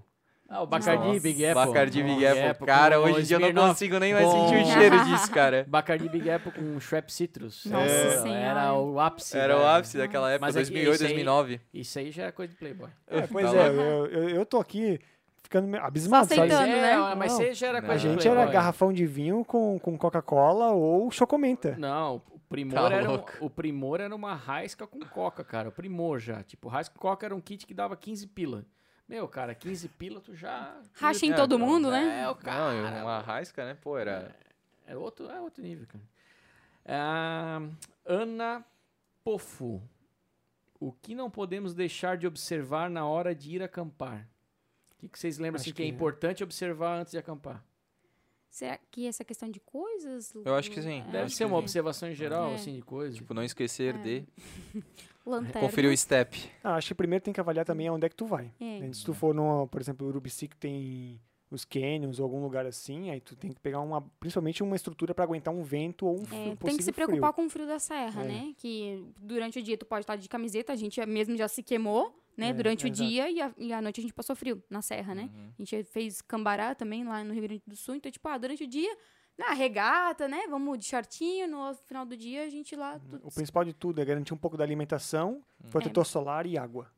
Speaker 2: Ah, o Bacardi
Speaker 1: Nossa.
Speaker 2: Big Apple.
Speaker 1: Bacardi Big
Speaker 2: Nossa.
Speaker 1: Apple. Cara,
Speaker 2: com
Speaker 1: hoje em dia eu não
Speaker 2: Smirnoff.
Speaker 1: consigo nem mais
Speaker 2: Bom.
Speaker 1: sentir o cheiro disso, cara.
Speaker 2: Bacardi Big Apple com Shrap Citrus.
Speaker 3: Nossa
Speaker 2: Era-
Speaker 3: Senhora.
Speaker 2: Era o ápice.
Speaker 1: Era o
Speaker 2: né?
Speaker 1: ápice daquela época,
Speaker 2: Mas é que isso
Speaker 1: 2008,
Speaker 2: aí-
Speaker 1: 2009.
Speaker 2: Isso aí já é coisa de playboy.
Speaker 4: É, pois
Speaker 1: Tá
Speaker 4: é,
Speaker 1: louco.
Speaker 4: eu, eu, eu tô aqui ficando meio abismado.
Speaker 3: Só
Speaker 4: Sabe?
Speaker 3: aceitando.
Speaker 2: mas
Speaker 3: né?
Speaker 2: é, mas
Speaker 4: Não.
Speaker 2: isso aí já era
Speaker 1: A
Speaker 4: A
Speaker 2: coisa de
Speaker 4: gente
Speaker 2: playboy.
Speaker 4: era garrafão de vinho com, com Coca-Cola ou Chocomenta.
Speaker 2: Não, o
Speaker 1: Tá
Speaker 2: primor, era, um-
Speaker 1: louco.
Speaker 2: o primor era uma raisca com coca, cara. O primor já. Tipo, raisca com coca era um kit que dava 15 pila. Meu, cara, 15 pila tu já.
Speaker 3: Racha em
Speaker 1: É,
Speaker 3: todo
Speaker 1: cara,
Speaker 3: mundo,
Speaker 2: É,
Speaker 3: né?
Speaker 2: o
Speaker 1: Não, e
Speaker 2: cara.
Speaker 1: uma raisca, né? Pô, era.
Speaker 2: É outro, é outro nível, cara. Ah, Ana Pofu. O que não podemos deixar de observar na hora de ir acampar? O que, que vocês lembram
Speaker 4: Acho
Speaker 2: assim, que é
Speaker 4: que-
Speaker 2: importante observar antes de acampar?
Speaker 3: Será que essa questão de coisas?
Speaker 1: Eu acho que sim.
Speaker 2: Deve
Speaker 1: Acho
Speaker 2: ser
Speaker 1: que
Speaker 2: uma
Speaker 1: sim.
Speaker 2: observação em geral,
Speaker 3: É.
Speaker 2: assim, de coisa.
Speaker 1: Tipo, não esquecer de
Speaker 3: tá
Speaker 1: um
Speaker 3: Lanterna.
Speaker 1: conferir o step.
Speaker 4: Ah, acho que primeiro tem que avaliar também aonde é que tu vai.
Speaker 3: É.
Speaker 4: né? Se tu for, numa, por exemplo, Urubici que tem os canyons ou algum lugar assim, aí tu tem que pegar uma, principalmente uma estrutura pra aguentar um vento ou um
Speaker 3: É,
Speaker 4: frio,
Speaker 3: tem que se
Speaker 4: possível
Speaker 3: preocupar
Speaker 4: frio.
Speaker 3: com o frio da serra,
Speaker 4: É.
Speaker 3: né? Que durante o dia tu pode estar de camiseta, a gente é mesmo já se queimou, né?
Speaker 4: É,
Speaker 3: durante o
Speaker 4: exato.
Speaker 3: dia e a- e à noite a gente passou frio na serra,
Speaker 1: Hum.
Speaker 3: né?
Speaker 1: Uhum.
Speaker 3: A gente fez cambará também lá no Rio Grande do Sul, então, tipo, ah, durante o dia, na regata, né? Vamos de shortinho, no final do dia a gente lá. tudo-
Speaker 4: O principal de tudo é garantir um pouco da alimentação,
Speaker 1: Hum.
Speaker 4: protetor solar e água.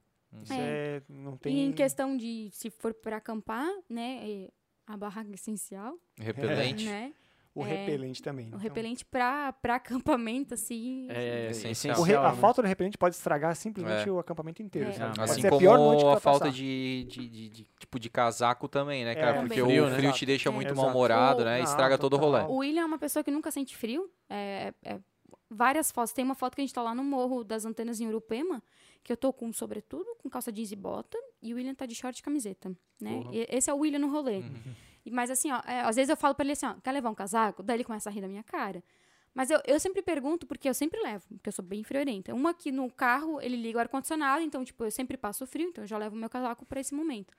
Speaker 4: Isso é.
Speaker 3: É.
Speaker 4: não tem...
Speaker 3: E em questão de se for para acampar, né? é A barraca é essencial,
Speaker 1: Repelente.
Speaker 3: né?
Speaker 4: O
Speaker 3: é,
Speaker 4: repelente também.
Speaker 3: O
Speaker 4: então.
Speaker 3: repelente para acampamento, assim.
Speaker 2: É,
Speaker 1: Essencial.
Speaker 4: O re-
Speaker 2: essencial.
Speaker 4: a
Speaker 2: né?
Speaker 4: falta do repelente pode estragar simplesmente
Speaker 1: É.
Speaker 4: o acampamento inteiro.
Speaker 3: É.
Speaker 4: sabe?
Speaker 2: Ah,
Speaker 4: Pode
Speaker 1: Assim
Speaker 4: ser a
Speaker 1: como
Speaker 4: pior noite que tu
Speaker 1: a
Speaker 4: vai
Speaker 1: falta
Speaker 4: passar.
Speaker 1: de, de, de- de- tipo, de casaco também, né, cara?
Speaker 4: É,
Speaker 1: Porque
Speaker 3: também.
Speaker 1: o
Speaker 2: Frio, né?
Speaker 1: frio te deixa
Speaker 4: É,
Speaker 1: muito
Speaker 4: exato.
Speaker 1: mal-humorado,
Speaker 3: O-
Speaker 1: né?
Speaker 4: Ah,
Speaker 1: Estraga todo o rolê.
Speaker 4: total.
Speaker 3: O William é uma pessoa que nunca sente frio. É, é- várias fotos. Tem uma foto que a gente tá lá no morro das antenas em Urupema, que eu tô com sobretudo, com calça jeans e bota, e o William tá de short e camiseta, né? E- esse é o William no rolê. E- Mas assim, ó, é, às vezes eu falo pra ele assim, ó, quer levar um casaco? Daí ele começa a rir da minha cara. Mas eu, eu sempre pergunto, porque eu sempre levo, porque eu sou bem friorenta. Uma que no carro ele liga o ar-condicionado, então, tipo, eu sempre passo frio, então eu já levo meu casaco pra esse momento.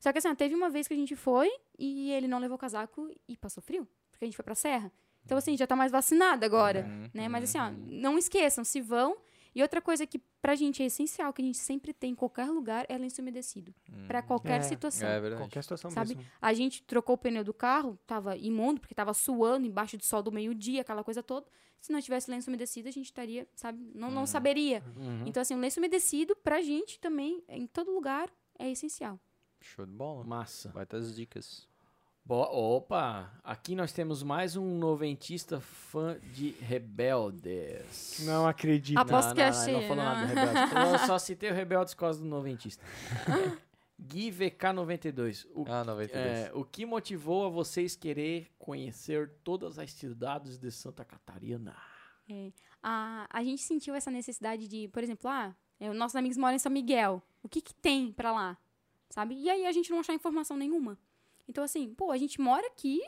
Speaker 3: Só que assim, ó, teve uma vez que a gente foi e ele não levou casaco e passou frio, porque a gente foi pra serra. Então, assim, já tá mais vacinado agora,
Speaker 1: Uhum.
Speaker 3: né? Mas assim, ó,
Speaker 4: Uhum.
Speaker 3: não esqueçam, se vão. E outra coisa que pra gente é essencial, que a gente sempre tem em qualquer lugar, é lenço umedecido.
Speaker 1: Uhum.
Speaker 3: Pra qualquer
Speaker 4: É.
Speaker 3: situação.
Speaker 5: É verdade.
Speaker 4: Qualquer situação
Speaker 3: Sabe?
Speaker 4: mesmo.
Speaker 3: A gente trocou o pneu do carro, tava imundo, porque tava suando embaixo do sol do meio-dia, aquela coisa toda. Se não tivesse lenço umedecido, a gente estaria, sabe? Não, não saberia.
Speaker 2: Uhum.
Speaker 3: Então, assim, o lenço umedecido, pra gente também, em todo lugar, é essencial.
Speaker 5: Show de bola.
Speaker 2: Massa.
Speaker 5: Vai ter as dicas.
Speaker 2: Boa- opa! Aqui nós temos mais um noventista fã de Rebeldes.
Speaker 4: Não acredito.
Speaker 3: A- Aposto que
Speaker 2: não,
Speaker 3: é achei,
Speaker 2: Não, ele não falou
Speaker 3: não.
Speaker 2: nada do Rebeldes. Eu só citei o Rebeldes por causa do noventista. Gui VK92. O,
Speaker 5: Ah, 92.
Speaker 2: é, o que motivou a vocês querer conhecer todas as cidades de Santa Catarina?
Speaker 3: a, a gente sentiu essa necessidade de, por exemplo, ah, é, os nossos amigos moram em São Miguel. O que, que tem pra lá? Sabe? E aí a gente não achar informação nenhuma. Então, assim, pô, a gente mora aqui,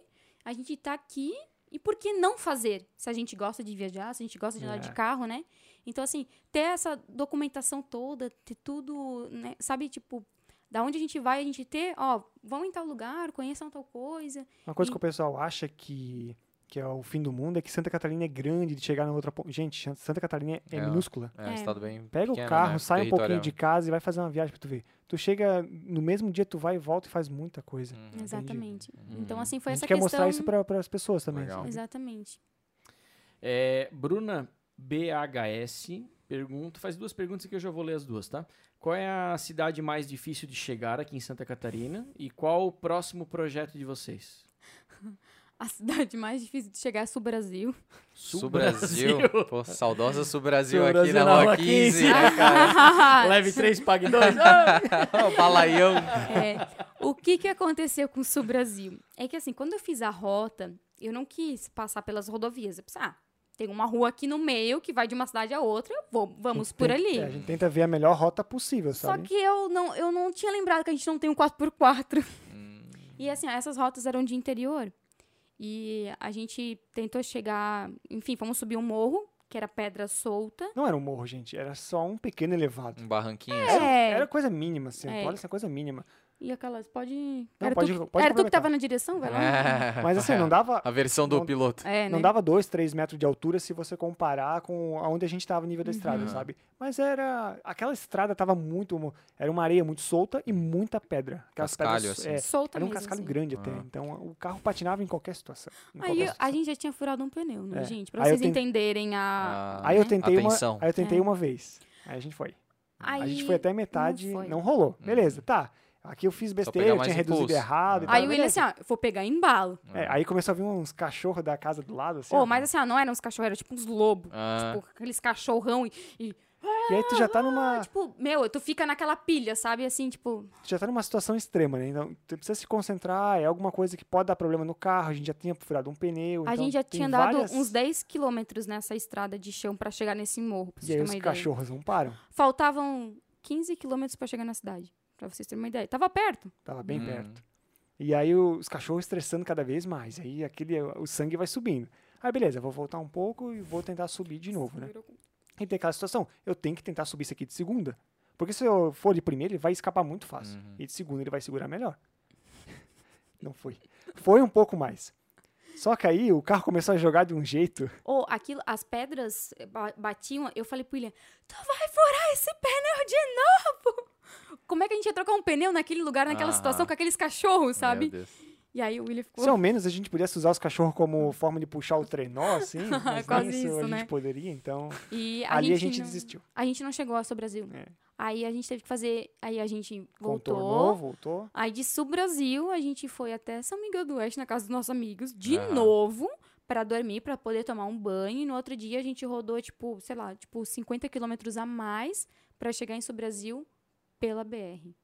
Speaker 3: a gente tá aqui, e por que não fazer? Se a gente gosta de viajar, se a gente gosta de andar de
Speaker 4: É.
Speaker 3: carro, né? Então, assim, ter essa documentação toda, ter tudo, né? Sabe, tipo, da onde a gente vai, a gente ter, ó, vão em tal lugar, conheçam tal coisa.
Speaker 4: Uma coisa que o pessoal acha que, que é o fim do mundo é que Santa Catarina é grande de chegar na outra ponta. Gente, Santa Catarina é,
Speaker 5: É.
Speaker 4: minúscula.
Speaker 5: É,
Speaker 3: é.
Speaker 5: estado bem
Speaker 4: Pega
Speaker 5: pequeno,
Speaker 4: o carro,
Speaker 5: né?
Speaker 4: sai um
Speaker 5: Territorial.
Speaker 4: pouquinho de casa e vai fazer uma viagem pra tu ver. Tu chega, no mesmo dia tu vai e volta e faz muita coisa.
Speaker 5: Uhum.
Speaker 3: Exatamente. Então, assim, foi
Speaker 4: a
Speaker 3: essa
Speaker 4: gente quer
Speaker 3: questão.
Speaker 4: mostrar isso para as pessoas também.
Speaker 5: Legal.
Speaker 4: sabe?
Speaker 3: Exatamente.
Speaker 2: É, Bruna BHS pergunta, faz duas perguntas que eu já vou ler as duas, tá? Qual é a cidade mais difícil de chegar aqui em Santa Catarina e qual o próximo projeto de vocês?
Speaker 3: A cidade mais difícil de chegar é Sul Brasil.
Speaker 1: um
Speaker 5: Sul Brasil. Pô, saudosa Sul Brasil
Speaker 2: Sul
Speaker 5: aqui
Speaker 2: Brasil
Speaker 5: na Rua 15, né, cara?
Speaker 3: Ah.
Speaker 2: Leve três, pague dois.
Speaker 1: Um
Speaker 5: o balaião.
Speaker 3: É, o que, que aconteceu com o Sul Brasil? É que assim, quando eu fiz a rota, eu não quis passar pelas rodovias. Eu pensei, ah, tem uma rua aqui no meio que vai de uma cidade a outra, eu vou- vamos por ali.
Speaker 4: É, a gente tenta ver a melhor rota possível,
Speaker 3: Só
Speaker 4: sabe?
Speaker 3: que eu não, eu não tinha lembrado que a gente não tem um 4x4. E assim, ó, essas rotas eram de interior. E a gente tentou chegar, enfim, fomos subir um morro, que era pedra solta.
Speaker 4: Não era um morro, gente. Era só um pequeno elevado.
Speaker 5: Um barranquinho. assim.
Speaker 3: É.
Speaker 4: Era coisa mínima, assim.
Speaker 3: É.
Speaker 4: Olha essa coisa mínima.
Speaker 3: E aquelas, pode.
Speaker 4: Não,
Speaker 3: era
Speaker 4: pode-
Speaker 3: tu, que-
Speaker 4: pode
Speaker 3: era tu que
Speaker 4: aproveitar.
Speaker 3: tava na direção, vai lá.
Speaker 5: É,
Speaker 4: Mas assim, não dava,
Speaker 5: A versão do
Speaker 4: não-
Speaker 5: piloto.
Speaker 3: É,
Speaker 4: não
Speaker 3: né?
Speaker 4: dava dois, três metros de altura se você comparar com aonde a gente estava no nível
Speaker 3: Uhum.
Speaker 4: da estrada,
Speaker 5: Uhum.
Speaker 4: sabe? Mas era... Aquela estrada tava muito... mo- Era uma areia muito solta e muita pedra. Aquelas
Speaker 5: Cascalho,
Speaker 4: pedras,
Speaker 5: assim.
Speaker 4: é,
Speaker 3: Solta
Speaker 4: era um
Speaker 3: mesmo,
Speaker 4: cascalho
Speaker 3: assim.
Speaker 4: grande até.
Speaker 5: Ah.
Speaker 4: Então o carro patinava em qualquer situação. em
Speaker 3: Aí
Speaker 4: qualquer
Speaker 3: eu- a
Speaker 4: situação.
Speaker 3: gente já tinha furado um pneu, né,
Speaker 4: assim. É.
Speaker 3: gente? Pra
Speaker 4: Aí eu
Speaker 3: vocês
Speaker 4: tentei-
Speaker 3: entenderem a.
Speaker 5: Ah,
Speaker 4: Aí eu
Speaker 3: né?
Speaker 4: tentei, uma,
Speaker 5: Atenção.
Speaker 4: aí eu tentei
Speaker 3: É.
Speaker 4: uma vez. Aí a gente foi.
Speaker 3: Aí,
Speaker 4: Ah, a gente foi até metade, não,
Speaker 3: foi.
Speaker 4: rolou. Beleza, tá. Aqui eu fiz besteira,
Speaker 5: Uhum. pegar
Speaker 4: eu
Speaker 5: mais
Speaker 4: tinha reduzido
Speaker 5: impulso.
Speaker 4: errado. e
Speaker 3: Aí
Speaker 4: tal,
Speaker 3: o William
Speaker 4: beleza.
Speaker 3: assim, ó, vou pegar embalo.
Speaker 4: É, aí começou a vir uns cachorros da casa do lado, assim.
Speaker 3: Ô,
Speaker 4: ó.
Speaker 3: mas assim, ó, não eram uns cachorros, eram tipo uns lobos.
Speaker 5: Ah.
Speaker 1: hum,
Speaker 3: Tipo, aqueles cachorrão e, e,
Speaker 4: E aí tu já tá numa,
Speaker 3: Tipo, meu, tu fica naquela pilha, sabe? Assim, tipo.
Speaker 4: tu já tá numa situação extrema, né? Então, tu precisa se concentrar, é alguma coisa que pode dar problema no carro, a gente já tinha furado um pneu,
Speaker 3: a
Speaker 4: então
Speaker 3: gente já
Speaker 4: tem
Speaker 3: tinha andado
Speaker 4: várias-
Speaker 3: uns 10 quilômetros nessa estrada de chão pra chegar nesse morro, pra
Speaker 4: E
Speaker 3: vocês
Speaker 4: aí
Speaker 3: terem
Speaker 4: os
Speaker 3: uma ideia.
Speaker 4: cachorros não param.
Speaker 3: Faltavam 15 quilômetros pra chegar na cidade, pra vocês terem uma ideia. Tava perto.
Speaker 4: Tava tá bem
Speaker 5: Hum.
Speaker 4: perto. E aí o- os cachorros estressando cada vez mais. Aí aquele, o sangue vai subindo. Aí beleza, vou voltar um pouco e vou tentar subir de novo, né? E tem aquela situação, eu tenho que tentar subir isso aqui de segunda. Porque se eu for de primeira, ele vai escapar muito fácil. E de segunda ele vai segurar melhor. Não foi. Foi um pouco mais. Só que aí o carro começou a jogar de um jeito.
Speaker 3: Ou aquilo, as pedras eh, ba- batiam. Eu falei pro William, tu vai furar esse pneu de novo! Como é que a gente ia trocar um pneu naquele lugar,
Speaker 4: Ah.
Speaker 3: naquela
Speaker 5: Aham.
Speaker 3: situação, com aqueles cachorros,
Speaker 5: Meu
Speaker 3: sabe?
Speaker 5: Deus.
Speaker 3: E aí o William ficou.
Speaker 4: Se ao menos a gente pudesse usar os cachorros como forma de puxar o trenó, assim. Mas
Speaker 3: Quase
Speaker 4: nem isso,
Speaker 3: isso,
Speaker 4: a gente
Speaker 3: né?
Speaker 4: poderia, então.
Speaker 3: E a
Speaker 4: ali a
Speaker 3: gente
Speaker 4: gente
Speaker 3: não-
Speaker 4: desistiu.
Speaker 3: A gente não chegou a Sul Brasil.
Speaker 4: É.
Speaker 3: Aí a gente teve que fazer. Aí a gente voltou.
Speaker 4: Contornou, voltou.
Speaker 3: Aí de Sul Brasil a gente foi até São Miguel do Oeste, na casa dos nossos amigos, de
Speaker 5: Aham.
Speaker 3: novo, pra dormir, pra poder tomar um banho. E no outro dia a gente rodou, tipo, sei lá, tipo, 50 quilômetros a mais pra chegar em Sul Brasil pela BR.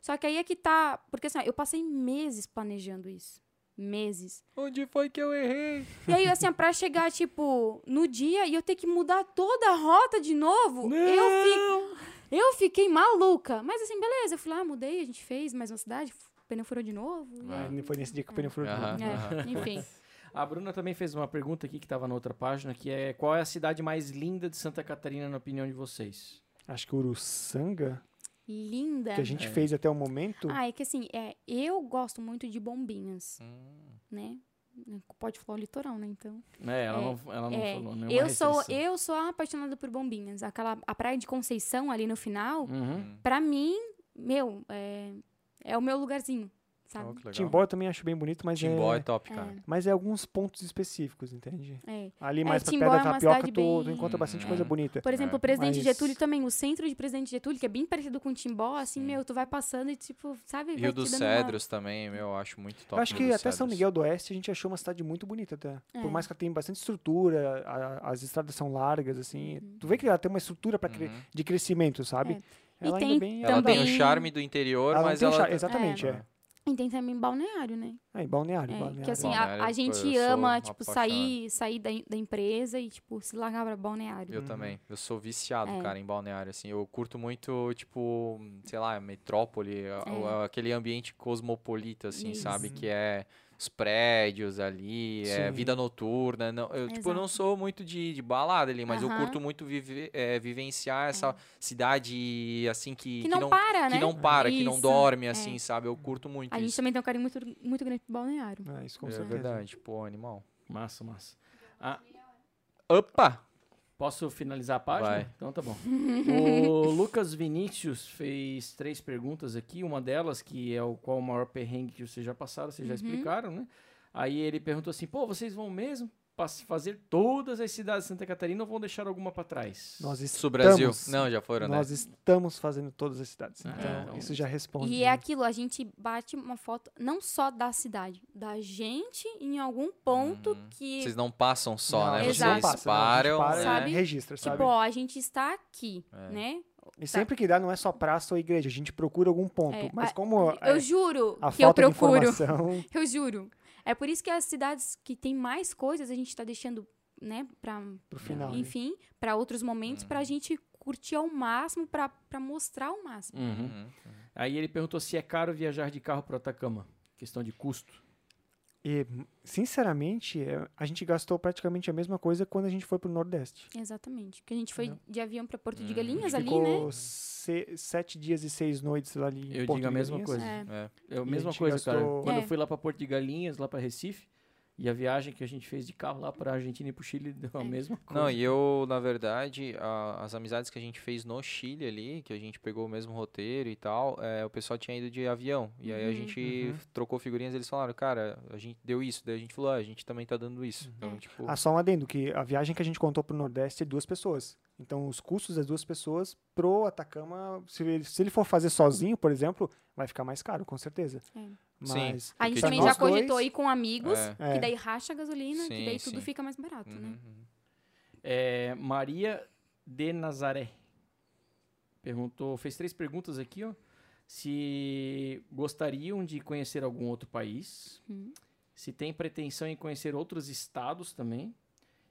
Speaker 3: Só que aí é que tá. Porque assim, ó, eu passei meses planejando isso. Meses.
Speaker 5: Onde foi que eu errei?
Speaker 3: E aí, assim, ó, pra chegar, tipo, no dia e eu ter que mudar toda a rota de novo, eu fico. Eu fiquei maluca. Mas assim, beleza, eu fui lá, mudei, a gente fez mais uma cidade, o pneu furou de novo. e-
Speaker 4: Ah, Foi nesse dia que o pneu furou de novo.
Speaker 3: É, enfim.
Speaker 2: A Bruna também fez uma pergunta aqui que estava na outra página, que é qual é a cidade mais linda de Santa Catarina, na opinião de vocês?
Speaker 4: Acho que Uruçanga,
Speaker 3: Linda.
Speaker 4: que a
Speaker 1: É.
Speaker 4: gente fez até o momento.
Speaker 3: É. Ah, é que assim, é, eu gosto muito de bombinhas,
Speaker 1: Hum.
Speaker 3: né? Pode falar o litoral, né? Então.
Speaker 2: É, ela
Speaker 3: É,
Speaker 2: não, ela não
Speaker 3: é,
Speaker 2: falou nenhuma
Speaker 3: eu sou,
Speaker 2: restrição.
Speaker 3: eu sou apaixonada por bombinhas. Aquela, a praia de Conceição ali no final,
Speaker 2: Uhum.
Speaker 3: pra mim, meu, é, é o meu lugarzinho, sabe?
Speaker 1: Oh, que legal.
Speaker 4: Timbó eu também acho bem bonito, mas
Speaker 1: Timbó é
Speaker 4: é,
Speaker 1: top,
Speaker 3: Tá. É.
Speaker 1: cara.
Speaker 4: mas é alguns pontos específicos, entende?
Speaker 3: É.
Speaker 4: Ali
Speaker 3: É,
Speaker 4: mais pra
Speaker 3: Timbó
Speaker 4: perto da
Speaker 3: é uma
Speaker 4: tapioca,
Speaker 3: cidade
Speaker 4: tu, tu
Speaker 3: bem-
Speaker 4: encontra bastante
Speaker 1: Hum,
Speaker 4: coisa
Speaker 1: é.
Speaker 4: bonita.
Speaker 3: Por exemplo, o Presidente
Speaker 4: Mas-
Speaker 3: Getúlio também, o centro de Presidente Getúlio, que é bem parecido com Timbó, assim,
Speaker 1: Sim.
Speaker 3: meu, tu vai passando e tipo, sabe? vai
Speaker 1: Rio
Speaker 3: te
Speaker 1: dos
Speaker 3: dando
Speaker 1: Cedros também, meu, eu acho muito top.
Speaker 4: eu acho
Speaker 1: Rio
Speaker 4: que
Speaker 1: dos
Speaker 4: até São
Speaker 1: Cedros.
Speaker 4: Miguel do Oeste a gente achou uma cidade muito bonita até.
Speaker 3: É.
Speaker 4: Por mais que ela tenha bastante estrutura, a- as estradas são largas, assim.
Speaker 3: Uhum.
Speaker 4: Tu vê que ela tem uma estrutura pra cre-
Speaker 1: Uhum.
Speaker 4: de crescimento, sabe?
Speaker 3: É. E
Speaker 4: Ela
Speaker 3: tem
Speaker 4: ainda bem...
Speaker 1: Ela tem o
Speaker 3: Também-
Speaker 1: charme do interior,
Speaker 4: ela não
Speaker 1: mas
Speaker 4: tem o
Speaker 1: ela.
Speaker 4: chá- Exatamente,
Speaker 1: É.
Speaker 4: é.
Speaker 3: Uma... E tem também balneário, né?
Speaker 4: Aí, balneário,
Speaker 3: É,
Speaker 4: balneário.
Speaker 3: que assim,
Speaker 1: Balneário,
Speaker 3: a, a
Speaker 1: pô,
Speaker 3: gente
Speaker 1: eu sou
Speaker 3: ama,
Speaker 1: um
Speaker 3: tipo,
Speaker 1: apaixonado.
Speaker 3: sair, sair da, da empresa e, tipo, se largar pra balneário.
Speaker 1: Eu também. Eu sou viciado,
Speaker 3: Uhum. É.
Speaker 1: cara, em balneário. Assim, eu curto muito, tipo, sei lá, metrópole, a- o- a- aquele ambiente cosmopolita, assim,
Speaker 3: É. Isso.
Speaker 1: sabe? Que é os prédios ali, é
Speaker 4: Sim.
Speaker 1: vida noturna. Não, eu, tipo, eu não
Speaker 3: Exato.
Speaker 1: sou muito de, de balada ali, mas eu
Speaker 3: Aham.
Speaker 1: curto muito vive- é, vivenciar essa cidade, assim, que,
Speaker 3: Que não, para,
Speaker 1: que
Speaker 3: né?
Speaker 1: não para, que não
Speaker 3: Isso,
Speaker 1: dorme,
Speaker 3: é.
Speaker 1: assim, sabe? Eu curto muito
Speaker 3: A gente
Speaker 1: isso.
Speaker 3: também tem um carinho muito, muito grande pro balneário.
Speaker 4: É, isso com
Speaker 1: é
Speaker 4: certeza.
Speaker 1: verdade, pô, animal.
Speaker 2: Massa, massa. Ah,
Speaker 1: Opa!
Speaker 2: posso finalizar a página?
Speaker 1: Vai.
Speaker 2: Então tá bom. o Lucas Vinícius fez três perguntas aqui. Uma delas, que é o qual o maior perrengue que vocês já passaram, vocês
Speaker 3: Uhum.
Speaker 2: já explicaram, né? Aí ele perguntou assim, pô, vocês vão mesmo pas- fazer todas as cidades de Santa Catarina ou vão deixar alguma pra trás?
Speaker 4: Nós
Speaker 1: Sul
Speaker 4: estamos,
Speaker 1: Brasil. Não, já foram, né? É,
Speaker 4: nós estamos fazendo todas as cidades.
Speaker 2: Ah,
Speaker 4: Então,
Speaker 2: então-
Speaker 4: isso já responde.
Speaker 3: E é aquilo, a gente bate uma foto não só da cidade, da gente em algum ponto
Speaker 1: Uhum.
Speaker 3: que,
Speaker 1: Vocês não passam só,
Speaker 4: Não,
Speaker 1: né?
Speaker 4: a
Speaker 1: Vocês
Speaker 4: gente não
Speaker 3: Exato.
Speaker 4: passa, não, a gente
Speaker 1: param,
Speaker 4: para
Speaker 1: né?
Speaker 4: e
Speaker 3: Sabe?
Speaker 4: registra,
Speaker 3: tipo,
Speaker 4: sabe?
Speaker 3: ó, a gente está aqui,
Speaker 1: É.
Speaker 3: né?
Speaker 4: E sempre que dá, não é só praça ou igreja, a gente procura algum ponto.
Speaker 3: É,
Speaker 4: mas
Speaker 3: a-
Speaker 4: como é,
Speaker 3: Eu juro
Speaker 4: a
Speaker 3: que eu
Speaker 4: falta de
Speaker 3: procuro.
Speaker 4: informação,
Speaker 3: Eu juro. É por isso que as cidades que tem mais coisas a gente tá deixando, né, pra,
Speaker 4: pro final. né?
Speaker 3: enfim, pra outros momentos, pra gente curtir ao máximo, pra, pra mostrar ao máximo.
Speaker 2: Uhum.
Speaker 1: Uhum.
Speaker 2: Aí ele perguntou se é caro viajar de carro pro Atacama. Questão de custo.
Speaker 4: E, sinceramente, é, a gente gastou praticamente a mesma coisa quando a gente foi pro Nordeste.
Speaker 3: Exatamente. Que a gente foi
Speaker 4: Entendeu?
Speaker 3: de avião pra Porto de
Speaker 1: Hum.
Speaker 4: A gente
Speaker 3: Galinhas ali,
Speaker 4: ficou
Speaker 3: né?
Speaker 4: se- sete dias e seis noites lá ali em
Speaker 2: Eu
Speaker 4: Porto
Speaker 2: digo a
Speaker 4: de
Speaker 2: mesma
Speaker 4: Galinhas.
Speaker 2: coisa.
Speaker 3: É.
Speaker 1: É.
Speaker 2: É a
Speaker 4: E a
Speaker 2: mesma
Speaker 4: gente
Speaker 2: coisa, cara.
Speaker 4: gastou-
Speaker 2: Quando eu
Speaker 3: É.
Speaker 2: fui lá pra Porto de Galinhas, lá pra Recife, e a viagem que a gente fez de carro lá pra Argentina e pro Chile deu a
Speaker 3: É.
Speaker 2: mesma coisa.
Speaker 1: Não, e eu, na verdade, a- as amizades que a gente fez no Chile ali, que a gente pegou o mesmo roteiro e tal, é, o pessoal tinha ido de avião. E aí a
Speaker 3: Uhum.
Speaker 1: gente
Speaker 4: Uhum.
Speaker 1: trocou figurinhas, eles falaram, cara, a gente deu isso. Daí a gente falou, ah, a gente também tá dando isso. Então,
Speaker 3: É.
Speaker 1: tipo,
Speaker 4: Ah, só um adendo, que a viagem que a gente contou pro Nordeste é duas pessoas. Então, os custos das duas pessoas pro Atacama, se ele, se ele for fazer sozinho, por exemplo, vai ficar mais caro, com certeza.
Speaker 3: É.
Speaker 1: Sim.
Speaker 4: Mas
Speaker 3: A gente
Speaker 1: Porque
Speaker 3: também
Speaker 1: nós
Speaker 3: já
Speaker 4: dois-
Speaker 3: cogitou ir com amigos,
Speaker 1: É.
Speaker 4: É.
Speaker 3: que daí racha a gasolina,
Speaker 1: Sim,
Speaker 3: que daí tudo
Speaker 1: sim.
Speaker 3: fica mais barato,
Speaker 1: uhum,
Speaker 3: né?
Speaker 1: uhum.
Speaker 2: É, Maria de Nazaré perguntou, fez três perguntas aqui, ó. Se gostariam de conhecer algum outro país,
Speaker 3: Hum.
Speaker 2: se tem pretensão em conhecer outros estados também,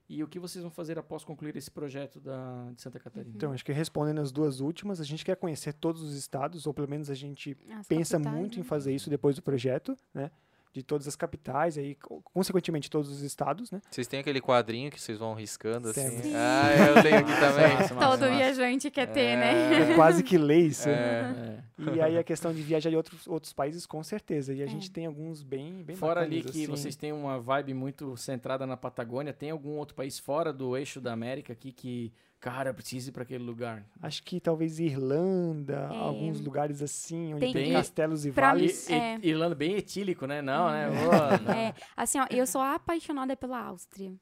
Speaker 2: e o que vocês vão fazer após concluir esse projeto da, de Santa Catarina.
Speaker 4: Então, acho que respondendo as duas últimas, a gente quer conhecer todos os estados, ou pelo menos a gente
Speaker 3: As
Speaker 4: pensa
Speaker 3: capitais,
Speaker 4: muito em
Speaker 3: né?
Speaker 4: fazer isso depois do projeto, né? De todas as capitais, aí, co- consequentemente, todos os estados, né?
Speaker 1: Vocês têm aquele quadrinho que vocês vão riscando assim?
Speaker 4: Temos.
Speaker 3: Sim.
Speaker 1: Ah, eu tenho aqui também.
Speaker 2: Massa, massa,
Speaker 3: Todo
Speaker 2: massa.
Speaker 3: viajante quer ter, né?
Speaker 4: É quase que lei isso. né?
Speaker 3: Uhum.
Speaker 1: É.
Speaker 2: É.
Speaker 4: E aí a questão de viajar em outros, outros países, com certeza. E a
Speaker 3: É.
Speaker 4: gente tem alguns bem, bem
Speaker 2: Fora ali
Speaker 4: bacanas,
Speaker 2: que
Speaker 4: assim.
Speaker 2: vocês têm uma vibe muito centrada na Patagônia, tem algum outro país fora do eixo da América aqui que, cara, precisa ir pra aquele lugar?
Speaker 4: Acho que talvez Irlanda,
Speaker 3: É.
Speaker 4: alguns lugares assim, onde
Speaker 3: Tem
Speaker 4: tem,
Speaker 2: que-
Speaker 4: castelos e
Speaker 3: pra
Speaker 2: E-
Speaker 4: vales.
Speaker 2: e-
Speaker 3: É.
Speaker 2: Irlanda bem etílico, né? Não, né? Boa.
Speaker 3: É, assim, ó, eu sou apaixonada pela Áustria.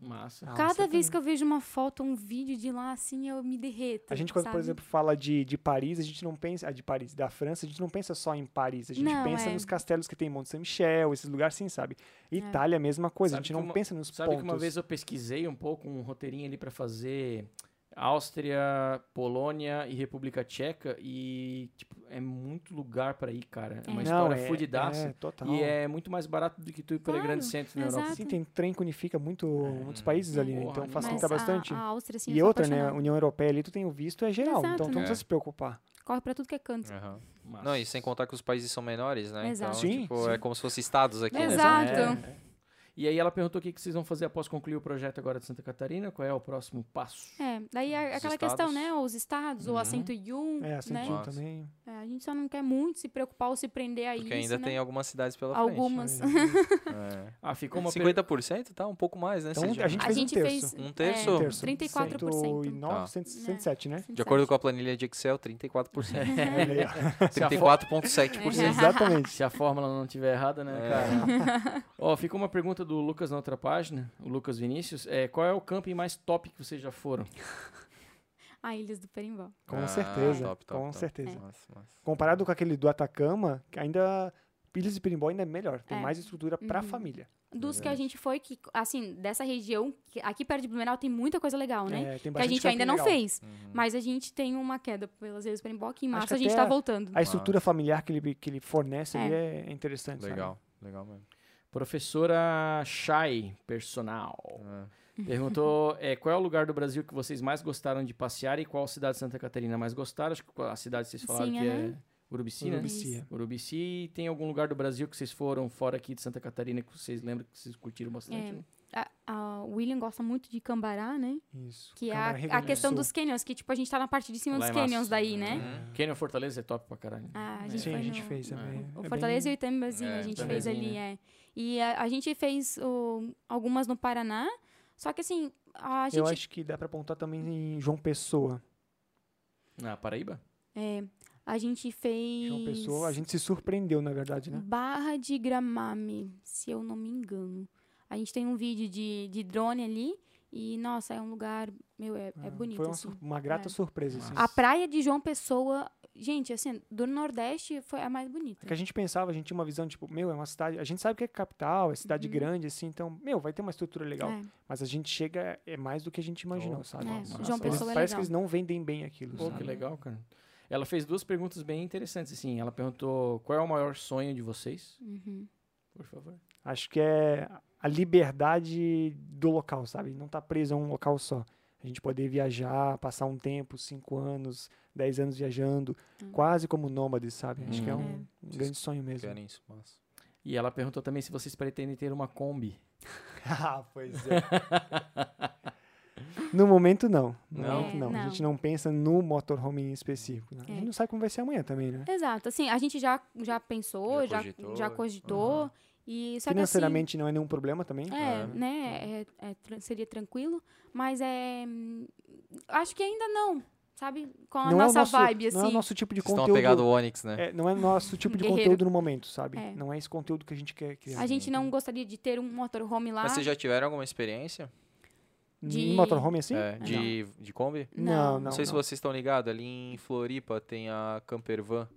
Speaker 2: Massa.
Speaker 4: Ah,
Speaker 3: Cada
Speaker 4: você
Speaker 3: vez
Speaker 2: tá
Speaker 4: também.
Speaker 3: que eu vejo uma foto, um vídeo de lá, assim, eu me derreto.
Speaker 4: A gente, quando, por
Speaker 3: sabe?
Speaker 4: exemplo, fala de, de Paris, a gente não pensa. ah, De Paris, da França, a gente não pensa só em Paris. A gente
Speaker 3: Não,
Speaker 4: pensa
Speaker 3: é.
Speaker 4: nos castelos que tem em Monte Saint-Michel, esses lugares assim, sabe? Itália, a mesma coisa.
Speaker 2: Sabe
Speaker 4: a gente
Speaker 2: que
Speaker 4: não
Speaker 2: uma-
Speaker 4: pensa nos
Speaker 2: Sabe
Speaker 4: pontos.
Speaker 2: que uma vez eu pesquisei um pouco um roteirinho ali pra fazer Áustria, Polônia e República Tcheca e tipo, é muito lugar para ir, cara. É uma
Speaker 4: Não,
Speaker 2: história
Speaker 4: é-
Speaker 2: fudidaça.
Speaker 4: É, total.
Speaker 2: E é muito mais barato do que tu ir para
Speaker 3: Claro,
Speaker 2: grandes centros na
Speaker 3: exato.
Speaker 2: Europa.
Speaker 4: Sim, tem trem que unifica muito, muitos países ali, né?
Speaker 2: É. Porra,
Speaker 4: Então
Speaker 2: animal.
Speaker 3: Mas
Speaker 4: facilita
Speaker 3: a-
Speaker 4: bastante.
Speaker 3: A, Áustria, assim, eu
Speaker 4: e
Speaker 3: sou
Speaker 4: outra, né?
Speaker 3: apaixonada.
Speaker 4: União Europeia ali, tu tem o visto, é geral.
Speaker 3: Exato,
Speaker 4: então tu não
Speaker 3: né?
Speaker 4: precisa se preocupar.
Speaker 3: Corre pra tudo que é canto.
Speaker 1: Aham.
Speaker 2: Mas-
Speaker 1: Não, e sem contar que os países são menores, né?
Speaker 3: Exato.
Speaker 1: Então,
Speaker 4: Sim,
Speaker 1: tipo,
Speaker 4: sim.
Speaker 1: é como se fossem estados aqui, né?
Speaker 3: Exato.
Speaker 2: É, é. E aí ela perguntou o que que vocês vão fazer após concluir o projeto agora de Santa Catarina, qual é o próximo passo?
Speaker 3: É, daí a-
Speaker 1: Os
Speaker 3: aquela questão,
Speaker 1: estados.
Speaker 3: né? Os estados,
Speaker 1: Uhum.
Speaker 3: ou a 101,
Speaker 4: É, assim,
Speaker 3: né?
Speaker 4: tio
Speaker 1: Nossa.
Speaker 4: também.
Speaker 3: É, a gente só não quer muito se preocupar ou se prender a
Speaker 1: Porque
Speaker 3: isso,
Speaker 1: ainda
Speaker 3: né?
Speaker 1: tem algumas cidades pela né?
Speaker 3: Algumas.
Speaker 1: frente. É.
Speaker 2: Ah, ficou uma pergunta.
Speaker 1: 50% tá um pouco mais, né?
Speaker 4: Então,
Speaker 1: Vocês já-
Speaker 4: a gente
Speaker 3: A
Speaker 4: fez um
Speaker 3: gente
Speaker 4: terço.
Speaker 3: fez...
Speaker 1: Um
Speaker 3: é,
Speaker 1: terço?
Speaker 3: 34%.
Speaker 4: 109,
Speaker 1: Tá.
Speaker 4: 100, 107, né?
Speaker 1: De acordo com a planilha de Excel, 34%.
Speaker 4: Olha aí, ó.
Speaker 2: Se a, fó-
Speaker 1: 34,7%.
Speaker 4: Exatamente.
Speaker 2: se a fórmula não tiver errada, né,
Speaker 1: É.
Speaker 2: cara? Ó, ficou uma pergunta do Lucas na outra página, o Lucas Vinícius. É, qual é o camping mais top que vocês já foram?
Speaker 3: A Ah, Ilhas do Perimbau.
Speaker 4: Com
Speaker 1: Ah,
Speaker 4: certeza.
Speaker 1: top, top,
Speaker 4: com
Speaker 1: top.
Speaker 4: certeza.
Speaker 1: Nossa,
Speaker 3: É.
Speaker 1: nossa.
Speaker 4: Comparado com aquele do Atacama, que ainda. Pilhas de Pirimbó ainda é melhor. Tem
Speaker 3: É.
Speaker 4: mais estrutura pra família.
Speaker 3: Dos que a gente foi, que, assim, dessa região, que aqui perto de Blumenau tem muita coisa legal, né?
Speaker 4: É, tem
Speaker 3: que a
Speaker 4: bastante
Speaker 3: gente ainda
Speaker 4: camping
Speaker 3: não
Speaker 4: legal.
Speaker 3: fez.
Speaker 1: Uhum.
Speaker 3: Mas a gente tem uma queda pelas Ilhas do Perimbau, que em março a gente
Speaker 4: até
Speaker 3: tá voltando.
Speaker 4: A estrutura familiar que ele, que ele fornece
Speaker 3: É.
Speaker 4: ali é interessante. sabe?
Speaker 1: Legal, legal mesmo.
Speaker 2: Professora Shai, personal,
Speaker 1: É.
Speaker 3: Uhum.
Speaker 2: perguntou é, qual é o lugar do Brasil que vocês mais gostaram de passear e qual cidade de Santa Catarina mais gostaram? Acho que a cidade que vocês falaram
Speaker 3: Sim,
Speaker 2: que
Speaker 3: aham.
Speaker 2: é Urubici, né?
Speaker 4: Urubici, é.
Speaker 2: Urubici, tem algum lugar do Brasil que vocês foram fora aqui de Santa Catarina que vocês lembram que vocês curtiram bastante?
Speaker 3: É.
Speaker 2: né?
Speaker 3: A, a William gosta muito de Cambará, né?
Speaker 4: Isso.
Speaker 3: Que é
Speaker 4: Câmara
Speaker 3: a- a,
Speaker 4: Regional do
Speaker 3: questão
Speaker 4: Sul.
Speaker 3: dos canyons, que tipo, a gente tá na parte de cima
Speaker 2: Lá
Speaker 3: dos
Speaker 2: em Massa.
Speaker 3: canyons daí, né?
Speaker 1: Uhum.
Speaker 2: Canyon Fortaleza é top pra caralho.
Speaker 3: Ah, a gente
Speaker 4: É. Sim,
Speaker 3: foi
Speaker 4: a gente
Speaker 3: no-
Speaker 4: fez também.
Speaker 3: O
Speaker 4: É
Speaker 3: Fortaleza
Speaker 4: bem-
Speaker 3: e o Itambezinho
Speaker 1: É,
Speaker 3: a gente fez
Speaker 2: Itambezinho,
Speaker 3: ali, é. E a, a gente fez o- algumas no Paraná, só que assim, a gente...
Speaker 4: Eu acho que dá pra apontar também em João Pessoa.
Speaker 2: Na Paraíba?
Speaker 3: é, a gente fez...
Speaker 4: João Pessoa, a gente se surpreendeu, na verdade, né?
Speaker 3: Barra de Gramame, se eu não me engano. A gente tem um vídeo de, de drone ali e, nossa, é um lugar, meu, é, é bonito,
Speaker 4: Foi uma,
Speaker 3: assim.
Speaker 4: sur- uma grata
Speaker 3: É.
Speaker 4: surpresa, assim.
Speaker 3: A praia de João Pessoa, gente, assim, do Nordeste foi a mais
Speaker 4: É que
Speaker 3: bonita.
Speaker 4: a gente pensava, a gente tinha uma visão, tipo, meu, é uma cidade. A gente sabe que é capital, é cidade grande, assim, então, meu, vai ter uma estrutura legal.
Speaker 3: Uhum. É.
Speaker 4: Mas a gente chega, é mais do que a gente imaginou,
Speaker 1: Oh,
Speaker 4: sabe?
Speaker 3: é,
Speaker 1: Nossa,
Speaker 3: João
Speaker 1: massa.
Speaker 4: Eles-
Speaker 3: Pessoa é
Speaker 4: parece
Speaker 3: legal.
Speaker 4: que eles não vendem bem aquilo.
Speaker 2: Pô,
Speaker 4: sabe?
Speaker 2: que legal, cara. Ela fez duas perguntas bem interessantes, assim. Ela perguntou qual é o maior sonho de vocês,
Speaker 3: Uhum.
Speaker 2: por favor.
Speaker 4: Acho que é a liberdade do local, sabe? Não tá preso a um local só. A gente poder viajar, passar um tempo, cinco anos, dez anos viajando,
Speaker 3: Hum.
Speaker 4: quase como nômades, sabe? Acho que é
Speaker 2: Uhum.
Speaker 4: um, um grande sonho mesmo.
Speaker 1: Querem isso, massa.
Speaker 2: E ela perguntou também se vocês pretendem ter uma Kombi.
Speaker 4: ah, pois é. No momento, não. No
Speaker 1: Não?
Speaker 4: momento, não.
Speaker 3: É,
Speaker 4: A gente
Speaker 3: não.
Speaker 4: não pensa no motorhome em específico. né? A gente
Speaker 3: É.
Speaker 4: não sabe como vai ser amanhã também, né?
Speaker 3: Exato, assim, a gente já, já pensou,
Speaker 1: Já
Speaker 3: já,
Speaker 1: cogitou,
Speaker 3: já cogitou,
Speaker 1: aham.
Speaker 3: e só que assim,
Speaker 4: Financeiramente não é nenhum problema também.
Speaker 3: É,
Speaker 1: É.
Speaker 3: né? é- é tran- seria tranquilo, mas é. hum, Acho que ainda não, sabe? Com a
Speaker 4: não é o
Speaker 3: nossa
Speaker 4: nosso,
Speaker 3: vibe,
Speaker 4: Não é o
Speaker 3: assim.
Speaker 4: nosso tipo de
Speaker 1: Vocês estão
Speaker 4: conteúdo.
Speaker 1: apegados ao Onix, né?
Speaker 4: É, não é nosso tipo de
Speaker 3: Guerreiro.
Speaker 4: conteúdo no momento, sabe?
Speaker 3: É.
Speaker 4: Não é esse conteúdo que a gente quer criar.
Speaker 3: A gente não gostaria de ter um motorhome lá.
Speaker 1: Mas vocês já tiveram alguma experiência
Speaker 4: De...
Speaker 3: de- Ah,
Speaker 4: motorhome assim?
Speaker 1: é, de, de Kombi?
Speaker 4: Não,
Speaker 3: Não.
Speaker 4: não.
Speaker 1: Não, sei se vocês estão ligados, ali em Floripa tem a Campervan.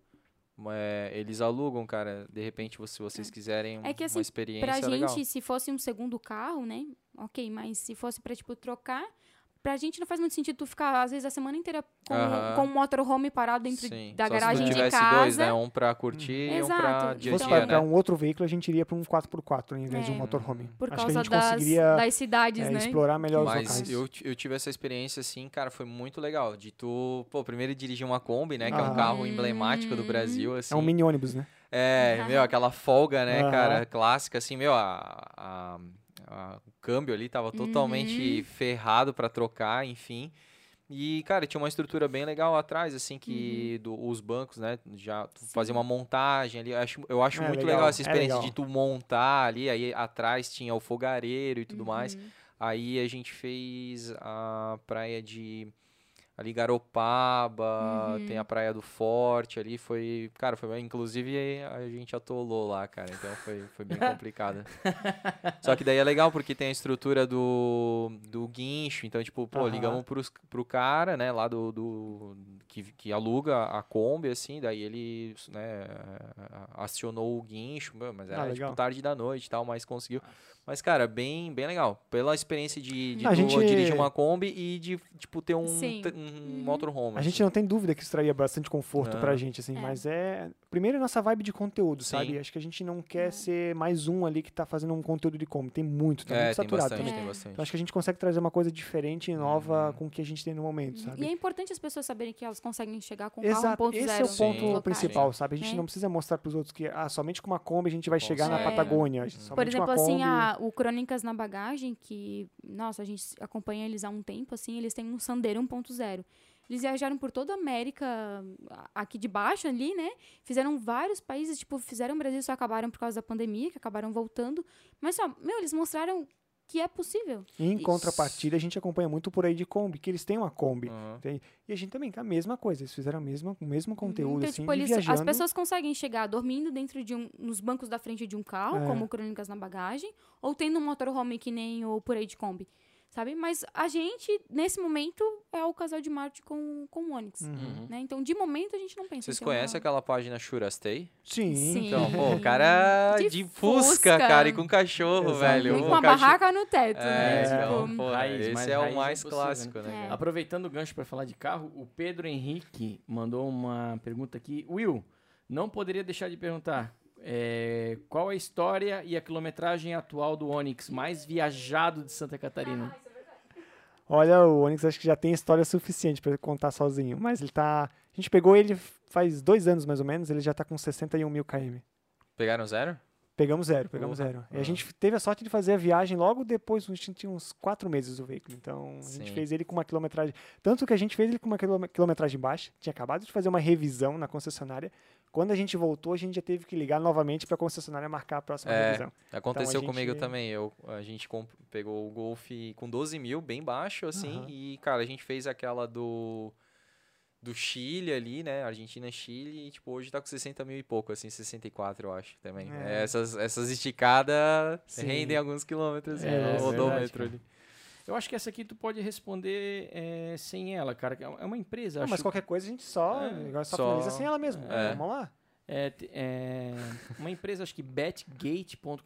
Speaker 1: Uma- é, eles alugam, cara. De repente, vo- se vocês quiserem
Speaker 3: É que, assim,
Speaker 1: uma experiência
Speaker 3: Pra gente,
Speaker 1: legal.
Speaker 3: se fosse um segundo carro, né? Ok, mas se fosse pra, tipo, trocar. Pra gente não faz muito sentido tu ficar, às vezes, a semana inteira com,
Speaker 1: Aham.
Speaker 3: com um motorhome parado dentro
Speaker 1: Sim,
Speaker 3: da
Speaker 1: só
Speaker 3: garagem
Speaker 1: se tu
Speaker 3: de
Speaker 1: tivesse
Speaker 3: casa.
Speaker 1: dois, né? Um pra curtir e um pra
Speaker 3: Exato,
Speaker 1: dia
Speaker 4: Se
Speaker 1: a
Speaker 4: fosse
Speaker 3: então-
Speaker 1: dia,
Speaker 4: para
Speaker 1: né?
Speaker 4: um outro veículo, a gente iria para um 4x4 ao invés de um
Speaker 3: É.
Speaker 4: motorhome.
Speaker 3: Por
Speaker 4: Acho que a
Speaker 3: causa
Speaker 4: gente
Speaker 3: das,
Speaker 4: conseguiria
Speaker 3: das cidades,
Speaker 4: é,
Speaker 3: né?
Speaker 4: explorar melhor os
Speaker 1: Mas
Speaker 4: locais.
Speaker 1: eu, ti- eu tive essa experiência, assim, cara, foi muito legal. De tu, pô, primeiro dirigir uma Kombi, né? Que é
Speaker 4: Aham.
Speaker 1: um carro emblemático do
Speaker 3: Hum.
Speaker 1: Brasil, assim.
Speaker 4: É um mini ônibus, né?
Speaker 1: É, meu, aquela folga, né,
Speaker 4: Aham.
Speaker 1: cara, clássica, assim, meu, a, a- a- o câmbio ali tava totalmente ferrado pra trocar, enfim. E, cara, tinha uma estrutura bem legal atrás, assim, que do- os bancos, né, já tu fazia uma montagem ali. Eu acho, eu acho
Speaker 4: É,
Speaker 1: muito
Speaker 4: legal,
Speaker 1: legal, essa
Speaker 4: é
Speaker 1: experiência
Speaker 4: legal.
Speaker 1: de tu montar ali, aí atrás tinha o fogareiro e tudo mais.
Speaker 3: Uhum.
Speaker 1: Aí a gente fez a praia de ali Garopaba, tem
Speaker 4: Uhum.
Speaker 1: a praia do Forte ali, foi, cara, foi, bem- inclusive a gente atolou lá, cara, então foi, foi bem complicado. Só que daí é legal porque tem a estrutura do, do guincho, então tipo, pô,
Speaker 4: Aham.
Speaker 1: ligamos pros, pro cara, né, lá do, do que, que aluga a Kombi, assim, daí ele, né, a- a- acionou o guincho, meu, mas
Speaker 4: Ah,
Speaker 1: era tipo
Speaker 4: legal.
Speaker 1: tarde da noite e tal, mas conseguiu. Mas, cara, bem, bem legal. Pela experiência de, de
Speaker 4: A
Speaker 1: tu
Speaker 4: gente-
Speaker 1: dirigir uma Kombi e de, tipo, ter um,
Speaker 3: Sim.
Speaker 1: te- um motorhome.
Speaker 4: A gente
Speaker 1: assim.
Speaker 4: não tem dúvida que isso traria bastante conforto
Speaker 1: Ah.
Speaker 4: pra gente, assim, mas é. Primeiro é nossa vibe de conteúdo,
Speaker 1: Sim.
Speaker 4: sabe? Acho que a gente não
Speaker 3: É.
Speaker 4: quer ser mais um ali que tá fazendo um conteúdo de como. Tem muito, tá
Speaker 1: É,
Speaker 4: muito
Speaker 1: tem
Speaker 4: saturado.
Speaker 1: bastante, Uhum.
Speaker 4: também.
Speaker 1: tem
Speaker 3: É.
Speaker 1: bastante.
Speaker 4: Então acho que a gente consegue trazer uma coisa diferente e nova com o que a gente tem no momento,
Speaker 3: E é
Speaker 4: sabe?
Speaker 3: importante as pessoas saberem que elas conseguem chegar com um assim, carro
Speaker 4: Exato,
Speaker 3: 1.0.
Speaker 4: esse é o ponto
Speaker 1: Sim,
Speaker 4: principal, sabe? A gente
Speaker 3: né?
Speaker 4: não precisa mostrar pros outros que ah, somente com uma Kombi a gente vai
Speaker 1: Com Uhum.
Speaker 4: chegar na
Speaker 3: certeza.
Speaker 4: Patagônia.
Speaker 3: Por
Speaker 4: somente com
Speaker 3: exemplo,
Speaker 4: uma
Speaker 3: assim,
Speaker 4: Kombi-
Speaker 3: a- o Crônicas na Bagagem, que, nossa, a gente acompanha eles há um tempo, assim, eles têm um Sandero 1.0. Eles viajaram por toda a América, a- aqui de baixo ali, né? Fizeram vários países, tipo, fizeram o Brasil, só acabaram por causa da pandemia, que acabaram voltando. Mas só, meu, eles mostraram que é possível.
Speaker 4: E em contrapartida, a gente acompanha muito por aí de Kombi, que eles têm uma Kombi.
Speaker 1: Aham.
Speaker 4: E a gente também, é a mesma coisa, eles fizeram a mesma, o mesmo conteúdo,
Speaker 3: Então,
Speaker 4: assim,
Speaker 3: tipo,
Speaker 4: e
Speaker 3: eles-
Speaker 4: viajando.
Speaker 3: as pessoas conseguem chegar dormindo dentro de um, nos bancos da frente de um carro,
Speaker 4: É.
Speaker 3: como o Crônicas na bagagem, ou tendo um motorhome que nem o Purê de Kombi, sabe? Mas a gente, nesse momento, é o casal de Marte com, com o Onix,
Speaker 1: Uhum.
Speaker 3: né? Então, de momento, a gente não pensa. em
Speaker 1: Vocês
Speaker 3: ter
Speaker 1: conhecem
Speaker 3: uma...
Speaker 1: aquela página Churastei?
Speaker 4: Sim.
Speaker 1: Então, pô, o cara de,
Speaker 3: De
Speaker 1: fusca,
Speaker 3: Fusca.
Speaker 1: cara, e com cachorro,
Speaker 4: Exato.
Speaker 1: velho.
Speaker 3: E
Speaker 1: O
Speaker 3: com a
Speaker 1: cachorro-
Speaker 3: barraca no
Speaker 1: É,
Speaker 3: teto, né? Tipo,
Speaker 1: então, pô,
Speaker 2: Raiz, mais
Speaker 1: esse é o
Speaker 2: raiz
Speaker 1: mais
Speaker 2: impossível, né?
Speaker 1: clássico, né?
Speaker 3: É.
Speaker 1: cara?
Speaker 2: Aproveitando o gancho para falar de carro, o Pedro Henrique mandou uma pergunta aqui. Will, não poderia deixar de perguntar é, qual a história e a quilometragem atual do Onix mais viajado de Santa Catarina?
Speaker 4: Olha, o Onix acho que já tem história suficiente pra ele contar sozinho. Mas ele tá. A gente pegou ele faz dois anos mais ou menos, ele já tá com 61 mil km.
Speaker 1: Pegaram zero?
Speaker 4: Pegamos zero, pegamos
Speaker 1: Porra.
Speaker 4: zero. E a
Speaker 1: Ah.
Speaker 4: gente teve a sorte de fazer a viagem logo depois, uns, tinha uns quatro meses o veículo. Então a gente
Speaker 1: Sim.
Speaker 4: fez ele com uma quilometragem. Tanto que a gente fez ele com uma quilome- quilometragem baixa, tinha acabado de fazer uma revisão na concessionária. Quando a gente voltou, a gente já teve que ligar novamente pra concessionária marcar a próxima
Speaker 1: É.
Speaker 4: revisão.
Speaker 1: Aconteceu
Speaker 4: Então, a
Speaker 1: comigo
Speaker 4: gente-
Speaker 1: também. Eu, a gente comp- pegou o Golf com 12 mil, bem baixo, assim.
Speaker 4: Aham.
Speaker 1: E, cara, a gente fez aquela do. Do Chile ali, né? Argentina, Chile, e tipo, hoje tá com 60 mil e pouco, assim, 64, eu acho, também. né.
Speaker 4: É.
Speaker 1: Essas, essas esticadas
Speaker 4: Sim.
Speaker 1: rendem alguns quilômetros né,
Speaker 2: É,
Speaker 1: no
Speaker 2: é verdade,
Speaker 1: odômetro
Speaker 2: cara.
Speaker 1: ali.
Speaker 2: Eu acho que essa aqui tu pode responder é, sem ela, cara. que É uma empresa,
Speaker 4: Não,
Speaker 2: acho.
Speaker 4: mas qualquer coisa a gente só,
Speaker 1: É,
Speaker 4: agora só,
Speaker 1: só-
Speaker 4: finaliza sem ela mesmo.
Speaker 1: É.
Speaker 4: Vamos lá.
Speaker 2: É, te- é, uma empresa, acho que betgate.com.br.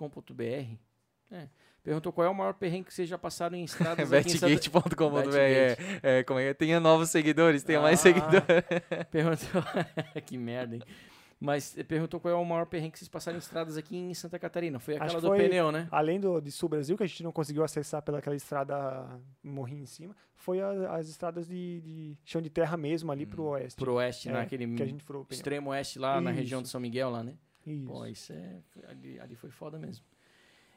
Speaker 2: é, perguntou qual é o maior perrengue que vocês já passaram em estradas aqui em Santa...
Speaker 1: Betgate.com.br. É,
Speaker 2: Betgate.
Speaker 1: é, como é? Tenha novos seguidores, tenha mais
Speaker 2: Ah.
Speaker 1: seguidores.
Speaker 2: Perguntou. que merda, hein? Mas eh, perguntou qual é o maior perrengue que vocês passaram em estradas aqui em Santa Catarina. Foi
Speaker 4: Acho
Speaker 2: aquela
Speaker 4: que
Speaker 2: do
Speaker 4: foi-
Speaker 2: pneu, né?
Speaker 4: Além do, de Sul Brasil, que a gente não conseguiu acessar pelaquela estrada morri em cima, foi a- as estradas de, de chão de terra mesmo ali
Speaker 1: Hum,
Speaker 4: pro oeste.
Speaker 2: Pro oeste,
Speaker 4: É,
Speaker 2: naquele
Speaker 4: que a gente furou o pneu.
Speaker 2: extremo oeste lá na região
Speaker 4: Isso.
Speaker 2: de São Miguel, lá, né?
Speaker 4: Isso.
Speaker 2: Pô, isso é. Ali, ali foi foda mesmo.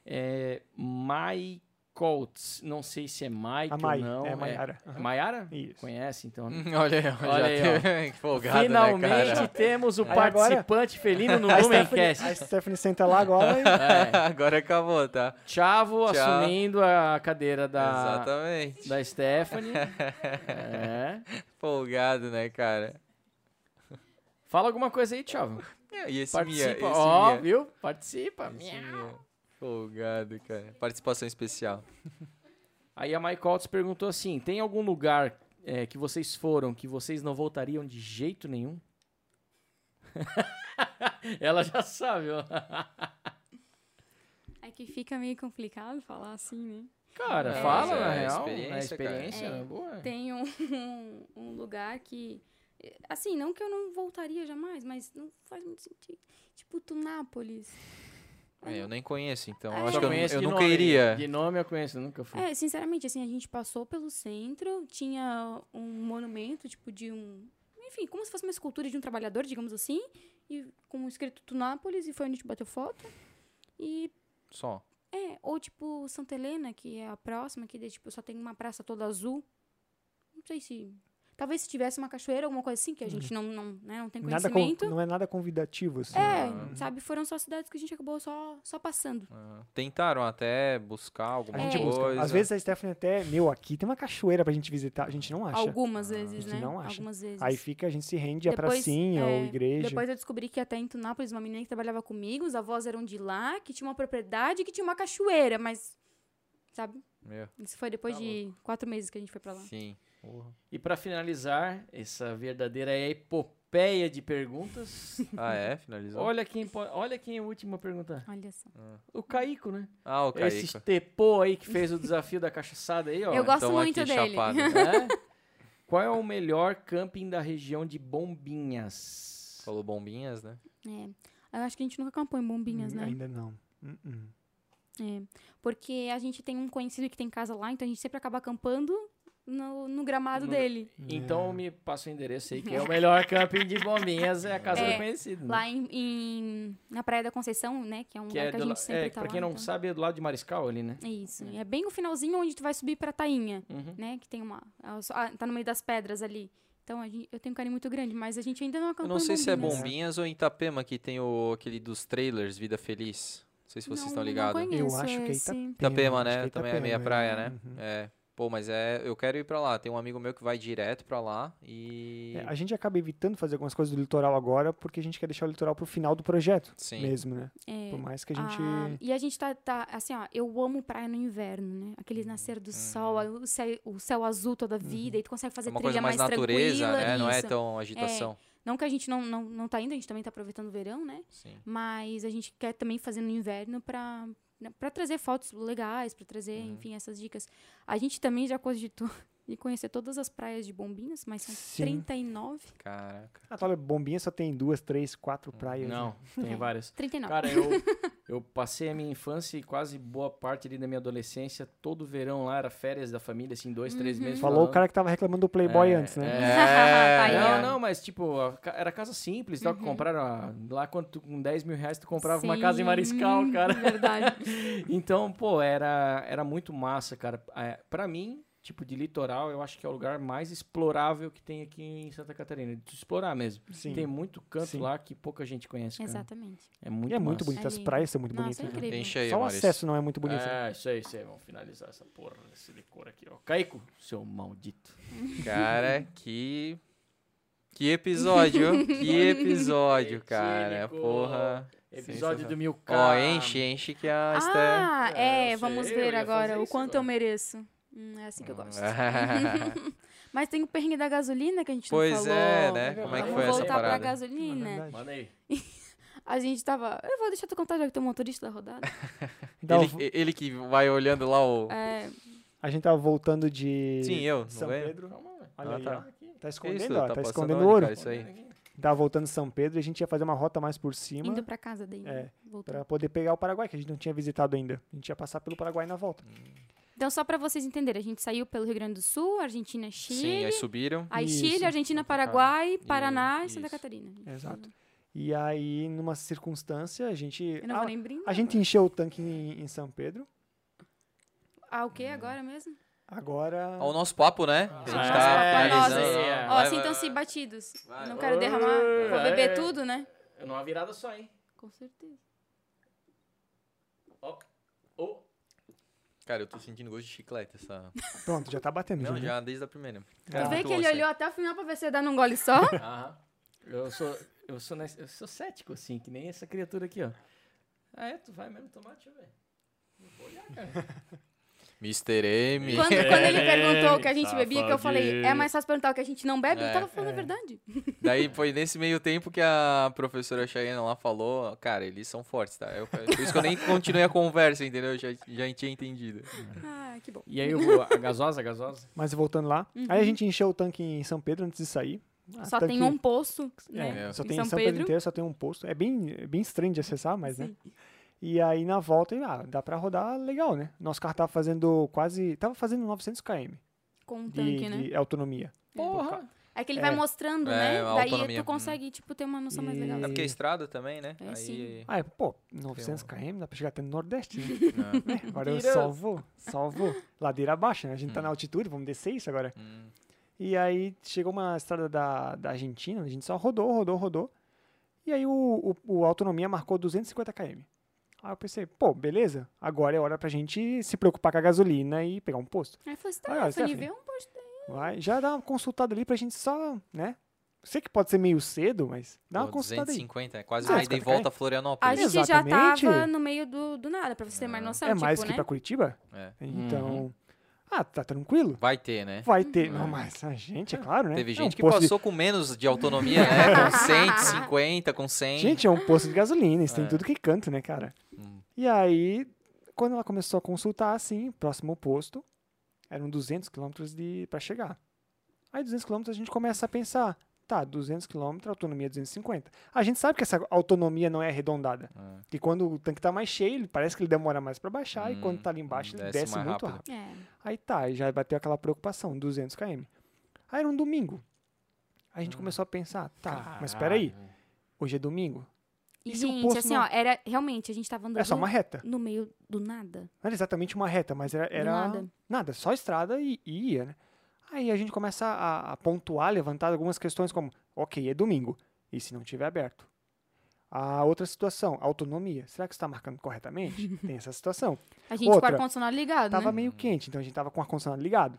Speaker 2: É, My Colts. Não sei se é Mike
Speaker 4: a Mai,
Speaker 2: ou não.
Speaker 4: é a Maiara. Aham.
Speaker 2: Maiara?
Speaker 4: Isso.
Speaker 2: Conhece, então. né?
Speaker 1: Hum, Olha aí, olha,
Speaker 2: Olha
Speaker 1: já
Speaker 2: aí,
Speaker 1: teve- Folgado, né, cara?
Speaker 2: Finalmente temos o
Speaker 4: Aí agora-
Speaker 2: participante felino no
Speaker 4: A Stephanie,
Speaker 2: Lumencast.
Speaker 4: a Stephanie senta lá agora e...
Speaker 2: É,
Speaker 1: Agora acabou, tá?
Speaker 2: Chavo
Speaker 1: Tchau.
Speaker 2: assumindo a cadeira da,
Speaker 1: Exatamente.
Speaker 2: da Stephanie. É.
Speaker 1: Folgado, né, cara?
Speaker 2: Fala alguma coisa aí, Thiago.
Speaker 1: É, E esse Mia, esse
Speaker 2: Participa. Ó,
Speaker 1: Mia,
Speaker 2: viu? Participa.
Speaker 1: esse Mia. Folgado, cara. Participação especial.
Speaker 2: Aí a Mike Altos perguntou assim: tem algum lugar é, que vocês foram que vocês não voltariam de jeito nenhum? Ela já sabe, ó.
Speaker 3: É que fica meio complicado falar assim, né?
Speaker 2: Cara,
Speaker 1: É, mas
Speaker 2: fala,
Speaker 1: é
Speaker 2: na
Speaker 1: a
Speaker 2: real. A
Speaker 1: experiência, cara.
Speaker 2: experiência,
Speaker 3: É.
Speaker 2: boa.
Speaker 3: Tem um, um, um lugar que. eh, Assim, não que eu não voltaria jamais, mas não faz muito sentido. Tipo, Tunápolis.
Speaker 1: É, eu nem conheço, então
Speaker 3: É.
Speaker 1: eu
Speaker 2: Só
Speaker 1: acho que eu,
Speaker 2: conheço
Speaker 1: eu
Speaker 2: de
Speaker 1: nunca
Speaker 2: nome.
Speaker 1: iria.
Speaker 2: De nome eu conheço, nunca
Speaker 4: tipo,
Speaker 2: fui.
Speaker 3: É, sinceramente, assim, a gente passou pelo centro, tinha um monumento, tipo, de um. Enfim, como se fosse uma escultura de um trabalhador, digamos assim, e com um escrito Tunápolis, e foi onde a gente bateu foto. E,
Speaker 1: Só.
Speaker 3: é, ou tipo, Santa Helena, que é a próxima, que daí, tipo, só tem uma praça toda azul. Não sei se. Talvez se tivesse uma cachoeira, alguma coisa assim, que a gente não, não, né, não tem
Speaker 4: Hum. Nada com-
Speaker 3: conhecimento.
Speaker 4: não é nada convidativo, assim.
Speaker 3: É, sabe, foram só cidades que a gente acabou só, só passando.
Speaker 1: Ah, Tentaram até buscar alguma
Speaker 4: A gente
Speaker 3: É.
Speaker 1: coisa.
Speaker 4: busca. Às vezes a Stephanie até... Meu, aqui tem uma cachoeira pra gente visitar. A gente não acha.
Speaker 3: Algumas
Speaker 4: a
Speaker 3: vezes,
Speaker 4: gente
Speaker 3: né?
Speaker 4: não acha.
Speaker 3: Algumas vezes.
Speaker 4: Aí fica, a gente se rende a
Speaker 3: Depois,
Speaker 4: pracinha ou
Speaker 3: é,
Speaker 4: igreja.
Speaker 3: Depois eu descobri que até em Tunápolis, uma menina que trabalhava comigo, os avós eram de lá, que tinha uma propriedade, que tinha uma cachoeira, mas. Sabe?
Speaker 1: Meu,
Speaker 3: Isso foi depois
Speaker 2: Tá
Speaker 3: de quatro meses que a gente foi pra lá.
Speaker 1: sim.
Speaker 2: E pra finalizar essa verdadeira epopeia epopeia de perguntas.
Speaker 1: Ah, é? Finalizou?
Speaker 2: olha quem po- olha quem é a última pergunta.
Speaker 3: Olha só.
Speaker 2: O Caíco, né?
Speaker 1: Ah, o Kaique.
Speaker 2: Esse estepô aí que fez o desafio da cachaçada aí, ó.
Speaker 3: Eu gosto
Speaker 1: Tamo
Speaker 3: muito
Speaker 1: então aqui,
Speaker 3: dele.
Speaker 1: chapado. né?
Speaker 2: É. Qual é o melhor camping da região de Bombinhas?
Speaker 1: Falou bombinhas, né?
Speaker 3: É. Eu acho que a gente nunca acampou em bombinhas,
Speaker 4: Hum,
Speaker 2: Uhum.
Speaker 3: né?
Speaker 4: Ainda não. Hum, hum.
Speaker 3: Porque a gente tem um conhecido que tem casa lá, então a gente sempre acaba acampando no, no gramado
Speaker 2: No-
Speaker 3: dele.
Speaker 2: Então me passa o endereço aí, que é o melhor camping de Bombinhas, é a casa
Speaker 3: É,
Speaker 2: do conhecido. né?
Speaker 3: Lá em, em- na Praia da Conceição, né? Que é um
Speaker 2: que
Speaker 3: lugar
Speaker 2: é
Speaker 3: que a
Speaker 2: do la-
Speaker 3: gente sempre
Speaker 2: é,
Speaker 3: tá
Speaker 2: pra
Speaker 3: lá,
Speaker 2: quem não
Speaker 3: então.
Speaker 2: sabe, é do lado de Mariscal ali, né?
Speaker 3: É isso. É bem no finalzinho onde tu vai subir pra Tainha,
Speaker 2: Uhum.
Speaker 3: né? Que tem uma... ah, só- ah, tá no meio das pedras ali. Então, a gente- eu tenho um carinho muito grande, mas a gente ainda não
Speaker 1: Eu
Speaker 3: acampou
Speaker 1: não
Speaker 3: em
Speaker 1: sei se é
Speaker 3: Bombinhas.
Speaker 1: bombinhas ou Itapema, que tem o, aquele dos trailers Vida Feliz. Não sei se vocês
Speaker 3: Não,
Speaker 1: estão
Speaker 3: não
Speaker 1: ligados.
Speaker 3: conheço. assim,
Speaker 4: Eu acho que é
Speaker 3: esse.
Speaker 4: Itapema.
Speaker 1: Itapema,
Speaker 4: acho
Speaker 1: né?
Speaker 4: que é
Speaker 1: Também é meia
Speaker 4: Itapema,
Speaker 1: praia, né?
Speaker 4: Uhum.
Speaker 1: É. Pô, mas é, eu quero ir pra lá. Tem um amigo meu que vai direto pra lá e.
Speaker 4: É, a gente acaba evitando fazer algumas coisas do litoral agora porque a gente quer deixar o litoral pro final do projeto
Speaker 1: Sim.
Speaker 4: mesmo, né?
Speaker 3: É.
Speaker 4: Por mais que a gente.
Speaker 3: Ah, e a gente tá, tá, assim, ó, eu amo praia no inverno, né? Aquele
Speaker 2: Hum,
Speaker 3: nascer do sol, aí o céu, o céu azul
Speaker 2: Uhum.
Speaker 3: toda a vida, e tu consegue fazer
Speaker 1: uhum. É uma
Speaker 3: trilha
Speaker 1: coisa mais, natureza,
Speaker 3: tranquila.
Speaker 1: né? Não é
Speaker 3: isso. É.
Speaker 1: tão agitação.
Speaker 3: Não que a gente não, não, não tá indo, a gente também tá aproveitando o verão, né?
Speaker 1: Sim.
Speaker 3: Mas a gente quer também fazer no inverno pra, né, pra trazer fotos legais, pra trazer,
Speaker 1: Uhum.
Speaker 3: enfim, essas dicas. A gente também já cogitou de conhecer todas as praias de Bombinhas, mas são
Speaker 4: Sim.
Speaker 3: 39.
Speaker 1: Caraca.
Speaker 4: Ah, tá, olha, bombinha só tem duas, três, quatro praias. né?
Speaker 2: Não, tem várias.
Speaker 3: 39.
Speaker 2: Cara, eu, eu passei a minha infância e quase boa parte ali da minha adolescência, todo verão lá era férias da família, assim, dois,
Speaker 3: Uhum.
Speaker 2: três meses.
Speaker 4: Falou o
Speaker 2: falando.
Speaker 4: cara que tava reclamando do Playboy
Speaker 2: É,
Speaker 4: antes, né?
Speaker 1: É,
Speaker 3: Tá aí, ó.
Speaker 2: Não, não, mas tipo, a ca- era casa simples, tal, que compraram a- lá quando tu, com 10 mil reais tu comprava uma casa em Mariscal,
Speaker 3: Sim,
Speaker 2: cara.
Speaker 3: Verdade.
Speaker 2: Então, pô, era, era muito massa, cara. É, pra mim, tipo, de litoral, eu acho que é o lugar mais explorável que tem aqui em Santa Catarina. De tu explorar mesmo.
Speaker 1: é.
Speaker 4: Sim.
Speaker 2: Tem muito canto
Speaker 4: Sim.
Speaker 2: lá que pouca gente conhece, cara.
Speaker 3: Exatamente.
Speaker 2: É muito
Speaker 4: E é muito
Speaker 2: massa.
Speaker 4: bonito, as
Speaker 3: É
Speaker 4: praias são muito
Speaker 3: Nossa, é
Speaker 4: bonitas. né?
Speaker 3: incrível.
Speaker 1: Enche aí,
Speaker 4: Só o
Speaker 1: Maurício.
Speaker 4: acesso não é muito bonito. né?
Speaker 2: É, isso aí, isso aí. Vamos finalizar essa porra desse decor aqui, ó. Caico, seu maldito.
Speaker 1: Cara, que. Que episódio, que episódio,
Speaker 3: é
Speaker 1: cara.
Speaker 2: Etílico.
Speaker 1: Porra.
Speaker 2: Episódio do Milk.
Speaker 1: Ó, enche, enche que a Esther.
Speaker 3: Ah,
Speaker 2: É,
Speaker 3: é,
Speaker 2: eu
Speaker 3: vamos
Speaker 2: sei, eu
Speaker 3: ver
Speaker 2: ia
Speaker 3: agora
Speaker 2: fazer
Speaker 3: o
Speaker 2: isso
Speaker 3: quanto eu
Speaker 2: agora.
Speaker 3: mereço. Hum, é assim que eu gosto. Mas tem o perrengue da gasolina que a gente não
Speaker 1: pois
Speaker 3: falou.
Speaker 1: é, né? Como é que
Speaker 3: Vamos
Speaker 1: foi essa
Speaker 3: voltar pra
Speaker 1: parada?
Speaker 3: gasolina.
Speaker 4: verdade.
Speaker 2: Manda aí.
Speaker 3: A gente tava. Eu vou deixar tu contar já que tu é motorista da rodada.
Speaker 4: Dá um o-
Speaker 1: Ele, ele que vai olhando lá o.
Speaker 3: É,
Speaker 4: Então, A gente tava voltando de.
Speaker 1: Sim, eu. Não
Speaker 4: São
Speaker 1: ganho?
Speaker 4: Pedro.
Speaker 2: Calma, velho.
Speaker 4: Olha
Speaker 1: Ah,
Speaker 4: aí,
Speaker 1: tá.
Speaker 4: ó.
Speaker 2: Aqui.
Speaker 4: Tá escondendo,
Speaker 1: Isso,
Speaker 4: ó,
Speaker 1: tá
Speaker 4: tá,
Speaker 1: passando
Speaker 4: escondendo
Speaker 1: onde,
Speaker 4: ouro.
Speaker 1: cara? Isso aí.
Speaker 4: Tava voltando de São Pedro e a gente ia fazer uma rota mais por cima
Speaker 3: indo pra casa daí.
Speaker 1: é,
Speaker 3: né? Voltando.
Speaker 4: pra poder pegar o Paraguai, que a gente não tinha visitado ainda. A gente ia passar pelo Paraguai na volta.
Speaker 3: Então, só pra vocês entenderem, a gente saiu pelo Rio Grande do Sul, Argentina,
Speaker 1: Sim, é
Speaker 3: Chile.
Speaker 1: aí subiram.
Speaker 3: Aí
Speaker 4: Isso.
Speaker 3: Chile, Argentina, Paraguai, Paraná e
Speaker 1: Isso.
Speaker 3: Santa Catarina.
Speaker 4: Exato. E aí, numa circunstância, a gente.
Speaker 3: Eu não
Speaker 4: a,
Speaker 1: Ah,
Speaker 3: vou nem brindar.
Speaker 4: a gente encheu o tanque em, em São Pedro.
Speaker 3: Ah, o quê agora mesmo?
Speaker 4: Agora.
Speaker 1: Ó, o nosso papo, né? Que a gente
Speaker 2: Ah,
Speaker 1: tá
Speaker 3: é,
Speaker 1: finalizando.
Speaker 2: nossa.
Speaker 3: Ó,
Speaker 1: Vai, vai,
Speaker 3: sintam-se
Speaker 1: vai.
Speaker 3: batidos.
Speaker 1: Vai,
Speaker 3: não
Speaker 1: vai.
Speaker 3: quero derramar.
Speaker 2: Ui,
Speaker 3: Vou
Speaker 2: vai,
Speaker 3: beber
Speaker 2: vai.
Speaker 3: tudo, né?
Speaker 2: Eu não há virada só, hein?
Speaker 3: Com certeza.
Speaker 2: Ó. Ó.
Speaker 1: Cara, eu tô sentindo gosto de chiclete essa.
Speaker 4: Pronto, já tá batendo.
Speaker 1: Não,
Speaker 4: né?
Speaker 1: já desde a primeira.
Speaker 4: Tá.
Speaker 3: Tu
Speaker 1: muito
Speaker 3: vê que
Speaker 1: bom
Speaker 3: ele
Speaker 1: isso aí.
Speaker 3: olhou até o final pra ver se ia dar num gole só?
Speaker 2: Aham. Eu sou, eu sou, nesse- eu sou cético, assim, que nem essa criatura aqui, ó. Ah, é? Tu vai mesmo tomar? Deixa eu ver. Não vou olhar, cara.
Speaker 1: Mr. M.
Speaker 3: quando, quando ele perguntou o que a gente bebia, que eu falei,
Speaker 2: safadinho.
Speaker 3: é mais fácil perguntar o que a gente não bebe,
Speaker 1: É,
Speaker 3: eu tava falando a verdade.
Speaker 1: Daí foi nesse meio tempo que a professora Cheyenne lá falou, cara, eles são fortes, tá? Eu, por isso que eu nem continuei a conversa, entendeu? Eu já, já tinha entendido.
Speaker 3: Ah, que bom.
Speaker 2: E aí, o- a gasosa, a gasosa?
Speaker 4: Mas voltando lá. Aí a gente encheu o tanque em São Pedro antes de sair. Ah,
Speaker 3: Uhum. Só
Speaker 4: tanque-
Speaker 3: tem um poço, né?
Speaker 4: É,
Speaker 1: É.
Speaker 4: só
Speaker 3: Em
Speaker 4: tem em
Speaker 3: São
Speaker 4: São Pedro
Speaker 3: Pedro.
Speaker 4: inteiro, só tem um posto. É bem, é bem estranho de acessar, mas né? E aí na volta, ah, dá pra rodar legal, né? Nosso carro tava fazendo quase. Tava fazendo 900 km
Speaker 3: Com um
Speaker 4: de,
Speaker 3: tanque, né?
Speaker 4: de autonomia.
Speaker 2: Porra!
Speaker 3: É que ele
Speaker 4: É.
Speaker 3: vai mostrando,
Speaker 1: É,
Speaker 3: né?
Speaker 1: a
Speaker 3: Daí
Speaker 1: autonomia.
Speaker 3: tu consegue, tipo, ter uma noção mais legal.
Speaker 1: É porque a estrada também, né?
Speaker 3: É, sim.
Speaker 4: Ah, é, pô, 900 km dá pra chegar até no Nordeste, né? É, agora eu
Speaker 2: Mentira.
Speaker 4: salvou, salvou. Ladeira abaixo, né? A gente tá na altitude, vamos descer isso agora. E aí chegou uma estrada da, da Argentina, a gente só rodou, rodou, rodou. E aí o, o, o Autonomia marcou 250 km. Aí eu pensei, pô, beleza, agora é hora pra gente se preocupar com a gasolina e pegar um posto.
Speaker 3: Aí eu falei,
Speaker 4: Ah,
Speaker 3: tá, Stephanie,
Speaker 4: Stephanie.
Speaker 3: vê um posto daí.
Speaker 4: Vai, já dá uma consultada ali pra gente só, né? Sei que pode ser meio cedo, mas dá uma
Speaker 1: Pô,
Speaker 4: consultada aí.
Speaker 1: 250, é quase
Speaker 4: Ah,
Speaker 1: uma ida e
Speaker 4: 250
Speaker 1: volta a
Speaker 3: A
Speaker 1: Florianópolis.
Speaker 3: gente já
Speaker 4: Exatamente.
Speaker 3: tava no meio do, do nada, pra você ter mais noção,
Speaker 4: É
Speaker 3: Então, tipo,
Speaker 4: mais que
Speaker 3: né?
Speaker 4: pra Curitiba?
Speaker 1: É.
Speaker 4: Então, Ah, tá tranquilo?
Speaker 1: Vai ter, né?
Speaker 4: Vai ter. Não, mas a gente, é claro, né?
Speaker 1: Teve
Speaker 4: É
Speaker 1: gente
Speaker 4: um
Speaker 1: que
Speaker 4: posto de-
Speaker 1: passou com menos de autonomia, né? Com 150, com 100.
Speaker 4: Gente, é um posto de gasolina, isso tem
Speaker 1: É.
Speaker 4: tudo que canto, né, cara?
Speaker 1: Hum.
Speaker 4: E aí, quando ela começou a consultar, assim, próximo posto, eram 200 quilômetros de para chegar. Aí 200 quilômetros a gente começa a pensar, tá, 200 quilômetros, autonomia é 250. A gente sabe que essa autonomia não é arredondada,
Speaker 1: É.
Speaker 4: que quando o tanque tá mais cheio, ele parece que ele demora mais para baixar, e
Speaker 1: Hum,
Speaker 4: quando tá ali embaixo, ele
Speaker 1: desce
Speaker 4: desce,
Speaker 1: mais
Speaker 4: muito
Speaker 1: rápido.
Speaker 4: rápido.
Speaker 3: É.
Speaker 4: Aí tá, aí já bateu aquela preocupação, 200 km. Aí era um domingo. Aí a gente começou a pensar, tá, mas espera aí, hoje é domingo?
Speaker 3: E,
Speaker 4: E se o
Speaker 3: gente,
Speaker 4: é um poço
Speaker 3: assim,
Speaker 4: não-
Speaker 3: ó, era realmente, a gente tava andando
Speaker 4: É só uma reta.
Speaker 3: no meio do nada.
Speaker 4: Não era exatamente uma reta, mas era, era
Speaker 3: nada.
Speaker 4: nada. só estrada e, e ia, né? Aí a gente começa a, a pontuar, levantar algumas questões como, ok, é domingo, e se não tiver aberto? A outra situação, autonomia. Será que você está marcando corretamente? Tem essa situação.
Speaker 3: A gente
Speaker 4: Outra.
Speaker 3: com o ar-condicionado ligado,
Speaker 4: Tava
Speaker 3: né?
Speaker 4: meio quente, então a gente tava com o ar-condicionado ligado.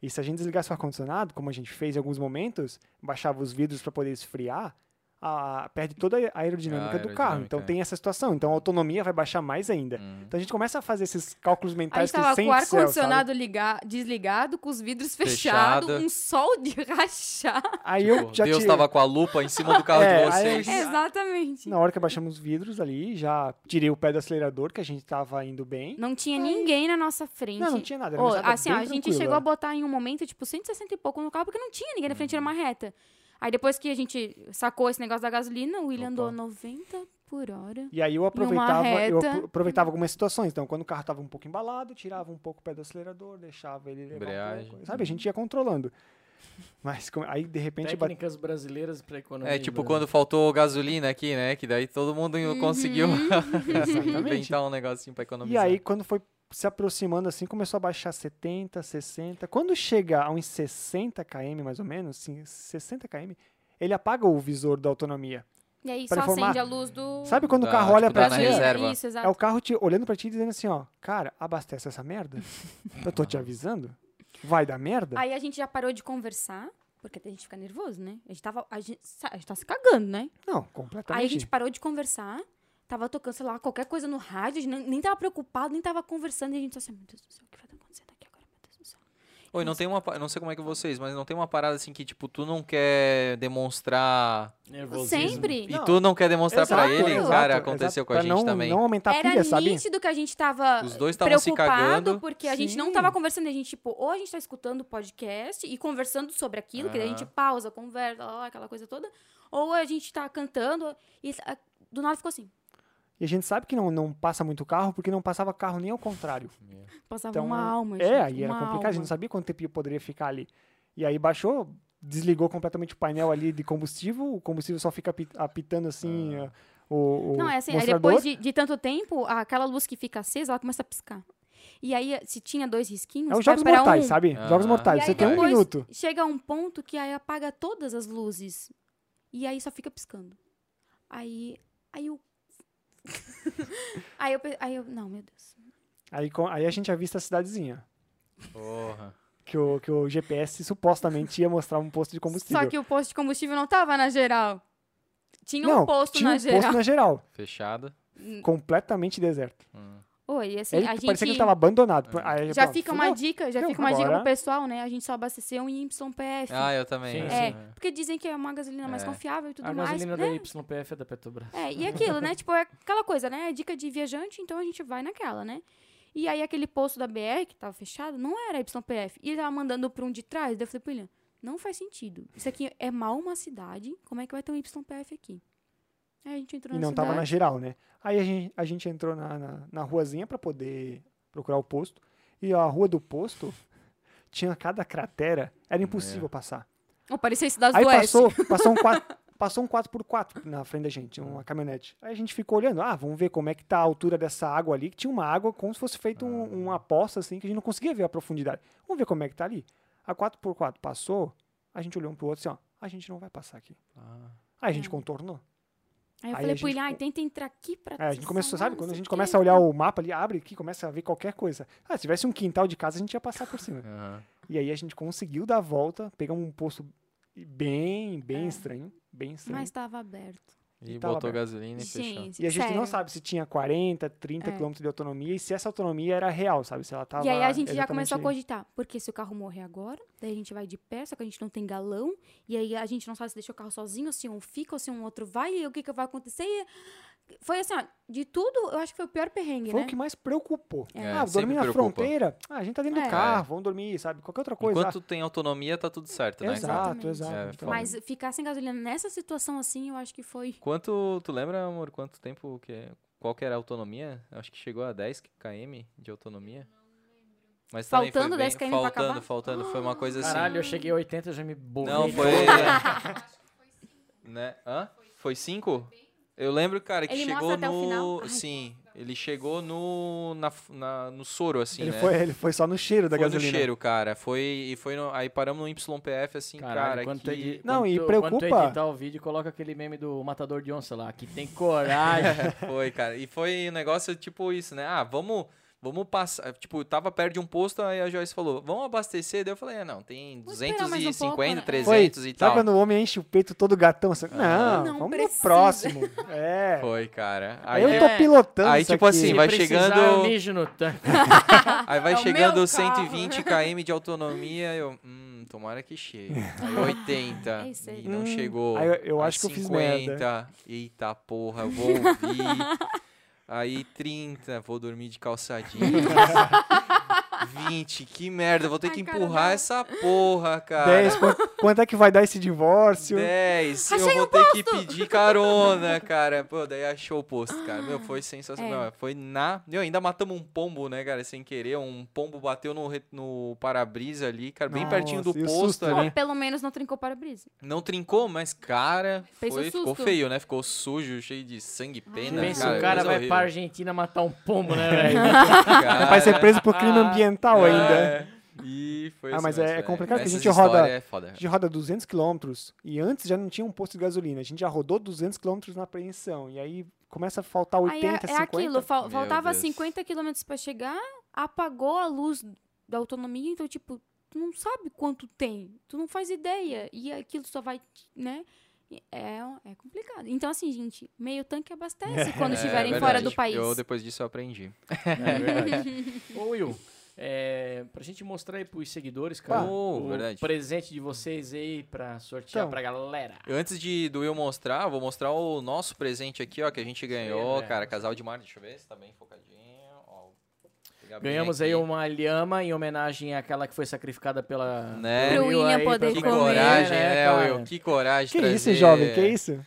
Speaker 4: E se a gente desligasse o ar-condicionado, como a gente fez em alguns momentos, baixava os vidros para poder esfriar, a- perde toda a aerodinâmica,
Speaker 1: A
Speaker 4: do carro.
Speaker 1: aerodinâmica,
Speaker 4: Então
Speaker 1: é.
Speaker 4: tem essa situação. Então a autonomia vai baixar mais ainda.
Speaker 1: Hum.
Speaker 4: Então a gente começa a fazer esses cálculos
Speaker 7: A
Speaker 4: mentais
Speaker 7: gente
Speaker 4: que
Speaker 7: tava
Speaker 4: sem
Speaker 7: com o
Speaker 4: Excel,
Speaker 7: ar-condicionado liga- desligado, com os vidros fechados,
Speaker 1: Fechado.
Speaker 7: um sol de rachar.
Speaker 4: sabe? Aí
Speaker 1: Pô,
Speaker 4: eu
Speaker 1: Tipo,
Speaker 4: já
Speaker 1: Deus
Speaker 4: tirei-
Speaker 1: tava com a lupa em cima do carro
Speaker 4: É,
Speaker 1: de
Speaker 4: aí
Speaker 1: vocês.
Speaker 4: eu-
Speaker 7: Exatamente.
Speaker 4: Na hora que abaixamos os vidros ali, já tirei o pé do acelerador, que a gente tava indo bem.
Speaker 3: Não tinha ninguém na nossa frente.
Speaker 4: Não, não tinha nada. Era
Speaker 3: Ô,
Speaker 4: uma estrada
Speaker 3: assim, ó,
Speaker 4: bem
Speaker 3: a gente
Speaker 4: tranquila.
Speaker 3: chegou a botar em um momento, tipo, 160 e pouco no carro, porque não tinha ninguém na frente, era uma reta. Aí depois que a gente sacou esse negócio da gasolina, o William
Speaker 1: Opa.
Speaker 3: andou 90 por hora.
Speaker 4: E aí eu aproveitava, eu
Speaker 3: reta.
Speaker 4: apro- aproveitava algumas situações. Então, quando o carro tava um pouco embalado, tirava um pouco o pé do acelerador, deixava ele levar um
Speaker 1: Embreagem.
Speaker 4: pouco. Sabe, a gente ia controlando. Mas como- aí, de repente, bate-
Speaker 2: Técnicas brasileiras pra economia.
Speaker 1: É
Speaker 2: de
Speaker 4: né?
Speaker 1: tipo
Speaker 2: Brasil.
Speaker 1: quando faltou gasolina aqui, né? Que daí todo mundo conseguiu
Speaker 4: Exatamente.
Speaker 1: inventar um negocinho pra
Speaker 4: E
Speaker 1: economizar.
Speaker 4: aí, quando foi se aproximando assim, começou a baixar 70, 60. Quando chega a uns 60 km, mais ou menos, assim, 60 km, ele apaga o visor da autonomia.
Speaker 3: E aí
Speaker 4: Pra
Speaker 3: só
Speaker 4: informar.
Speaker 3: acende a luz do.
Speaker 4: Sabe quando
Speaker 1: Dá,
Speaker 4: o carro olha
Speaker 1: tipo,
Speaker 4: pra
Speaker 1: dá na
Speaker 4: ti?
Speaker 1: reserva.
Speaker 3: Isso, exato.
Speaker 4: É o carro te, olhando pra ti e dizendo assim, ó, cara, abastece essa merda. Eu tô te avisando. Vai dar merda?
Speaker 3: Aí a gente já parou de conversar, porque a gente fica nervoso, né? A gente tava. A gente, sa- a gente tá se cagando, né?
Speaker 4: Não,
Speaker 3: Aí a
Speaker 4: completamente.
Speaker 3: gente parou de conversar, tava tocando, sei lá, qualquer coisa no rádio, a gente nem, nem tava preocupado, nem tava conversando, e a gente só assim, meu Deus do céu, o que vai acontecer daqui agora, meu Deus do céu.
Speaker 1: Oi, não tem uma, pa- não sei como é que vocês, mas não tem uma parada assim que tipo tu não quer demonstrar
Speaker 2: Nervosismo.
Speaker 3: Sempre.
Speaker 1: e tu não quer demonstrar pra
Speaker 4: Exato,
Speaker 1: ele,
Speaker 4: exato,
Speaker 1: cara, aconteceu
Speaker 4: exato.
Speaker 1: com a
Speaker 4: Pra
Speaker 1: gente
Speaker 4: não,
Speaker 1: também.
Speaker 4: Não aumentar a
Speaker 3: Era
Speaker 4: pilha, tá sabe?
Speaker 3: nítido que a gente tava
Speaker 1: Os dois estavam se
Speaker 3: preocupado,
Speaker 1: cagando.
Speaker 3: porque a gente não
Speaker 4: Sim.
Speaker 3: tava conversando, a gente, tipo, ou a gente tá escutando o podcast e conversando sobre aquilo, que daí a gente
Speaker 1: Aham.
Speaker 3: pausa, conversa, lá, lá, aquela coisa toda, ou a gente tá cantando, e ah, do nada ficou assim,
Speaker 4: E a gente sabe que não, não passa muito carro, porque não passava carro nem ao contrário.
Speaker 3: passava
Speaker 4: Então,
Speaker 3: uma alma, gente,
Speaker 4: é, aí era
Speaker 3: uma
Speaker 4: complicado, a gente
Speaker 3: alma.
Speaker 4: não sabia quanto tempo poderia ficar ali. E aí baixou, desligou completamente o painel ali de combustível, o combustível só fica api- apitando
Speaker 1: Ah.
Speaker 4: assim eh, o, o
Speaker 3: Não, é assim, aí
Speaker 4: mostrador.
Speaker 3: depois de, de tanto tempo, aquela luz que fica acesa, ela começa a piscar. E aí, se tinha dois risquinhos,
Speaker 4: É os
Speaker 3: vai
Speaker 4: Jogos
Speaker 3: pra
Speaker 4: Mortais,
Speaker 3: um.
Speaker 4: sabe? Jogos
Speaker 1: Ah.
Speaker 4: Mortais,
Speaker 3: E aí
Speaker 4: você tem um
Speaker 3: depois-
Speaker 4: minuto.
Speaker 3: Chega a um ponto que aí apaga todas as luzes. E aí só fica piscando. Aí, aí eu... aí eu, pe- aí eu, não, meu Deus.
Speaker 4: Aí, co- aí a gente avista a cidadezinha.
Speaker 1: Porra.
Speaker 4: Que o, que o GPS supostamente ia mostrar um posto de combustível.
Speaker 3: Só que o posto de combustível não tava na geral. Tinha
Speaker 4: Não,
Speaker 3: um posto
Speaker 4: tinha
Speaker 3: na
Speaker 4: um
Speaker 3: geral.
Speaker 4: posto na geral.
Speaker 1: Fechada.
Speaker 4: Completamente deserto.
Speaker 3: Oi, e assim,
Speaker 4: Ele
Speaker 3: a
Speaker 4: parecia
Speaker 3: gente...
Speaker 4: que ele tava abandonado. Aí,
Speaker 3: Já
Speaker 4: pronto,
Speaker 3: fica
Speaker 4: fudeu.
Speaker 3: uma dica, já
Speaker 4: Não,
Speaker 3: fica uma dica pro
Speaker 4: agora-
Speaker 3: pessoal, né? A gente só abasteceu em YPF.
Speaker 1: Ah, eu também.
Speaker 2: Sim,
Speaker 3: É,
Speaker 1: sim.
Speaker 3: porque dizem que é uma gasolina mais
Speaker 1: É.
Speaker 3: confiável e tudo
Speaker 2: A
Speaker 3: mais.
Speaker 2: gasolina
Speaker 3: né?
Speaker 2: da YPF é da Petrobras.
Speaker 3: É, e aquilo, né? Tipo, é aquela coisa, né? É dica de viajante, então a gente vai naquela, né? E aí aquele posto da BR que tava fechado não era YPF. E ele tava mandando pra um de trás. Daí eu falei pro William, não faz sentido. Isso aqui é mal uma cidade. Como é que vai ter um YPF aqui? Aí a gente entrou
Speaker 4: E
Speaker 3: na
Speaker 4: não
Speaker 3: cidade.
Speaker 4: tava na geral, né? Aí a gente, a gente entrou na, na, na ruazinha pra poder procurar o posto. E a rua do posto tinha cada cratera. Era impossível passar.
Speaker 3: Oh, parecia cidade
Speaker 4: Aí
Speaker 3: do Oeste.
Speaker 4: passou, passou um 4 Passou um 4x4 na frente da gente, uma caminhonete. Aí a gente ficou olhando, ah, vamos ver como é que tá a altura dessa água ali, que tinha uma água como se fosse feito um- uma poça, assim, que a gente não conseguia ver a profundidade. Vamos ver como é que tá ali. A 4x4 passou, a gente olhou um pro outro assim, ó, a gente não vai passar aqui.
Speaker 1: Ah,
Speaker 4: Aí a gente contornou. Aí
Speaker 3: Aí eu falei
Speaker 4: a
Speaker 3: pro
Speaker 4: gente
Speaker 3: William, ai,
Speaker 4: ficou-
Speaker 3: tenta entrar aqui pra...
Speaker 4: É, a gente
Speaker 3: te
Speaker 4: começou,
Speaker 3: salvar,
Speaker 4: sabe?
Speaker 3: não
Speaker 4: Quando a
Speaker 3: sei
Speaker 4: gente
Speaker 3: o
Speaker 4: começa
Speaker 3: quê.
Speaker 4: a olhar o mapa ali, abre aqui, começa a ver qualquer coisa. Ah, se tivesse um quintal de casa, a gente ia passar por cima.
Speaker 1: Aham.
Speaker 4: E aí a gente conseguiu dar a volta, pegamos um posto bem, bem estranho, bem estranho.
Speaker 3: Mas tava aberto.
Speaker 1: E,
Speaker 4: E tá lá
Speaker 1: botou
Speaker 4: aberto.
Speaker 1: gasolina e fechou.
Speaker 3: Gente,
Speaker 4: E a gente não
Speaker 3: sério.
Speaker 4: sabe se tinha 40, 30
Speaker 3: É.
Speaker 4: quilômetros de autonomia e se essa autonomia era real, sabe? Se ela tava.
Speaker 3: E aí a gente já começou a
Speaker 4: exatamente-
Speaker 3: cogitar, porque se o carro morrer agora, daí a gente vai de pé, só que a gente não tem galão, e aí a gente não sabe se deixa o carro sozinho, ou se um fica, ou se um outro vai, e o que, que vai acontecer. E foi assim, ó, de tudo, eu acho que foi o pior perrengue,
Speaker 4: Foi
Speaker 3: né?
Speaker 4: o que mais preocupou.
Speaker 1: É,
Speaker 4: ah,
Speaker 1: sempre
Speaker 4: dormir na
Speaker 1: preocupa.
Speaker 4: fronteira? Ah, a gente tá dentro
Speaker 3: É.
Speaker 4: do carro, vamos dormir, sabe? Qualquer outra coisa.
Speaker 1: Enquanto tem autonomia, tá tudo certo,
Speaker 4: ah,
Speaker 1: né? cara?
Speaker 4: exato,
Speaker 3: Exatamente.
Speaker 4: exato.
Speaker 1: É,
Speaker 4: Então,
Speaker 1: foda.
Speaker 3: Mas ficar sem gasolina nessa situação assim, eu acho que foi.
Speaker 1: Quanto, tu lembra, amor, quanto tempo que é, qual que era a autonomia? Acho que chegou a 10 km de autonomia. Mas também foi
Speaker 3: Faltando
Speaker 1: bem-
Speaker 3: 10 km pra
Speaker 1: faltando,
Speaker 3: acabar?
Speaker 1: faltando, foi uma coisa assim.
Speaker 2: Caralho, eu cheguei a 80, já me borrei.
Speaker 1: Não, foi. é. né? Hã? Foi 5? Eu lembro, cara, que
Speaker 3: Ele mostra
Speaker 1: chegou
Speaker 3: até o
Speaker 1: no.
Speaker 3: final? Ai. tá.
Speaker 1: Sim, ele chegou no. Na, f- na- no soro, assim,
Speaker 4: ele,
Speaker 1: né?
Speaker 4: foi, ele foi só no cheiro da
Speaker 1: Foi no
Speaker 4: gasolina.
Speaker 1: cheiro, cara. Foi, e foi no- aí paramos no YPF, assim,
Speaker 2: Caralho, é
Speaker 1: cara.
Speaker 2: quando
Speaker 1: Que...
Speaker 2: tu edi-
Speaker 4: Não,
Speaker 2: quando
Speaker 4: e
Speaker 2: tu- Quando tu
Speaker 4: preocupa-
Speaker 2: editar o vídeo, coloca aquele meme do matador de onça lá, que tem coragem.
Speaker 1: Foi, cara. E foi um negócio tipo isso, né? Ah, vamos, vamos passar. Tipo, eu tava perto de um posto, aí a Joyce falou, vamos abastecer. Daí eu falei, ah, não, tem
Speaker 3: Vamos esperar mais um
Speaker 1: 250,
Speaker 3: pouco, né?
Speaker 1: 300
Speaker 4: foi.
Speaker 1: e
Speaker 4: Sabe
Speaker 1: tal. Ah.
Speaker 4: quando o homem enche o peito todo gatão? Assim, não,
Speaker 3: Não
Speaker 4: vamos
Speaker 3: precisa.
Speaker 4: no próximo. É.
Speaker 1: Foi, cara. Aí, é.
Speaker 4: Aí eu tô pilotando.
Speaker 1: Aí,
Speaker 4: isso
Speaker 1: tipo
Speaker 4: aqui.
Speaker 1: assim,
Speaker 2: Se
Speaker 1: vai
Speaker 2: precisar,
Speaker 1: chegando-
Speaker 2: eu mijo no tanque.
Speaker 1: aí vai
Speaker 3: É o
Speaker 1: chegando
Speaker 3: meu carro.
Speaker 1: 120 km de autonomia, eu, hum, tomara que chegue. Aí 80,
Speaker 3: É isso aí.
Speaker 1: e não
Speaker 4: Hum,
Speaker 1: chegou.
Speaker 4: aí eu- eu
Speaker 1: Aí
Speaker 4: acho que eu fiz
Speaker 1: 50,
Speaker 4: merda.
Speaker 1: eita porra, eu vou ouvir. Aí 30, vou dormir de calçadinho. 20, que merda, vou ter
Speaker 3: Ai,
Speaker 1: que
Speaker 3: cara,
Speaker 1: empurrar
Speaker 3: não.
Speaker 1: essa porra, cara.
Speaker 4: 10, quanto, quanto é que vai dar esse divórcio?
Speaker 1: 10, eu vou ter que pedir carona, cara. Pô, daí achou o posto, cara. Meu,
Speaker 3: Ah,
Speaker 1: foi
Speaker 3: é.
Speaker 1: sensacional. Foi na. Meu, ainda matamos um pombo, né, cara, sem querer. Um pombo bateu no, re- no para-brisa ali, cara, bem
Speaker 4: Nossa,
Speaker 1: pertinho do
Speaker 4: e o
Speaker 1: posto
Speaker 4: susto,
Speaker 1: ali.
Speaker 4: né?
Speaker 3: Pelo menos não trincou para brisa.
Speaker 1: Não trincou, mas, cara,
Speaker 3: Fez
Speaker 1: foi,
Speaker 3: um
Speaker 1: ficou
Speaker 3: susto. Ah,
Speaker 1: feio, né? Ficou sujo, cheio de sangue e pena.
Speaker 2: Pensa,
Speaker 1: Né? cara,
Speaker 2: o cara
Speaker 1: coisa
Speaker 2: vai
Speaker 1: horrível.
Speaker 2: pra Argentina matar um pombo, né, velho?
Speaker 1: Cara,
Speaker 4: Vai ser é preso por crime ambiental
Speaker 1: é,
Speaker 4: ainda. né?
Speaker 1: E foi
Speaker 4: Ah,
Speaker 1: esse
Speaker 4: mas é-
Speaker 1: lance,
Speaker 4: é
Speaker 1: né?
Speaker 4: complicado que a
Speaker 1: Essas
Speaker 4: gente roda-
Speaker 1: histórias É foda.
Speaker 4: A gente roda 200 km e antes já não tinha um posto de gasolina. A gente já rodou 200 km na apreensão. E aí começa a faltar
Speaker 3: Aí é,
Speaker 4: 80,
Speaker 3: é
Speaker 4: 50.
Speaker 3: aquilo, fal-
Speaker 1: Meu
Speaker 3: faltava
Speaker 1: Deus.
Speaker 3: 50 quilômetros pra chegar, apagou a luz da autonomia, então, tipo, tu não sabe quanto tem, tu não faz ideia, e aquilo só vai, né? E É, é complicado. Então, assim, gente, meio tanque abastece quando estiverem
Speaker 1: é
Speaker 3: fora
Speaker 1: verdade.
Speaker 3: do país.
Speaker 1: Eu, depois disso, eu aprendi.
Speaker 2: É verdade. Ô, Will, é, pra gente mostrar aí pros seguidores, cara,
Speaker 1: Pá.
Speaker 2: o
Speaker 1: Ô, verdade.
Speaker 2: presente de vocês aí pra sortear
Speaker 4: Então.
Speaker 2: pra galera.
Speaker 1: Eu, Antes de do Will mostrar, eu vou mostrar o nosso presente aqui, ó, que a gente ganhou,
Speaker 2: né?
Speaker 1: cara. Casal de mar, deixa eu ver se tá bem focadinho. ó. Vou pegar bem
Speaker 2: Ganhamos
Speaker 1: aqui.
Speaker 2: aí
Speaker 4: um
Speaker 2: uma lhama em homenagem àquela que foi sacrificada pela...
Speaker 1: Né?
Speaker 2: pelo
Speaker 3: Pro
Speaker 2: Will
Speaker 3: William
Speaker 2: aí, pra
Speaker 3: poder
Speaker 1: Que
Speaker 3: comer,
Speaker 1: coragem,
Speaker 2: né,
Speaker 1: né,
Speaker 2: cara?
Speaker 1: Will? Que coragem.
Speaker 4: Que isso,
Speaker 1: trazer-
Speaker 4: jovem? Que isso?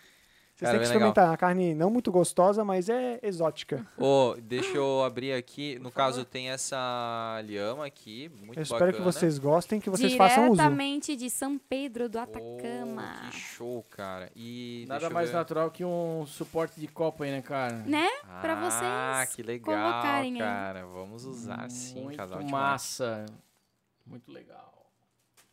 Speaker 4: Vocês
Speaker 1: Cara, bem
Speaker 4: têm que
Speaker 1: legal.
Speaker 4: experimentar. É Uma carne não muito gostosa, mas é exótica.
Speaker 1: Ô, deixa eu abrir aqui. No caso, tem essa lhama aqui. Muito
Speaker 4: Eu
Speaker 1: bacana.
Speaker 4: espero que vocês gostem, que vocês façam uso.
Speaker 3: Diretamente de São Pedro do
Speaker 1: Ô,
Speaker 3: Atacama.
Speaker 1: Oh, que show, cara. E
Speaker 2: Nada
Speaker 1: deixa eu
Speaker 2: mais
Speaker 1: ver.
Speaker 2: natural que um suporte de copo aí, né, cara?
Speaker 3: Né?
Speaker 1: ah,
Speaker 3: pra
Speaker 1: Ah,
Speaker 3: vocês
Speaker 1: que legal,
Speaker 3: colocarem aí.
Speaker 1: cara. Vamos usar sim,
Speaker 2: Muito
Speaker 1: casal de mar.
Speaker 2: massa. Muito legal.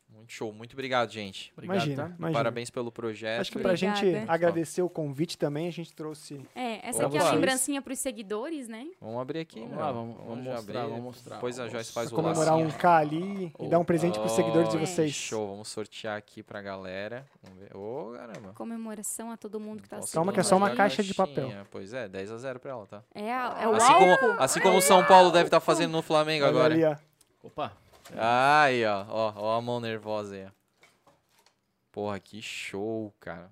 Speaker 1: Muito show. Muito obrigado, gente.
Speaker 2: Obrigado,
Speaker 4: Imagina,
Speaker 2: tá?
Speaker 4: imagina.
Speaker 1: Parabéns pelo projeto.
Speaker 4: Acho que pra gente
Speaker 3: Obrigada.
Speaker 4: agradecer o convite também, a gente trouxe...
Speaker 3: É, essa
Speaker 1: Vamos
Speaker 3: aqui é a
Speaker 1: lá.
Speaker 3: lembrancinha pros seguidores, né?
Speaker 1: Vamos abrir aqui,
Speaker 2: Vamos
Speaker 1: meu.
Speaker 2: lá, vamos- vamos
Speaker 1: já
Speaker 2: mostrar, vamos mostrar,
Speaker 1: Depois
Speaker 2: vamos
Speaker 1: a Joyce faz o
Speaker 4: comemorar
Speaker 1: lacinho.
Speaker 4: um K ali e dar um presente pros seguidores de
Speaker 1: Olha,
Speaker 4: vocês.
Speaker 1: Show, vamos sortear aqui pra galera. Vamos ver. Ô, caramba.
Speaker 3: Comemoração a todo mundo que tá
Speaker 1: Nossa, né?
Speaker 4: Calma que é
Speaker 1: dona
Speaker 4: só uma
Speaker 1: Joyce
Speaker 3: assistindo.
Speaker 4: caixa de papel.
Speaker 1: Roxinha. Pois é, 10 a 0 pra ela, tá?
Speaker 3: É, a- é o
Speaker 1: Assim
Speaker 3: álcool.
Speaker 1: como, assim como o São Paulo deve estar fazendo no Flamengo
Speaker 4: Olha
Speaker 1: agora.
Speaker 4: ali, ó.
Speaker 3: Tá
Speaker 2: Opa,
Speaker 1: Aí, ó, ó, ó a mão nervosa aí. ó. Porra, que show, cara.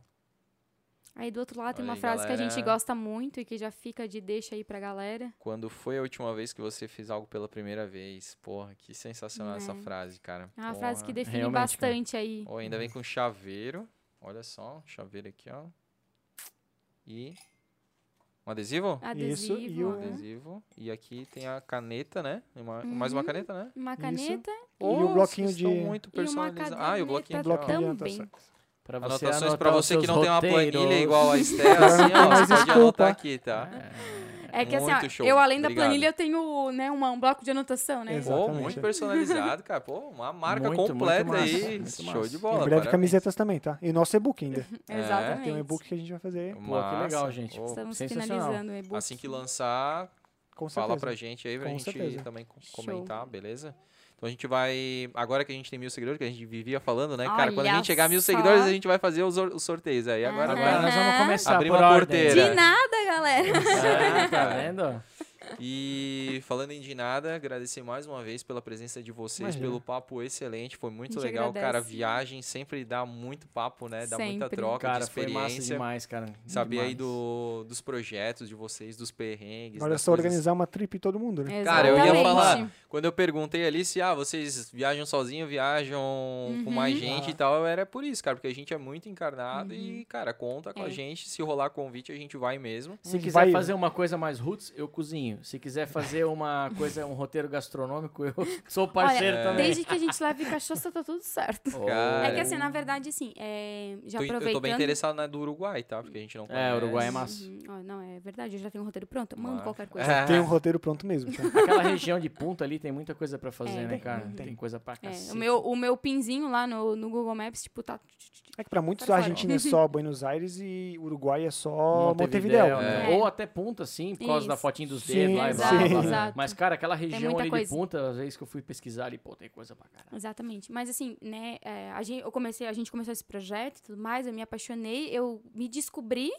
Speaker 3: Aí do outro lado tem
Speaker 1: Olha
Speaker 3: uma
Speaker 1: aí,
Speaker 3: frase que a gente
Speaker 1: galera.
Speaker 3: gosta muito e que já fica de deixa aí pra galera.
Speaker 1: Quando foi a última vez que você fez algo pela primeira vez? Porra, que sensacional essa
Speaker 3: Né?
Speaker 1: frase, cara.
Speaker 3: É uma frase que
Speaker 1: Porra.
Speaker 3: define
Speaker 2: Realmente, cara.
Speaker 3: bastante aí.
Speaker 1: Ó, ainda vem com chaveiro. Olha só, chaveiro aqui, ó. E um adesivo?
Speaker 3: Ah, Adesivo.
Speaker 4: e
Speaker 1: Um
Speaker 4: o-
Speaker 3: né?
Speaker 1: adesivo. E aqui tem a caneta, né? E uma- Mais uma
Speaker 3: Uhum.
Speaker 1: caneta, né?
Speaker 3: Uma caneta
Speaker 4: E o
Speaker 1: Nossa,
Speaker 4: bloquinho
Speaker 1: vocês estão
Speaker 4: de-
Speaker 1: muito
Speaker 3: e uma
Speaker 1: personalizados. Ah, e o bloquinho
Speaker 3: caderneta
Speaker 1: de ó.
Speaker 4: bloquinho de
Speaker 3: também.
Speaker 4: anotações.
Speaker 2: pra você
Speaker 1: Anotações pra
Speaker 2: anotar os
Speaker 1: você que
Speaker 2: seus
Speaker 1: não tem uma
Speaker 2: roteiros.
Speaker 1: planilha igual a Esther,
Speaker 4: Agora não
Speaker 1: assim,
Speaker 4: tem
Speaker 1: ó,
Speaker 4: mais
Speaker 1: você pode
Speaker 4: desculpa.
Speaker 1: anotar aqui, tá?
Speaker 3: É que assim, ó,
Speaker 1: Muito show.
Speaker 3: eu além da
Speaker 1: Obrigado.
Speaker 3: planilha eu tenho né, uma- um bloco de anotação, né?
Speaker 4: Exato.
Speaker 1: Pô,
Speaker 4: Exatamente,
Speaker 1: muito
Speaker 4: é.
Speaker 1: personalizado, cara. Pô, uma marca
Speaker 2: Muito, muito
Speaker 1: completa
Speaker 2: massa,
Speaker 1: aí.
Speaker 2: muito
Speaker 1: Show
Speaker 2: massa.
Speaker 1: de
Speaker 4: Em
Speaker 1: bola.
Speaker 4: breve
Speaker 1: parabéns.
Speaker 4: camisetas também, tá? E o nosso e-book ainda.
Speaker 1: É,
Speaker 3: Exatamente.
Speaker 4: Tem um e-book que a gente vai fazer
Speaker 2: que legal, gente.
Speaker 1: Pô,
Speaker 3: Estamos
Speaker 2: Sensacional.
Speaker 3: finalizando o e-book.
Speaker 1: assim que lançar,
Speaker 4: com certeza.
Speaker 1: fala pra gente aí, pra
Speaker 4: Com
Speaker 1: gente
Speaker 4: certeza.
Speaker 1: também co-
Speaker 3: Show.
Speaker 1: comentar, beleza? Então Então a gente vai. Agora que a gente tem mil seguidores, que a gente vivia falando, né?
Speaker 8: Olha
Speaker 1: Cara, quando a gente chegar a mil seguidores,
Speaker 8: só.
Speaker 1: a gente vai fazer os, or- os sorteios aí. Agora,
Speaker 8: Aham.
Speaker 2: Agora
Speaker 1: agora.
Speaker 2: nós vamos começar
Speaker 1: Abrimos
Speaker 2: por
Speaker 1: a
Speaker 2: ordem.
Speaker 1: porteira. É,
Speaker 8: De nada, galera.
Speaker 2: Ah, tá vendo?
Speaker 1: E falando em de nada, agradecer mais uma vez pela presença de vocês,
Speaker 4: Imagina.
Speaker 1: pelo papo excelente. Foi muito
Speaker 8: A gente
Speaker 1: legal, cara.
Speaker 8: agradece.
Speaker 1: Viagem sempre dá muito papo, né? Dá muita
Speaker 8: Sempre.
Speaker 1: troca de
Speaker 2: Cara, foi massa
Speaker 1: experiência.
Speaker 2: demais, cara.
Speaker 1: Saber aí
Speaker 2: Demais.
Speaker 1: do, dos projetos de vocês, dos perrengues.
Speaker 4: Agora é
Speaker 1: das
Speaker 4: só
Speaker 1: coisas
Speaker 4: organizar uma trip todo mundo, né?
Speaker 1: Cara, eu ia
Speaker 8: Exatamente.
Speaker 1: falar, quando eu perguntei ali se ah, vocês viajam sozinho, viajam com
Speaker 3: Uhum.
Speaker 1: mais gente
Speaker 2: Tá.
Speaker 1: e tal, era por isso, cara, porque a gente é muito encarnado
Speaker 2: Uhum.
Speaker 1: e, cara, conta com a
Speaker 8: É.
Speaker 1: gente, se rolar convite a gente vai mesmo.
Speaker 2: Se
Speaker 4: Hum,
Speaker 2: quiser
Speaker 4: vai-
Speaker 2: fazer uma coisa mais roots, eu cozinho. Se quiser fazer uma coisa, um roteiro gastronômico, eu sou parceiro
Speaker 8: Olha,
Speaker 2: também.
Speaker 8: desde que a gente leve cachaça, tá tudo certo.
Speaker 1: Cara,
Speaker 3: É que assim, na verdade, assim, é, já
Speaker 1: tô, eu tô bem
Speaker 3: aproveitando...
Speaker 1: interessado na do Uruguai, tá? Porque a gente não conhece.
Speaker 2: É, Uruguai é massa. É.
Speaker 3: Uhum. Ó, não, é verdade, eu já tenho um roteiro pronto. eu Mando
Speaker 1: Mas-
Speaker 3: qualquer coisa.
Speaker 1: É.
Speaker 4: Tem um roteiro pronto mesmo. tá?
Speaker 2: Aquela região de Punta ali tem muita coisa pra fazer,
Speaker 3: É,
Speaker 2: né, cara? Tem,
Speaker 4: tem.
Speaker 2: coisa pra
Speaker 3: É,
Speaker 2: cacete.
Speaker 3: o, meu, o meu pinzinho lá no, no Google Maps, tipo, tá...
Speaker 4: É que pra muitos a
Speaker 3: Fora, fora.
Speaker 4: Argentina é só Buenos Aires e Uruguai é só Montevideo. né?
Speaker 2: né?
Speaker 3: É.
Speaker 2: Ou até Punta, sim, por causa da
Speaker 3: Isso.
Speaker 2: fotinho dos
Speaker 4: Sim,
Speaker 2: dedos lá e blá, blá,
Speaker 4: Sim.
Speaker 2: blá.
Speaker 3: Exato, exato.
Speaker 2: Mas, cara, aquela região
Speaker 3: muita
Speaker 2: ali de
Speaker 3: coisa.
Speaker 2: Punta, às vezes que eu fui pesquisar ali, pô, tem coisa pra
Speaker 1: Tá.
Speaker 2: caralho.
Speaker 3: Exatamente. Mas assim, né, é, a gente, eu comecei, a gente começou esse projeto e tudo mais, eu me apaixonei, eu me descobri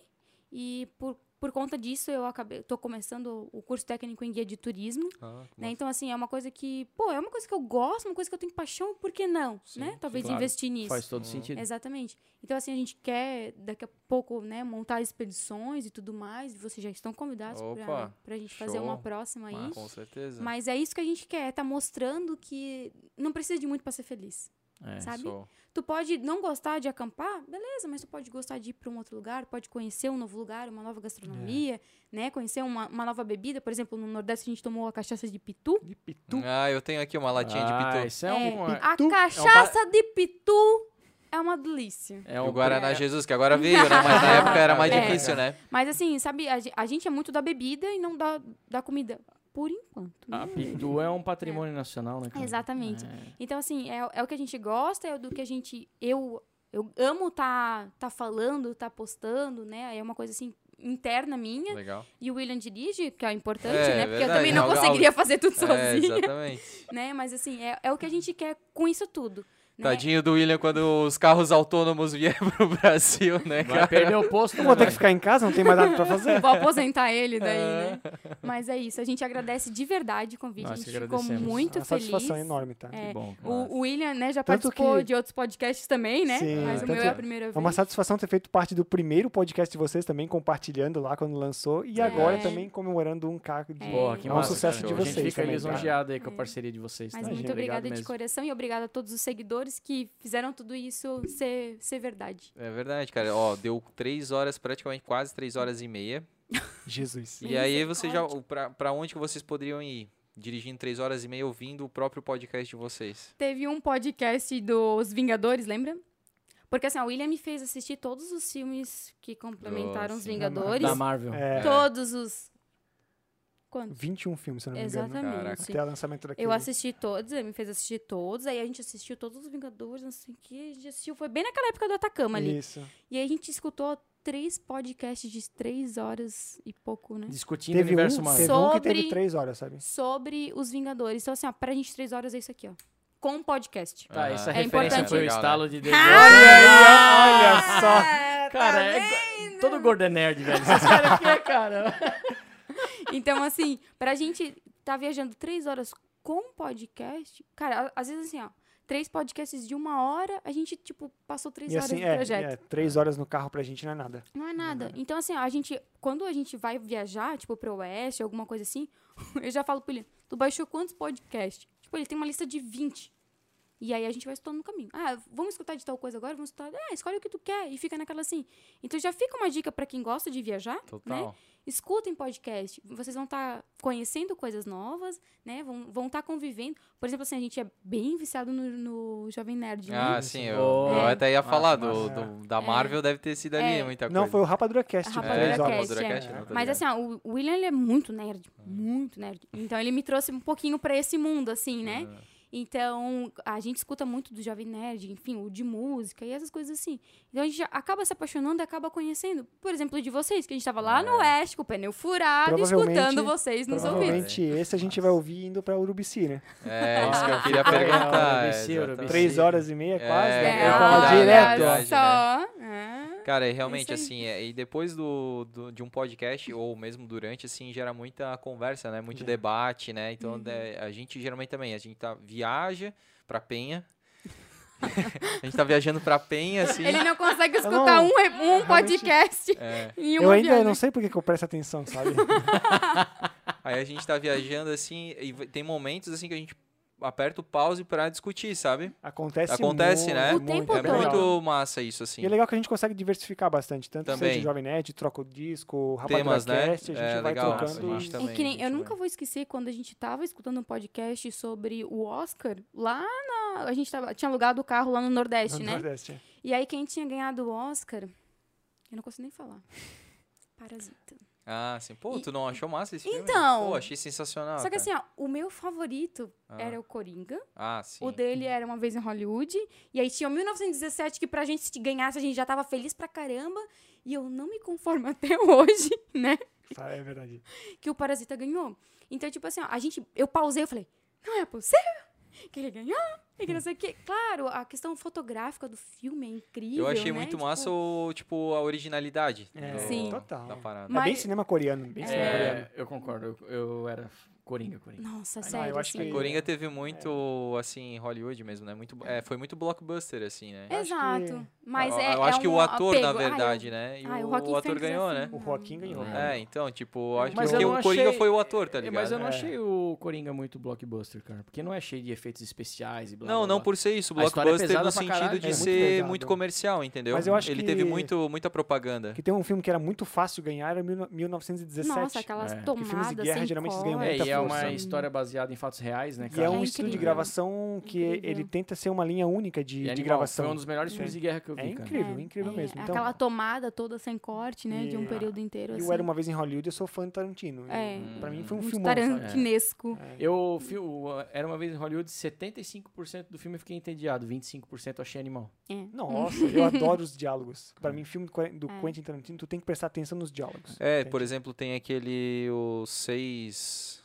Speaker 3: e por, por conta disso eu acabei, tô começando o curso técnico em guia de turismo,
Speaker 1: Ah, que
Speaker 3: né? Então assim, é uma coisa que, pô, é uma coisa que eu gosto, uma coisa que eu tenho paixão, por que não,
Speaker 1: Sim,
Speaker 3: né? Talvez
Speaker 2: claro.
Speaker 3: investir nisso.
Speaker 2: Faz todo sentido.
Speaker 3: Exatamente. Então assim, a gente quer daqui a pouco, né, montar expedições e tudo mais, e vocês já estão convidados
Speaker 1: Opa,
Speaker 3: para pra gente fazer uma
Speaker 1: show.
Speaker 3: próxima aí.
Speaker 1: massa. Ah, com certeza.
Speaker 3: Mas é isso que a gente quer, tá mostrando que não precisa de muito pra ser feliz,
Speaker 2: É,
Speaker 3: sabe?
Speaker 1: Show.
Speaker 3: Tu pode não gostar de acampar, beleza, mas tu pode gostar de ir pra um outro lugar, pode conhecer um novo lugar, uma nova gastronomia,
Speaker 2: É.
Speaker 3: né? Conhecer uma, uma nova bebida. Por exemplo, no Nordeste a gente tomou a cachaça de pitu.
Speaker 2: De pitu.
Speaker 1: Ah, eu tenho aqui uma latinha
Speaker 2: ah,
Speaker 1: de pitu.
Speaker 2: Isso é, um...
Speaker 3: É, a
Speaker 4: Pitu?
Speaker 3: cachaça de pitu é uma delícia.
Speaker 2: É
Speaker 1: O
Speaker 2: um
Speaker 1: Guaraná Jesus, que agora veio, né? Mas na época era mais
Speaker 3: É.
Speaker 1: difícil, né?
Speaker 3: Mas assim, sabe, a, ge- a gente é muito da bebida e não da, da comida, por enquanto. né?
Speaker 2: A Pitu é um patrimônio nacional, né? cara?
Speaker 3: Exatamente.
Speaker 2: É.
Speaker 3: Então, assim, é, é o que a gente gosta, é do que a gente. Eu, eu amo tá, tá falando, tá postando, né? É uma coisa assim interna minha.
Speaker 1: Legal.
Speaker 3: E o William dirige, que é importante,
Speaker 1: É,
Speaker 3: né? Porque eu
Speaker 1: verdade.
Speaker 3: também não
Speaker 1: Algu-
Speaker 3: conseguiria fazer tudo
Speaker 1: É,
Speaker 3: sozinha,
Speaker 1: exatamente.
Speaker 3: né? Mas assim, é, é o que a gente quer com isso tudo. Né?
Speaker 1: Tadinho do William quando os carros autônomos vierem pro Brasil, né,
Speaker 2: Vai
Speaker 1: cara?
Speaker 2: perder o posto,
Speaker 4: Eu
Speaker 2: né,
Speaker 4: vou ter que
Speaker 2: velho?
Speaker 4: ficar em casa, não tem mais nada pra fazer.
Speaker 3: Vou aposentar ele
Speaker 1: É.
Speaker 3: daí, né? Mas é isso, a gente agradece de verdade o convite,
Speaker 2: Nós
Speaker 3: a gente
Speaker 2: que
Speaker 3: ficou
Speaker 2: agradecemos.
Speaker 3: muito
Speaker 4: a
Speaker 3: feliz.
Speaker 4: satisfação é enorme, tá?
Speaker 3: É.
Speaker 2: Que bom, cara.
Speaker 3: O, o William, né, já
Speaker 4: Tanto
Speaker 3: participou
Speaker 4: que-
Speaker 3: de outros podcasts também, né?
Speaker 4: Sim,
Speaker 3: Mas o
Speaker 4: tanto
Speaker 3: meu é a primeira vez.
Speaker 4: É uma satisfação ter feito parte do primeiro podcast de vocês também, compartilhando lá quando lançou. E agora também comemorando um cargo de.
Speaker 2: Porra, que
Speaker 4: É um
Speaker 2: massa,
Speaker 4: sucesso
Speaker 2: cara.
Speaker 4: de
Speaker 2: A gente
Speaker 4: vocês
Speaker 2: fica
Speaker 4: também, tá? cara.
Speaker 2: lisonjeado aí com a parceria de vocês.
Speaker 3: É. Mas
Speaker 2: tá?
Speaker 3: muito
Speaker 2: Obrigado
Speaker 3: obrigada de
Speaker 2: mesmo.
Speaker 3: coração e obrigada a todos os seguidores que fizeram tudo isso ser, ser verdade.
Speaker 1: É verdade, cara. Ó, deu três horas, praticamente quase três horas e meia.
Speaker 4: Jesus.
Speaker 1: E aí você já. Pra, pra onde que vocês poderiam ir? Dirigindo três horas e meia, ouvindo o próprio podcast de vocês.
Speaker 3: Teve um podcast dos Vingadores, lembra? Porque assim, a William me fez assistir todos os filmes que complementaram
Speaker 1: Oh,
Speaker 3: os
Speaker 1: sim.
Speaker 3: Vingadores.
Speaker 2: Da Marvel.
Speaker 4: É,
Speaker 3: Todos os. Quantos?
Speaker 4: 21 filmes, se eu não me engano.
Speaker 3: Exatamente.
Speaker 1: Caraca.
Speaker 4: Até o lançamento daquele.
Speaker 3: Eu assisti todos, ele me fez assistir todos, aí a gente assistiu todos os Vingadores, não sei o que, a gente assistiu, foi bem naquela época do Atacama ali.
Speaker 4: Isso.
Speaker 3: E aí a gente escutou três podcasts de três horas e pouco, né?
Speaker 2: Discutindo o
Speaker 4: Teve
Speaker 2: universo
Speaker 4: um,
Speaker 2: Marvel.
Speaker 4: teve um que teve
Speaker 3: Sobre-
Speaker 4: três horas, sabe?
Speaker 3: sobre os Vingadores. Então, assim, ó, pra gente, três horas é isso aqui, ó. Com um podcast.
Speaker 2: Tá,
Speaker 1: Ah,
Speaker 2: essa
Speaker 1: é
Speaker 2: referência
Speaker 3: importante.
Speaker 2: foi o
Speaker 1: Legal, né?
Speaker 2: estalo de dedo.
Speaker 4: Olha aí, olha só.
Speaker 3: Ah, tá
Speaker 2: Cara, é go- todo gordo é nerd, velho. Esses caras aqui é, cara.
Speaker 3: Então, assim, pra gente tá viajando três horas com um podcast, cara, a- às vezes assim, ó, três podcasts de uma hora, a gente, tipo, passou três
Speaker 4: E
Speaker 3: horas
Speaker 4: assim,
Speaker 3: no
Speaker 4: é,
Speaker 3: projeto.
Speaker 4: é, três horas no carro pra gente não é nada.
Speaker 3: Não é nada. Então, assim, ó, a gente, quando a gente vai viajar, tipo, pro Oeste, alguma coisa assim, eu já falo pro ele, tu baixou quantos podcasts? Tipo, ele tem uma lista de 20. E aí a gente vai escutando no caminho. Ah, vamos escutar de tal coisa agora, vamos escutar. É, escolhe o que tu quer e fica naquela assim. Então já fica uma dica pra quem gosta de viajar, né?
Speaker 1: Total.
Speaker 3: Escutem podcast. Vocês vão estar conhecendo coisas novas, né? Vão vão estar convivendo. Por exemplo, assim, a gente é bem viciado no, no Jovem Nerd, né?
Speaker 1: Ah, sim, eu,
Speaker 2: Oh.
Speaker 1: eu até ia
Speaker 2: Massa,
Speaker 1: falar do,
Speaker 4: massa.
Speaker 1: do- da Marvel, deve ter sido ali
Speaker 3: É.
Speaker 1: muita coisa.
Speaker 4: Não, foi o Rapadura Cast.
Speaker 3: A
Speaker 4: de
Speaker 1: é,
Speaker 3: Rapadura
Speaker 4: três horas.
Speaker 3: Cast,
Speaker 1: Rapadura
Speaker 3: é.
Speaker 1: Cast, não, tá
Speaker 3: Mas
Speaker 1: ligado? Uhum.
Speaker 3: assim, ó, o- o
Speaker 1: Uhum.
Speaker 3: William ele é muito nerd, muito nerd. Então ele me trouxe um pouquinho pra esse mundo, assim, né? Então, a gente escuta muito do Jovem Nerd, enfim, o de música e essas coisas assim. Então, a gente já acaba se apaixonando e acaba conhecendo. Por exemplo, de vocês, que a gente tava lá no
Speaker 1: É.
Speaker 3: Oeste, com o pneu furado,
Speaker 4: Provavelmente-
Speaker 3: escutando vocês nos ouvidos.
Speaker 4: Provavelmente esse a gente vai ouvir indo pra Urubici, né?
Speaker 1: É, isso que eu queria
Speaker 2: Ah,
Speaker 1: perguntar. é,
Speaker 2: Urubici, Urubici.
Speaker 1: exatamente.
Speaker 4: Três horas e meia, quase,
Speaker 1: É,
Speaker 4: né?
Speaker 1: é
Speaker 4: Pra falar
Speaker 1: verdade,
Speaker 4: direto.
Speaker 1: é
Speaker 3: olha
Speaker 1: verdade, né?
Speaker 3: só. É.
Speaker 1: Cara, e realmente,
Speaker 3: aí.
Speaker 1: assim, é, e depois do, do- de um podcast, ou mesmo durante, assim, gera muita conversa, né? Muito
Speaker 4: Gera.
Speaker 1: debate, né? Então,
Speaker 3: Uhum.
Speaker 1: de- a gente geralmente também, a gente tá, viaja pra Penha. a gente tá viajando pra Penha, assim.
Speaker 3: é. Ele não consegue
Speaker 4: não-
Speaker 3: escutar um, re- um
Speaker 4: realmente-
Speaker 3: podcast
Speaker 1: é.
Speaker 3: em
Speaker 4: Eu
Speaker 3: um uma
Speaker 4: ainda
Speaker 3: viagem.
Speaker 4: não sei por que que eu presto atenção, sabe?
Speaker 1: Aí a gente tá viajando, assim, e v- tem momentos, assim, que a gente aperta o pause pra discutir, sabe?
Speaker 4: Acontece
Speaker 1: Acontece,
Speaker 4: muito,
Speaker 1: né?
Speaker 3: O tempo
Speaker 1: É
Speaker 4: é bem
Speaker 3: todo.
Speaker 4: legal.
Speaker 1: muito massa isso, assim.
Speaker 4: E é legal que a gente consegue diversificar bastante, tanto
Speaker 1: Também.
Speaker 4: seja Jovem Nerd, Troca o Disco,
Speaker 1: Temas,
Speaker 4: Rapadura
Speaker 1: né?
Speaker 4: Cast, a gente
Speaker 1: É,
Speaker 4: vai
Speaker 1: legal,
Speaker 4: trocando.
Speaker 1: a gente
Speaker 4: e-
Speaker 1: tá-
Speaker 3: É que nem,
Speaker 1: Também,
Speaker 3: eu
Speaker 1: também.
Speaker 3: nunca vou esquecer quando a gente tava escutando um podcast sobre o Oscar, lá na. A gente tava- tinha alugado o carro lá no Nordeste,
Speaker 4: no
Speaker 3: né?
Speaker 4: Nordeste, é.
Speaker 3: E aí quem tinha ganhado o Oscar. Eu não consigo nem falar. Parasita.
Speaker 1: Ah, assim, pô,
Speaker 3: E-
Speaker 1: tu não achou massa esse filme?
Speaker 3: Então.
Speaker 1: Pô, achei sensacional.
Speaker 3: Só que
Speaker 1: cara.
Speaker 3: assim, ó, o meu favorito
Speaker 1: tá. Ah.
Speaker 3: era o Coringa.
Speaker 1: Ah, sim.
Speaker 3: O dele era Uma Vez em Hollywood. E aí tinha o 1917, que pra gente se ganhasse, a gente já tava feliz pra caramba. E eu não me conformo até hoje, né?
Speaker 4: Tá, é verdade.
Speaker 3: que o Parasita ganhou. Então, tipo assim, ó, a gente, eu pausei, eu falei, não é possível que ele ganhou, e que não sei o quê. Claro, a questão fotográfica do filme é incrível,
Speaker 1: Eu achei
Speaker 3: né?
Speaker 1: muito
Speaker 3: Tipo,
Speaker 1: massa, o, tipo, a originalidade né,
Speaker 4: É,
Speaker 1: do-
Speaker 3: Sim.
Speaker 4: total.
Speaker 1: da parada.
Speaker 4: É bem
Speaker 3: Mas-
Speaker 4: cinema coreano, bem cinema coreano.
Speaker 2: É, eu concordo. Eu, eu era Coringa, Coringa.
Speaker 3: Nossa,
Speaker 4: eu
Speaker 3: sério,
Speaker 4: acho que-
Speaker 3: assim.
Speaker 1: Coringa teve muito, assim, Hollywood mesmo, né? Muito, é, foi muito blockbuster, assim, né?
Speaker 4: acho
Speaker 3: Exato. É, Mas
Speaker 1: eu,
Speaker 3: é
Speaker 1: eu acho
Speaker 3: é
Speaker 1: que
Speaker 3: um
Speaker 1: o ator, na
Speaker 3: apego. Ai, eu-
Speaker 1: verdade, né? E
Speaker 3: ai,
Speaker 1: o,
Speaker 3: Joaquin
Speaker 1: o ator
Speaker 3: Phoenix é
Speaker 1: ganhou,
Speaker 3: assim,
Speaker 1: né?
Speaker 4: O Joaquim ganhou.
Speaker 1: É, então, tipo, acho
Speaker 2: Mas
Speaker 1: que
Speaker 2: eu
Speaker 1: o
Speaker 2: não
Speaker 1: Coringa
Speaker 2: achei-
Speaker 1: foi o ator, tá ligado?
Speaker 2: Mas eu não
Speaker 4: É.
Speaker 2: achei o Coringa muito blockbuster, cara. Porque não é cheio de efeitos especiais e blá
Speaker 1: Não,
Speaker 2: blá,
Speaker 1: não
Speaker 2: blá.
Speaker 1: por ser isso.
Speaker 2: A história é
Speaker 1: Blockbuster
Speaker 2: pesada
Speaker 1: no
Speaker 2: pra
Speaker 1: sentido
Speaker 2: caralho,
Speaker 1: de
Speaker 2: é muito
Speaker 1: ser
Speaker 4: pesado.
Speaker 1: muito comercial, entendeu?
Speaker 4: Mas eu acho
Speaker 1: Ele
Speaker 4: que-
Speaker 1: teve muito, muita propaganda.
Speaker 4: Que tem um filme que era muito fácil ganhar, era 1917.
Speaker 3: Nossa, aquelas
Speaker 2: É.
Speaker 4: de
Speaker 3: tomadas
Speaker 4: guerra
Speaker 3: sem
Speaker 4: geralmente eles ganham
Speaker 3: corte.
Speaker 2: É,
Speaker 4: muita
Speaker 2: e é
Speaker 1: um
Speaker 2: uma
Speaker 4: força.
Speaker 2: história baseada em fatos reais, né,
Speaker 4: E
Speaker 2: cara?
Speaker 4: é um
Speaker 3: É
Speaker 4: estúdio de
Speaker 3: incrível.
Speaker 4: gravação que
Speaker 3: Incrível.
Speaker 4: ele tenta ser uma linha única de,
Speaker 2: E
Speaker 4: de
Speaker 2: animal,
Speaker 4: gravação.
Speaker 2: Foi um dos melhores filmes de guerra que eu vi,
Speaker 4: É
Speaker 2: cara.
Speaker 4: incrível, incrível
Speaker 3: É,
Speaker 4: mesmo. Então, É.
Speaker 3: Aquela tomada toda sem corte, né? De um
Speaker 4: E-
Speaker 3: período inteiro, assim.
Speaker 4: eu era uma vez em Hollywood, eu sou fã do Tarantino.
Speaker 3: É.
Speaker 4: E Pra mim foi um É.
Speaker 3: muito
Speaker 4: filmão. sabe?
Speaker 3: tarantinesco.
Speaker 2: Eu fi- o- era uma vez em Hollywood, 75% do filme eu fiquei entediado, 25% eu achei animal.
Speaker 3: É.
Speaker 4: Nossa, eu adoro os diálogos. Pra mim, filme do Quen- do Quentin Tarantino, tu tem que prestar atenção nos diálogos.
Speaker 1: É,
Speaker 4: entende?
Speaker 1: por exemplo, tem aquele. Os seis.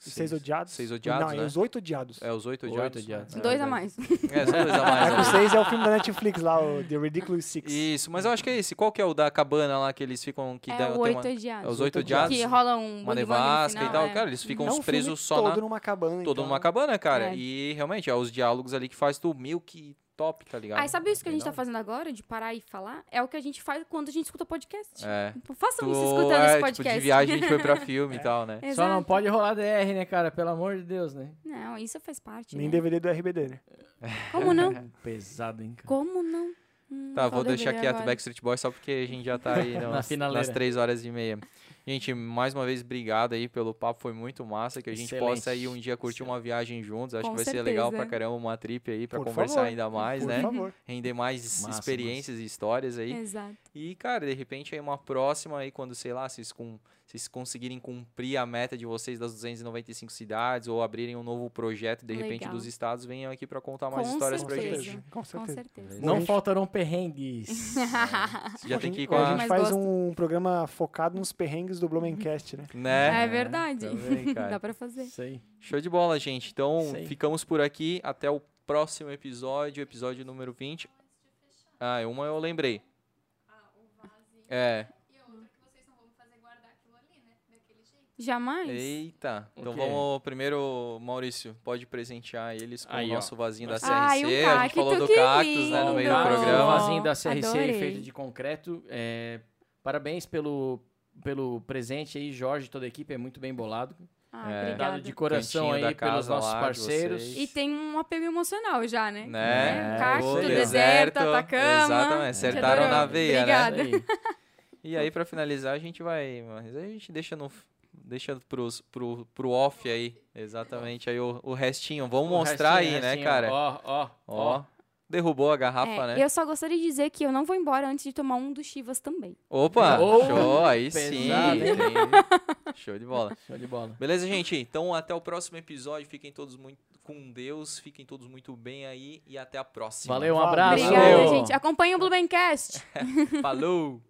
Speaker 4: Os Seis odiados.
Speaker 1: Seis odiados,
Speaker 4: Não,
Speaker 1: né?
Speaker 4: é os oito odiados.
Speaker 1: É, os oito
Speaker 2: Oito
Speaker 1: odiados.
Speaker 2: odiados.
Speaker 1: É,
Speaker 3: Dois a
Speaker 1: verdade.
Speaker 3: mais.
Speaker 1: É, são dois a mais.
Speaker 4: O
Speaker 1: né?
Speaker 4: seis é o filme da Netflix lá, o The Ridiculous Six.
Speaker 1: Isso, mas eu acho que é esse. Qual que é o da cabana lá que eles ficam. Que
Speaker 3: é
Speaker 1: dá,
Speaker 3: o
Speaker 1: tem
Speaker 3: oito
Speaker 1: uma, é
Speaker 3: odiados.
Speaker 1: os oito odiados.
Speaker 3: Que rola um
Speaker 1: Uma
Speaker 3: bang bang no
Speaker 1: nevasca e
Speaker 3: final,
Speaker 1: tal.
Speaker 3: é.
Speaker 1: Cara, eles ficam
Speaker 4: é um
Speaker 1: uns presos
Speaker 4: filme
Speaker 1: só
Speaker 4: todo
Speaker 1: na,
Speaker 4: numa cabana.
Speaker 1: todo
Speaker 4: então.
Speaker 1: numa cabana, cara.
Speaker 3: É.
Speaker 1: E realmente, ó, os diálogos ali que faz tu meio que top, tá ligado?
Speaker 3: Aí sabe isso que a gente tá
Speaker 1: Legal.
Speaker 3: fazendo agora, de parar e falar? É o que a gente faz quando a gente escuta podcast.
Speaker 1: É.
Speaker 3: Tipo, Façam isso
Speaker 1: Tu,
Speaker 3: escutando
Speaker 1: é,
Speaker 3: esse
Speaker 1: tipo,
Speaker 3: podcast.
Speaker 1: de viagem a gente foi pra filme e tal, né?
Speaker 2: Só não
Speaker 3: Exato.
Speaker 2: pode rolar DR, né, cara? Pelo amor de Deus, né?
Speaker 3: Não, isso faz parte.
Speaker 4: Nem
Speaker 3: né?
Speaker 4: DVD do RBD, né?
Speaker 3: Como não?
Speaker 2: É Pesado, hein, cara?
Speaker 3: Como não? Hum,
Speaker 1: Tá,
Speaker 3: só
Speaker 1: vou deixar
Speaker 3: deveria
Speaker 1: quieto
Speaker 3: agora.
Speaker 1: Backstreet Boys só porque a gente já tá aí
Speaker 2: Na
Speaker 1: nas,
Speaker 2: finaleira.
Speaker 1: nas três horas e meia. Gente, mais uma vez, obrigado aí pelo papo, foi muito massa. Que a gente
Speaker 2: Excelente.
Speaker 1: possa aí um dia curtir uma viagem juntos. Acho
Speaker 3: Com
Speaker 1: que vai ser legal pra
Speaker 3: certeza.
Speaker 1: caramba uma trip aí pra
Speaker 4: Por
Speaker 1: conversar
Speaker 4: favor.
Speaker 1: ainda mais,
Speaker 4: Por
Speaker 1: né?
Speaker 4: favor.
Speaker 1: Render mais
Speaker 2: Massa,
Speaker 1: experiências e histórias aí.
Speaker 3: Exato.
Speaker 1: E, cara, de repente aí uma próxima aí, quando, sei lá, vocês, com, vocês conseguirem cumprir a meta de vocês das 295 cidades ou abrirem um novo projeto, de repente,
Speaker 3: Legal.
Speaker 1: dos estados, venham aqui pra contar mais
Speaker 3: Com
Speaker 1: histórias
Speaker 4: Com
Speaker 1: pra
Speaker 3: certeza.
Speaker 1: gente.
Speaker 4: certeza. Com
Speaker 3: Com
Speaker 4: certeza.
Speaker 3: certeza.
Speaker 2: Não
Speaker 4: Gente.
Speaker 2: faltarão perrengues.
Speaker 1: Você já tem que ir com
Speaker 4: a
Speaker 1: a...
Speaker 4: gente
Speaker 3: Mas
Speaker 4: faz
Speaker 3: gosto.
Speaker 4: um programa focado nos perrengues do Blumencast, né?
Speaker 1: Né?
Speaker 3: É verdade.
Speaker 4: Tá
Speaker 1: Também, cara.
Speaker 3: Dá pra fazer.
Speaker 2: Sei.
Speaker 1: Show de bola, gente. Então,
Speaker 2: Isso aí.
Speaker 1: ficamos por aqui. Até o próximo episódio, episódio número 20. Ah, uma eu lembrei. É.
Speaker 3: Jamais.
Speaker 1: Eita. Então
Speaker 2: quê?
Speaker 1: vamos primeiro, Maurício, pode presentear eles com
Speaker 2: Aí,
Speaker 1: o
Speaker 2: ó.
Speaker 1: nosso vasinho da CRC.
Speaker 3: Ai, um
Speaker 1: a gente falou do
Speaker 3: cacto, que
Speaker 1: cactus,
Speaker 4: Tá
Speaker 1: né, no meio do
Speaker 3: lindo.
Speaker 1: programa.
Speaker 2: Um vasinho da CRC
Speaker 3: Adorei.
Speaker 2: feito de concreto. É, parabéns pelo, pelo presente aí, Jorge e toda a equipe. É muito bem bolado.
Speaker 3: Ah,
Speaker 1: É.
Speaker 2: Dado
Speaker 3: obrigada.
Speaker 2: de coração
Speaker 1: Cantinho da
Speaker 2: aí pelos
Speaker 1: casa
Speaker 2: nossos
Speaker 1: lá de
Speaker 2: parceiros.
Speaker 1: vocês.
Speaker 3: E tem um apego emocional já, né?
Speaker 1: Né?
Speaker 2: É,
Speaker 3: Cacto,
Speaker 1: o
Speaker 3: deserto, Atacama.
Speaker 1: Exatamente, acertaram na
Speaker 3: Adoramos.
Speaker 1: veia, né?
Speaker 3: Obrigada.
Speaker 2: Aí.
Speaker 1: E aí, pra finalizar, a gente vai. Mas aí a gente deixa no. Deixa pros, pro, pro off aí. Exatamente. Aí o, o restinho. Vamos
Speaker 2: O
Speaker 1: mostrar
Speaker 2: restinho,
Speaker 1: aí, né,
Speaker 2: restinho,
Speaker 1: cara? Ó,
Speaker 2: Ó, ó, ó.
Speaker 1: Derrubou a garrafa,
Speaker 3: É,
Speaker 1: né?
Speaker 3: Eu só gostaria de dizer que eu não vou embora antes de tomar um dos Chivas também.
Speaker 1: Opa!
Speaker 2: Oh,
Speaker 1: show, aí
Speaker 2: pesado,
Speaker 1: sim.
Speaker 2: hein?
Speaker 1: tem- Show de bola.
Speaker 2: Show de bola.
Speaker 1: Beleza, gente? Então até o próximo episódio. Fiquem todos muito, com Deus, fiquem todos muito bem aí e até a próxima. Ah,
Speaker 2: Valeu, um abraço.
Speaker 3: Obrigada,
Speaker 9: Valeu.
Speaker 3: gente. Acompanhe o Blumencast.
Speaker 1: Falou!